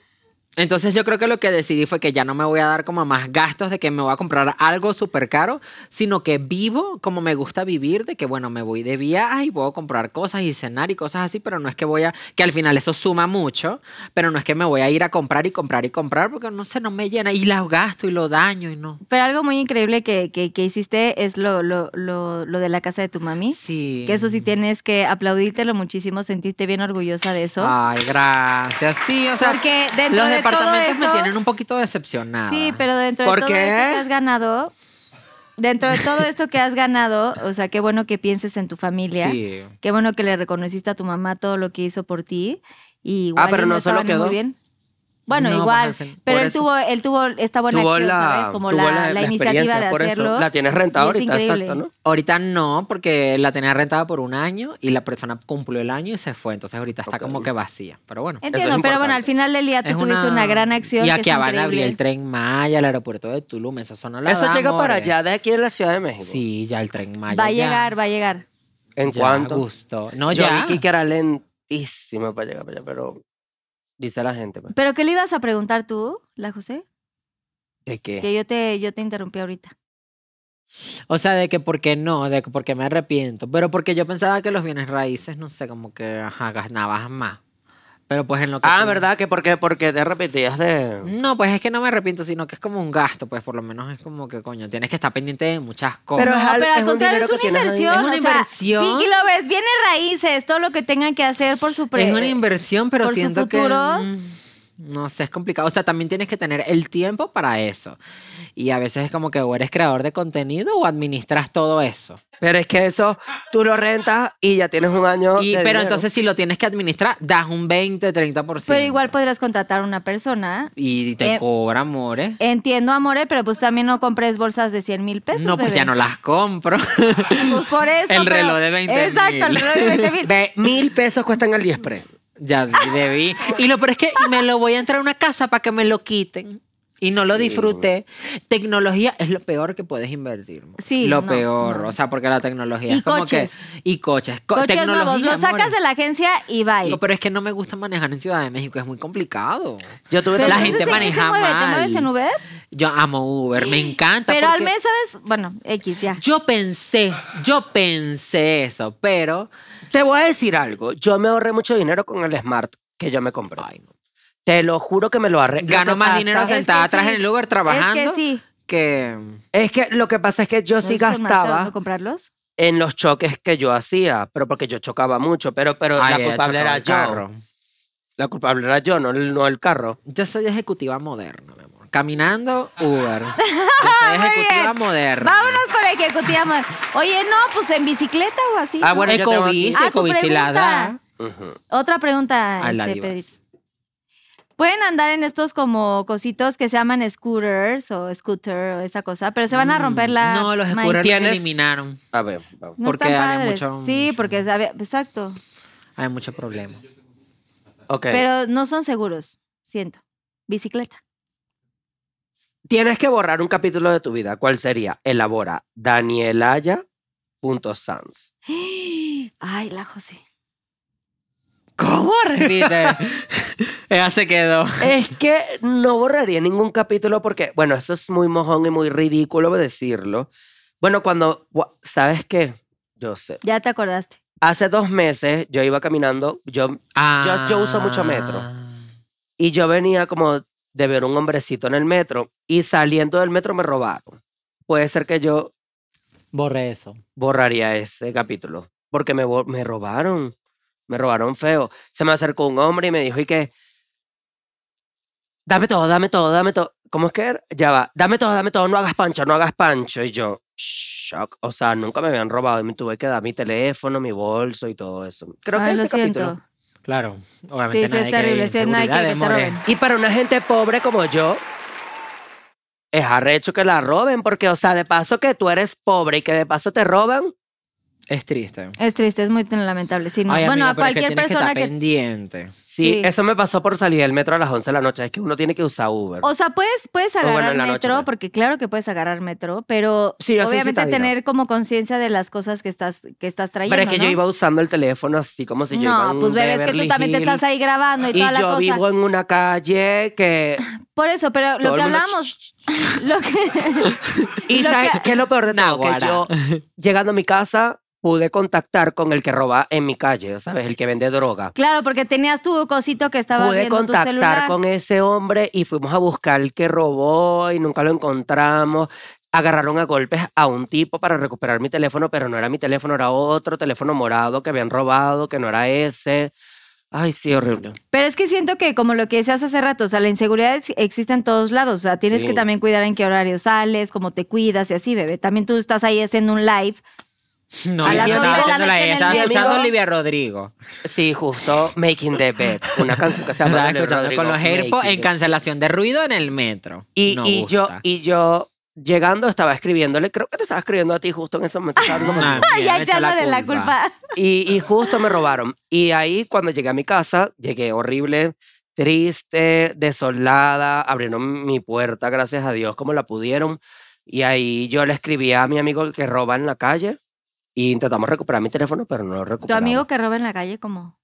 [SPEAKER 5] Entonces yo creo que lo que decidí fue que ya no me voy a dar como más gastos de que me voy a comprar algo súper caro, sino que vivo como me gusta vivir, de que bueno, me voy de viaje y puedo comprar cosas y cenar y cosas así, pero no es que voy a, que al final eso suma mucho, pero no es que me voy a ir a comprar y comprar y comprar porque no sé, no me llena y las gasto y lo daño y no.
[SPEAKER 2] Pero algo muy increíble que, que- que hiciste es lo, lo, lo, lo de la casa de tu mami.
[SPEAKER 5] Sí.
[SPEAKER 2] Que eso sí tienes que aplaudírtelo muchísimo, sentirte bien orgullosa de eso.
[SPEAKER 5] Ay, gracias. Sí, Ah, o sea,
[SPEAKER 2] Porque dentro
[SPEAKER 5] los
[SPEAKER 2] de
[SPEAKER 5] departamentos
[SPEAKER 2] todo esto-
[SPEAKER 5] me tienen un poquito decepcionada.
[SPEAKER 2] Sí, pero dentro de
[SPEAKER 6] ¿Por
[SPEAKER 2] todo
[SPEAKER 6] qué?
[SPEAKER 2] esto que has ganado, dentro de todo esto que has ganado, o sea, qué bueno que pienses en tu familia.
[SPEAKER 5] Sí.
[SPEAKER 2] Qué bueno que le reconociste a tu mamá todo lo que hizo por ti. Y igual
[SPEAKER 6] pero
[SPEAKER 2] él
[SPEAKER 6] no solo
[SPEAKER 2] estaba ni
[SPEAKER 6] quedó.
[SPEAKER 2] Muy bien. Bueno,
[SPEAKER 5] No,
[SPEAKER 2] igual,
[SPEAKER 5] pues, al fin-
[SPEAKER 2] pero
[SPEAKER 5] por
[SPEAKER 2] él
[SPEAKER 5] eso.
[SPEAKER 2] tuvo, él tuvo esta buena
[SPEAKER 6] tuvo
[SPEAKER 2] acción,
[SPEAKER 6] la,
[SPEAKER 2] ¿sabes? Como
[SPEAKER 6] tuvo
[SPEAKER 2] la,
[SPEAKER 6] la-
[SPEAKER 2] la
[SPEAKER 6] la
[SPEAKER 2] iniciativa
[SPEAKER 6] experiencia,
[SPEAKER 2] de
[SPEAKER 6] por eso.
[SPEAKER 2] hacerlo.
[SPEAKER 6] La tienes rentada
[SPEAKER 2] y es
[SPEAKER 6] ahorita,
[SPEAKER 2] increíble.
[SPEAKER 6] exacto, ¿no?
[SPEAKER 5] Ahorita no, porque la tenía rentada por un año y la persona cumplió el año y se fue. Entonces ahorita está
[SPEAKER 6] Ok.
[SPEAKER 5] como que vacía. Pero bueno.
[SPEAKER 6] es
[SPEAKER 2] Entiendo, pero bueno,
[SPEAKER 6] importante.
[SPEAKER 2] al final del día tú
[SPEAKER 5] es
[SPEAKER 2] tuviste una, gran acción.
[SPEAKER 5] Y
[SPEAKER 2] que
[SPEAKER 5] aquí
[SPEAKER 2] es
[SPEAKER 5] van a abrir
[SPEAKER 2] increíble.
[SPEAKER 5] el tren Maya, el aeropuerto de Tulum. Esa zona la
[SPEAKER 6] Eso
[SPEAKER 5] da,
[SPEAKER 6] llega para
[SPEAKER 5] amores.
[SPEAKER 6] allá, de aquí en la Ciudad de México.
[SPEAKER 5] Sí, ya el tren Maya.
[SPEAKER 2] Va a
[SPEAKER 5] ya.
[SPEAKER 2] llegar, va a llegar.
[SPEAKER 6] ¿En
[SPEAKER 5] Ya,
[SPEAKER 6] cuanto
[SPEAKER 5] gusto. No,
[SPEAKER 6] Yo
[SPEAKER 5] ya.
[SPEAKER 6] vi que era lentísimo para llegar para allá, pero dice la gente. pues,
[SPEAKER 2] ¿Pero qué le ibas a preguntar tú, la José?
[SPEAKER 6] ¿de qué?
[SPEAKER 2] Que yo te, yo te interrumpí ahorita.
[SPEAKER 5] O sea, de que por qué no, de que por qué me arrepiento. Pero porque yo pensaba que los bienes raíces, no sé, como que ajá, ganabas más. Pero pues en lo que.
[SPEAKER 6] Ah,
[SPEAKER 5] tú-
[SPEAKER 6] ¿verdad? Que porque, porque te repetías
[SPEAKER 2] Mm.
[SPEAKER 6] de...
[SPEAKER 5] No, pues es que no me arrepiento, sino que es como un gasto, pues por lo menos es como que, coño, tienes que estar pendiente de muchas cosas.
[SPEAKER 6] Pero
[SPEAKER 2] No,
[SPEAKER 6] es al-
[SPEAKER 2] pero
[SPEAKER 6] es
[SPEAKER 2] al
[SPEAKER 6] un
[SPEAKER 2] contrario,
[SPEAKER 6] dinero
[SPEAKER 2] es
[SPEAKER 6] que
[SPEAKER 2] una
[SPEAKER 6] tienes ahí.
[SPEAKER 2] inversión.
[SPEAKER 5] Es una
[SPEAKER 2] o sea,
[SPEAKER 5] inversión.
[SPEAKER 2] Pinky Lovers, viene raíces, todo lo que tengan que hacer por su pre
[SPEAKER 5] es una inversión, pero
[SPEAKER 2] por su
[SPEAKER 5] siento que
[SPEAKER 2] futuro.
[SPEAKER 5] mm, no sé, es complicado. O sea, también tienes que tener el tiempo para eso. Y a veces es como que o eres creador de contenido o administras todo eso.
[SPEAKER 6] Pero es que eso tú lo rentas y ya tienes un año
[SPEAKER 5] Y-
[SPEAKER 6] de
[SPEAKER 5] pero
[SPEAKER 6] dinero.
[SPEAKER 5] entonces si lo tienes que administrar, das un 20, 30%.
[SPEAKER 2] Pero igual podrías contratar a una persona.
[SPEAKER 5] Y te
[SPEAKER 2] Eh,
[SPEAKER 5] cobra, amores.
[SPEAKER 2] Entiendo, amore, pero pues también no compres bolsas de 100 mil pesos.
[SPEAKER 5] No, pues ya
[SPEAKER 2] bebé.
[SPEAKER 5] no las compro.
[SPEAKER 2] Pues por eso.
[SPEAKER 5] El
[SPEAKER 2] pero-
[SPEAKER 5] reloj de 20.000.
[SPEAKER 2] Exacto, el reloj de 20 mil.
[SPEAKER 6] Ve, mil pesos cuestan el 10 pre.
[SPEAKER 5] Ya vi- debí. Y lo peor es que me lo voy a entrar a una casa para que me lo quiten. Y no lo disfruté. Tecnología es lo peor que puedes invertir. amor.
[SPEAKER 2] Sí,
[SPEAKER 5] Lo
[SPEAKER 2] no,
[SPEAKER 5] peor.
[SPEAKER 2] no.
[SPEAKER 5] O sea, porque la tecnología
[SPEAKER 2] Y
[SPEAKER 5] es como
[SPEAKER 2] coches.
[SPEAKER 5] que. Y coches. Co-
[SPEAKER 2] Coches
[SPEAKER 5] tecnología,
[SPEAKER 2] nuevos, lo sacas
[SPEAKER 5] amores.
[SPEAKER 2] de la agencia y bye.
[SPEAKER 5] Digo, Pero es que no me gusta manejar en Ciudad de México. Es muy complicado.
[SPEAKER 6] Yo tuve
[SPEAKER 2] Pero
[SPEAKER 5] la
[SPEAKER 6] también-
[SPEAKER 5] gente
[SPEAKER 2] entonces, ¿en qué se
[SPEAKER 5] maneja
[SPEAKER 2] mueve? ¿Te
[SPEAKER 5] mal.
[SPEAKER 2] mueves en Uber?
[SPEAKER 5] Yo amo Uber. Me encanta.
[SPEAKER 2] Pero al
[SPEAKER 5] porque-
[SPEAKER 2] mes, ¿sabes? Bueno, X ya.
[SPEAKER 5] Yo pensé, yo pensé eso, pero.
[SPEAKER 6] Te voy a decir algo. Yo me ahorré mucho dinero con el Smart que yo me compré.
[SPEAKER 5] Ay, no.
[SPEAKER 6] Te lo juro que me lo ahorré. Lo
[SPEAKER 5] Gano
[SPEAKER 6] que
[SPEAKER 5] más
[SPEAKER 6] pasa
[SPEAKER 5] dinero
[SPEAKER 6] es-
[SPEAKER 5] sentada atrás
[SPEAKER 2] sí.
[SPEAKER 5] en el Uber trabajando
[SPEAKER 2] Es que sí.
[SPEAKER 5] que.
[SPEAKER 6] Es que lo que pasa es que yo
[SPEAKER 2] ¿No
[SPEAKER 6] sí
[SPEAKER 2] es más caro no
[SPEAKER 6] gastaba
[SPEAKER 2] comprarlos?
[SPEAKER 6] en los choques que yo hacía, pero porque yo chocaba mucho, pero, pero
[SPEAKER 5] Ay,
[SPEAKER 6] la
[SPEAKER 5] ella
[SPEAKER 6] culpable
[SPEAKER 5] chocaba
[SPEAKER 6] era
[SPEAKER 5] el
[SPEAKER 6] yo.
[SPEAKER 5] carro.
[SPEAKER 6] La culpable era yo, no el, no el carro.
[SPEAKER 5] Yo soy ejecutiva moderna, mi amor. Caminando,
[SPEAKER 2] Ah.
[SPEAKER 5] Uber. Yo soy ejecutiva moderna.
[SPEAKER 2] Vámonos por ejecutiva. ma- Oye, no, pues en bicicleta o así.
[SPEAKER 6] Ah,
[SPEAKER 2] ¿no?
[SPEAKER 6] bueno, yo tengo aquí-
[SPEAKER 5] Ecobici,
[SPEAKER 2] Ah, tu
[SPEAKER 5] Ecobici la da
[SPEAKER 2] pregunta. Otra pregunta.
[SPEAKER 5] a la
[SPEAKER 2] este,
[SPEAKER 5] divas.
[SPEAKER 2] Pedrito. Pueden andar en estos como cositos que se llaman scooters o scooter o esa cosa, pero se van a romper la.
[SPEAKER 5] Mm, No, los
[SPEAKER 2] maíz.
[SPEAKER 5] scooters los
[SPEAKER 6] ¿Tienes?
[SPEAKER 5] eliminaron.
[SPEAKER 6] A ver, vamos.
[SPEAKER 2] No
[SPEAKER 5] porque
[SPEAKER 2] están
[SPEAKER 5] hay
[SPEAKER 2] padres.
[SPEAKER 5] mucho-
[SPEAKER 2] Sí,
[SPEAKER 5] mucho-
[SPEAKER 2] porque sabe- exacto.
[SPEAKER 5] Hay mucho problema.
[SPEAKER 6] Ok.
[SPEAKER 2] Pero no son seguros, siento. Bicicleta.
[SPEAKER 6] Tienes que borrar un capítulo de tu vida. ¿Cuál sería? Elabora danielaya.sans.
[SPEAKER 2] Ay, la José.
[SPEAKER 5] ¿Cómo repite? Ella se quedó.
[SPEAKER 6] Es que no borraría ningún capítulo porque, bueno, eso es muy mojón y muy ridículo decirlo. Bueno, cuando, gua- ¿sabes qué? Yo sé.
[SPEAKER 2] Ya te acordaste.
[SPEAKER 6] Hace dos meses yo iba caminando, yo
[SPEAKER 5] Ah.
[SPEAKER 6] Yo- yo uso mucho metro. Y yo venía como de ver un hombrecito en el metro y saliendo del metro me robaron. Puede ser que yo
[SPEAKER 5] Borré eso.
[SPEAKER 6] borraría ese capítulo porque me, bo- me robaron. Me robaron feo. Se me acercó un hombre y me dijo y que dame todo, dame todo, dame todo. ¿Cómo es que era? Ya va. Dame todo, dame todo, no hagas pancho, no hagas pancho. Y yo, shock. O sea, nunca me habían robado y me tuve que dar mi teléfono, mi bolso y todo eso. Creo que
[SPEAKER 2] Ay,
[SPEAKER 6] ese
[SPEAKER 2] lo
[SPEAKER 6] capítulo.
[SPEAKER 2] siento.
[SPEAKER 5] Claro.
[SPEAKER 2] Sí,
[SPEAKER 5] Obviamente
[SPEAKER 2] sí, es terrible. Sí, nadie quiere que te roben.
[SPEAKER 6] Y para una gente pobre como yo, es arrecho que la roben, porque, o sea, de paso que tú eres pobre y que de paso te roban.
[SPEAKER 5] Es triste.
[SPEAKER 2] Es triste, es muy lamentable. Sí, no.
[SPEAKER 5] Ay,
[SPEAKER 2] bueno,
[SPEAKER 5] amiga,
[SPEAKER 2] a
[SPEAKER 5] pero es
[SPEAKER 2] cualquier
[SPEAKER 5] que tienes
[SPEAKER 2] persona
[SPEAKER 5] que, estar
[SPEAKER 2] que...
[SPEAKER 5] pendiente.
[SPEAKER 6] Sí,
[SPEAKER 2] Sí.
[SPEAKER 6] eso me pasó por salir del metro a las 11 de la noche. Es que uno tiene que usar Uber.
[SPEAKER 2] O sea, puedes, puedes
[SPEAKER 6] bueno,
[SPEAKER 2] agarrar
[SPEAKER 6] en la noche,
[SPEAKER 2] metro,
[SPEAKER 6] pues.
[SPEAKER 2] porque claro que puedes agarrar metro, pero
[SPEAKER 6] Sí, yo soy
[SPEAKER 2] obviamente
[SPEAKER 6] citadina.
[SPEAKER 2] tener como conciencia de las cosas que estás, que estás trayendo.
[SPEAKER 6] Pero es que yo
[SPEAKER 2] ¿no?
[SPEAKER 6] iba usando el teléfono así como si yo iba "Uh,
[SPEAKER 2] no,
[SPEAKER 6] en
[SPEAKER 2] pues bebé, es que tú
[SPEAKER 6] Beverly
[SPEAKER 2] también te
[SPEAKER 6] Hills.
[SPEAKER 2] estás ahí grabando y,
[SPEAKER 6] Y
[SPEAKER 2] toda la
[SPEAKER 6] yo
[SPEAKER 2] cosa.
[SPEAKER 6] vivo en una calle que.
[SPEAKER 2] Por eso, pero lo
[SPEAKER 6] todo
[SPEAKER 2] que
[SPEAKER 6] el mundo-
[SPEAKER 2] hablamos, lo que,
[SPEAKER 6] Y
[SPEAKER 2] Lo
[SPEAKER 6] ¿sabes
[SPEAKER 2] que-
[SPEAKER 6] qué es lo peor de todo? Que
[SPEAKER 5] Naguará.
[SPEAKER 6] yo, llegando a mi casa, pude contactar con el que roba en mi calle, ¿sabes? El que vende droga.
[SPEAKER 2] claro, porque tenías tu cosito que estaba
[SPEAKER 6] Pude
[SPEAKER 2] viendo tu celular.
[SPEAKER 6] contactar con ese hombre y fuimos a buscar el que robó y nunca lo encontramos. Agarraron a golpes a un tipo para recuperar mi teléfono, pero no era mi teléfono, era otro teléfono morado que habían robado, que no era ese. Ay, sí, horrible.
[SPEAKER 2] Pero es que siento que, como lo que decías hace rato, o sea, la inseguridad ex- existe en todos lados. O sea, tienes que
[SPEAKER 6] Sí.
[SPEAKER 2] también cuidar en qué horario sales, cómo te cuidas y así, bebé. También tú estás ahí haciendo un live.
[SPEAKER 5] No,
[SPEAKER 2] A
[SPEAKER 5] yo
[SPEAKER 2] las once de la
[SPEAKER 5] estaba haciendo
[SPEAKER 2] noche en el
[SPEAKER 5] estaba
[SPEAKER 2] día,
[SPEAKER 5] escuchando
[SPEAKER 2] amigo.
[SPEAKER 5] Olivia Rodrigo.
[SPEAKER 6] Sí, justo Making the Bed, una canción que se llama
[SPEAKER 5] Estaba
[SPEAKER 6] Olivia
[SPEAKER 5] escuchando
[SPEAKER 6] Rodrigo,
[SPEAKER 5] con los AirPods
[SPEAKER 6] Making
[SPEAKER 5] en
[SPEAKER 6] the-
[SPEAKER 5] cancelación de ruido en el metro.
[SPEAKER 6] Y,
[SPEAKER 5] No
[SPEAKER 6] y yo,
[SPEAKER 5] gusta.
[SPEAKER 6] y yo llegando estaba escribiéndole, creo que te estaba escribiendo a ti justo en ese momento. estaba hablando contigo.
[SPEAKER 5] Ay,
[SPEAKER 2] Ya echándole la culpa.
[SPEAKER 6] y, y justo me robaron. Y ahí cuando llegué a mi casa, llegué horrible, triste, desolada, abrieron mi puerta, gracias a Dios, como la pudieron. Y ahí yo le escribí a mi amigo el que roba en la calle y intentamos recuperar mi teléfono, pero no lo
[SPEAKER 2] Tu
[SPEAKER 6] recuperamos.
[SPEAKER 2] amigo que roba en la calle, como.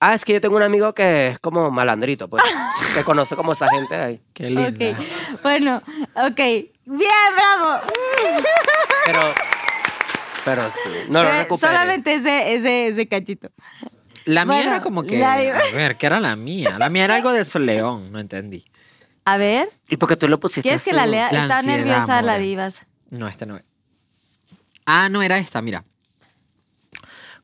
[SPEAKER 6] Ah, es que yo tengo un amigo que es como malandrito, pues, que conoce como esa gente de ahí.
[SPEAKER 5] Qué linda.
[SPEAKER 2] Ok. Bueno, ok. Bien, bravo.
[SPEAKER 6] Pero, pero sí, no lo
[SPEAKER 2] Pero
[SPEAKER 6] recuperé.
[SPEAKER 2] Solamente ese, ese, ese cachito.
[SPEAKER 5] La mía
[SPEAKER 2] Bueno,
[SPEAKER 5] era como que.
[SPEAKER 2] la-
[SPEAKER 5] A ver, ¿qué era la mía? La mía era algo de Soleón, no entendí.
[SPEAKER 2] A ver,
[SPEAKER 6] ¿Y por qué tú lo pusiste
[SPEAKER 2] ¿quieres que
[SPEAKER 6] así?
[SPEAKER 2] la lea?
[SPEAKER 5] la
[SPEAKER 2] Está
[SPEAKER 5] ansiedad,
[SPEAKER 2] nerviosa la
[SPEAKER 5] more.
[SPEAKER 2] divas.
[SPEAKER 5] No, esta no es. Ah, no era esta, mira.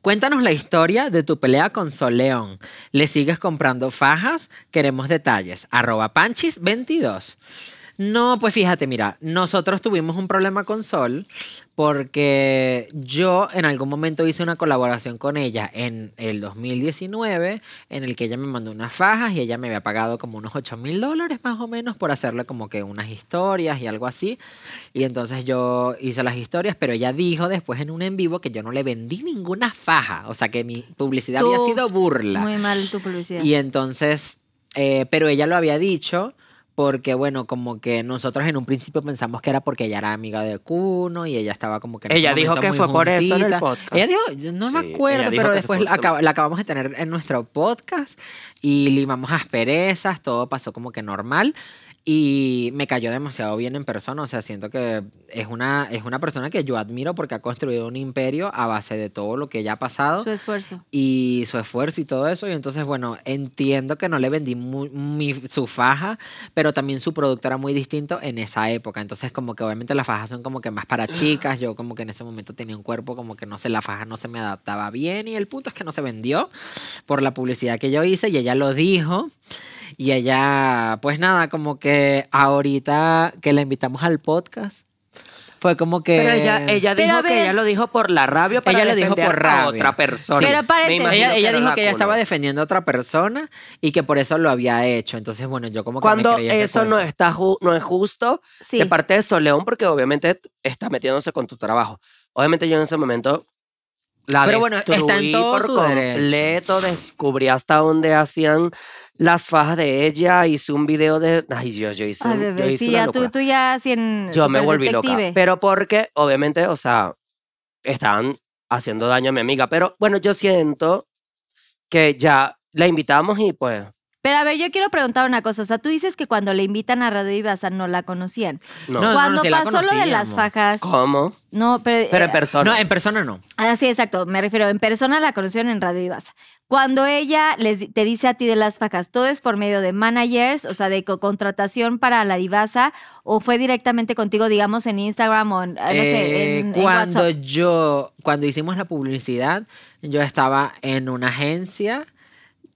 [SPEAKER 5] Cuéntanos la historia de tu pelea con Soleón. ¿Le sigues comprando fajas? Queremos detalles. Arroba panchis22. No, pues fíjate, mira, nosotros tuvimos un problema con Sol porque yo en algún momento hice una colaboración con ella en el 2019 en el que ella me mandó unas fajas y ella me había pagado como unos 8 mil dólares más o menos por hacerle como que unas historias y algo así. Y entonces yo hice las historias, pero ella dijo después en un en vivo que yo no le vendí ninguna faja, o sea que mi publicidad
[SPEAKER 2] Tú,
[SPEAKER 5] había sido burla.
[SPEAKER 2] Muy mal tu publicidad.
[SPEAKER 5] Y entonces, eh, pero ella lo había dicho porque, bueno, como que nosotros en un principio pensamos que era porque ella era amiga de Cuno y ella estaba como que... en ese
[SPEAKER 6] Ella dijo
[SPEAKER 5] momento
[SPEAKER 6] que
[SPEAKER 5] muy
[SPEAKER 6] fue por eso en el
[SPEAKER 5] juntita.
[SPEAKER 6] podcast.
[SPEAKER 5] Ella dijo, yo no
[SPEAKER 6] Sí,
[SPEAKER 5] me
[SPEAKER 6] ella
[SPEAKER 5] acuerdo,
[SPEAKER 6] dijo
[SPEAKER 5] pero
[SPEAKER 6] que se
[SPEAKER 5] después
[SPEAKER 6] fue-
[SPEAKER 5] la, acaba- la acabamos de tener en nuestro podcast y limamos asperezas, todo pasó como que normal y me cayó demasiado bien en persona, o sea, siento que es una, es una persona que yo admiro porque ha construido un imperio a base de todo lo que ella ha pasado
[SPEAKER 2] Su esfuerzo.
[SPEAKER 5] y su esfuerzo y todo eso. Y entonces, bueno, entiendo que no le vendí mu- mi, su faja, pero también su producto era muy distinto en esa época. Entonces, como que obviamente las fajas son como que más para chicas. Yo como que en ese momento tenía un cuerpo como que no sé, la faja no se me adaptaba bien. Y el punto es que no se vendió por la publicidad que yo hice y ella lo dijo. Y ella, pues nada, como que ahorita que la invitamos al podcast, fue como que...
[SPEAKER 6] Pero ella, ella
[SPEAKER 2] Pero a
[SPEAKER 6] dijo que
[SPEAKER 2] ver.
[SPEAKER 6] ella lo dijo por la rabia para
[SPEAKER 5] Ella lo dijo
[SPEAKER 6] defender
[SPEAKER 5] por
[SPEAKER 6] a
[SPEAKER 5] rabia.
[SPEAKER 6] otra persona.
[SPEAKER 2] Sí, pero párate.
[SPEAKER 6] Me imagino
[SPEAKER 5] Ella, ella
[SPEAKER 6] era
[SPEAKER 5] dijo
[SPEAKER 6] la
[SPEAKER 5] que ella estaba
[SPEAKER 6] culo.
[SPEAKER 5] defendiendo a otra persona y que por eso lo había hecho. Entonces, bueno, yo como que me
[SPEAKER 6] Cuando
[SPEAKER 5] creí ese
[SPEAKER 6] eso no
[SPEAKER 5] cuento.
[SPEAKER 6] está ju- no es justo
[SPEAKER 2] Sí.
[SPEAKER 6] de parte de Soleón, porque obviamente t- está metiéndose con tu trabajo. Obviamente yo en ese momento la
[SPEAKER 5] Pero bueno, está en
[SPEAKER 6] destruí
[SPEAKER 5] todo
[SPEAKER 6] por
[SPEAKER 5] su
[SPEAKER 6] completo, descubrí hasta dónde hacían las fajas de ella, hice un video de... Ay, yo, yo hice,
[SPEAKER 2] Ay,
[SPEAKER 6] un- yo
[SPEAKER 2] bebé,
[SPEAKER 6] hice
[SPEAKER 2] sí,
[SPEAKER 6] una
[SPEAKER 2] ya
[SPEAKER 6] locura.
[SPEAKER 2] tú, tú ya así en
[SPEAKER 6] Yo me volví
[SPEAKER 2] superdetective.
[SPEAKER 6] loca. Pero porque, obviamente, o sea, estaban haciendo daño a mi amiga. Pero bueno, yo siento que ya la invitamos y pues.
[SPEAKER 2] Pero a ver, yo quiero preguntar una cosa. O sea, tú dices que cuando le invitan a Radio Ibaza no la conocían.
[SPEAKER 6] No.
[SPEAKER 5] No,
[SPEAKER 2] cuando
[SPEAKER 5] sí la
[SPEAKER 2] pasó lo de las
[SPEAKER 5] conocíamos.
[SPEAKER 2] fajas.
[SPEAKER 6] ¿Cómo?
[SPEAKER 2] No, pero.
[SPEAKER 6] Pero en
[SPEAKER 2] eh,
[SPEAKER 6] persona.
[SPEAKER 5] No, en persona no.
[SPEAKER 2] ah, sí, exacto. Me refiero, en persona la conocieron en Radio Ibaza. Cuando ella les, di- te dice a ti de las fajas, ¿todo es por medio de managers, o sea, de co- contratación para la Divaza, o fue directamente contigo, digamos, en Instagram o en, ah, no sé,
[SPEAKER 5] Eh,
[SPEAKER 2] en, en
[SPEAKER 5] cuando
[SPEAKER 2] WhatsApp?
[SPEAKER 5] yo, cuando hicimos la publicidad, yo estaba en una agencia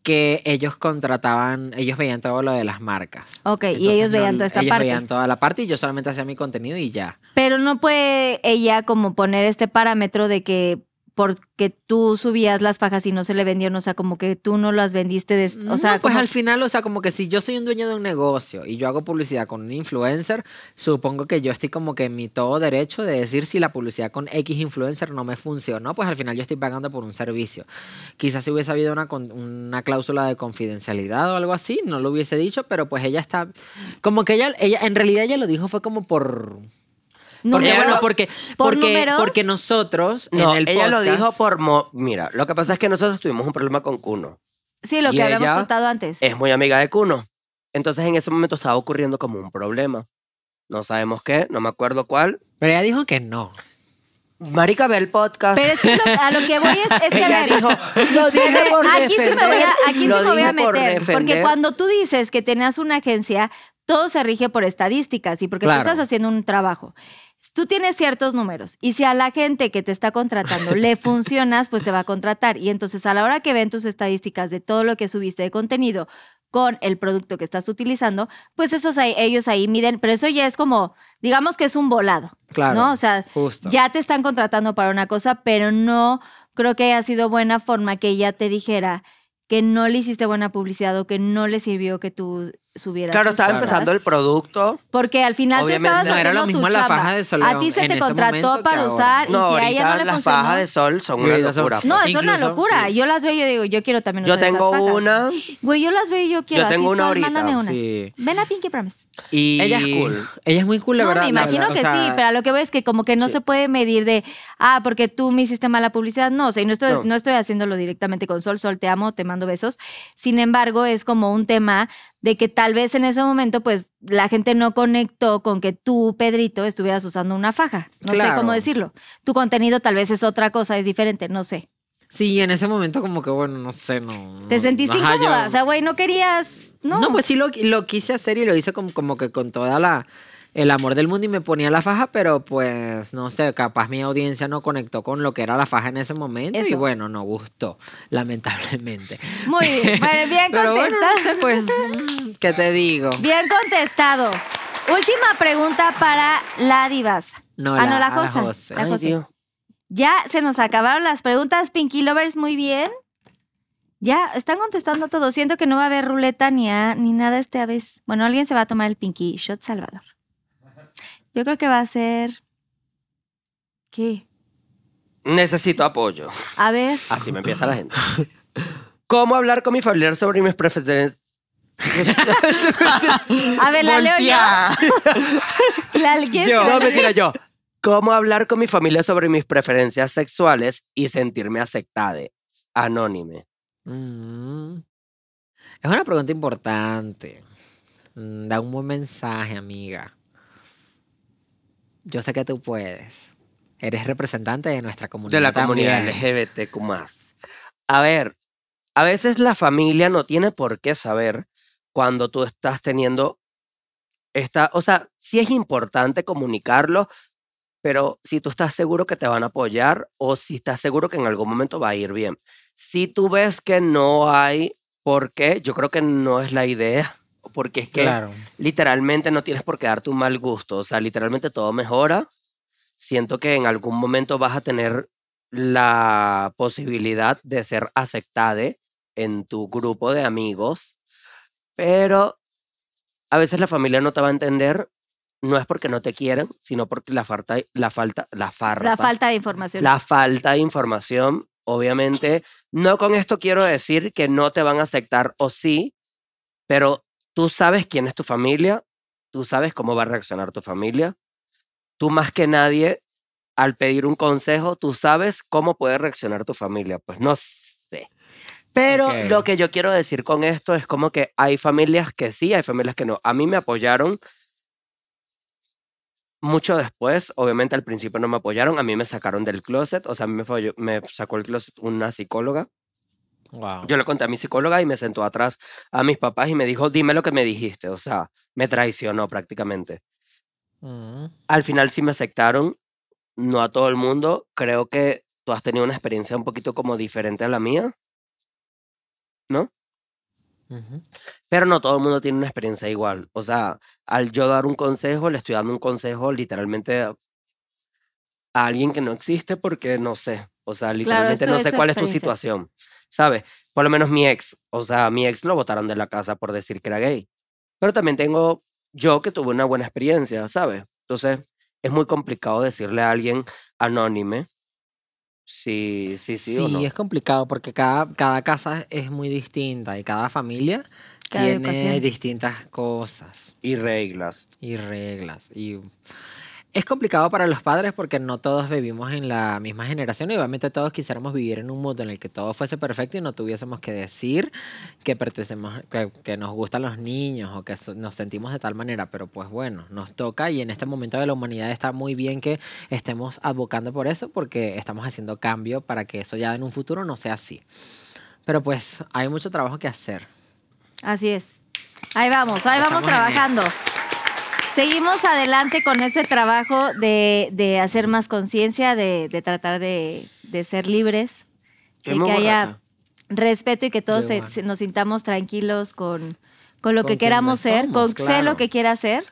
[SPEAKER 5] que ellos contrataban, ellos veían todo lo de las marcas.
[SPEAKER 2] Ok, y
[SPEAKER 5] Entonces,
[SPEAKER 2] ellos
[SPEAKER 5] no,
[SPEAKER 2] veían toda esta
[SPEAKER 5] ellos
[SPEAKER 2] parte.
[SPEAKER 5] veían toda la parte y yo solamente hacía mi contenido y ya.
[SPEAKER 2] Pero no puede ella como poner este parámetro de que porque tú subías las fajas y no se le vendieron, o sea, como que tú no las vendiste, des- o sea,
[SPEAKER 5] No, pues
[SPEAKER 2] como-
[SPEAKER 5] al final, o sea, como que si yo soy un dueño de un negocio y yo hago publicidad con un influencer, supongo que yo estoy como que en mi todo derecho de decir si la publicidad con X influencer no me funcionó, pues al final yo estoy pagando por un servicio. Quizás si hubiese habido una, con- una cláusula de confidencialidad o algo así, no lo hubiese dicho, pero pues ella está, como que ella, ella en realidad ella lo dijo fue como por... Porque,
[SPEAKER 2] Números.
[SPEAKER 5] bueno, porque,
[SPEAKER 2] ¿Por
[SPEAKER 5] porque,
[SPEAKER 2] números?
[SPEAKER 5] porque nosotros
[SPEAKER 6] No,
[SPEAKER 5] en el
[SPEAKER 6] ella lo
[SPEAKER 5] podcast-
[SPEAKER 6] dijo por... mo- Mira, lo que pasa es que nosotros tuvimos un problema con Kuno.
[SPEAKER 2] Sí, lo
[SPEAKER 6] y
[SPEAKER 2] que habíamos
[SPEAKER 6] ella- eh,
[SPEAKER 2] contado antes.
[SPEAKER 6] Es muy amiga de Kuno. Entonces en ese momento estaba ocurriendo como un problema. No sabemos qué, no me acuerdo cuál.
[SPEAKER 5] Pero ella dijo que no.
[SPEAKER 6] Marica ve el podcast.
[SPEAKER 2] Pero es que lo- a lo que voy es, es que a ver,
[SPEAKER 6] lo
[SPEAKER 2] Pero
[SPEAKER 6] dije por
[SPEAKER 2] aquí sí me voy
[SPEAKER 6] defender,
[SPEAKER 2] a, aquí sí
[SPEAKER 6] lo
[SPEAKER 2] me voy a
[SPEAKER 6] dije por
[SPEAKER 2] meter. porque
[SPEAKER 6] defender.
[SPEAKER 2] cuando tú dices que tenías una agencia, todo se rige por estadísticas y porque
[SPEAKER 5] Claro.
[SPEAKER 2] tú estás haciendo un trabajo. Tú tienes ciertos números y si a la gente que te está contratando le funcionas, pues te va a contratar. Y entonces a la hora que ven tus estadísticas de todo lo que subiste de contenido con el producto que estás utilizando, pues esos ahí- ellos ahí miden, pero eso ya es como, digamos que es un volado,
[SPEAKER 5] Claro.
[SPEAKER 2] ¿no? O sea,
[SPEAKER 5] Justo.
[SPEAKER 2] ya te están contratando para una cosa, pero no creo que haya sido buena forma que ella te dijera que no le hiciste buena publicidad o que no le sirvió que tú subieras.
[SPEAKER 6] Claro,
[SPEAKER 2] tus
[SPEAKER 6] estaba
[SPEAKER 2] cosas.
[SPEAKER 6] empezando el producto.
[SPEAKER 2] Porque al final
[SPEAKER 6] Obviamente,
[SPEAKER 2] tú estabas
[SPEAKER 6] no
[SPEAKER 5] era lo
[SPEAKER 2] haciendo tu
[SPEAKER 5] mismo la
[SPEAKER 2] chamba.
[SPEAKER 5] faja de Soleón
[SPEAKER 2] A ti se
[SPEAKER 5] en
[SPEAKER 2] te
[SPEAKER 5] ese momento
[SPEAKER 2] contrató
[SPEAKER 5] que
[SPEAKER 2] para
[SPEAKER 5] ahora.
[SPEAKER 2] usar
[SPEAKER 6] No,
[SPEAKER 2] Ah, y si a ella no
[SPEAKER 6] ahorita
[SPEAKER 2] le
[SPEAKER 6] las
[SPEAKER 2] funcionó.
[SPEAKER 6] fajas de sol son una
[SPEAKER 5] Ahorita son-
[SPEAKER 6] locura.
[SPEAKER 2] No, es una
[SPEAKER 5] Incluso,
[SPEAKER 2] locura.
[SPEAKER 5] sí.
[SPEAKER 2] Yo las veo y yo digo, yo quiero también una
[SPEAKER 6] Yo
[SPEAKER 2] de esas
[SPEAKER 6] tengo
[SPEAKER 2] fajas.
[SPEAKER 6] una.
[SPEAKER 2] Güey, yo las veo y yo quiero.
[SPEAKER 6] Yo
[SPEAKER 2] así
[SPEAKER 6] tengo una
[SPEAKER 2] son,
[SPEAKER 6] ahorita,
[SPEAKER 2] Mándame unas.
[SPEAKER 5] Sí.
[SPEAKER 2] Ven a Pinky Promise.
[SPEAKER 5] Y
[SPEAKER 6] Ella es cool.
[SPEAKER 5] Ella es muy cool, la
[SPEAKER 2] no,
[SPEAKER 5] verdad.
[SPEAKER 2] me
[SPEAKER 5] la
[SPEAKER 2] imagino
[SPEAKER 5] verdad,
[SPEAKER 2] que
[SPEAKER 5] o sea,
[SPEAKER 2] sí, pero a lo que veo es que como que no se puede medir de, ah, porque tú me hiciste mala publicidad. No, o sea, y no estoy, no.
[SPEAKER 6] No.
[SPEAKER 2] estoy haciéndolo directamente con Sol. Sol, te amo, te mando besos. Sin embargo, es como un tema de que tal vez en ese momento, pues, la gente no conectó con que tú, Pedrito, estuvieras usando una faja. No sé
[SPEAKER 5] Claro.
[SPEAKER 2] cómo decirlo. Tu contenido tal vez es otra cosa, es diferente, no sé.
[SPEAKER 5] Sí, en ese momento como que, bueno, no sé, no...
[SPEAKER 2] ¿Te
[SPEAKER 5] no-
[SPEAKER 2] sentiste
[SPEAKER 5] Mm, ajá,
[SPEAKER 2] incómoda?
[SPEAKER 5] yo-
[SPEAKER 2] O sea, güey, no querías... No,
[SPEAKER 5] no. pues sí lo, lo quise hacer y lo hice como, como que con toda la... El amor del mundo y me ponía la faja, pero pues, no sé, capaz mi audiencia no conectó con lo que era la faja en ese momento y
[SPEAKER 2] Eso.
[SPEAKER 5] bueno, no gustó, lamentablemente.
[SPEAKER 2] Muy bien, bueno, bien
[SPEAKER 5] Pero bueno,
[SPEAKER 2] contestado.
[SPEAKER 5] no sé, pues, mm, ¿qué te digo?
[SPEAKER 2] Bien contestado. Última pregunta para la divasa.
[SPEAKER 5] No,
[SPEAKER 2] ah, no, la
[SPEAKER 5] a
[SPEAKER 2] Josa.
[SPEAKER 5] Jose.
[SPEAKER 2] La José. Ya se nos acabaron las preguntas, Pinky Lovers, muy bien. Ya están contestando todo. Siento que no va a haber ruleta ni, a- ni nada esta vez. Bueno, alguien se va a tomar el Pinky Shot Salvador. Yo creo que va a ser. ¿Qué?
[SPEAKER 6] Necesito apoyo.
[SPEAKER 2] A ver.
[SPEAKER 6] Así me empieza la gente. ¿Cómo hablar con mi familiar sobre mis preferencias?
[SPEAKER 2] A ver, la leo yo.
[SPEAKER 6] Voltea.
[SPEAKER 2] La, ¿quién
[SPEAKER 6] Yo.
[SPEAKER 2] se la
[SPEAKER 6] No,
[SPEAKER 2] lee?
[SPEAKER 6] mentira, yo. ¿Cómo hablar con mi familia sobre mis preferencias sexuales y sentirme aceptada? Anónime.
[SPEAKER 5] Mm. Es una pregunta importante. Mm, Da un buen mensaje, amiga. Yo sé que tú puedes. Eres representante de nuestra comunidad.
[SPEAKER 6] De la comunidad
[SPEAKER 5] también.
[SPEAKER 6] LGBTQ+. A ver, a veces la familia no tiene por qué saber cuando tú estás teniendo esta... O sea, sí es importante comunicarlo, pero si tú estás seguro que te van a apoyar o si estás seguro que en algún momento va a ir bien. Si tú ves que no hay por qué, yo creo que no es la idea, porque es que
[SPEAKER 5] Claro.
[SPEAKER 6] literalmente no tienes por qué darte un mal gusto. O sea, literalmente todo mejora. Siento que en algún momento vas a tener la posibilidad de ser aceptada en tu grupo de amigos, pero a veces la familia no te va a entender. No es porque no te quieren, sino porque la falta, la falta, la farta,
[SPEAKER 2] La falta de información.
[SPEAKER 6] la falta de información, obviamente. No con esto quiero decir que no te van a aceptar o sí, pero tú sabes quién es tu familia, tú sabes cómo va a reaccionar tu familia. Tú más que nadie, al pedir un consejo, tú sabes cómo puede reaccionar tu familia. Pues no sé. Pero
[SPEAKER 5] Ok.
[SPEAKER 6] lo que yo quiero decir con esto es como que hay familias que sí, hay familias que no. A mí me apoyaron mucho después, obviamente al principio no me apoyaron, a mí me sacaron del closet, o sea, a mí me, falló- me sacó el closet una psicóloga.
[SPEAKER 5] Wow.
[SPEAKER 6] Yo le conté a mi psicóloga y me sentó atrás a mis papás y me dijo, dime lo que me dijiste, o sea, me traicionó prácticamente.
[SPEAKER 5] Mm.
[SPEAKER 6] Al final sí me aceptaron, no a todo el mundo, creo que tú has tenido una experiencia un poquito como diferente a la mía,
[SPEAKER 5] Ujú.
[SPEAKER 6] pero no todo el mundo tiene una experiencia igual. O sea, al yo dar un consejo, le estoy dando un consejo literalmente a- a alguien que no existe porque no sé. O sea, literalmente
[SPEAKER 2] es tu-
[SPEAKER 6] no
[SPEAKER 2] es
[SPEAKER 6] sé
[SPEAKER 2] tu
[SPEAKER 6] cuál es tu
[SPEAKER 2] experiencia.
[SPEAKER 6] situación, ¿sabes? Por lo menos mi ex, o sea, mi ex lo botaron de la casa por decir que era gay. Pero también tengo yo que tuve una buena experiencia, ¿sabes? Entonces, es muy complicado decirle a alguien anónime si sí, sí,
[SPEAKER 5] Sí,
[SPEAKER 6] o no.
[SPEAKER 5] es complicado porque cada, cada casa es muy distinta y cada familia
[SPEAKER 2] Cada
[SPEAKER 5] tiene
[SPEAKER 2] educación.
[SPEAKER 5] distintas cosas
[SPEAKER 6] Y reglas.
[SPEAKER 5] y reglas. Y es complicado para los padres porque no todos vivimos en la misma generación y obviamente todos quisiéramos vivir en un mundo en el que todo fuese perfecto y no tuviésemos que decir que pertenecemos, que, que nos gustan los niños o que so- nos sentimos de tal manera, pero pues bueno, nos toca y en este momento de la humanidad está muy bien que estemos advocando por eso porque estamos haciendo cambio para que eso ya en un futuro no sea así. Pero pues hay mucho trabajo que hacer.
[SPEAKER 2] Así es. Ahí vamos, ahí vamos
[SPEAKER 5] Estamos en
[SPEAKER 2] trabajando. Seguimos adelante con este trabajo de, de hacer más conciencia, de, de tratar de, de ser libres, de que haya respeto y que todos
[SPEAKER 5] Qué
[SPEAKER 2] se-
[SPEAKER 5] bueno.
[SPEAKER 2] se- nos sintamos tranquilos con, con lo
[SPEAKER 5] Con
[SPEAKER 2] que
[SPEAKER 5] quienes
[SPEAKER 2] queramos ser,
[SPEAKER 5] somos,
[SPEAKER 2] con sé lo
[SPEAKER 5] claro.
[SPEAKER 2] que quiera ser.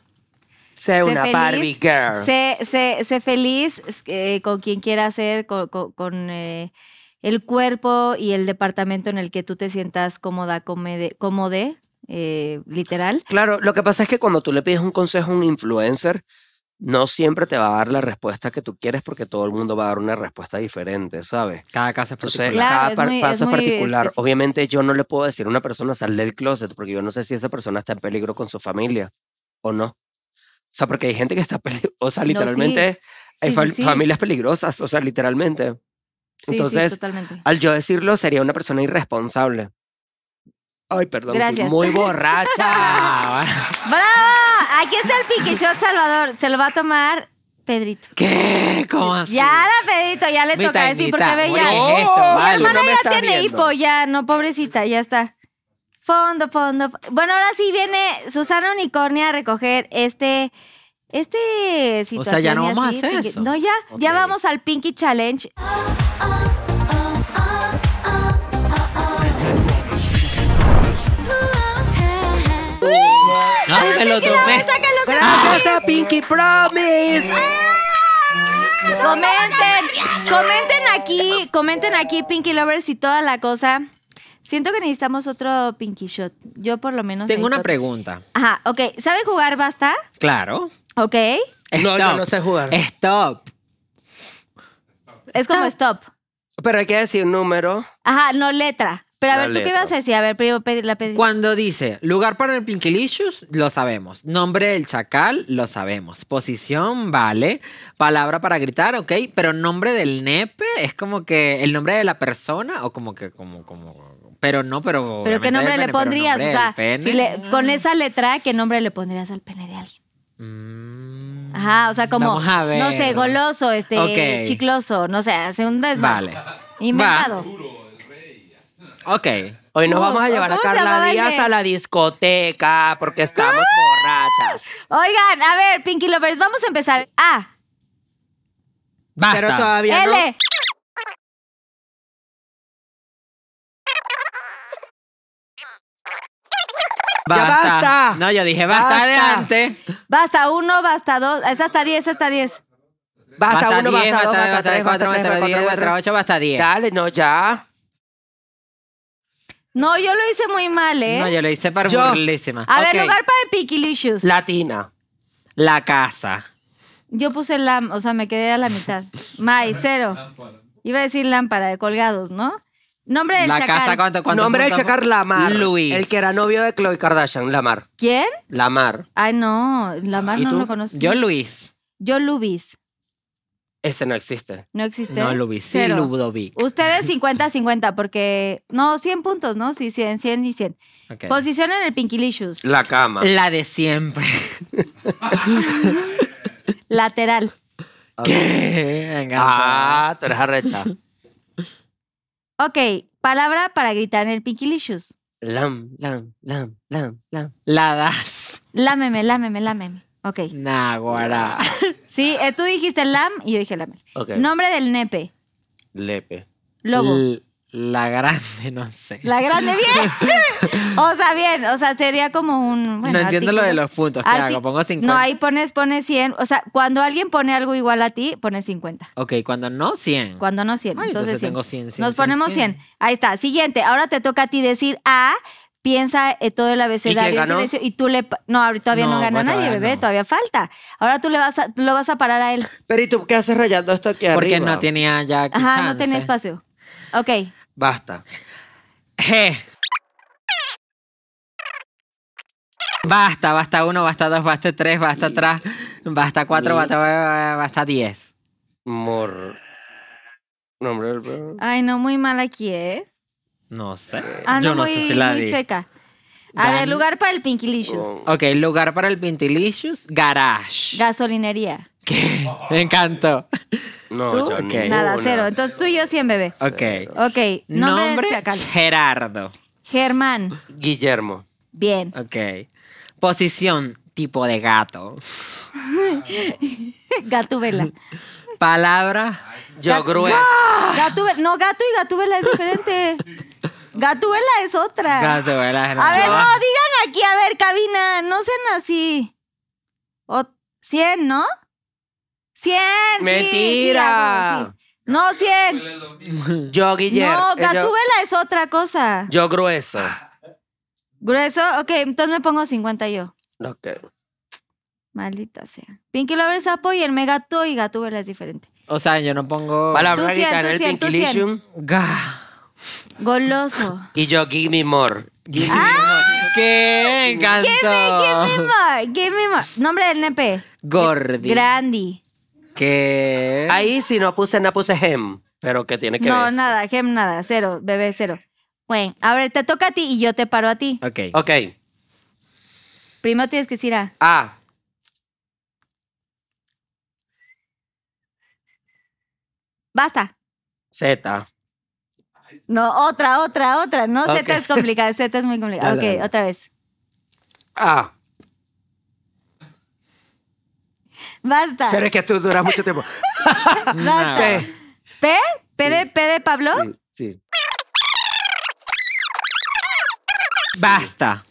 [SPEAKER 6] Sé una
[SPEAKER 2] feliz,
[SPEAKER 6] Barbie girl.
[SPEAKER 2] Sé, sé- sé feliz eh, con quien quiera ser, con, con- con, eh, el cuerpo y el departamento en el que tú te sientas cómoda, comede, cómode, eh, literal.
[SPEAKER 6] Claro, lo que pasa es que cuando tú le pides un consejo a un influencer, no siempre te va a dar la respuesta que tú quieres porque todo el mundo va a dar una respuesta diferente, ¿sabes?
[SPEAKER 5] Cada caso es
[SPEAKER 6] Entonces,
[SPEAKER 5] particular.
[SPEAKER 2] Claro,
[SPEAKER 6] cada
[SPEAKER 2] es
[SPEAKER 6] par-
[SPEAKER 2] muy- es
[SPEAKER 6] paso es
[SPEAKER 2] muy
[SPEAKER 6] particular.
[SPEAKER 2] específico.
[SPEAKER 6] Obviamente yo no le puedo decir a una persona sal del closet porque yo no sé si esa persona está en peligro con su familia o no. O sea, porque hay gente que está, peli- o sea,
[SPEAKER 2] No, sí.
[SPEAKER 6] literalmente, hay
[SPEAKER 2] Sí,
[SPEAKER 6] fam-
[SPEAKER 2] sí, sí.
[SPEAKER 6] familias peligrosas, o sea, literalmente.
[SPEAKER 2] Sí,
[SPEAKER 6] Entonces,
[SPEAKER 2] sí, totalmente.
[SPEAKER 6] Al yo decirlo, sería una persona irresponsable. Ay, perdón, estoy
[SPEAKER 2] Gracias.
[SPEAKER 6] muy borracha.
[SPEAKER 5] Ah, bueno.
[SPEAKER 2] ¡Bravo! Aquí está el Pinky Shot Salvador. Se lo va a tomar Pedrito.
[SPEAKER 5] ¿Qué? ¿Cómo así?
[SPEAKER 2] Ya la Pedrito, ya le
[SPEAKER 5] Mitad
[SPEAKER 2] toca
[SPEAKER 5] y
[SPEAKER 2] decir,
[SPEAKER 5] mitad.
[SPEAKER 2] porque ve
[SPEAKER 5] Muy
[SPEAKER 2] ya.
[SPEAKER 5] bien.
[SPEAKER 6] No,
[SPEAKER 5] ¿Qué es esto,
[SPEAKER 6] tú
[SPEAKER 5] vale?
[SPEAKER 6] no me
[SPEAKER 2] Hermana ya
[SPEAKER 6] estás
[SPEAKER 2] tiene
[SPEAKER 6] viendo.
[SPEAKER 2] hipo, ya, no, pobrecita, ya está. Fondo, fondo. f- Bueno, ahora sí viene Susana Unicornia a recoger este. Este situación.
[SPEAKER 5] O sea, ya no
[SPEAKER 2] y
[SPEAKER 5] vamos a
[SPEAKER 2] así,
[SPEAKER 5] hacer
[SPEAKER 2] Pinky-
[SPEAKER 5] eso.
[SPEAKER 2] No, ya, ya
[SPEAKER 6] Ok.
[SPEAKER 2] vamos al Pinky Challenge.
[SPEAKER 5] Ay, Ah, me lo tomé. Ah,
[SPEAKER 2] ¡Sácalo,
[SPEAKER 6] Acá está Pinky Promise.
[SPEAKER 2] Comenten, comenten aquí, comenten aquí, Pinky Lovers y toda la cosa. Siento que necesitamos otro Pinky Shot. Yo por lo menos.
[SPEAKER 5] Tengo una
[SPEAKER 2] necesito-
[SPEAKER 5] pregunta.
[SPEAKER 2] Ajá, ok. ¿Saben jugar basta?
[SPEAKER 5] Claro.
[SPEAKER 2] Ok.
[SPEAKER 6] No, yo
[SPEAKER 5] Stop.
[SPEAKER 6] no sé jugar.
[SPEAKER 5] Stop.
[SPEAKER 2] Es como stop.
[SPEAKER 6] Pero hay que decir un número.
[SPEAKER 2] Ajá, no letra. Pero a
[SPEAKER 6] La
[SPEAKER 2] ver, ¿tú qué
[SPEAKER 6] letra.
[SPEAKER 2] ibas a decir? A ver, primero pedí- la pedí.
[SPEAKER 5] Cuando dice lugar para el Pinkilicious, lo sabemos. Nombre del chacal, lo sabemos. Posición, vale. Palabra para gritar, ok. Pero nombre del nepe es como que el nombre de la persona o como que, como, como. Pero no, pero.
[SPEAKER 2] ¿Pero qué
[SPEAKER 5] obviamente
[SPEAKER 2] nombre
[SPEAKER 5] del
[SPEAKER 2] le
[SPEAKER 5] pene, pero
[SPEAKER 2] pondrías?
[SPEAKER 5] nombre
[SPEAKER 2] o sea,
[SPEAKER 5] del pene.
[SPEAKER 2] si le- con esa letra, ¿qué nombre le pondrías al pene de alguien?
[SPEAKER 5] Mm.
[SPEAKER 2] Ajá, o sea, como,
[SPEAKER 5] Vamos a ver.
[SPEAKER 2] no sé, goloso, este,
[SPEAKER 5] Ok.
[SPEAKER 2] chicloso, no sé, hace un desmadre.
[SPEAKER 5] Vale.
[SPEAKER 2] Inventado.
[SPEAKER 5] Ok.
[SPEAKER 6] Hoy nos
[SPEAKER 2] Uh,
[SPEAKER 6] vamos a llevar a
[SPEAKER 2] ¿cómo se Ah.
[SPEAKER 6] Carla
[SPEAKER 2] llamaba el
[SPEAKER 6] Díaz
[SPEAKER 2] de-
[SPEAKER 6] a la discoteca porque estamos borrachas.
[SPEAKER 2] Oigan, a ver, Pinky Lovers, vamos a empezar. Ah, A,
[SPEAKER 5] Basta.
[SPEAKER 6] Pero todavía no.
[SPEAKER 2] L,
[SPEAKER 6] Ya basta.
[SPEAKER 5] No, yo dije basta,
[SPEAKER 6] Basta.
[SPEAKER 5] de antes.
[SPEAKER 2] basta uno, basta dos, es hasta diez, hasta diez.
[SPEAKER 6] Basta,
[SPEAKER 5] Basta
[SPEAKER 6] uno,
[SPEAKER 5] 10,
[SPEAKER 6] basta dos,
[SPEAKER 5] basta 3,
[SPEAKER 6] basta tres, basta
[SPEAKER 5] 4,
[SPEAKER 6] tres,
[SPEAKER 5] basta
[SPEAKER 6] basta
[SPEAKER 5] 10,
[SPEAKER 6] cuatro,
[SPEAKER 5] basta 8,
[SPEAKER 6] basta
[SPEAKER 5] basta 10.
[SPEAKER 6] Dale, no, ya.
[SPEAKER 2] No, yo lo hice muy mal, ¿eh?
[SPEAKER 5] No, yo lo hice para
[SPEAKER 6] Yo.
[SPEAKER 5] burlísima.
[SPEAKER 2] a
[SPEAKER 6] ok.
[SPEAKER 2] ver, lugar para el Pinky Licious.
[SPEAKER 6] Latina.
[SPEAKER 5] La casa.
[SPEAKER 2] Yo puse la, o sea, me quedé a la mitad. May, cero. Iba a decir lámpara de colgados, ¿no? Nombre del
[SPEAKER 5] la
[SPEAKER 2] chacal.
[SPEAKER 5] casa, ¿cuánto, cuánto?
[SPEAKER 6] Nombre del
[SPEAKER 5] cuánto?
[SPEAKER 6] chacar Lamar.
[SPEAKER 5] Luis.
[SPEAKER 6] El que era novio de Chloe Kardashian, Lamar.
[SPEAKER 2] ¿Quién?
[SPEAKER 6] Lamar.
[SPEAKER 2] Ay, no, Lamar
[SPEAKER 6] ¿Y
[SPEAKER 2] no
[SPEAKER 6] tú?
[SPEAKER 2] lo conozco.
[SPEAKER 5] Yo Luis.
[SPEAKER 2] Yo Lubis.
[SPEAKER 6] Ese no existe.
[SPEAKER 2] ¿No existe?
[SPEAKER 5] No, Luis. Sí,
[SPEAKER 2] Cero.
[SPEAKER 5] Ludovic.
[SPEAKER 2] Ustedes 50-50 porque... No, 100 puntos, ¿no? Sí, 100, 100 y 100.
[SPEAKER 5] Ok.
[SPEAKER 2] Posición en el Pinkilicious.
[SPEAKER 6] La cama.
[SPEAKER 5] La de siempre.
[SPEAKER 2] Lateral.
[SPEAKER 5] ¿Qué? Venga,
[SPEAKER 6] Ah, tú eres arrecha.
[SPEAKER 2] Ok, palabra para gritar en el Pinkilicious.
[SPEAKER 6] Lam, lam, lam, lam, lam.
[SPEAKER 5] pues. La das.
[SPEAKER 2] Lámeme, lámeme, lámeme. Ok.
[SPEAKER 5] Naguará.
[SPEAKER 2] Sí, eh, tú dijiste lam y yo dije lámeme.
[SPEAKER 6] Ok.
[SPEAKER 2] Nombre del nepe.
[SPEAKER 6] Lepe.
[SPEAKER 2] Lobo.
[SPEAKER 5] L- La grande, no sé.
[SPEAKER 2] La grande, bien. o sea, bien. O sea, sería como un. bueno,
[SPEAKER 5] no entiendo lo de
[SPEAKER 2] artículo.
[SPEAKER 5] los puntos. ¿Qué
[SPEAKER 2] Arti-
[SPEAKER 5] hago? Pongo 50.
[SPEAKER 2] No, ahí pones, pones 100. O sea, cuando alguien pone algo igual a ti, pones 50.
[SPEAKER 5] Ok, cuando no, 100.
[SPEAKER 2] Cuando no 100. entonces
[SPEAKER 5] Ay, Ah, entonces
[SPEAKER 2] 100.
[SPEAKER 5] tengo 100, 100,
[SPEAKER 2] Nos ponemos 100. Ahí está. Siguiente. Ahora te toca a ti decir A. Piensa eh, todo el abecedario en
[SPEAKER 6] ganó?
[SPEAKER 2] silencio y tú le... pa- No, ahorita todavía no,
[SPEAKER 5] No,
[SPEAKER 2] gana
[SPEAKER 5] pues,
[SPEAKER 2] nadie,
[SPEAKER 5] todavía
[SPEAKER 2] bebé.
[SPEAKER 5] no.
[SPEAKER 2] Todavía falta. Ahora tú le vas a, lo vas a parar a él.
[SPEAKER 6] Pero ¿y tú qué haces rayando esto aquí
[SPEAKER 5] Porque
[SPEAKER 6] arriba?
[SPEAKER 5] no tenía ya aquí
[SPEAKER 2] Ajá, no
[SPEAKER 5] chance.
[SPEAKER 2] tenía espacio. Ok.
[SPEAKER 6] Basta.
[SPEAKER 5] Je. Basta, basta uno, basta dos, basta tres, basta atrás, basta cuatro, basta, basta diez.
[SPEAKER 6] Mor... Nombre del perro.
[SPEAKER 2] Ay, no, muy mal aquí, ¿eh?
[SPEAKER 5] No sé.
[SPEAKER 2] Ah,
[SPEAKER 5] Yo no
[SPEAKER 2] muy,
[SPEAKER 5] sé si la
[SPEAKER 2] muy
[SPEAKER 5] di.
[SPEAKER 2] seca. A
[SPEAKER 5] Gan-
[SPEAKER 2] ver, lugar para el Pinkilicious.
[SPEAKER 6] Oh.
[SPEAKER 5] Ok, lugar para el Pintilicious, garage.
[SPEAKER 2] Gasolinería.
[SPEAKER 5] ¿Qué? Me encantó.
[SPEAKER 6] No,
[SPEAKER 2] ¿Tú?
[SPEAKER 6] yo
[SPEAKER 5] Ok.
[SPEAKER 2] Nada,
[SPEAKER 6] ninguna.
[SPEAKER 2] cero. Entonces tú y yo 100, bebé.
[SPEAKER 5] Ok.
[SPEAKER 2] Ok, nombre,
[SPEAKER 5] Nombre,
[SPEAKER 2] del chacal.
[SPEAKER 5] Gerardo.
[SPEAKER 2] Germán.
[SPEAKER 6] Guillermo.
[SPEAKER 2] Bien.
[SPEAKER 5] Ok. Posición, tipo de gato.
[SPEAKER 2] Gatúbela.
[SPEAKER 5] Palabra,
[SPEAKER 6] Yo grueso.
[SPEAKER 2] Gatúbela. ¡Ah! No, gato y gatúbela es diferente. Gatúbela es otra.
[SPEAKER 5] gato. ¿verdad?
[SPEAKER 2] a ver, no, digan aquí, a ver, cabina, no sean así. O 100, ¿no? 100. sí,
[SPEAKER 6] Mentira.
[SPEAKER 2] sí, a huevo, sí. No, 100.
[SPEAKER 6] Yo Guillermo. eh,
[SPEAKER 2] No,
[SPEAKER 6] yo,
[SPEAKER 2] gatúbela es otra cosa.
[SPEAKER 6] yo grueso.
[SPEAKER 2] Grueso, ok, entonces me pongo 50 yo.
[SPEAKER 6] Ok.
[SPEAKER 2] Maldita sea. Pinky Lover es sapo y el megato y gatúbela es diferente.
[SPEAKER 5] O sea, yo no pongo...
[SPEAKER 6] Palabra
[SPEAKER 2] Tú cien,
[SPEAKER 6] gitana,
[SPEAKER 2] tú
[SPEAKER 6] el
[SPEAKER 2] cien, tú
[SPEAKER 6] Pinkilicium.
[SPEAKER 5] Ga.
[SPEAKER 2] Goloso.
[SPEAKER 6] Y yo give me more.
[SPEAKER 2] Ah.
[SPEAKER 5] ¡Qué
[SPEAKER 2] Give me
[SPEAKER 5] encantó!
[SPEAKER 2] more, give me more. Nombre del nepe.
[SPEAKER 5] Gordi.
[SPEAKER 2] Grandi.
[SPEAKER 5] ¿Qué?
[SPEAKER 6] Ahí si no puse nada, puse hem. Pero que tiene que ver.
[SPEAKER 2] Em. No,
[SPEAKER 6] eso?
[SPEAKER 2] nada, gem nada, cero, bebé cero. Bueno, a ver, te toca a ti y yo te paro a ti.
[SPEAKER 5] Ok.
[SPEAKER 6] Ok.
[SPEAKER 2] Primero tienes que decir A.
[SPEAKER 6] A.
[SPEAKER 2] Basta.
[SPEAKER 6] Z.
[SPEAKER 2] No, otra, otra, otra. No,
[SPEAKER 6] Ok.
[SPEAKER 2] Z es complicada, Z es muy complicada.
[SPEAKER 6] Dale,
[SPEAKER 2] Ok,
[SPEAKER 6] dale.
[SPEAKER 2] otra vez.
[SPEAKER 6] A.
[SPEAKER 2] Basta.
[SPEAKER 6] Pero es que tú duras mucho tiempo.
[SPEAKER 2] Basta.
[SPEAKER 6] P.
[SPEAKER 2] ¿P? ¿P de, P de Pablo?
[SPEAKER 6] Sí, sí.
[SPEAKER 5] Basta.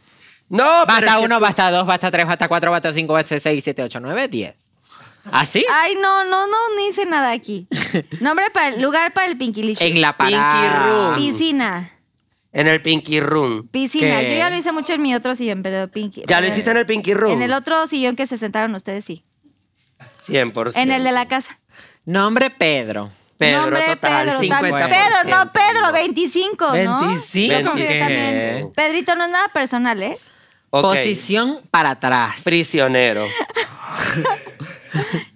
[SPEAKER 6] No, pero es
[SPEAKER 5] Basta
[SPEAKER 6] que
[SPEAKER 5] uno,
[SPEAKER 6] tú-
[SPEAKER 5] basta dos, basta tres, basta cuatro, basta cinco, basta seis, siete, ocho, nueve, diez. ¿Así?
[SPEAKER 2] Ay, no, no, no, no hice nada aquí. Nombre para el lugar para el Pinkilish.
[SPEAKER 5] En la
[SPEAKER 6] Pinky
[SPEAKER 5] parada.
[SPEAKER 6] Room.
[SPEAKER 2] Piscina.
[SPEAKER 6] En el Pinky Room.
[SPEAKER 2] Piscina.
[SPEAKER 5] ¿Qué?
[SPEAKER 2] Yo ya lo hice mucho en mi otro sillón, pero Pinky. eh,
[SPEAKER 6] ¿Ya lo hiciste en el Pinky Room?
[SPEAKER 2] En el otro sillón que se sentaron ustedes, sí.
[SPEAKER 6] 100%.
[SPEAKER 2] En el de la casa.
[SPEAKER 5] Nombre Pedro.
[SPEAKER 6] Pedro
[SPEAKER 2] Nombre,
[SPEAKER 6] total,
[SPEAKER 2] Pedro,
[SPEAKER 6] 50%.
[SPEAKER 2] Pedro, no, Pedro, 25, ¿no?
[SPEAKER 5] 25.
[SPEAKER 6] Sí,
[SPEAKER 2] Sí, está
[SPEAKER 5] ¿qué?
[SPEAKER 2] bien. Pedrito no es nada personal, ¿eh?
[SPEAKER 6] Ok.
[SPEAKER 5] Posición para atrás.
[SPEAKER 6] Prisionero.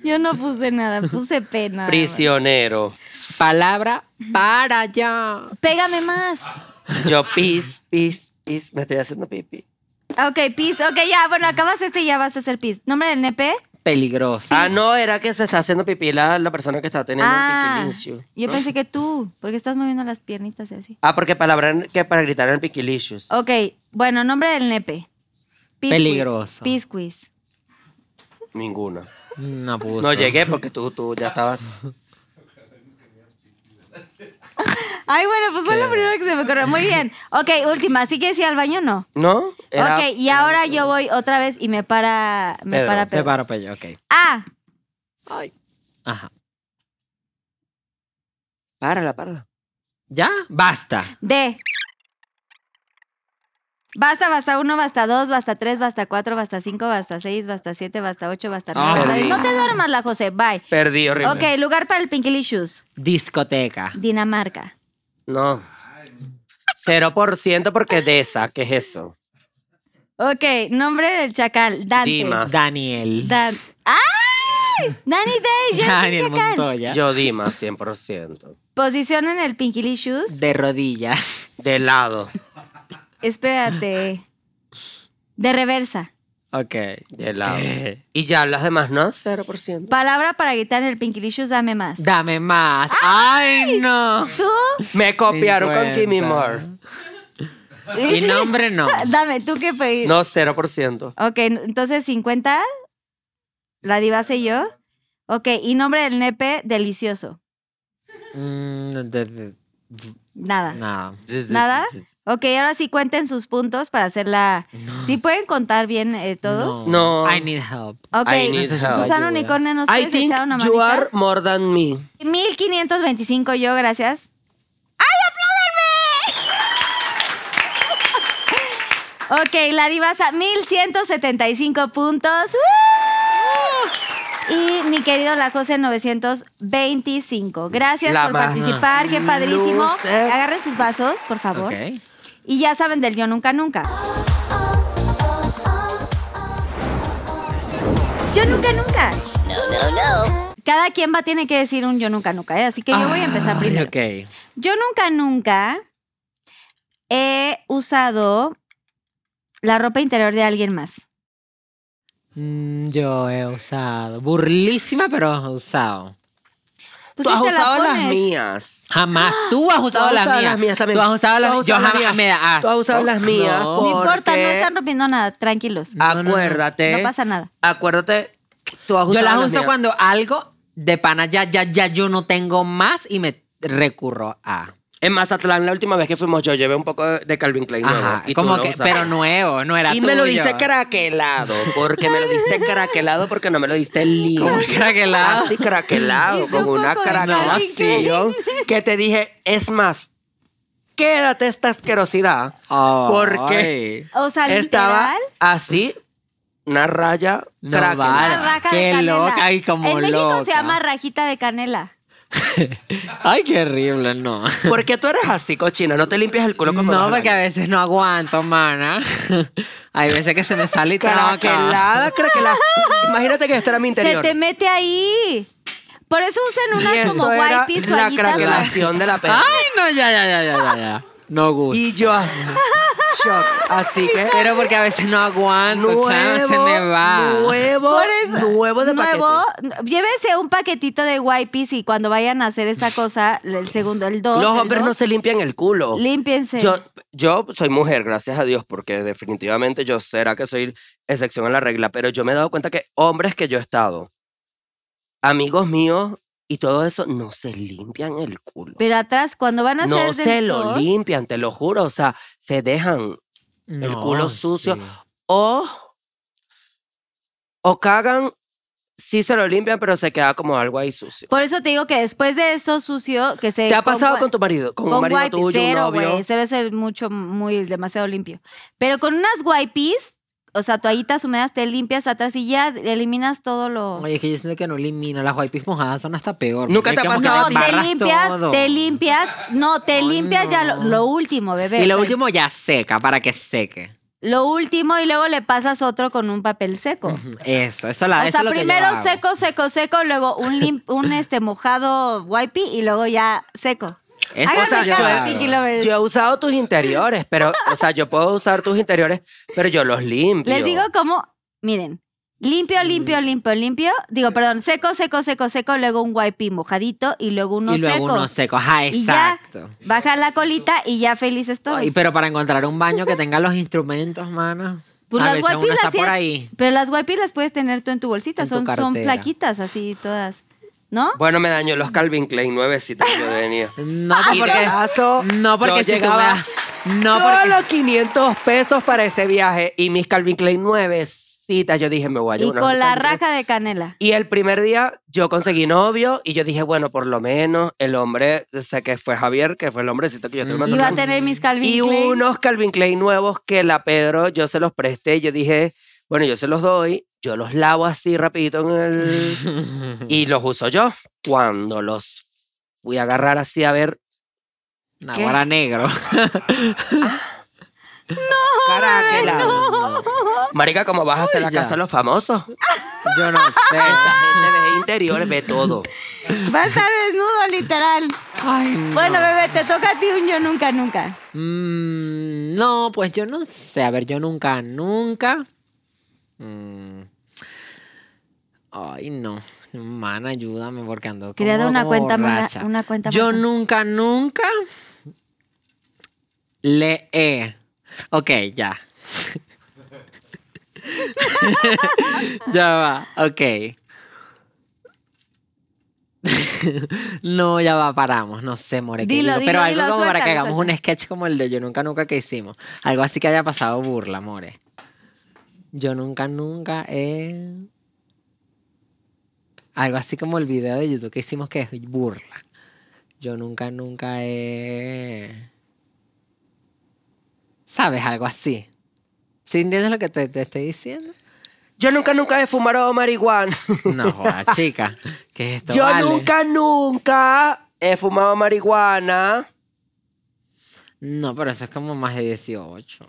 [SPEAKER 2] Yo no puse nada, puse pena.
[SPEAKER 6] Prisionero.
[SPEAKER 5] Palabra para allá.
[SPEAKER 2] Pégame más.
[SPEAKER 6] Yo pis, pis, pis. Me estoy haciendo pipi.
[SPEAKER 2] Ok, pis. Ok, ya, bueno, acabas este y ya vas a hacer pis. ¿Nombre del nepe?
[SPEAKER 5] Peligroso.
[SPEAKER 6] Ah, no, era que se está haciendo pipí la, la persona que está teniendo el
[SPEAKER 2] Ah,
[SPEAKER 6] piquilicious.
[SPEAKER 2] yo pensé que tú, porque estás moviendo las piernitas y así.
[SPEAKER 6] Ah, porque palabra en- que para gritar en el piquilicious.
[SPEAKER 2] Ok, bueno, nombre del nepe. Piscuis.
[SPEAKER 5] Peligroso.
[SPEAKER 2] Piscuis.
[SPEAKER 6] Ninguna.
[SPEAKER 5] No puso.
[SPEAKER 6] No llegué porque tú, tú ya estabas.
[SPEAKER 2] Ay, bueno, pues fue lo primero que se me ocurrió. Muy bien. Ok, última. ¿Sí quieres ir al baño o no?
[SPEAKER 6] ¿No? Era
[SPEAKER 2] ok, y ahora yo voy otra vez y me para. Me
[SPEAKER 6] Pedro,
[SPEAKER 2] para
[SPEAKER 6] te
[SPEAKER 5] Te
[SPEAKER 2] Pedro.
[SPEAKER 5] paro para allá, ok.
[SPEAKER 2] Ah,
[SPEAKER 5] Ajá.
[SPEAKER 6] Párala, párala.
[SPEAKER 5] ¿Ya? Basta.
[SPEAKER 2] D. Basta, basta uno, basta dos, basta tres, basta cuatro, basta cinco, basta seis, basta siete, basta ocho, basta nueve.
[SPEAKER 5] Ay.
[SPEAKER 2] basta diez. No te duermas la José, bye.
[SPEAKER 6] Perdí, Ah, horrible.
[SPEAKER 2] Ok, lugar para el Pinkily Shoes.
[SPEAKER 5] Discoteca.
[SPEAKER 2] Dinamarca.
[SPEAKER 6] No. 0% porque de esa, ¿qué es eso?
[SPEAKER 2] Ok, nombre del chacal, Dante.
[SPEAKER 6] Dimas.
[SPEAKER 5] Daniel.
[SPEAKER 2] Dan- ¡Ay! Danny Day, yo soy
[SPEAKER 5] Daniel
[SPEAKER 2] chacal.
[SPEAKER 5] Montoya.
[SPEAKER 6] Yo Dimas, 100%.
[SPEAKER 2] Posición en el Pinkily Shoes.
[SPEAKER 5] De rodillas.
[SPEAKER 6] De lado.
[SPEAKER 2] Espérate. De reversa.
[SPEAKER 5] Ok.
[SPEAKER 6] De lado. Y ya las demás, ¿no? 0%.
[SPEAKER 2] Palabra para gritar en el Pinkily Shoes, dame más.
[SPEAKER 5] Dame más. ¡Ay, no!
[SPEAKER 2] ¿Tú?
[SPEAKER 6] Me copiaron con
[SPEAKER 5] 50.
[SPEAKER 6] Kimmy Moore.
[SPEAKER 5] Mi nombre no.
[SPEAKER 2] Dame, ¿tú qué pedí?
[SPEAKER 6] No, 0%.
[SPEAKER 2] Ok, n- entonces 50, la divase y yo. Ok, y nombre del nepe, delicioso.
[SPEAKER 5] Mm, de- de-
[SPEAKER 2] Nada.
[SPEAKER 5] Nada.
[SPEAKER 2] Ah. ¿Nada? Ok, ahora sí cuenten sus puntos para hacerla. ¿Sí pueden contar bien eh, todos?
[SPEAKER 6] No.
[SPEAKER 5] I need help.
[SPEAKER 2] Ok.
[SPEAKER 6] I need help.
[SPEAKER 2] Susana Unicornia, ¿nos
[SPEAKER 6] I
[SPEAKER 2] puedes
[SPEAKER 6] think
[SPEAKER 2] echar una
[SPEAKER 6] you
[SPEAKER 2] manita?
[SPEAKER 6] are more than me.
[SPEAKER 2] 1525 yo, gracias. ¡Ay, apláudenme! ok, la divasa, 1175 puntos. ¡Uh! Y mi querido La Jose, 925. Gracias
[SPEAKER 6] La
[SPEAKER 2] por
[SPEAKER 6] más
[SPEAKER 2] participar, qué padrísimo.
[SPEAKER 6] loser.
[SPEAKER 2] Agarren sus vasos, por favor.
[SPEAKER 5] Ok.
[SPEAKER 2] Y ya saben del Yo Nunca Nunca.
[SPEAKER 4] Yo nunca, nunca.
[SPEAKER 2] Cada quien va tiene que decir un Yo Nunca Nunca, ¿eh? así que yo voy a empezar
[SPEAKER 6] Ah,
[SPEAKER 5] Ay,
[SPEAKER 2] primero.
[SPEAKER 5] Ok.
[SPEAKER 2] Yo nunca, nunca he usado la ropa interior de alguien más.
[SPEAKER 5] Mm, Yo he usado. Burlísima, pero he usado.
[SPEAKER 2] Pues
[SPEAKER 6] Tú has
[SPEAKER 2] sí te la
[SPEAKER 6] usado las
[SPEAKER 2] pones.
[SPEAKER 6] mías.
[SPEAKER 5] Jamás. Tú has usado
[SPEAKER 6] Tú has
[SPEAKER 5] las
[SPEAKER 6] usado
[SPEAKER 5] mías.
[SPEAKER 6] las mías también.
[SPEAKER 5] Tú has usado las
[SPEAKER 6] Tú has
[SPEAKER 5] mías. Yo
[SPEAKER 6] usado las
[SPEAKER 5] jamás me
[SPEAKER 6] mías.
[SPEAKER 5] da
[SPEAKER 6] Tú has usado
[SPEAKER 5] asco.
[SPEAKER 6] las mías.
[SPEAKER 5] No.
[SPEAKER 2] No importa, no
[SPEAKER 6] porque-
[SPEAKER 2] están rompiendo nada, tranquilos.
[SPEAKER 5] No, no, no.
[SPEAKER 6] Acuérdate.
[SPEAKER 2] No pasa nada.
[SPEAKER 6] Acuérdate. Tú has
[SPEAKER 5] Yo
[SPEAKER 6] usado
[SPEAKER 5] las uso
[SPEAKER 6] mías.
[SPEAKER 5] cuando algo de pana ya, ya, ya yo no tengo más y me recurro a.
[SPEAKER 6] En Mazatlán, la última vez que fuimos, yo llevé un poco de Calvin Klein. nuevo,
[SPEAKER 5] Ajá.
[SPEAKER 6] y tú
[SPEAKER 5] como
[SPEAKER 6] lo
[SPEAKER 5] que,
[SPEAKER 6] usaste.
[SPEAKER 5] pero nuevo, no era
[SPEAKER 6] Y me lo
[SPEAKER 5] tuyo.
[SPEAKER 6] diste craquelado, porque me lo diste craquelado porque no me lo diste lindo.
[SPEAKER 5] ¿Cómo craquelado?
[SPEAKER 6] Así craquelado,
[SPEAKER 2] Hizo
[SPEAKER 6] con
[SPEAKER 2] un
[SPEAKER 6] una
[SPEAKER 2] poco de Calvin
[SPEAKER 6] craquelación que te dije, es más, quédate esta asquerosidad, porque
[SPEAKER 5] Ay.
[SPEAKER 2] O sea,
[SPEAKER 6] estaba
[SPEAKER 2] Ah, literal.
[SPEAKER 6] así, una raya
[SPEAKER 5] No
[SPEAKER 6] craquelada.
[SPEAKER 2] una raca de
[SPEAKER 5] qué
[SPEAKER 2] canela.
[SPEAKER 5] loca y como
[SPEAKER 2] En México se
[SPEAKER 5] loca.
[SPEAKER 2] llama rajita de canela.
[SPEAKER 5] Ay, qué horrible, no.
[SPEAKER 6] ¿Por qué tú eres así, cochina? No te limpias el culo como
[SPEAKER 5] No,
[SPEAKER 6] vas al
[SPEAKER 5] porque a
[SPEAKER 6] baño?
[SPEAKER 5] veces no aguanto, mana. Hay veces que se me sale y traca.
[SPEAKER 6] Craquelada, craquelada. Imagínate que esto era mi interior.
[SPEAKER 2] Se te mete ahí. Por eso usan
[SPEAKER 6] y
[SPEAKER 2] unas
[SPEAKER 6] esto
[SPEAKER 2] como
[SPEAKER 6] era
[SPEAKER 2] wipes,
[SPEAKER 6] la
[SPEAKER 2] toallitas. para-
[SPEAKER 6] craquelación de la perra.
[SPEAKER 5] Ay, no, ya, ya, ya, ya, ya, ya. No gusta.
[SPEAKER 6] Y yo así, shock. Así que
[SPEAKER 5] Pero porque a veces no aguanto,
[SPEAKER 6] nuevo,
[SPEAKER 5] chama, se me va.
[SPEAKER 6] nuevo,
[SPEAKER 2] Por eso,
[SPEAKER 6] nuevo de
[SPEAKER 2] nuevo,
[SPEAKER 6] paquete.
[SPEAKER 2] n- Llévese un paquetito de wipes y cuando vayan a hacer esta cosa, el segundo, el dos.
[SPEAKER 6] Los
[SPEAKER 2] el
[SPEAKER 6] hombres no
[SPEAKER 2] dos,
[SPEAKER 6] se limpian el culo.
[SPEAKER 2] Límpiense.
[SPEAKER 6] Yo, yo soy mujer, gracias a Dios, porque definitivamente yo será que soy excepción a la regla, pero yo me he dado cuenta que hombres que yo he estado, amigos míos y todo eso, no se limpian el culo.
[SPEAKER 2] Pero atrás, cuando van a
[SPEAKER 6] No
[SPEAKER 2] hacer del
[SPEAKER 6] se lo
[SPEAKER 2] dos,
[SPEAKER 6] limpian, te lo juro. O sea, se dejan el culo sucio. o o cagan sí se lo limpian pero se queda como algo ahí sucio
[SPEAKER 2] Por eso te digo que después de esto sucio, que se.
[SPEAKER 6] te ha pasado
[SPEAKER 2] wi-
[SPEAKER 6] con tu marido con, un
[SPEAKER 2] con
[SPEAKER 6] marido
[SPEAKER 2] wipes,
[SPEAKER 6] tuyo un
[SPEAKER 2] cero,
[SPEAKER 6] novio
[SPEAKER 2] güey, Cero es el mucho, muy, demasiado limpio. Pero con unas wipes, o sea, toallitas húmedas, te limpias atrás y ya eliminas todo lo.
[SPEAKER 5] Oye, es que yo siento que no elimino. Las wipes mojadas son hasta peor.
[SPEAKER 6] Nunca
[SPEAKER 5] porque
[SPEAKER 6] te ha
[SPEAKER 5] como que
[SPEAKER 6] pasado
[SPEAKER 2] Pues No,
[SPEAKER 6] a ti.
[SPEAKER 2] te
[SPEAKER 5] embarras
[SPEAKER 2] limpias,
[SPEAKER 5] todo.
[SPEAKER 2] te limpias, no, te
[SPEAKER 5] Ay,
[SPEAKER 2] limpias ya lo,
[SPEAKER 5] no.
[SPEAKER 2] lo último, bebé.
[SPEAKER 5] Y lo
[SPEAKER 2] o sea,
[SPEAKER 5] último ya seca para que seque.
[SPEAKER 2] Lo último y luego le pasas otro con un papel seco.
[SPEAKER 5] Eso, eso
[SPEAKER 2] o
[SPEAKER 5] la
[SPEAKER 2] sea,
[SPEAKER 5] eso es lo que yo
[SPEAKER 2] primero
[SPEAKER 5] hago.
[SPEAKER 2] seco, seco, seco, luego un, lim- un este mojado wipe y luego ya seco.
[SPEAKER 5] Eso
[SPEAKER 2] Háganme
[SPEAKER 5] es lo que yo
[SPEAKER 2] caso,
[SPEAKER 5] hago.
[SPEAKER 2] Pinky Lovers.
[SPEAKER 6] yo he usado tus interiores pero o sea yo puedo usar tus interiores pero yo los limpio
[SPEAKER 2] Les digo cómo, miren, limpio,
[SPEAKER 5] Mm.
[SPEAKER 2] limpio, limpio, limpio, digo, perdón, seco, seco, seco, seco, luego un wipe mojadito y luego uno
[SPEAKER 5] y luego
[SPEAKER 2] seco.
[SPEAKER 5] uno seco. Ajá,
[SPEAKER 2] Y ya.
[SPEAKER 5] exacto.
[SPEAKER 2] Baja la colita y ya felices todos.
[SPEAKER 5] Ay, pero para encontrar un baño que tenga los instrumentos, mano.
[SPEAKER 2] Pues
[SPEAKER 5] a
[SPEAKER 2] las
[SPEAKER 5] veces uno
[SPEAKER 2] guapis
[SPEAKER 5] está
[SPEAKER 2] las
[SPEAKER 5] por
[SPEAKER 2] tienes-
[SPEAKER 5] ahí.
[SPEAKER 2] Pero las wipes las puedes tener tú en tu bolsita,
[SPEAKER 5] En tu
[SPEAKER 2] son, son
[SPEAKER 5] cartera.
[SPEAKER 2] flaquitas así todas, ¿no?
[SPEAKER 6] bueno me dañó los Calvin Klein nuevecitos que yo venía
[SPEAKER 5] No,
[SPEAKER 2] Ah,
[SPEAKER 6] Y de
[SPEAKER 5] porque.
[SPEAKER 6] paso,
[SPEAKER 5] No, porque
[SPEAKER 6] yo
[SPEAKER 5] si tú me
[SPEAKER 6] llegaba
[SPEAKER 5] das- No, porque.
[SPEAKER 6] solo 500 pesos para ese viaje y mis Calvin Klein nuevecitas yo dije me voy a
[SPEAKER 2] Y
[SPEAKER 6] llevar unas
[SPEAKER 2] con la
[SPEAKER 6] Calvin Klein
[SPEAKER 2] raja de canela.
[SPEAKER 6] Y el primer día yo conseguí novio y yo dije, bueno, por lo menos el hombre, sé que fue Javier, que fue el hombrecito que yo tuve
[SPEAKER 5] Mm.
[SPEAKER 6] más
[SPEAKER 2] Iba a
[SPEAKER 6] cercano,
[SPEAKER 2] tener mis Calvin
[SPEAKER 6] Y
[SPEAKER 2] Klein.
[SPEAKER 6] unos Calvin Klein nuevos que la Pedro, yo se los presté, yo dije, bueno, yo se los doy, yo los lavo así rapidito en el... y los uso yo. Cuando los fui a agarrar así a ver,
[SPEAKER 5] Naguará negro.
[SPEAKER 6] caracelados. Marica, ¿cómo vas a hacer la
[SPEAKER 5] ya.
[SPEAKER 6] casa de los famosos?
[SPEAKER 5] Yo no sé.
[SPEAKER 6] Esa gente ve interiores, ve todo.
[SPEAKER 2] Va a estar desnudo, literal.
[SPEAKER 5] Ay, no.
[SPEAKER 2] Bueno, bebé, te toca a ti un yo nunca, nunca.
[SPEAKER 5] Mm, no, pues yo no sé. A ver, yo nunca, nunca. Mm. Ay, no. Man, ayúdame porque ando como,
[SPEAKER 2] Quería dar una
[SPEAKER 5] como
[SPEAKER 2] cuenta más.
[SPEAKER 5] borracha.
[SPEAKER 2] Una cuenta
[SPEAKER 5] Yo
[SPEAKER 2] mana.
[SPEAKER 5] nunca, nunca le he. Ok, ya. ya va, ok. No, ya va, paramos. No sé, More. qué
[SPEAKER 2] Dilo,
[SPEAKER 5] digo,
[SPEAKER 2] dilo,
[SPEAKER 5] Pero algo
[SPEAKER 2] dilo,
[SPEAKER 5] como para que
[SPEAKER 2] suéltalo,
[SPEAKER 5] hagamos un sketch como el de Yo Nunca Nunca que hicimos. Algo así que haya pasado burla, More. Yo Nunca Nunca eh... Algo así como el video de YouTube que hicimos que es burla. Yo Nunca Nunca eh... ¿Sabes? Algo así. ¿Sí entiendes lo que te, te estoy diciendo?
[SPEAKER 6] Yo nunca, nunca he fumado marihuana.
[SPEAKER 5] No, joda, chica. ¿Qué es esto?
[SPEAKER 6] Yo
[SPEAKER 5] vale?
[SPEAKER 6] nunca, nunca he fumado marihuana.
[SPEAKER 5] No, pero eso es como más de 18.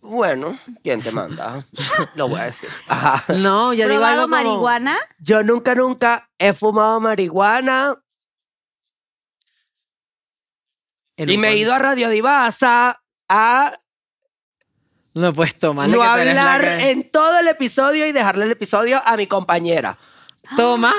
[SPEAKER 6] Bueno, ¿quién te manda? Lo voy a decir. Ajá.
[SPEAKER 5] No, yo digo
[SPEAKER 2] ¿Probado
[SPEAKER 5] algo como...
[SPEAKER 2] marihuana?
[SPEAKER 6] Yo nunca, nunca he fumado marihuana.
[SPEAKER 5] en
[SPEAKER 6] y
[SPEAKER 5] un
[SPEAKER 6] me he
[SPEAKER 5] con-
[SPEAKER 6] ido a Radio Divasa a
[SPEAKER 5] No, pues toma.
[SPEAKER 6] no hablar en todo el episodio y dejarle el episodio a mi compañera.
[SPEAKER 5] Toma.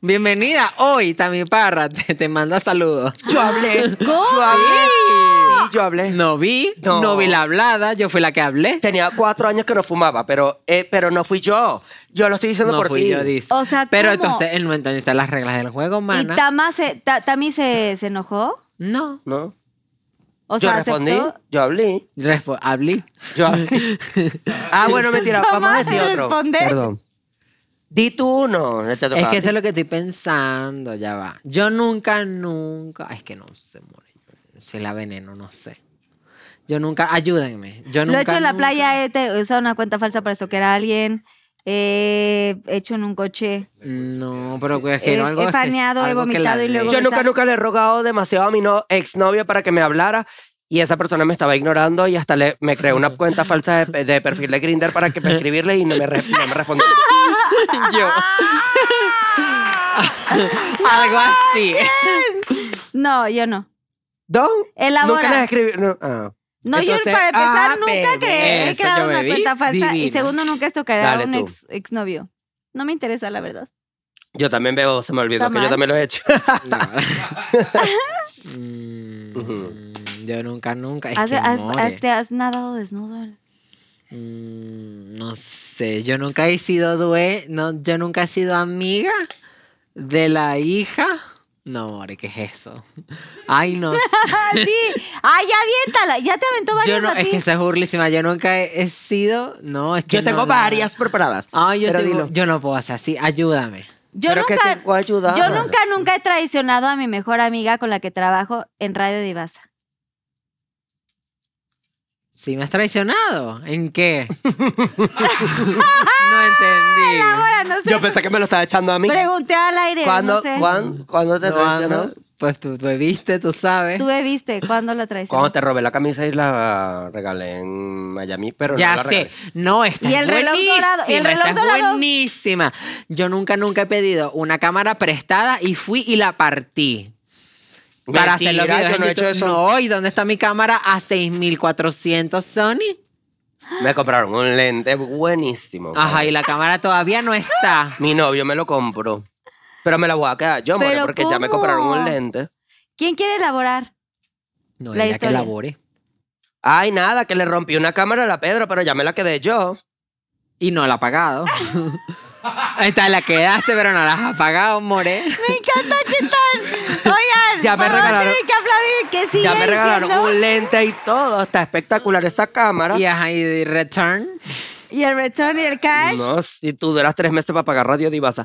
[SPEAKER 5] Bienvenida hoy, Tami Parra. Te, te manda saludos.
[SPEAKER 6] Yo hablé. Yo hablé. Sí, yo hablé.
[SPEAKER 5] Ah, No vi, no.
[SPEAKER 6] No.
[SPEAKER 5] vi la hablada. Yo fui la que hablé.
[SPEAKER 6] Tenía cuatro años que no fumaba, pero, eh, pero no fui yo. Yo lo estoy diciendo
[SPEAKER 5] No
[SPEAKER 6] por
[SPEAKER 5] fui
[SPEAKER 6] ti.
[SPEAKER 5] yo, dice.
[SPEAKER 2] O sea,
[SPEAKER 5] Pero
[SPEAKER 2] ¿cómo?
[SPEAKER 5] entonces él no entendió todas las reglas del juego,
[SPEAKER 2] ¿Y
[SPEAKER 5] mana.
[SPEAKER 2] Tama se, Ta- Tami se, se enojó?
[SPEAKER 5] No.
[SPEAKER 6] ¿No?
[SPEAKER 2] O
[SPEAKER 6] yo
[SPEAKER 2] sea,
[SPEAKER 6] respondí,
[SPEAKER 2] aceptó.
[SPEAKER 6] yo hablé.
[SPEAKER 5] Respo- hablé.
[SPEAKER 6] Yo hablé. ah, bueno, mentira.
[SPEAKER 2] Jamás
[SPEAKER 6] Vamos a decir
[SPEAKER 2] se
[SPEAKER 6] otro.
[SPEAKER 2] responde.
[SPEAKER 6] Perdón. Di tú uno. te toca.
[SPEAKER 5] Es que eso es lo que estoy pensando, ya va. Yo nunca, nunca. ay, es que no se muere. Si la veneno, no sé. Yo nunca. Ayúdenme. Yo
[SPEAKER 2] Lo
[SPEAKER 5] nunca.
[SPEAKER 2] he hecho en la
[SPEAKER 5] nunca-
[SPEAKER 2] playa, he te- he usado una cuenta falsa para estoquear a alguien, he hecho en un coche.
[SPEAKER 5] No, pero es que
[SPEAKER 2] He-
[SPEAKER 5] no algo.
[SPEAKER 2] he
[SPEAKER 5] espe-
[SPEAKER 2] paneado, he
[SPEAKER 5] algo que la
[SPEAKER 2] vomitado y luego-
[SPEAKER 5] ley.
[SPEAKER 6] Yo nunca, nunca le he rogado demasiado a mi no, exnovio para que me hablara y esa persona me estaba ignorando y hasta le, me creó una cuenta falsa de, de perfil de Grinder para que para escribirle y no me, re- no me respondió.
[SPEAKER 5] Yo. algo así.
[SPEAKER 2] No, yo no.
[SPEAKER 6] ¿Don?
[SPEAKER 2] Elabora.
[SPEAKER 6] Nunca les escribí. no, ah.
[SPEAKER 2] No,
[SPEAKER 6] Entonces,
[SPEAKER 2] yo para empezar
[SPEAKER 6] ah,
[SPEAKER 2] nunca
[SPEAKER 6] bebé,
[SPEAKER 2] que he
[SPEAKER 5] eso yo
[SPEAKER 2] creado una
[SPEAKER 5] bebí,
[SPEAKER 2] cuenta falsa y
[SPEAKER 5] divino.
[SPEAKER 2] segundo nunca estoquearé a
[SPEAKER 6] Dale
[SPEAKER 2] un
[SPEAKER 6] tú.
[SPEAKER 2] ex, exnovio. No me interesa, la verdad.
[SPEAKER 6] Yo también bebo, se me olvidó
[SPEAKER 2] Está
[SPEAKER 6] que
[SPEAKER 2] mal.
[SPEAKER 6] yo también lo he hecho.
[SPEAKER 5] No. Mm, yo nunca, nunca. Es
[SPEAKER 2] ¿Has,
[SPEAKER 5] que
[SPEAKER 2] has-
[SPEAKER 5] more.
[SPEAKER 2] has- te has nadado desnudo?
[SPEAKER 5] Mm, No sé, yo nunca he sido due, no, yo nunca he sido amiga de la hija. No, more, ¿qué es eso? Ay, no.
[SPEAKER 2] ¡Ah, sí! ¡Ay, ya aviéntala! Ya te aventó
[SPEAKER 5] yo
[SPEAKER 2] varias
[SPEAKER 5] no,
[SPEAKER 2] a
[SPEAKER 5] es
[SPEAKER 2] ti.
[SPEAKER 5] que esa es burlísima. Yo nunca he, he sido, no, es que
[SPEAKER 6] Yo
[SPEAKER 5] no,
[SPEAKER 6] tengo
[SPEAKER 5] la verdad.
[SPEAKER 6] varias preparadas.
[SPEAKER 5] Ay, yo,
[SPEAKER 6] pero
[SPEAKER 5] tengo-
[SPEAKER 6] dilo.
[SPEAKER 5] yo no puedo hacer así, ayúdame.
[SPEAKER 2] Yo
[SPEAKER 6] pero que
[SPEAKER 2] nunca,
[SPEAKER 6] te puedo ayudar.
[SPEAKER 2] yo nunca, nunca he traicionado a mi mejor amiga con la que trabajo en Radio Divasa.
[SPEAKER 5] ¿Sí me has traicionado? ¿En qué? no
[SPEAKER 2] Ahora no sé.
[SPEAKER 6] Yo pensé que me lo estaba echando a mí.
[SPEAKER 2] Pregunté al aire.
[SPEAKER 6] ¿Cuándo,
[SPEAKER 2] no sé.
[SPEAKER 6] cuán- ¿cuándo te
[SPEAKER 5] entendí. No,
[SPEAKER 6] traicionó?
[SPEAKER 5] no, pues tú, tú viste, tú sabes.
[SPEAKER 2] Tú bebiste, ¿cuándo la traicionaste?
[SPEAKER 6] Cuando te robé la camisa y la regalé en Miami, pero
[SPEAKER 5] Ya
[SPEAKER 6] no la
[SPEAKER 5] sé.
[SPEAKER 6] regalé.
[SPEAKER 5] No, esta
[SPEAKER 2] Y
[SPEAKER 5] es
[SPEAKER 2] el reloj dorado, y el
[SPEAKER 5] buenísima, esta
[SPEAKER 2] reloj
[SPEAKER 5] es
[SPEAKER 2] dorado.
[SPEAKER 5] buenísima. Yo nunca, nunca he pedido una cámara prestada y fui y la partí. para hacer los
[SPEAKER 6] Mentira,
[SPEAKER 5] videos
[SPEAKER 6] yo
[SPEAKER 5] en
[SPEAKER 6] no he hecho
[SPEAKER 5] YouTube.
[SPEAKER 6] eso.
[SPEAKER 5] No, ¿y dónde está mi cámara? A 6400 Sony.
[SPEAKER 6] Me compraron un lente buenísimo.
[SPEAKER 5] Ajá, y la cámara todavía no está.
[SPEAKER 6] Mi novio me lo compró. Pero me la voy a quedar yo, more,
[SPEAKER 2] Pero
[SPEAKER 6] porque ya me
[SPEAKER 2] ¿cómo?
[SPEAKER 6] compraron un lente.
[SPEAKER 2] ¿Quién quiere elaborar?
[SPEAKER 5] No,
[SPEAKER 2] La
[SPEAKER 5] ella que
[SPEAKER 2] historia.
[SPEAKER 5] labore.
[SPEAKER 6] Ay, nada, que le rompí una cámara a la Pedro, pero ya me la quedé yo.
[SPEAKER 5] Y no la ha pagado. Ahí está, la quedaste, pero no la has pagado, more.
[SPEAKER 2] Me encanta, ¿qué tal? Oigan,
[SPEAKER 6] Ya me
[SPEAKER 2] vamos a
[SPEAKER 6] regalaron-
[SPEAKER 2] tener que aplaudir que sigue
[SPEAKER 6] ya me regalaron
[SPEAKER 2] diciendo-
[SPEAKER 6] un lente y todo. Está espectacular esa cámara.
[SPEAKER 5] Y ajá, y de return.
[SPEAKER 2] Y el return y el cash.
[SPEAKER 6] No, si tú duras tres meses para pagar Radio Divasa.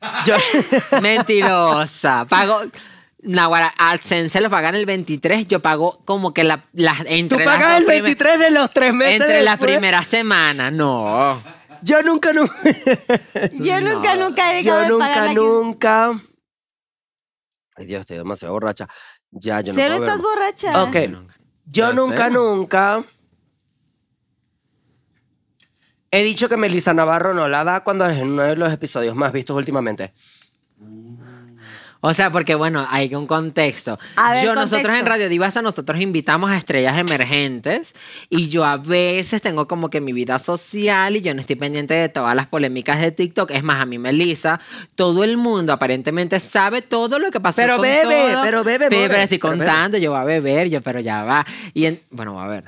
[SPEAKER 6] Yo...
[SPEAKER 5] Mentirosa. Pago. Naguara, AdSense lo pagan el 23. Yo pago como que la, las-
[SPEAKER 6] Tú
[SPEAKER 5] entre las
[SPEAKER 6] pagas
[SPEAKER 5] dos
[SPEAKER 6] el
[SPEAKER 5] primer-
[SPEAKER 6] 23 de los tres meses.
[SPEAKER 5] Entre las
[SPEAKER 6] después.
[SPEAKER 5] primeras semanas. No.
[SPEAKER 6] Yo nunca, nunca.
[SPEAKER 2] Yo nunca, nunca he dejado
[SPEAKER 6] yo
[SPEAKER 2] de pagar
[SPEAKER 6] nunca,
[SPEAKER 2] la
[SPEAKER 6] nunca. Ay, Dios, estoy demasiado borracha. Ya, yo no
[SPEAKER 2] Cero
[SPEAKER 6] puedo
[SPEAKER 2] estás
[SPEAKER 6] verlo.
[SPEAKER 2] borracha.
[SPEAKER 6] Ok. Yo
[SPEAKER 5] Ya
[SPEAKER 6] nunca,
[SPEAKER 5] sé.
[SPEAKER 6] nunca. He dicho que Melissa Navarro no la da cuando es en uno de los episodios más vistos últimamente.
[SPEAKER 5] O sea, porque bueno, hay un contexto.
[SPEAKER 2] A ver,
[SPEAKER 5] yo,
[SPEAKER 2] contexto.
[SPEAKER 5] nosotros en Radio Divasa, nosotros invitamos a estrellas emergentes y yo a veces tengo como que mi vida social y yo no estoy pendiente de todas las polémicas de TikTok. Es más, a mí Melissa, todo el mundo aparentemente sabe todo lo que pasó
[SPEAKER 6] Pero
[SPEAKER 5] con
[SPEAKER 6] bebe,
[SPEAKER 5] todo.
[SPEAKER 6] pero bebe,
[SPEAKER 5] Pero
[SPEAKER 6] more,
[SPEAKER 5] estoy
[SPEAKER 6] pero bebe.
[SPEAKER 5] contando, yo voy a beber, yo, pero ya va. Y en- bueno, voy a ver.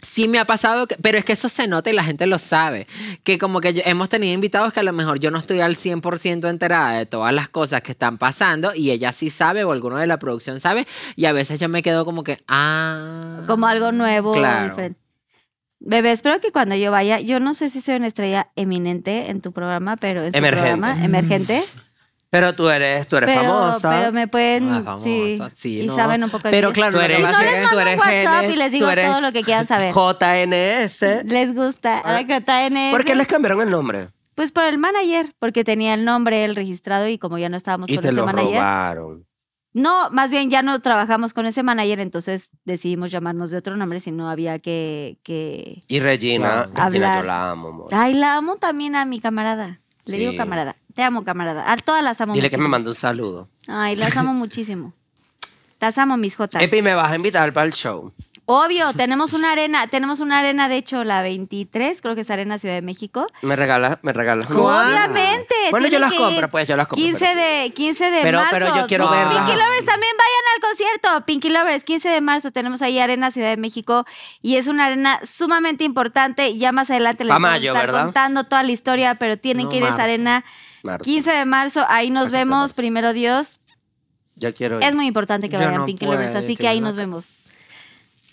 [SPEAKER 5] sí me ha pasado, que- pero es que eso se nota y la gente lo sabe. Que como que yo- hemos tenido invitados que a lo mejor yo no estoy al 100% enterada de todas las cosas que están pasando y ella sí sabe o alguno de la producción sabe y a veces yo me quedo como que, ah.
[SPEAKER 2] como algo nuevo,
[SPEAKER 5] Claro.
[SPEAKER 2] diferente. Bebé, espero que cuando yo vaya, yo no sé si soy una estrella eminente en tu programa, pero es un
[SPEAKER 6] Emergente. Mm.
[SPEAKER 2] programa emergente.
[SPEAKER 6] Pero tú eres, tú eres
[SPEAKER 2] pero,
[SPEAKER 6] famosa.
[SPEAKER 2] pero me pueden,
[SPEAKER 5] Ah, famosa,
[SPEAKER 2] sí,
[SPEAKER 5] sí,
[SPEAKER 2] y
[SPEAKER 5] no.
[SPEAKER 2] saben un poco de
[SPEAKER 5] Pero
[SPEAKER 2] mí.
[SPEAKER 5] claro,
[SPEAKER 6] Tú
[SPEAKER 5] lo que
[SPEAKER 6] eres-
[SPEAKER 2] Y
[SPEAKER 5] va a
[SPEAKER 2] no
[SPEAKER 5] hacer
[SPEAKER 2] les
[SPEAKER 5] es-
[SPEAKER 6] tú
[SPEAKER 2] mando un
[SPEAKER 6] eres
[SPEAKER 2] WhatsApp y
[SPEAKER 6] genes,
[SPEAKER 2] les
[SPEAKER 6] tú
[SPEAKER 2] digo
[SPEAKER 6] eres-
[SPEAKER 2] todo lo que quieran saber.
[SPEAKER 6] JNS.
[SPEAKER 2] Les gusta.
[SPEAKER 6] Ah.
[SPEAKER 2] Ay, JNS.
[SPEAKER 6] ¿Por qué les cambiaron el nombre?
[SPEAKER 2] Pues por el manager, porque tenía el nombre, el registrado y como ya no estábamos
[SPEAKER 6] Y
[SPEAKER 2] con
[SPEAKER 6] te
[SPEAKER 2] ese
[SPEAKER 6] lo
[SPEAKER 2] manager.
[SPEAKER 6] robaron.
[SPEAKER 2] No, más bien ya no trabajamos con ese manager, entonces decidimos llamarnos de otro nombre si no había que, que...
[SPEAKER 6] Y Regina,
[SPEAKER 5] Claro.
[SPEAKER 6] Regina,
[SPEAKER 2] Hablar.
[SPEAKER 6] yo la amo. amor.
[SPEAKER 2] Ay, la amo también a mi camarada. Le digo
[SPEAKER 6] Sí.
[SPEAKER 2] camarada. Te amo, camarada. A todas las amo
[SPEAKER 6] Dile que me
[SPEAKER 2] muchísimo.
[SPEAKER 6] mande un saludo.
[SPEAKER 2] Ay, las amo muchísimo. Las amo, mis jotas.
[SPEAKER 6] Epi, me vas a invitar para el show.
[SPEAKER 2] Obvio, tenemos una arena, tenemos una arena, de hecho, la 23, creo que es Arena Ciudad de México.
[SPEAKER 6] Me regalas, me regalas. uno?
[SPEAKER 2] Obviamente.
[SPEAKER 6] Bueno, yo
[SPEAKER 2] tiene
[SPEAKER 6] las
[SPEAKER 2] que
[SPEAKER 6] compro,
[SPEAKER 2] ir.
[SPEAKER 6] pues, yo las compro,
[SPEAKER 2] 15 de, 15 de
[SPEAKER 6] Pero-
[SPEAKER 2] marzo.
[SPEAKER 6] pero yo quiero
[SPEAKER 2] No,
[SPEAKER 6] verlas.
[SPEAKER 2] Pinky Lovers también vayan al concierto. Pinky Lovers, 15 de marzo. Tenemos ahí Arena Ciudad de México y es una arena sumamente importante. Ya más adelante les
[SPEAKER 6] Pa'
[SPEAKER 2] vamos a
[SPEAKER 6] mayo,
[SPEAKER 2] estar
[SPEAKER 6] ¿verdad?
[SPEAKER 2] contando toda la historia, pero tienen
[SPEAKER 5] No,
[SPEAKER 2] que ir a esa
[SPEAKER 5] marzo.
[SPEAKER 2] arena.
[SPEAKER 6] Marzo.
[SPEAKER 2] 15 de marzo, ahí nos
[SPEAKER 6] 15 de
[SPEAKER 2] vemos,
[SPEAKER 6] marzo.
[SPEAKER 2] primero Dios.
[SPEAKER 6] Yo quiero ir.
[SPEAKER 2] Es muy importante que
[SPEAKER 5] Yo
[SPEAKER 2] vayan
[SPEAKER 5] no
[SPEAKER 2] Pinky
[SPEAKER 5] puedo,
[SPEAKER 2] Lovers, así que
[SPEAKER 5] tengo
[SPEAKER 2] ahí
[SPEAKER 5] una
[SPEAKER 2] nos
[SPEAKER 5] cosa.
[SPEAKER 2] vemos.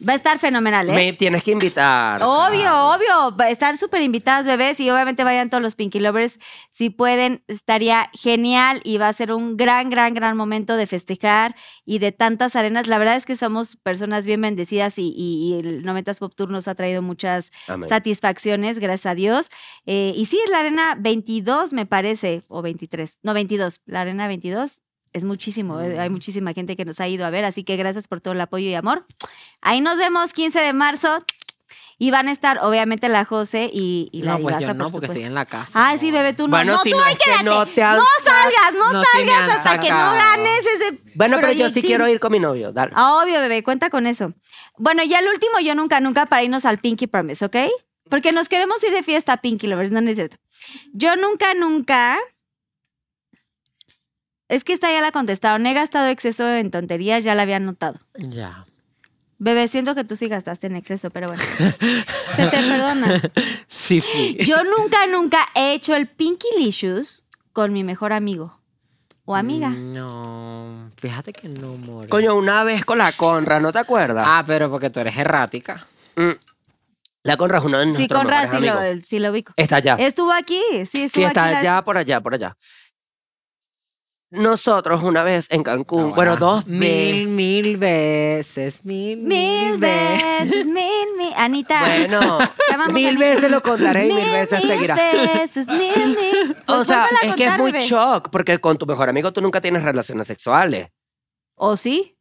[SPEAKER 2] Va a estar fenomenal, ¿eh?
[SPEAKER 6] Me tienes que invitar. Ah,
[SPEAKER 2] Obvio, obvio. Va- Están súper invitadas, bebés, y obviamente vayan todos los Pinky Lovers. Si pueden, estaría genial y va a ser un gran, gran, gran momento de festejar y de tantas arenas. La verdad es que somos personas bien bendecidas y, y- y el 90s Pop Tour nos ha traído muchas
[SPEAKER 6] Amén.
[SPEAKER 2] satisfacciones, gracias a Dios. Eh, y sí, es la arena 22, me parece, o 23, no, 22, la arena 22. Es muchísimo, eh,
[SPEAKER 5] Mm.
[SPEAKER 2] hay muchísima gente que nos ha ido a ver, así que gracias por todo el apoyo y amor. Ahí nos vemos 15 de marzo y van a estar obviamente la Jose y, y la
[SPEAKER 5] No, pues yo
[SPEAKER 2] Divaza,
[SPEAKER 5] no,
[SPEAKER 2] por
[SPEAKER 5] porque estoy
[SPEAKER 2] supuesto.
[SPEAKER 5] en la casa.
[SPEAKER 2] Ay, sí, bebé, tú no.
[SPEAKER 6] Bueno,
[SPEAKER 2] no,
[SPEAKER 6] si
[SPEAKER 2] tú
[SPEAKER 6] no
[SPEAKER 2] ahí
[SPEAKER 6] es que
[SPEAKER 2] quédate.
[SPEAKER 6] no te han
[SPEAKER 2] no salgas, no,
[SPEAKER 5] no, sí me
[SPEAKER 2] salgas
[SPEAKER 5] han
[SPEAKER 2] hasta que no
[SPEAKER 5] sacado.
[SPEAKER 2] ganes ese.
[SPEAKER 6] Bueno, pero yo sí
[SPEAKER 2] proyectil.
[SPEAKER 6] quiero ir con mi novio. Dale.
[SPEAKER 2] Ah, Obvio, bebé, cuenta con eso. Bueno, ya el último, yo nunca, nunca para irnos al Pinky Promise, ¿ok? Porque nos queremos ir de fiesta, Pinky Lovers, no, no es cierto. Yo nunca, nunca. Es que esta ya la contestaron. He gastado exceso en tonterías, ya la había notado.
[SPEAKER 5] Ya.
[SPEAKER 2] Bebé, siento que tú sí gastaste en exceso, pero bueno. Se te perdona.
[SPEAKER 5] Sí, sí.
[SPEAKER 2] Yo nunca, nunca he hecho el Pinky Licious con mi mejor amigo o amiga.
[SPEAKER 6] Mm,
[SPEAKER 5] No, fíjate que no, more.
[SPEAKER 6] Coño, una vez con la Conra, ¿no te acuerdas?
[SPEAKER 5] Ah, pero porque tú eres errática.
[SPEAKER 6] Mm. La Conra es uno de nuestros
[SPEAKER 2] Sí, Conrad,
[SPEAKER 6] mejores
[SPEAKER 2] sí
[SPEAKER 6] amigos.
[SPEAKER 2] lo, sí lo ubico.
[SPEAKER 6] Está allá.
[SPEAKER 2] Estuvo aquí, sí, estuvo
[SPEAKER 6] Ah. Sí, está
[SPEAKER 2] aquí. la-
[SPEAKER 6] allá, por allá, por allá. Nosotros una vez en Cancún, Uh, bueno, dos
[SPEAKER 5] Ah, Mil,
[SPEAKER 6] veces.
[SPEAKER 5] mil veces, mil,
[SPEAKER 2] Mil veces, mil, mil. Anita.
[SPEAKER 6] Bueno,
[SPEAKER 2] Llamamos a
[SPEAKER 6] mil
[SPEAKER 2] Nico.
[SPEAKER 6] veces lo contaré y mil veces
[SPEAKER 2] mil
[SPEAKER 6] seguirá.
[SPEAKER 2] veces, mil, mil.
[SPEAKER 6] O
[SPEAKER 2] Pues
[SPEAKER 6] sea,
[SPEAKER 2] vuélvela a
[SPEAKER 6] es que es
[SPEAKER 2] contar,
[SPEAKER 6] muy
[SPEAKER 2] bebé.
[SPEAKER 6] shock, porque con tu mejor amigo tú nunca tienes relaciones sexuales.
[SPEAKER 2] ¿O sí?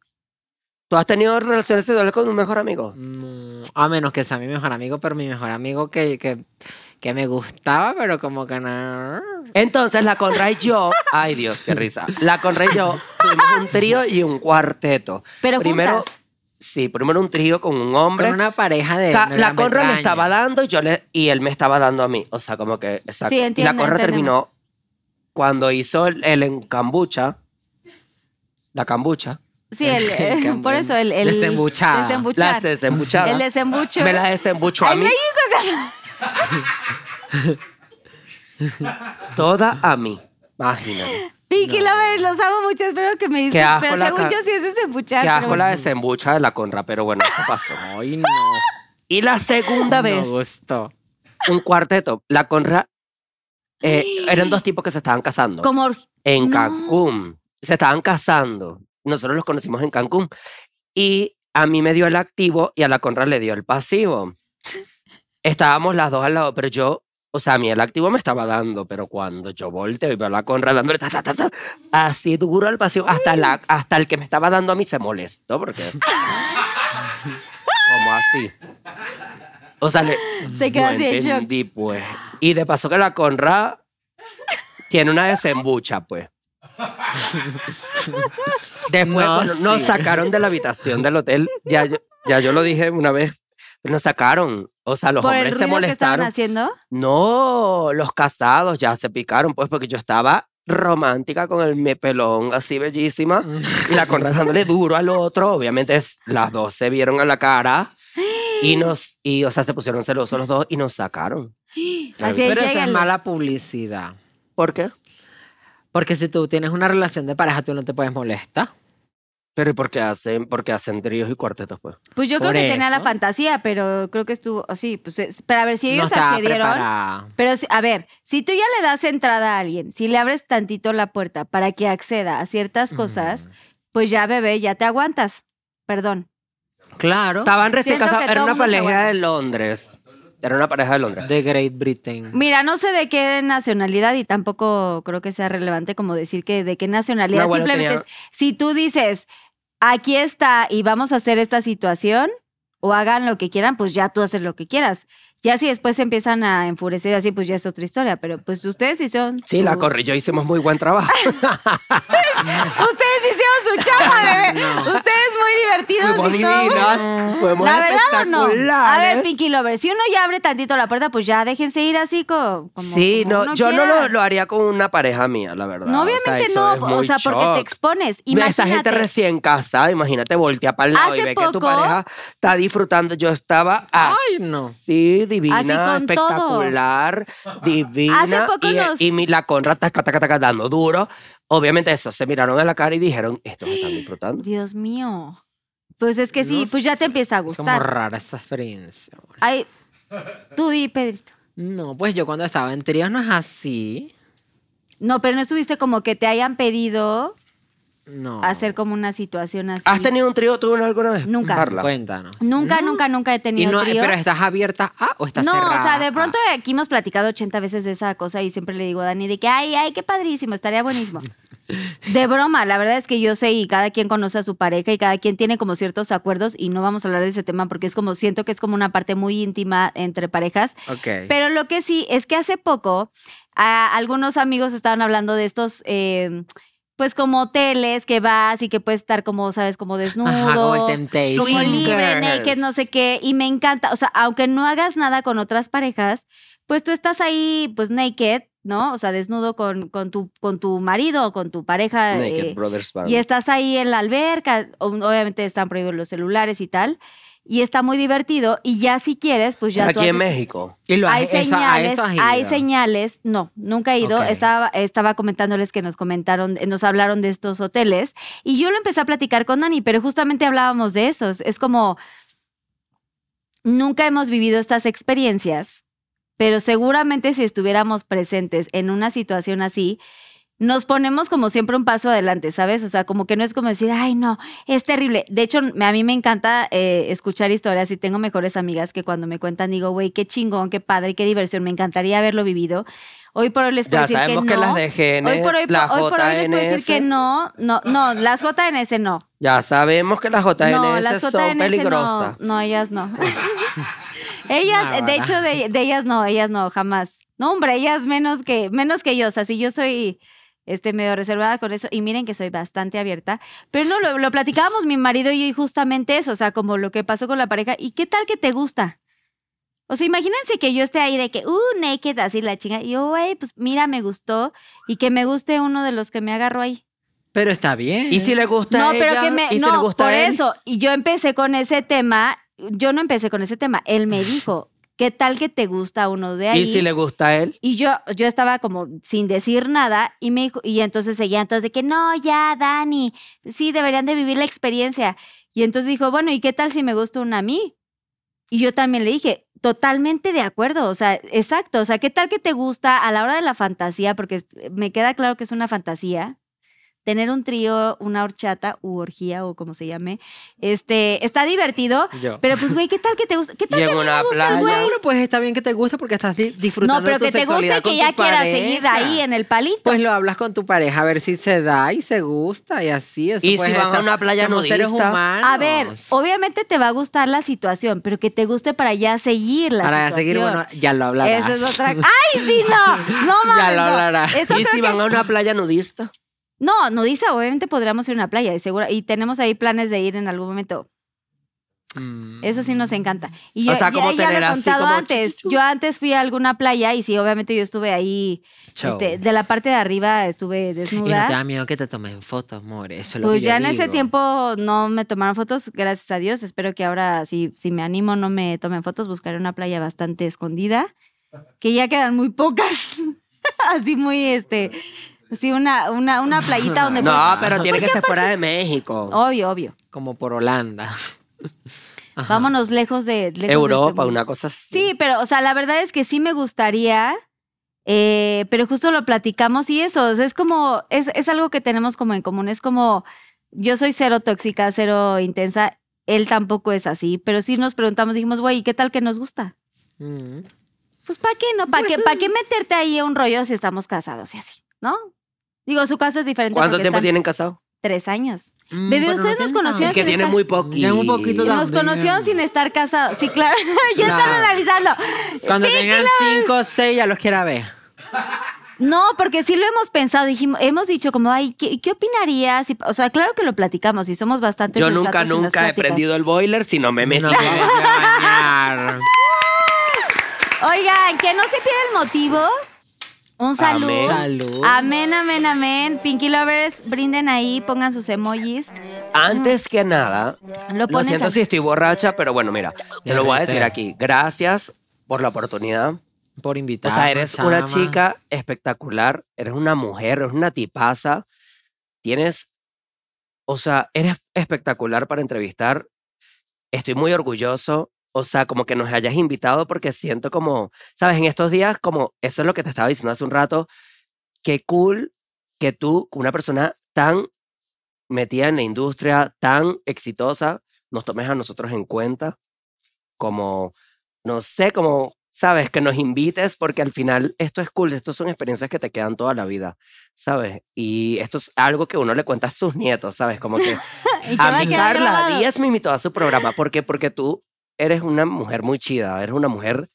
[SPEAKER 6] ¿Tú has tenido relaciones sexuales con un mejor amigo?
[SPEAKER 5] Mm, A menos que sea mi mejor amigo, pero mi mejor amigo que, que, que me gustaba, pero como que no.
[SPEAKER 6] Entonces la Conra y yo, ay Dios, qué risa. La Conra y yo tuvimos un trío y un cuarteto.
[SPEAKER 2] Pero
[SPEAKER 6] primero,
[SPEAKER 2] juntas.
[SPEAKER 6] sí, primero un trío con un hombre.
[SPEAKER 5] Con una pareja de.
[SPEAKER 6] Ca- la
[SPEAKER 5] Hernán
[SPEAKER 6] Conra le
[SPEAKER 5] Betraña.
[SPEAKER 6] estaba dando y yo le y él me estaba dando a mí. O sea, como que exacto.
[SPEAKER 2] Sí, entiendo,
[SPEAKER 6] y la Conra
[SPEAKER 2] entendemos.
[SPEAKER 6] terminó cuando hizo el, el en cambucha. La cambucha.
[SPEAKER 2] Sí, el,
[SPEAKER 5] Que
[SPEAKER 2] por
[SPEAKER 5] hombre,
[SPEAKER 2] eso el... el
[SPEAKER 5] desembuchada.
[SPEAKER 2] desembuchar.
[SPEAKER 6] La desembuchada.
[SPEAKER 2] El desembucho.
[SPEAKER 6] Me la desembuchó a
[SPEAKER 2] Ay,
[SPEAKER 6] mí.
[SPEAKER 2] no, hijo, o sea,
[SPEAKER 6] Toda a mí. Imagínate.
[SPEAKER 2] Vicky Lovers, los amo mucho, espero que me
[SPEAKER 6] Qué
[SPEAKER 2] disculpen.
[SPEAKER 6] asco
[SPEAKER 2] Pero
[SPEAKER 6] la
[SPEAKER 2] según
[SPEAKER 6] ca-
[SPEAKER 2] yo sí es desembuchar.
[SPEAKER 6] Qué
[SPEAKER 2] pero
[SPEAKER 6] asco
[SPEAKER 2] bueno.
[SPEAKER 6] la desembucha de la Conra, pero bueno, eso pasó.
[SPEAKER 5] Ay, no.
[SPEAKER 6] Y la segunda
[SPEAKER 5] Me
[SPEAKER 6] vez,
[SPEAKER 5] gustó.
[SPEAKER 6] un cuarteto. La Conra. eh, eran dos tipos que se estaban casando.
[SPEAKER 2] Como... No.
[SPEAKER 6] en Cancún. Se estaban casando. Nosotros los conocimos en Cancún. Y a mí me dio el activo y a la Conra le dio el pasivo. Estábamos las dos al lado, pero yo, o sea, a mí el activo me estaba dando, pero cuando yo volteo y veo a la Conra dándole ta, ta, ta, ta, así duro el pasivo, hasta, la, hasta el que me estaba dando a mí se molestó, porque. ¿Cómo así? O sea, le,
[SPEAKER 2] Se quedó
[SPEAKER 6] no
[SPEAKER 2] así en shock.
[SPEAKER 6] entendí, pues. Y de paso que la Conra tiene una desembucha, pues. Después
[SPEAKER 5] No,
[SPEAKER 6] bueno, nos
[SPEAKER 5] sí.
[SPEAKER 6] sacaron de la habitación del hotel. Ya yo, ya yo lo dije una vez. pero Nos sacaron. O sea, los
[SPEAKER 2] por el
[SPEAKER 6] hombres se
[SPEAKER 2] ruido que estaban
[SPEAKER 6] molestaron.
[SPEAKER 2] haciendo.
[SPEAKER 6] No, los casados ya se picaron, pues, porque yo estaba romántica con el me pelón, así bellísima, y la Conra dándole duro al otro. Obviamente es- las dos se vieron a la cara Y nos, y, o sea, se pusieron celosos los dos y nos sacaron.
[SPEAKER 2] Así es,
[SPEAKER 5] Pero eso es
[SPEAKER 2] llégale.
[SPEAKER 5] mala publicidad.
[SPEAKER 6] ¿Por qué?
[SPEAKER 5] Porque si tú tienes una relación de pareja, tú no te puedes molestar.
[SPEAKER 6] Pero ¿y por qué hacen, por qué hacen tríos y cuartetos, pues?
[SPEAKER 2] Pues yo creo
[SPEAKER 5] Por
[SPEAKER 2] que tenía la
[SPEAKER 5] eso.
[SPEAKER 2] fantasía, pero creo que estuvo, oh, sí, pues, es- pero a ver si
[SPEAKER 5] no
[SPEAKER 2] ellos
[SPEAKER 5] estaba
[SPEAKER 2] accedieron.
[SPEAKER 5] preparada.
[SPEAKER 2] Pero, si- a ver, si tú ya le das entrada a alguien, si le abres tantito la puerta para que acceda a ciertas cosas, pues ya, bebé, ya te aguantas. Perdón.
[SPEAKER 5] Mm, Claro.
[SPEAKER 6] Estaban recién
[SPEAKER 2] Siento que
[SPEAKER 6] casados, era
[SPEAKER 2] todo
[SPEAKER 6] una
[SPEAKER 2] mundo se
[SPEAKER 6] pareja
[SPEAKER 2] aguanta.
[SPEAKER 6] de Londres. Era una pareja de Londres.
[SPEAKER 5] De Great Britain.
[SPEAKER 2] Mira, no sé de qué nacionalidad y tampoco creo que sea relevante como decir que de qué nacionalidad.
[SPEAKER 6] No, bueno,
[SPEAKER 2] Simplemente
[SPEAKER 6] tenía-
[SPEAKER 2] es, si tú dices, aquí está y vamos a hacer esta situación o hagan lo que quieran, pues ya tú haces lo que quieras. Ya si después se empiezan a enfurecer así, pues ya es otra historia. Pero pues ustedes hicieron...
[SPEAKER 6] Sí, la
[SPEAKER 2] su-
[SPEAKER 6] corrí yo, hicimos muy buen trabajo.
[SPEAKER 2] Ustedes hicieron su chamba, bebé. Ustedes muy divertidos.
[SPEAKER 6] fuimos
[SPEAKER 2] y todo.
[SPEAKER 6] divinas, fuimos
[SPEAKER 2] La verdad o no. A ver,
[SPEAKER 6] espectaculares.
[SPEAKER 2] Pinky Lover, si uno ya abre tantito la puerta, pues ya déjense ir así co- como.
[SPEAKER 6] sí,
[SPEAKER 2] como
[SPEAKER 6] no,
[SPEAKER 2] uno
[SPEAKER 6] yo no
[SPEAKER 2] quiera.
[SPEAKER 6] lo, lo haría con una pareja mía, la verdad.
[SPEAKER 2] No,
[SPEAKER 6] O sea,
[SPEAKER 2] obviamente
[SPEAKER 6] eso es
[SPEAKER 2] no, o
[SPEAKER 6] muy
[SPEAKER 2] sea, porque te
[SPEAKER 6] shock.
[SPEAKER 2] expones.
[SPEAKER 6] Ve a Esa gente
[SPEAKER 2] Imagínate.
[SPEAKER 6] recién casada, imagínate, voltea para el lado y
[SPEAKER 2] Hace
[SPEAKER 6] ve que tu
[SPEAKER 2] poco-
[SPEAKER 6] pareja está disfrutando. Yo estaba así,
[SPEAKER 5] Ay, no.
[SPEAKER 6] divina,
[SPEAKER 2] Así con todo.
[SPEAKER 6] espectacular, divina.
[SPEAKER 2] Hace poco
[SPEAKER 6] y, eh,
[SPEAKER 2] nos-
[SPEAKER 6] y mi- la conra taca, taca, taca, dando duro. Obviamente eso, se miraron a la cara y dijeron, estos están disfrutando.
[SPEAKER 2] Dios mío. Pues es que sí,
[SPEAKER 5] No
[SPEAKER 2] pues ya te
[SPEAKER 5] sé,
[SPEAKER 2] empieza a
[SPEAKER 5] Es como
[SPEAKER 2] gustar.
[SPEAKER 5] rara esa experiencia. bueno.
[SPEAKER 2] Ay, tú di, Pedrito.
[SPEAKER 5] No, pues yo cuando estaba en tríos no es así.
[SPEAKER 2] No, pero no estuviste como que te hayan pedido
[SPEAKER 5] No.
[SPEAKER 2] hacer como una situación así.
[SPEAKER 6] ¿Has tenido un trío tú alguna vez?
[SPEAKER 2] Nunca.
[SPEAKER 6] Carla?
[SPEAKER 5] Cuéntanos.
[SPEAKER 2] Nunca, nunca, nunca he
[SPEAKER 5] Y
[SPEAKER 2] tenido
[SPEAKER 5] no, eh,
[SPEAKER 2] trío.
[SPEAKER 5] pero estás abierta a o estás
[SPEAKER 2] no,
[SPEAKER 5] cerrada. Ah.
[SPEAKER 2] o sea, de pronto
[SPEAKER 5] a?
[SPEAKER 2] aquí hemos platicado 80 veces de esa cosa y siempre le digo a Dani de que, ay, ay, qué padrísimo, estaría buenísimo. De broma, la verdad es que yo sé y cada quien conoce a su pareja y cada quien tiene como ciertos acuerdos y no vamos a hablar de ese tema porque es como, siento que es como una parte muy íntima entre parejas.
[SPEAKER 6] Ok.
[SPEAKER 2] Pero lo que sí es que hace poco a- algunos amigos estaban hablando de estos... eh, pues como hoteles que vas y que puedes estar como, sabes, como desnudo.
[SPEAKER 5] Ajá, como el Temptation.
[SPEAKER 2] Como libre,
[SPEAKER 6] Swingers.
[SPEAKER 2] naked, no sé qué. Y me encanta. O sea, aunque no hagas nada con otras parejas, pues tú estás ahí, pues naked, ¿no? O sea, desnudo con, con, tu, con tu marido o con tu pareja.
[SPEAKER 6] Naked
[SPEAKER 2] eh,
[SPEAKER 6] Brothers Band.
[SPEAKER 2] y estás ahí en la alberca. o- Obviamente están prohibidos los celulares y tal. Y está muy divertido. Y ya si quieres, pues ya tú
[SPEAKER 6] Aquí en
[SPEAKER 2] haces-
[SPEAKER 6] México.
[SPEAKER 5] Y lo has-
[SPEAKER 2] hay
[SPEAKER 5] eso- a
[SPEAKER 2] señales,
[SPEAKER 5] eso has
[SPEAKER 2] hay
[SPEAKER 5] ido.
[SPEAKER 2] señales, no, nunca he ido,
[SPEAKER 5] Ok.
[SPEAKER 2] estaba, estaba comentándoles que nos comentaron, eh, nos hablaron de estos hoteles y yo lo empecé a platicar con Dani, pero justamente hablábamos de esos, es como, nunca hemos vivido estas experiencias, pero seguramente si estuviéramos presentes en una situación así, nos ponemos como siempre un paso adelante, ¿sabes? O sea, como que no es como decir, ay, no, es terrible. De hecho, me- a mí me encanta eh, escuchar historias y tengo mejores amigas que cuando me cuentan digo, güey, qué chingón, qué padre, qué diversión, me encantaría haberlo vivido. Hoy por hoy les puedo
[SPEAKER 6] Ya
[SPEAKER 2] decir
[SPEAKER 6] sabemos que,
[SPEAKER 2] no.
[SPEAKER 6] las de GNS,
[SPEAKER 2] hoy por hoy,
[SPEAKER 6] las
[SPEAKER 2] hoy por hoy les puedo decir
[SPEAKER 6] JNS,
[SPEAKER 2] que no, no, no, las JNS no.
[SPEAKER 6] Ya sabemos que las JNS
[SPEAKER 2] no, las JNS
[SPEAKER 6] son peligrosas.
[SPEAKER 2] No, no, ellas no. ellas,
[SPEAKER 5] Bárbara.
[SPEAKER 2] de hecho, de, de ellas no, ellas no, jamás. No, hombre, ellas menos que, menos que yo. O sea, si yo soy este, medio reservada con eso, y miren que soy bastante abierta. Pero no, lo, lo platicábamos mi marido y yo, y justamente eso, o sea, como lo que pasó con la pareja. ¿Y qué tal que te gusta? O sea, imagínense que yo esté ahí de que, uh, naked, así la chinga. Y yo, güey, pues mira, me gustó. Y que me guste uno de los que me agarró ahí.
[SPEAKER 5] Pero está bien.
[SPEAKER 6] ¿Y si le gusta
[SPEAKER 2] No,
[SPEAKER 6] a
[SPEAKER 2] pero
[SPEAKER 6] ella?
[SPEAKER 2] que me.
[SPEAKER 6] ¿Y si
[SPEAKER 2] no,
[SPEAKER 6] le gusta a
[SPEAKER 2] por
[SPEAKER 6] él?
[SPEAKER 2] eso. Y yo empecé con ese tema. Yo no empecé con ese tema. Él me dijo, ¿qué tal que te gusta uno de ahí?
[SPEAKER 6] ¿Y si le gusta a él?
[SPEAKER 2] Y yo, yo estaba como sin decir nada y me dijo, y entonces seguía entonces de que no, ya, Dani, sí, deberían de vivir la experiencia. Y entonces dijo, bueno, ¿y qué tal si me gusta una a mí? Y yo también le dije, totalmente de acuerdo, o sea, exacto, o sea, ¿qué tal que te gusta a la hora de la fantasía? Porque es- me queda claro que es una fantasía. Tener un trío, una horchata u orgía o como se llame, este, está divertido,
[SPEAKER 5] Yo.
[SPEAKER 2] pero pues, güey, ¿qué tal que te gusta? ¿Qué tal
[SPEAKER 6] Y en
[SPEAKER 2] que a mí
[SPEAKER 6] una
[SPEAKER 2] me gusta el
[SPEAKER 6] playa.
[SPEAKER 2] güey?
[SPEAKER 5] Bueno, pues está bien que te guste porque estás di- disfrutando
[SPEAKER 2] No, pero
[SPEAKER 5] de tu
[SPEAKER 2] que te guste
[SPEAKER 5] sexualidad
[SPEAKER 2] y
[SPEAKER 5] con
[SPEAKER 2] que ya
[SPEAKER 5] tu
[SPEAKER 2] quieras seguir
[SPEAKER 5] pareja.
[SPEAKER 2] ahí en el palito.
[SPEAKER 5] Pues lo hablas con tu pareja a ver si se da y se gusta y así. Eso
[SPEAKER 6] ¿Y si
[SPEAKER 5] puede
[SPEAKER 6] van a
[SPEAKER 5] estar-
[SPEAKER 6] una playa
[SPEAKER 5] Pues Somos seres
[SPEAKER 6] nudista?
[SPEAKER 5] humanos.
[SPEAKER 2] A ver, obviamente te va a gustar la situación, pero que te guste para ya seguir la
[SPEAKER 5] Para
[SPEAKER 2] situación.
[SPEAKER 5] seguir, bueno, ya lo hablarás.
[SPEAKER 2] Eso es otra. ¡Ay, sí, no! No mames.
[SPEAKER 5] Ya lo
[SPEAKER 2] no.
[SPEAKER 5] hablarás.
[SPEAKER 2] Eso
[SPEAKER 6] ¿Y
[SPEAKER 2] creo
[SPEAKER 6] si
[SPEAKER 2] que-
[SPEAKER 6] van a una playa nudista?
[SPEAKER 2] No, no dice, obviamente podríamos ir a una playa, de seguro. Y tenemos ahí planes de ir en algún momento.
[SPEAKER 5] Mm.
[SPEAKER 2] Eso sí nos encanta. Y
[SPEAKER 6] O
[SPEAKER 2] yo,
[SPEAKER 6] sea,
[SPEAKER 2] ya,
[SPEAKER 6] como
[SPEAKER 2] ya
[SPEAKER 6] tener
[SPEAKER 2] lo he
[SPEAKER 6] así
[SPEAKER 2] contado
[SPEAKER 6] como
[SPEAKER 2] antes.
[SPEAKER 6] chuchuchu.
[SPEAKER 2] Yo antes fui a alguna playa y sí, obviamente yo estuve ahí.
[SPEAKER 5] Chau.
[SPEAKER 2] este, de la parte de arriba estuve
[SPEAKER 5] Y no te
[SPEAKER 2] desnuda.
[SPEAKER 5] da miedo que te tomen fotos, amor. Eso es lo
[SPEAKER 2] Pues
[SPEAKER 5] que yo
[SPEAKER 2] ya en ese
[SPEAKER 5] digo.
[SPEAKER 2] tiempo no me tomaron fotos, gracias a Dios. Espero que ahora, si, si me animo, no me tomen fotos. Buscaré una playa bastante escondida, que ya quedan muy pocas. Así muy, este, así una, una, una playita donde...
[SPEAKER 6] No,
[SPEAKER 2] puedas-
[SPEAKER 5] Pues
[SPEAKER 6] pero tiene que ser fuera de México.
[SPEAKER 2] Obvio, obvio.
[SPEAKER 5] Como por Holanda. Ajá.
[SPEAKER 2] Vámonos lejos de... lejos de este
[SPEAKER 6] Europa,
[SPEAKER 2] mundo.
[SPEAKER 6] una cosa así.
[SPEAKER 2] Sí, pero, o sea, la verdad es que sí me gustaría, eh, pero justo lo platicamos y eso, o sea, es como, es, es algo que tenemos como en común, es como, yo soy cero tóxica, cero intensa, él tampoco es así, pero sí nos preguntamos, dijimos, güey, ¿y ¿qué tal que nos gusta?
[SPEAKER 5] Mm.
[SPEAKER 2] Pues, ¿para qué no? ¿Para qué, pa' qué meterte ahí a un rollo si estamos casados y así, no? Digo, su caso es diferente.
[SPEAKER 6] ¿Cuánto
[SPEAKER 2] porque
[SPEAKER 6] tiempo
[SPEAKER 2] están
[SPEAKER 6] tienen casado?
[SPEAKER 2] Tres años.
[SPEAKER 5] Mm,
[SPEAKER 2] Bebé,
[SPEAKER 5] pero
[SPEAKER 2] ustedes nos
[SPEAKER 5] tienen nada.
[SPEAKER 2] conocieron
[SPEAKER 6] Es que
[SPEAKER 2] sin
[SPEAKER 6] tienen
[SPEAKER 2] estar-
[SPEAKER 6] muy poquito.
[SPEAKER 5] Tienen un poquito de-
[SPEAKER 2] Nos conocieron sin estar casados. Sí, claro, ya están
[SPEAKER 5] Claro.
[SPEAKER 2] analizando.
[SPEAKER 5] Cuando tengan 5 o 6 ya los quiera ver.
[SPEAKER 2] No, porque sí lo hemos pensado, dijimos, hemos dicho como, ay, ¿qué, qué opinarías? Y, o sea, claro que lo platicamos y somos bastante.
[SPEAKER 6] Yo nunca,
[SPEAKER 2] sensatos en las
[SPEAKER 6] nunca he
[SPEAKER 2] pláticas.
[SPEAKER 6] prendido el boiler si no me meto.
[SPEAKER 5] No me voy a bañar.
[SPEAKER 2] Oigan, que no se pierda el motivo. Un saludo.
[SPEAKER 6] Amén.
[SPEAKER 5] Salud.
[SPEAKER 2] Amén, amén, amén. Pinky Lovers, brinden ahí, pongan sus emojis.
[SPEAKER 6] Antes que nada,
[SPEAKER 2] Lo
[SPEAKER 6] lo
[SPEAKER 2] pones
[SPEAKER 6] siento
[SPEAKER 2] a-
[SPEAKER 6] si estoy borracha, pero bueno, mira, te lo voy a decir
[SPEAKER 5] Derrete.
[SPEAKER 6] aquí. Gracias por la oportunidad.
[SPEAKER 5] Por
[SPEAKER 6] O
[SPEAKER 5] invitar.
[SPEAKER 6] sea, eres una chica espectacular, eres una mujer, eres una tipaza, tienes, o sea, eres espectacular para entrevistar. Estoy muy orgulloso, o sea, como que nos hayas invitado porque siento como, sabes, en estos días, como eso es lo que te estaba diciendo hace un rato, qué cool que tú, una persona tan metida en la industria, tan exitosa, nos tomes a nosotros en cuenta como no sé, como, sabes, que nos invites, porque al final esto es cool, esto son experiencias que te quedan toda la vida, ¿sabes? Y esto es algo que uno le cuenta a sus nietos, ¿sabes? Como que
[SPEAKER 2] y te va
[SPEAKER 6] a
[SPEAKER 2] a
[SPEAKER 6] mí
[SPEAKER 2] quedar
[SPEAKER 6] Carla
[SPEAKER 2] grabado.
[SPEAKER 6] Díaz me invitó a su programa, ¿por qué? Porque tú eres una mujer muy chida, eres una mujer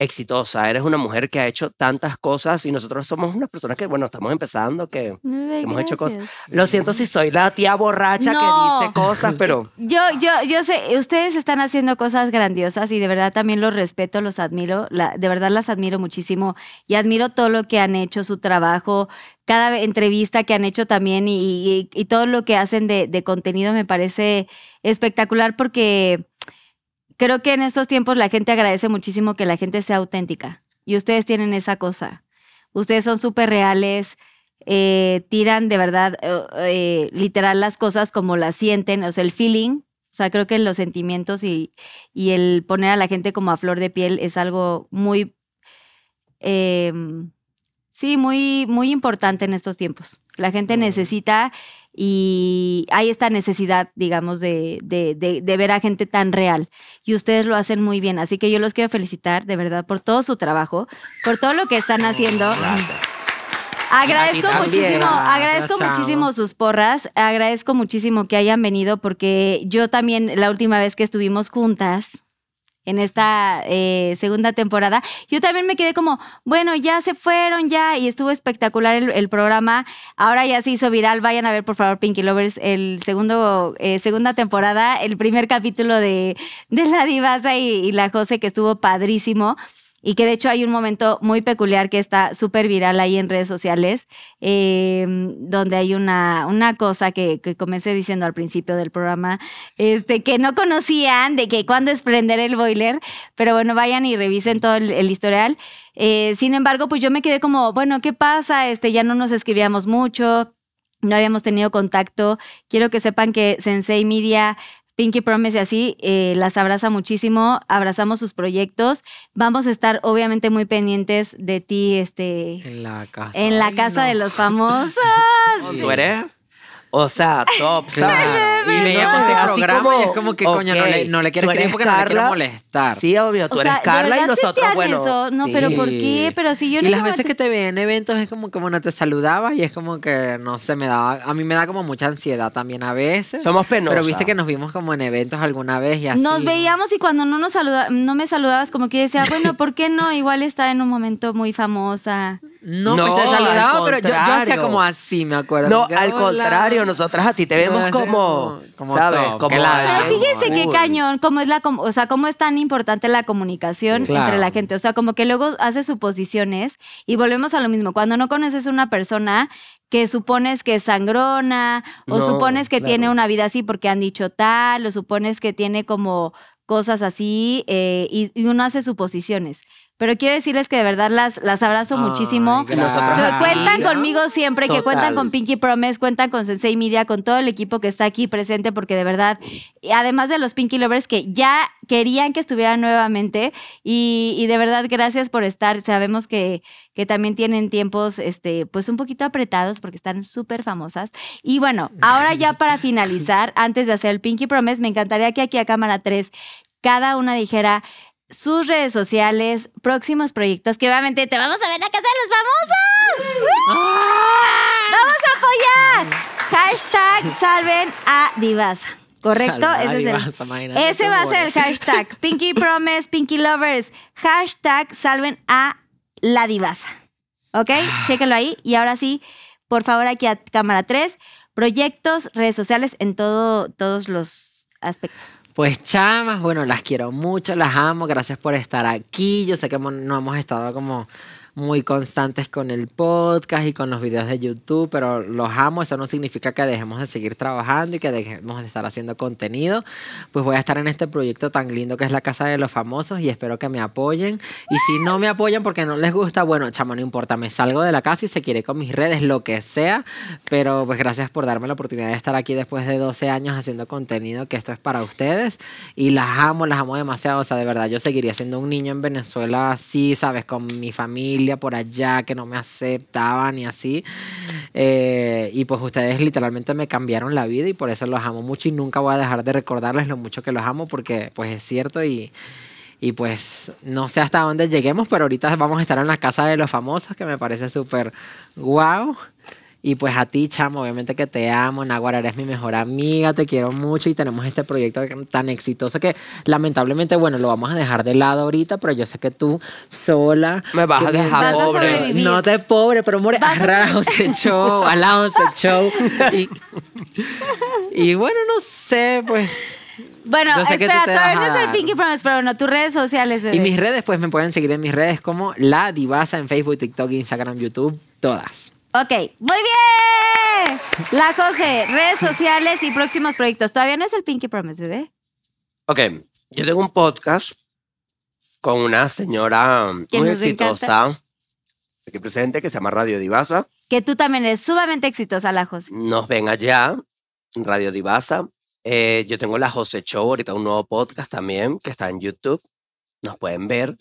[SPEAKER 6] exitosa, eres una mujer que ha hecho tantas cosas y nosotros somos unas personas que, bueno, estamos empezando, que
[SPEAKER 2] Ay,
[SPEAKER 6] hemos hecho cosas.
[SPEAKER 2] gracias.
[SPEAKER 6] Lo siento si soy la tía borracha
[SPEAKER 2] No.
[SPEAKER 6] que dice cosas, pero...
[SPEAKER 2] Yo, yo, yo sé, ustedes están haciendo cosas grandiosas y de verdad también los respeto, los admiro, la- de verdad las admiro muchísimo y admiro todo lo que han hecho, su trabajo, cada ve- entrevista que han hecho también y, y- y todo lo que hacen de, de contenido me parece espectacular porque creo que en estos tiempos la gente agradece muchísimo que la gente sea auténtica y ustedes tienen esa cosa. Ustedes son súper reales, eh, tiran de verdad, eh, eh, literal, las cosas como las sienten, o sea, el feeling. O sea, creo que los sentimientos y, y el poner a la gente como a flor de piel es algo muy, eh, sí, muy, muy importante en estos tiempos. La gente necesita y hay esta necesidad, digamos, de, de- de- de ver a gente tan real. Y ustedes lo hacen muy bien. Así que yo los quiero felicitar, de verdad, por todo su trabajo, por todo lo que están haciendo. Agradezco
[SPEAKER 6] Oh, A ti también.
[SPEAKER 2] muchísimo,
[SPEAKER 5] Ah,
[SPEAKER 2] agradezco
[SPEAKER 5] chao.
[SPEAKER 2] muchísimo sus porras, agradezco muchísimo que hayan venido porque yo también la última vez que estuvimos juntas en esta eh, segunda temporada, yo también me quedé como, bueno, ya se fueron ya y estuvo espectacular el, el programa, ahora ya se hizo viral, vayan a ver por favor Pinky Lovers el segundo, eh, segunda temporada, el primer capítulo de, de La Divasa y, y La Jose que estuvo padrísimo. Y que de hecho hay un momento muy peculiar que está súper viral ahí en redes sociales, eh, donde hay una, una cosa que, que comencé diciendo al principio del programa, este, que no conocían de que cuándo es prender el boiler, pero bueno, vayan y revisen todo el, el historial. Eh, sin embargo, pues yo me quedé como, bueno, ¿qué pasa? Este, ya no nos escribíamos mucho, no habíamos tenido contacto. Quiero que sepan que Sensei Media... Pinky Promise y así, eh, las abraza muchísimo, abrazamos sus proyectos, vamos a estar obviamente muy pendientes de ti, este,
[SPEAKER 5] En la casa.
[SPEAKER 2] en la
[SPEAKER 5] Ay,
[SPEAKER 2] casa
[SPEAKER 5] no.
[SPEAKER 2] de los famosos.
[SPEAKER 6] Tú eres, o sea, top, ¿sabes?
[SPEAKER 5] Claro. Y leíamos este
[SPEAKER 6] Así
[SPEAKER 5] programa
[SPEAKER 6] como,
[SPEAKER 5] y es como que, coño, no
[SPEAKER 6] ok,
[SPEAKER 5] le, no le quiero
[SPEAKER 6] tú
[SPEAKER 5] escribir
[SPEAKER 6] eres
[SPEAKER 5] porque no le quiero
[SPEAKER 6] Carla.
[SPEAKER 5] molestar.
[SPEAKER 6] Sí, obvio,
[SPEAKER 2] O
[SPEAKER 6] tú
[SPEAKER 2] sea,
[SPEAKER 6] eres
[SPEAKER 2] ¿de
[SPEAKER 6] Carla
[SPEAKER 2] verdad
[SPEAKER 6] y nosotros,
[SPEAKER 2] sentían
[SPEAKER 6] bueno.
[SPEAKER 2] eso? No,
[SPEAKER 6] sí.
[SPEAKER 2] pero ¿por qué? Pero si yo en
[SPEAKER 5] y
[SPEAKER 2] ese
[SPEAKER 5] las veces
[SPEAKER 2] momento-
[SPEAKER 5] que te veía en eventos es como que, bueno, te saludaba y es como que, no sé, me daba, a mí me da como mucha ansiedad también a veces.
[SPEAKER 6] Somos penosos.
[SPEAKER 5] Pero viste que nos vimos como en eventos alguna vez y así.
[SPEAKER 2] Nos veíamos y cuando no nos saluda, no me saludabas, como que yo decía, bueno, ¿por qué no? Igual está en un momento muy famosa.
[SPEAKER 5] No,
[SPEAKER 6] No,
[SPEAKER 5] pues te
[SPEAKER 6] al
[SPEAKER 5] saludaba, pero yo, yo hacía
[SPEAKER 6] contrario.
[SPEAKER 5] como así, me acuerdo.
[SPEAKER 6] No,
[SPEAKER 5] que,
[SPEAKER 6] al
[SPEAKER 5] "Hola".
[SPEAKER 6] contrario, nosotras a ti te vemos
[SPEAKER 5] Ajá,
[SPEAKER 6] como,
[SPEAKER 5] como
[SPEAKER 6] ¿sabes?
[SPEAKER 5] top,
[SPEAKER 6] Como
[SPEAKER 5] que la-
[SPEAKER 6] alguien
[SPEAKER 5] Ay,
[SPEAKER 2] Pero fíjense qué
[SPEAKER 6] cool.
[SPEAKER 2] cañón, cómo es la, com- o sea, cómo es tan importante la comunicación
[SPEAKER 5] Sí, claro.
[SPEAKER 2] entre la gente. O sea, como que luego hace suposiciones y volvemos a lo mismo. Cuando no conoces a una persona que supones que es sangrona o
[SPEAKER 6] No,
[SPEAKER 2] supones que
[SPEAKER 6] claro.
[SPEAKER 2] tiene una vida así porque han dicho tal o supones que tiene como cosas así eh, y, y uno hace suposiciones. Pero quiero decirles que de verdad las, las abrazo
[SPEAKER 5] Ay,
[SPEAKER 2] muchísimo.
[SPEAKER 6] Y nosotros
[SPEAKER 2] Que
[SPEAKER 6] Ajá.
[SPEAKER 2] cuentan
[SPEAKER 6] Ajá.
[SPEAKER 2] conmigo siempre, que cuentan
[SPEAKER 6] Total.
[SPEAKER 2] con Pinky Promise, cuentan con Sensei Media, con todo el equipo que está aquí presente, porque de verdad, y además de los Pinky Lovers que ya querían que estuvieran nuevamente, y, y de verdad, gracias por estar. Sabemos que, que también tienen tiempos este, pues un poquito apretados porque están súper famosas. Y bueno, ahora ya para finalizar, antes de hacer el Pinky Promise, me encantaría que aquí a cámara 3 cada una dijera sus redes sociales, próximos proyectos, que obviamente te vamos a ver en la casa de los famosos. ¡Vamos a apoyar! Hashtag salven a Divasa. ¿Correcto?
[SPEAKER 5] Salvar
[SPEAKER 2] Ese, es el-
[SPEAKER 5] divas, imagínate,
[SPEAKER 2] ese va a ser el
[SPEAKER 5] pobre.
[SPEAKER 2] hashtag. Pinky Promise, Pinky Lovers. Hashtag salven a la Divasa. ¿Ok? Chéquenlo ahí. Y ahora sí, por favor, aquí a cámara 3, proyectos, redes sociales en todo, todos los aspectos.
[SPEAKER 5] Pues chamas, bueno, las quiero mucho, las amo, gracias por estar aquí. Yo sé que mo- no hemos estado como muy constantes con el podcast y con los videos de YouTube, pero los amo, eso no significa que dejemos de seguir trabajando y que dejemos de estar haciendo contenido. Pues voy a estar en este proyecto tan lindo que es la Casa de los Famosos y espero que me apoyen. Y si no me apoyan porque no les gusta, bueno, chama, no importa, me salgo de la casa y se quiere con mis redes, lo que sea, pero pues gracias por darme la oportunidad de estar aquí después de 12 años haciendo contenido, que esto es para ustedes. Y las amo, las amo demasiado. O sea, de verdad, yo seguiría siendo un niño en Venezuela así, ¿sabes? Con mi familia por allá, que no me aceptaban y así. Eh, y pues ustedes literalmente me cambiaron la vida y por eso los amo mucho y nunca voy a dejar de recordarles lo mucho que los amo porque pues es cierto y... Y pues no sé hasta dónde lleguemos, pero ahorita vamos a estar en la casa de los famosos, que me parece súper guau. Y pues a ti, chamo, obviamente que te amo, Naguara, eres mi mejor amiga, te quiero mucho y tenemos este proyecto tan exitoso que lamentablemente, bueno, lo vamos a dejar de lado ahorita, pero yo sé que tú sola...
[SPEAKER 6] Me vas
[SPEAKER 5] que
[SPEAKER 6] a dejar
[SPEAKER 2] Vas a pobre. sobrevivir.
[SPEAKER 5] No te pobre, pero more,
[SPEAKER 2] Vas a
[SPEAKER 5] arraos el show, alaos el show. Y, y bueno, no sé, pues...
[SPEAKER 2] Bueno,
[SPEAKER 5] Yo sé que tú
[SPEAKER 2] espera,
[SPEAKER 5] te
[SPEAKER 2] todavía
[SPEAKER 5] vas
[SPEAKER 2] no
[SPEAKER 5] a
[SPEAKER 2] es el
[SPEAKER 5] dar.
[SPEAKER 2] Pinky Promise, pero bueno, tus redes sociales, bebé.
[SPEAKER 5] Y mis redes, pues me pueden seguir en mis redes como La Divasa en Facebook, TikTok, Instagram, YouTube, todas.
[SPEAKER 2] Ok, muy bien. La José, redes sociales y próximos proyectos. Todavía no es el Pinky Promise, bebé.
[SPEAKER 6] Ok, yo tengo un podcast con una señora
[SPEAKER 2] Que
[SPEAKER 6] muy
[SPEAKER 2] nos encanta.
[SPEAKER 6] exitosa aquí presente que se llama Radio Divasa.
[SPEAKER 2] Que tú también eres sumamente exitosa, la José.
[SPEAKER 6] Nos ven allá, en Radio Divasa. Eh, yo tengo la José Show, ahorita un nuevo podcast también que está en YouTube. Nos pueden ver.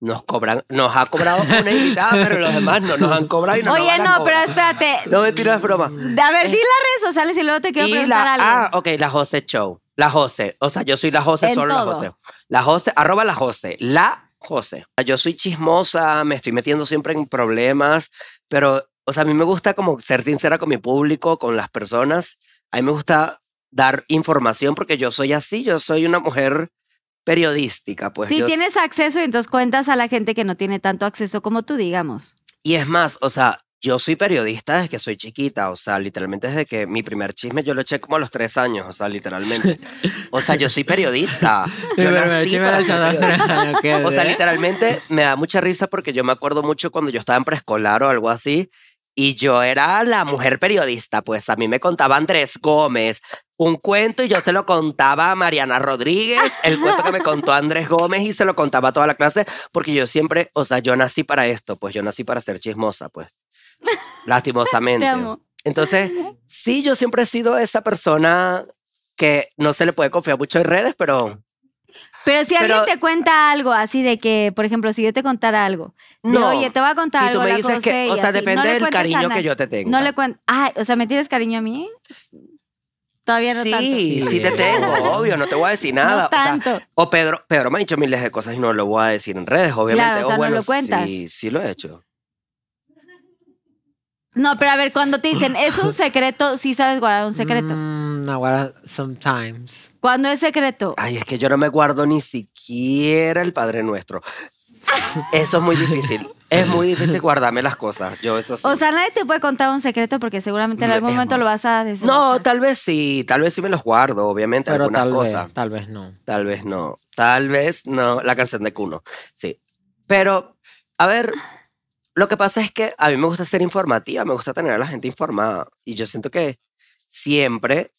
[SPEAKER 6] Nos cobran, nos ha cobrado una invitada, pero los demás no nos han cobrado y no nos
[SPEAKER 2] Oye,
[SPEAKER 6] van a
[SPEAKER 2] no, pero
[SPEAKER 6] cobrar.
[SPEAKER 2] espérate.
[SPEAKER 6] No, mentira, es broma.
[SPEAKER 2] A ver, di las redes sociales y luego te quiero
[SPEAKER 6] Y
[SPEAKER 2] preguntar
[SPEAKER 6] la,
[SPEAKER 2] algo.
[SPEAKER 6] ah, ok, la José Show. La José. O sea, yo soy la José,
[SPEAKER 2] En
[SPEAKER 6] solo
[SPEAKER 2] todo.
[SPEAKER 6] la José. La José, arroba la José. La José. Yo soy chismosa, me estoy metiendo siempre en problemas, pero, o sea, a mí me gusta como ser sincera con mi público, con las personas. A mí me gusta dar información porque yo soy así, yo soy una mujer periodística, pues.
[SPEAKER 2] sí,
[SPEAKER 6] yo-
[SPEAKER 2] tienes acceso y entonces cuentas a la gente que no tiene tanto acceso como tú, digamos.
[SPEAKER 6] Y es más, o sea, yo soy periodista desde que soy chiquita, o sea, literalmente desde que mi primer chisme yo lo eché como a los tres años, o sea, literalmente. O sea, yo soy periodista. Yo nací para ser periodista. O
[SPEAKER 5] ¿Eh?
[SPEAKER 6] sea, literalmente me da mucha risa porque yo me acuerdo mucho cuando yo estaba en preescolar o algo así. Y yo era la mujer periodista, pues a mí me contaba Andrés Gómez un cuento y yo se lo contaba a Mariana Rodríguez, el cuento que me contó Andrés Gómez y se lo contaba a toda la clase, porque yo siempre, o sea, yo nací para esto, pues yo nací para ser chismosa, pues. Lastimosamente.
[SPEAKER 2] Te amo.
[SPEAKER 6] Entonces, sí, yo siempre he sido esa persona que no se le puede confiar mucho en redes, pero
[SPEAKER 2] Pero si alguien
[SPEAKER 6] Pero-
[SPEAKER 2] te cuenta algo así de que, por ejemplo, si yo te contara algo, de,
[SPEAKER 6] no.
[SPEAKER 2] oye, te voy a contar
[SPEAKER 6] si
[SPEAKER 2] algo.
[SPEAKER 6] tú me
[SPEAKER 2] la
[SPEAKER 6] dices
[SPEAKER 2] José",
[SPEAKER 6] que,
[SPEAKER 2] y
[SPEAKER 6] o sea,
[SPEAKER 2] así. No
[SPEAKER 6] depende
[SPEAKER 2] le
[SPEAKER 6] del
[SPEAKER 2] cuentes a
[SPEAKER 6] cariño
[SPEAKER 2] nadie.
[SPEAKER 6] que yo te tenga.
[SPEAKER 2] No le cuento. Ay, o sea, ¿me tienes cariño a mí? Todavía no tanto.
[SPEAKER 6] Sí, sí te tengo, obvio, no te voy a decir nada.
[SPEAKER 2] No
[SPEAKER 6] o sea,
[SPEAKER 2] tanto.
[SPEAKER 6] O Pedro, Pedro me ha dicho miles de cosas y no lo voy a decir en redes, obviamente.
[SPEAKER 2] Claro, o sea, no
[SPEAKER 6] bueno,
[SPEAKER 2] lo cuentas.
[SPEAKER 6] Sí, sí lo he hecho.
[SPEAKER 2] No, pero a ver, cuando te dicen, es un secreto, sí sabes guardar un secreto.
[SPEAKER 5] Mm, Naguará, sometimes.
[SPEAKER 2] Cuando es secreto,
[SPEAKER 6] Ay, es que yo no me guardo ni siquiera el Padre Nuestro. Esto es muy difícil. Es muy difícil guardarme las cosas. Yo eso sí.
[SPEAKER 2] O sea, nadie te puede contar un secreto porque seguramente en
[SPEAKER 6] Me-
[SPEAKER 2] algún
[SPEAKER 6] es
[SPEAKER 2] momento
[SPEAKER 6] muy-
[SPEAKER 2] lo vas a decir.
[SPEAKER 6] no, tal vez sí, tal vez sí me los guardo, obviamente,
[SPEAKER 5] Pero
[SPEAKER 6] algunas
[SPEAKER 5] tal
[SPEAKER 6] cosas.
[SPEAKER 5] vez, tal vez no.
[SPEAKER 6] Tal vez no. Tal vez no. La canción de Cuno. Sí. Pero, a ver, lo que pasa es que a mí me gusta ser informativa, me gusta tener a la gente informada. Y yo siento que siempre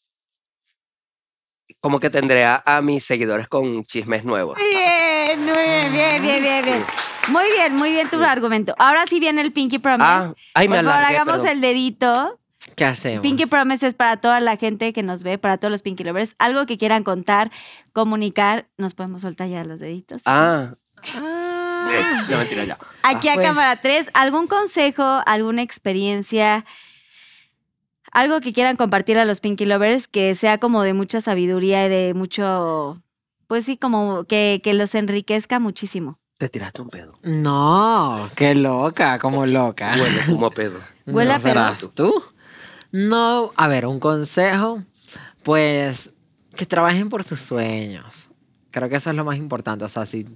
[SPEAKER 6] como que tendré a, a mis seguidores con chismes nuevos.
[SPEAKER 2] Muy bien, muy bien, bien, bien, bien, bien. Muy bien, muy bien tu
[SPEAKER 6] Mm, Sí.
[SPEAKER 2] argumento. Ahora sí viene el Pinky Promise.
[SPEAKER 6] Ah, ay, me
[SPEAKER 2] Por favor,
[SPEAKER 6] alargué,
[SPEAKER 2] hagamos
[SPEAKER 6] perdón.
[SPEAKER 2] el dedito.
[SPEAKER 5] ¿Qué hacemos?
[SPEAKER 2] Pinky Promise es para toda la gente que nos ve, para todos los Pinky Lovers. Algo que quieran contar, comunicar, nos podemos soltar ya los deditos.
[SPEAKER 6] Ah,
[SPEAKER 5] Ah.
[SPEAKER 6] eh, no, mentira, ya.
[SPEAKER 2] Aquí a
[SPEAKER 5] pues.
[SPEAKER 2] cámara 3, ¿algún consejo, alguna experiencia, algo que quieran compartir a los Pinky Lovers que sea como de mucha sabiduría y de mucho, pues sí, como que, que los enriquezca muchísimo?
[SPEAKER 6] Te tiraste un pedo.
[SPEAKER 5] No, qué loca, como loca.
[SPEAKER 2] Ah.
[SPEAKER 6] Huele como a pedo.
[SPEAKER 2] Huele a
[SPEAKER 5] ¿No serás
[SPEAKER 6] pedo.
[SPEAKER 5] tú? No, a ver, un consejo, pues que trabajen por sus sueños. Creo que eso es lo más importante. O sea, si,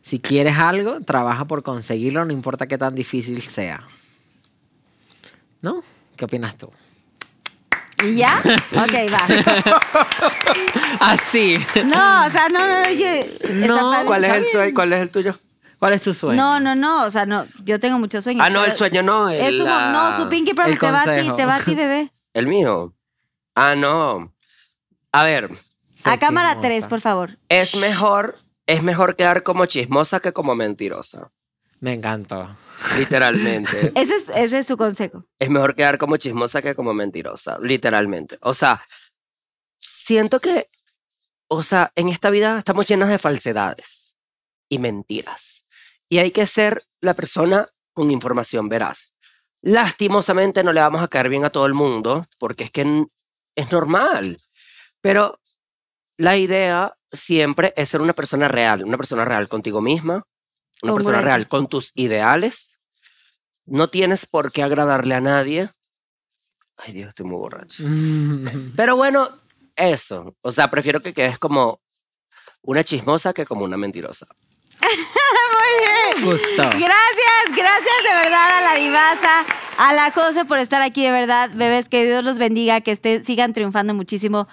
[SPEAKER 5] si quieres algo, trabaja por conseguirlo, no importa qué tan difícil sea. ¿No? ¿Qué opinas tú?
[SPEAKER 2] ¿Y ya? Ok, va. Ah,
[SPEAKER 5] Así.
[SPEAKER 2] No, o sea, no, no, no. yo- está
[SPEAKER 5] No,
[SPEAKER 2] padre.
[SPEAKER 6] ¿Cuál es el sueño? ¿Cuál es el tuyo?
[SPEAKER 5] ¿Cuál es tu sueño?
[SPEAKER 2] No, no, no, o sea, no, yo tengo muchos sueños.
[SPEAKER 6] Ah, no, el
[SPEAKER 2] pero
[SPEAKER 6] sueño no. El,
[SPEAKER 2] es un-
[SPEAKER 6] la-
[SPEAKER 2] no, su Pinky Promise
[SPEAKER 5] el
[SPEAKER 2] te va a ti,
[SPEAKER 5] consejo.
[SPEAKER 2] te va a ti, bebé.
[SPEAKER 6] El mío. Ah, no. A ver,
[SPEAKER 2] a cámara 3,
[SPEAKER 5] tres,
[SPEAKER 2] por favor.
[SPEAKER 6] es mejor, es mejor quedar como chismosa que como mentirosa.
[SPEAKER 5] Me encantó.
[SPEAKER 6] Literalmente.
[SPEAKER 2] Ese es, ese es su consejo.
[SPEAKER 6] es mejor quedar como chismosa que como mentirosa. Literalmente. O sea, siento que, o sea, en esta vida estamos llenas de falsedades y mentiras. Y hay que ser la persona con información veraz. Lastimosamente no le vamos a caer bien a todo el mundo, porque es que n- es normal. Pero la idea siempre es ser una persona real, una persona real contigo misma, una persona
[SPEAKER 2] Congruente.
[SPEAKER 6] real con tus ideales. No tienes por qué agradarle a nadie. Ay Dios, estoy muy borracho. Pero bueno, eso. O sea, prefiero que quedes como una chismosa que como una mentirosa.
[SPEAKER 5] Gusto.
[SPEAKER 2] Ah. Gracias, gracias de verdad a la divaza, a la Jose por estar aquí de verdad, bebés, que Dios los bendiga, que estén, sigan triunfando muchísimo.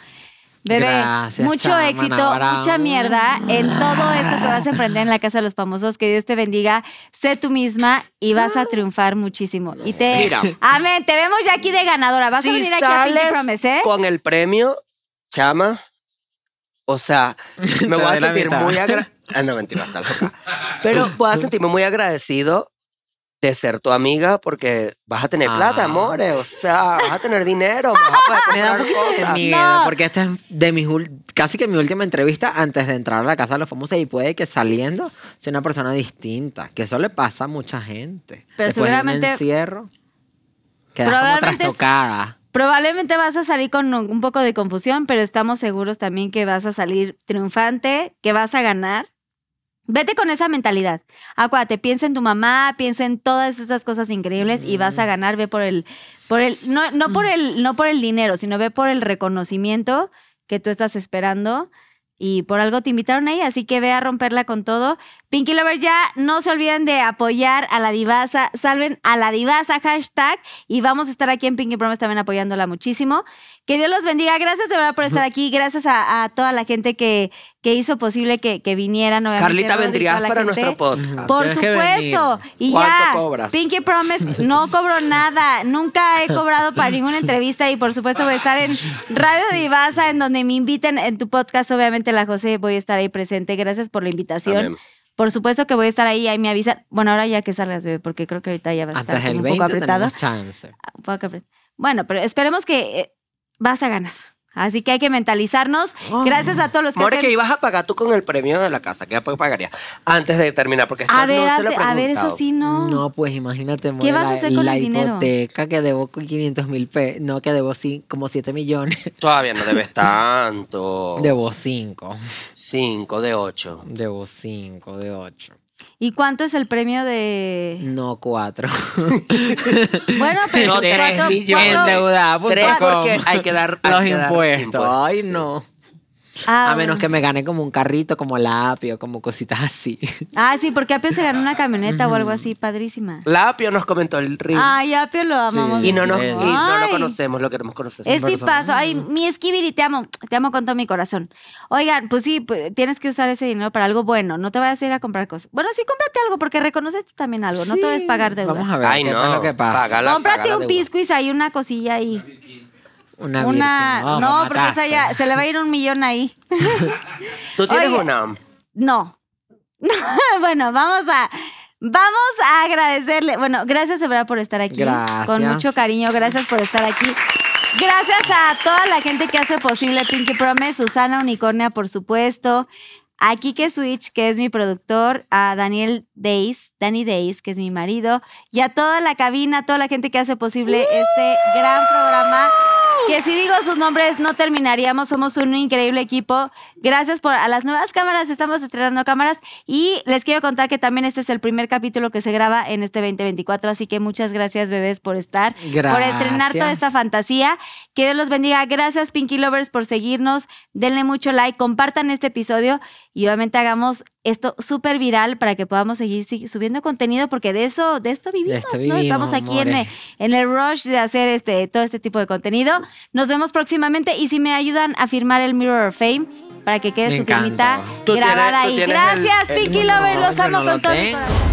[SPEAKER 2] Bebé,
[SPEAKER 5] Gracias,
[SPEAKER 2] mucho
[SPEAKER 5] chama,
[SPEAKER 2] éxito,
[SPEAKER 5] Navarra.
[SPEAKER 2] mucha mierda en todo esto que vas a emprender en la Casa de los Famosos. Que Dios te bendiga, sé tú misma y vas a triunfar muchísimo. Y te...
[SPEAKER 6] Mira.
[SPEAKER 5] Eh,
[SPEAKER 2] Amén, te vemos ya aquí de ganadora. Vas
[SPEAKER 6] Si
[SPEAKER 2] a venir aquí a Pinky
[SPEAKER 6] sales
[SPEAKER 2] Promise, ¿eh?
[SPEAKER 6] Con el premio, chama. O sea, me voy a
[SPEAKER 5] doy la
[SPEAKER 6] sentir
[SPEAKER 5] mitad.
[SPEAKER 6] muy agradecido. Ah, no, mentira, está loca. Pero voy a sentirme muy agradecido de ser tu amiga porque vas a tener plata,
[SPEAKER 5] Ah.
[SPEAKER 6] amores. O sea, vas a tener dinero. Vas a poder
[SPEAKER 5] Me da un
[SPEAKER 6] comprar
[SPEAKER 5] poquito de
[SPEAKER 6] cosas.
[SPEAKER 5] miedo,
[SPEAKER 2] No.
[SPEAKER 5] porque esta es de mis ul- casi que mi última entrevista antes de entrar a la casa de los famosos y puede que saliendo sea una persona distinta, que eso le pasa a mucha gente.
[SPEAKER 2] Pero
[SPEAKER 5] Después de
[SPEAKER 2] seguramente-
[SPEAKER 5] un encierro, quedas como
[SPEAKER 2] Probablemente es-
[SPEAKER 5] trastocada.
[SPEAKER 2] Probablemente vas a salir con un un poco de confusión, pero estamos seguros también que vas a salir triunfante, que vas a ganar. Vete con esa mentalidad. Acuérdate, piensa en tu mamá, piensa en todas esas cosas increíbles y vas a ganar. Ve por el, por el, no, no por el, no por el dinero, sino ve por el reconocimiento que tú estás esperando. Y por algo te invitaron ahí, así que ve a romperla con todo. Pinky Lover, ya no se olviden de apoyar a la divasa, salven a la divasa, hashtag, y vamos a estar aquí en Pinky Promise también apoyándola muchísimo. Que Dios los bendiga, gracias de verdad por estar aquí, gracias a, a toda la gente que, que hizo posible que, que vinieran. obviamente,
[SPEAKER 6] Carlita,
[SPEAKER 2] Rodri,
[SPEAKER 6] vendrías
[SPEAKER 2] toda la
[SPEAKER 6] para
[SPEAKER 2] gente.
[SPEAKER 6] nuestro podcast.
[SPEAKER 2] Por
[SPEAKER 5] Tienes que venir.
[SPEAKER 2] supuesto. Y
[SPEAKER 6] ¿Cuánto
[SPEAKER 2] ya,
[SPEAKER 6] cobras?
[SPEAKER 2] Pinky Promise, no cobro nada. Nunca he cobrado para ninguna entrevista y por supuesto voy a estar en Radio Divasa, en donde me inviten en tu podcast. Obviamente la José voy a estar ahí presente. Gracias por la invitación.
[SPEAKER 6] Amén.
[SPEAKER 2] Por supuesto que voy a estar ahí, ahí me avisan. Bueno, ahora ya que salgas, bebé, porque creo que ahorita ya vas a estar
[SPEAKER 5] Antes
[SPEAKER 2] como
[SPEAKER 5] del
[SPEAKER 2] un poco
[SPEAKER 5] 20
[SPEAKER 2] apretada.
[SPEAKER 5] tenemos chance.
[SPEAKER 2] Un poco apret- Bueno, pero esperemos que eh, vas a ganar. Así que hay que mentalizarnos. Gracias a todos los que
[SPEAKER 6] More,
[SPEAKER 2] hacen-
[SPEAKER 6] Oh. que ibas a pagar tú con el premio de la casa. ¿Qué pagaría? Antes de terminar, porque esto
[SPEAKER 2] A ver,
[SPEAKER 6] no se lo he
[SPEAKER 2] ante- a ver, eso
[SPEAKER 6] preguntado.
[SPEAKER 2] sí no.
[SPEAKER 5] No, pues imagínate,
[SPEAKER 2] ¿Qué
[SPEAKER 5] More,
[SPEAKER 2] vas a
[SPEAKER 5] la-
[SPEAKER 2] hacer con
[SPEAKER 5] la
[SPEAKER 2] el dinero?
[SPEAKER 5] hipoteca que debo con 500 mil pesos, no, que debo sí, como 7 millones,
[SPEAKER 6] Todavía no debes tanto.
[SPEAKER 5] debo 5,
[SPEAKER 6] Cinco de ocho.
[SPEAKER 5] debo 5, de 8,
[SPEAKER 2] ¿Y cuánto es el premio de...?
[SPEAKER 5] no 4.
[SPEAKER 2] Bueno, pero... este
[SPEAKER 6] No, tres
[SPEAKER 2] cuatro-
[SPEAKER 6] millones.
[SPEAKER 2] cuatro-
[SPEAKER 5] Endeudada.com.
[SPEAKER 6] Tres, porque hay que dar hay
[SPEAKER 5] los
[SPEAKER 6] que dar
[SPEAKER 5] impuestos. Ay,
[SPEAKER 6] sí.
[SPEAKER 5] no.
[SPEAKER 2] Ah,
[SPEAKER 5] a menos
[SPEAKER 2] bueno.
[SPEAKER 5] que me gane como un carrito, como la apio, como cositas así.
[SPEAKER 2] Ah, sí, porque Apio se ganó una camioneta o algo así, padrísima.
[SPEAKER 6] La Apio nos comentó el reel.
[SPEAKER 2] Ay, Apio lo amamos.
[SPEAKER 6] y no, nos, y
[SPEAKER 2] mucho.
[SPEAKER 6] no lo
[SPEAKER 2] Ay.
[SPEAKER 6] conocemos, lo queremos conocer.
[SPEAKER 2] Es tipazo. Ay, mi esquiviri, te amo. Te amo con todo mi corazón. Oigan, pues sí, pues, tienes que usar ese dinero para algo bueno. No te vayas a ir a comprar cosas. Bueno, sí, cómprate algo, porque reconoces tú también algo. No te debes pagar deudas.
[SPEAKER 5] Vamos a ver
[SPEAKER 6] Ay,
[SPEAKER 5] qué
[SPEAKER 6] no.
[SPEAKER 5] es lo que pasa.
[SPEAKER 6] págala,
[SPEAKER 2] Cómprate
[SPEAKER 6] págala
[SPEAKER 2] un
[SPEAKER 6] de una.
[SPEAKER 2] piscuis ahí, una cosilla ahí.
[SPEAKER 5] Una,
[SPEAKER 2] Una.
[SPEAKER 5] virgen,
[SPEAKER 2] no,
[SPEAKER 5] vamos,
[SPEAKER 2] porque esa
[SPEAKER 5] matazo.
[SPEAKER 2] ya se le va a ir un millón ahí.
[SPEAKER 6] Tú tienes
[SPEAKER 2] Oye.
[SPEAKER 6] una.
[SPEAKER 2] No. bueno, vamos a. Vamos a agradecerle. Bueno, gracias de verdad por estar aquí.
[SPEAKER 5] Gracias.
[SPEAKER 2] Con mucho cariño, gracias por estar aquí. Gracias a toda la gente que hace posible Pinky Promise, Susana Unicornia, por supuesto, a Kike Switch, que es mi productor, a Daniel Days, Danny Days, que es mi marido, y a toda la cabina, a toda la gente que hace posible este gran programa. Que si digo sus nombres no terminaríamos, somos un increíble equipo. Gracias por a las nuevas cámaras, estamos estrenando cámaras y les quiero contar que también este es el primer capítulo que se graba en este 2024, así que muchas gracias bebés por estar, por estrenar toda esta
[SPEAKER 5] Gracias.
[SPEAKER 2] fantasía. Que Dios los bendiga. Gracias Pinky Lovers por seguirnos, denle mucho like, compartan este episodio y obviamente hagamos esto súper viral para que podamos seguir si- subiendo contenido porque de eso de esto vivimos,
[SPEAKER 5] De esto
[SPEAKER 2] ¿no?
[SPEAKER 5] vivimos,
[SPEAKER 2] Estamos aquí en, E.
[SPEAKER 5] amores.
[SPEAKER 2] en el rush de hacer este todo este tipo de contenido. Nos vemos próximamente y si me ayudan a firmar el Mirror of Fame para que quede
[SPEAKER 5] Me
[SPEAKER 2] su
[SPEAKER 5] encanta.
[SPEAKER 2] firmita
[SPEAKER 6] Tú tienes-
[SPEAKER 2] grabada
[SPEAKER 6] tú
[SPEAKER 2] ahí.
[SPEAKER 6] tienes el-
[SPEAKER 2] Gracias,
[SPEAKER 6] el
[SPEAKER 2] Pinky
[SPEAKER 6] número,
[SPEAKER 2] Lovers, los
[SPEAKER 5] yo
[SPEAKER 2] amo
[SPEAKER 5] no
[SPEAKER 2] con
[SPEAKER 5] lo
[SPEAKER 2] todo mi
[SPEAKER 5] tengo.
[SPEAKER 2] corazón.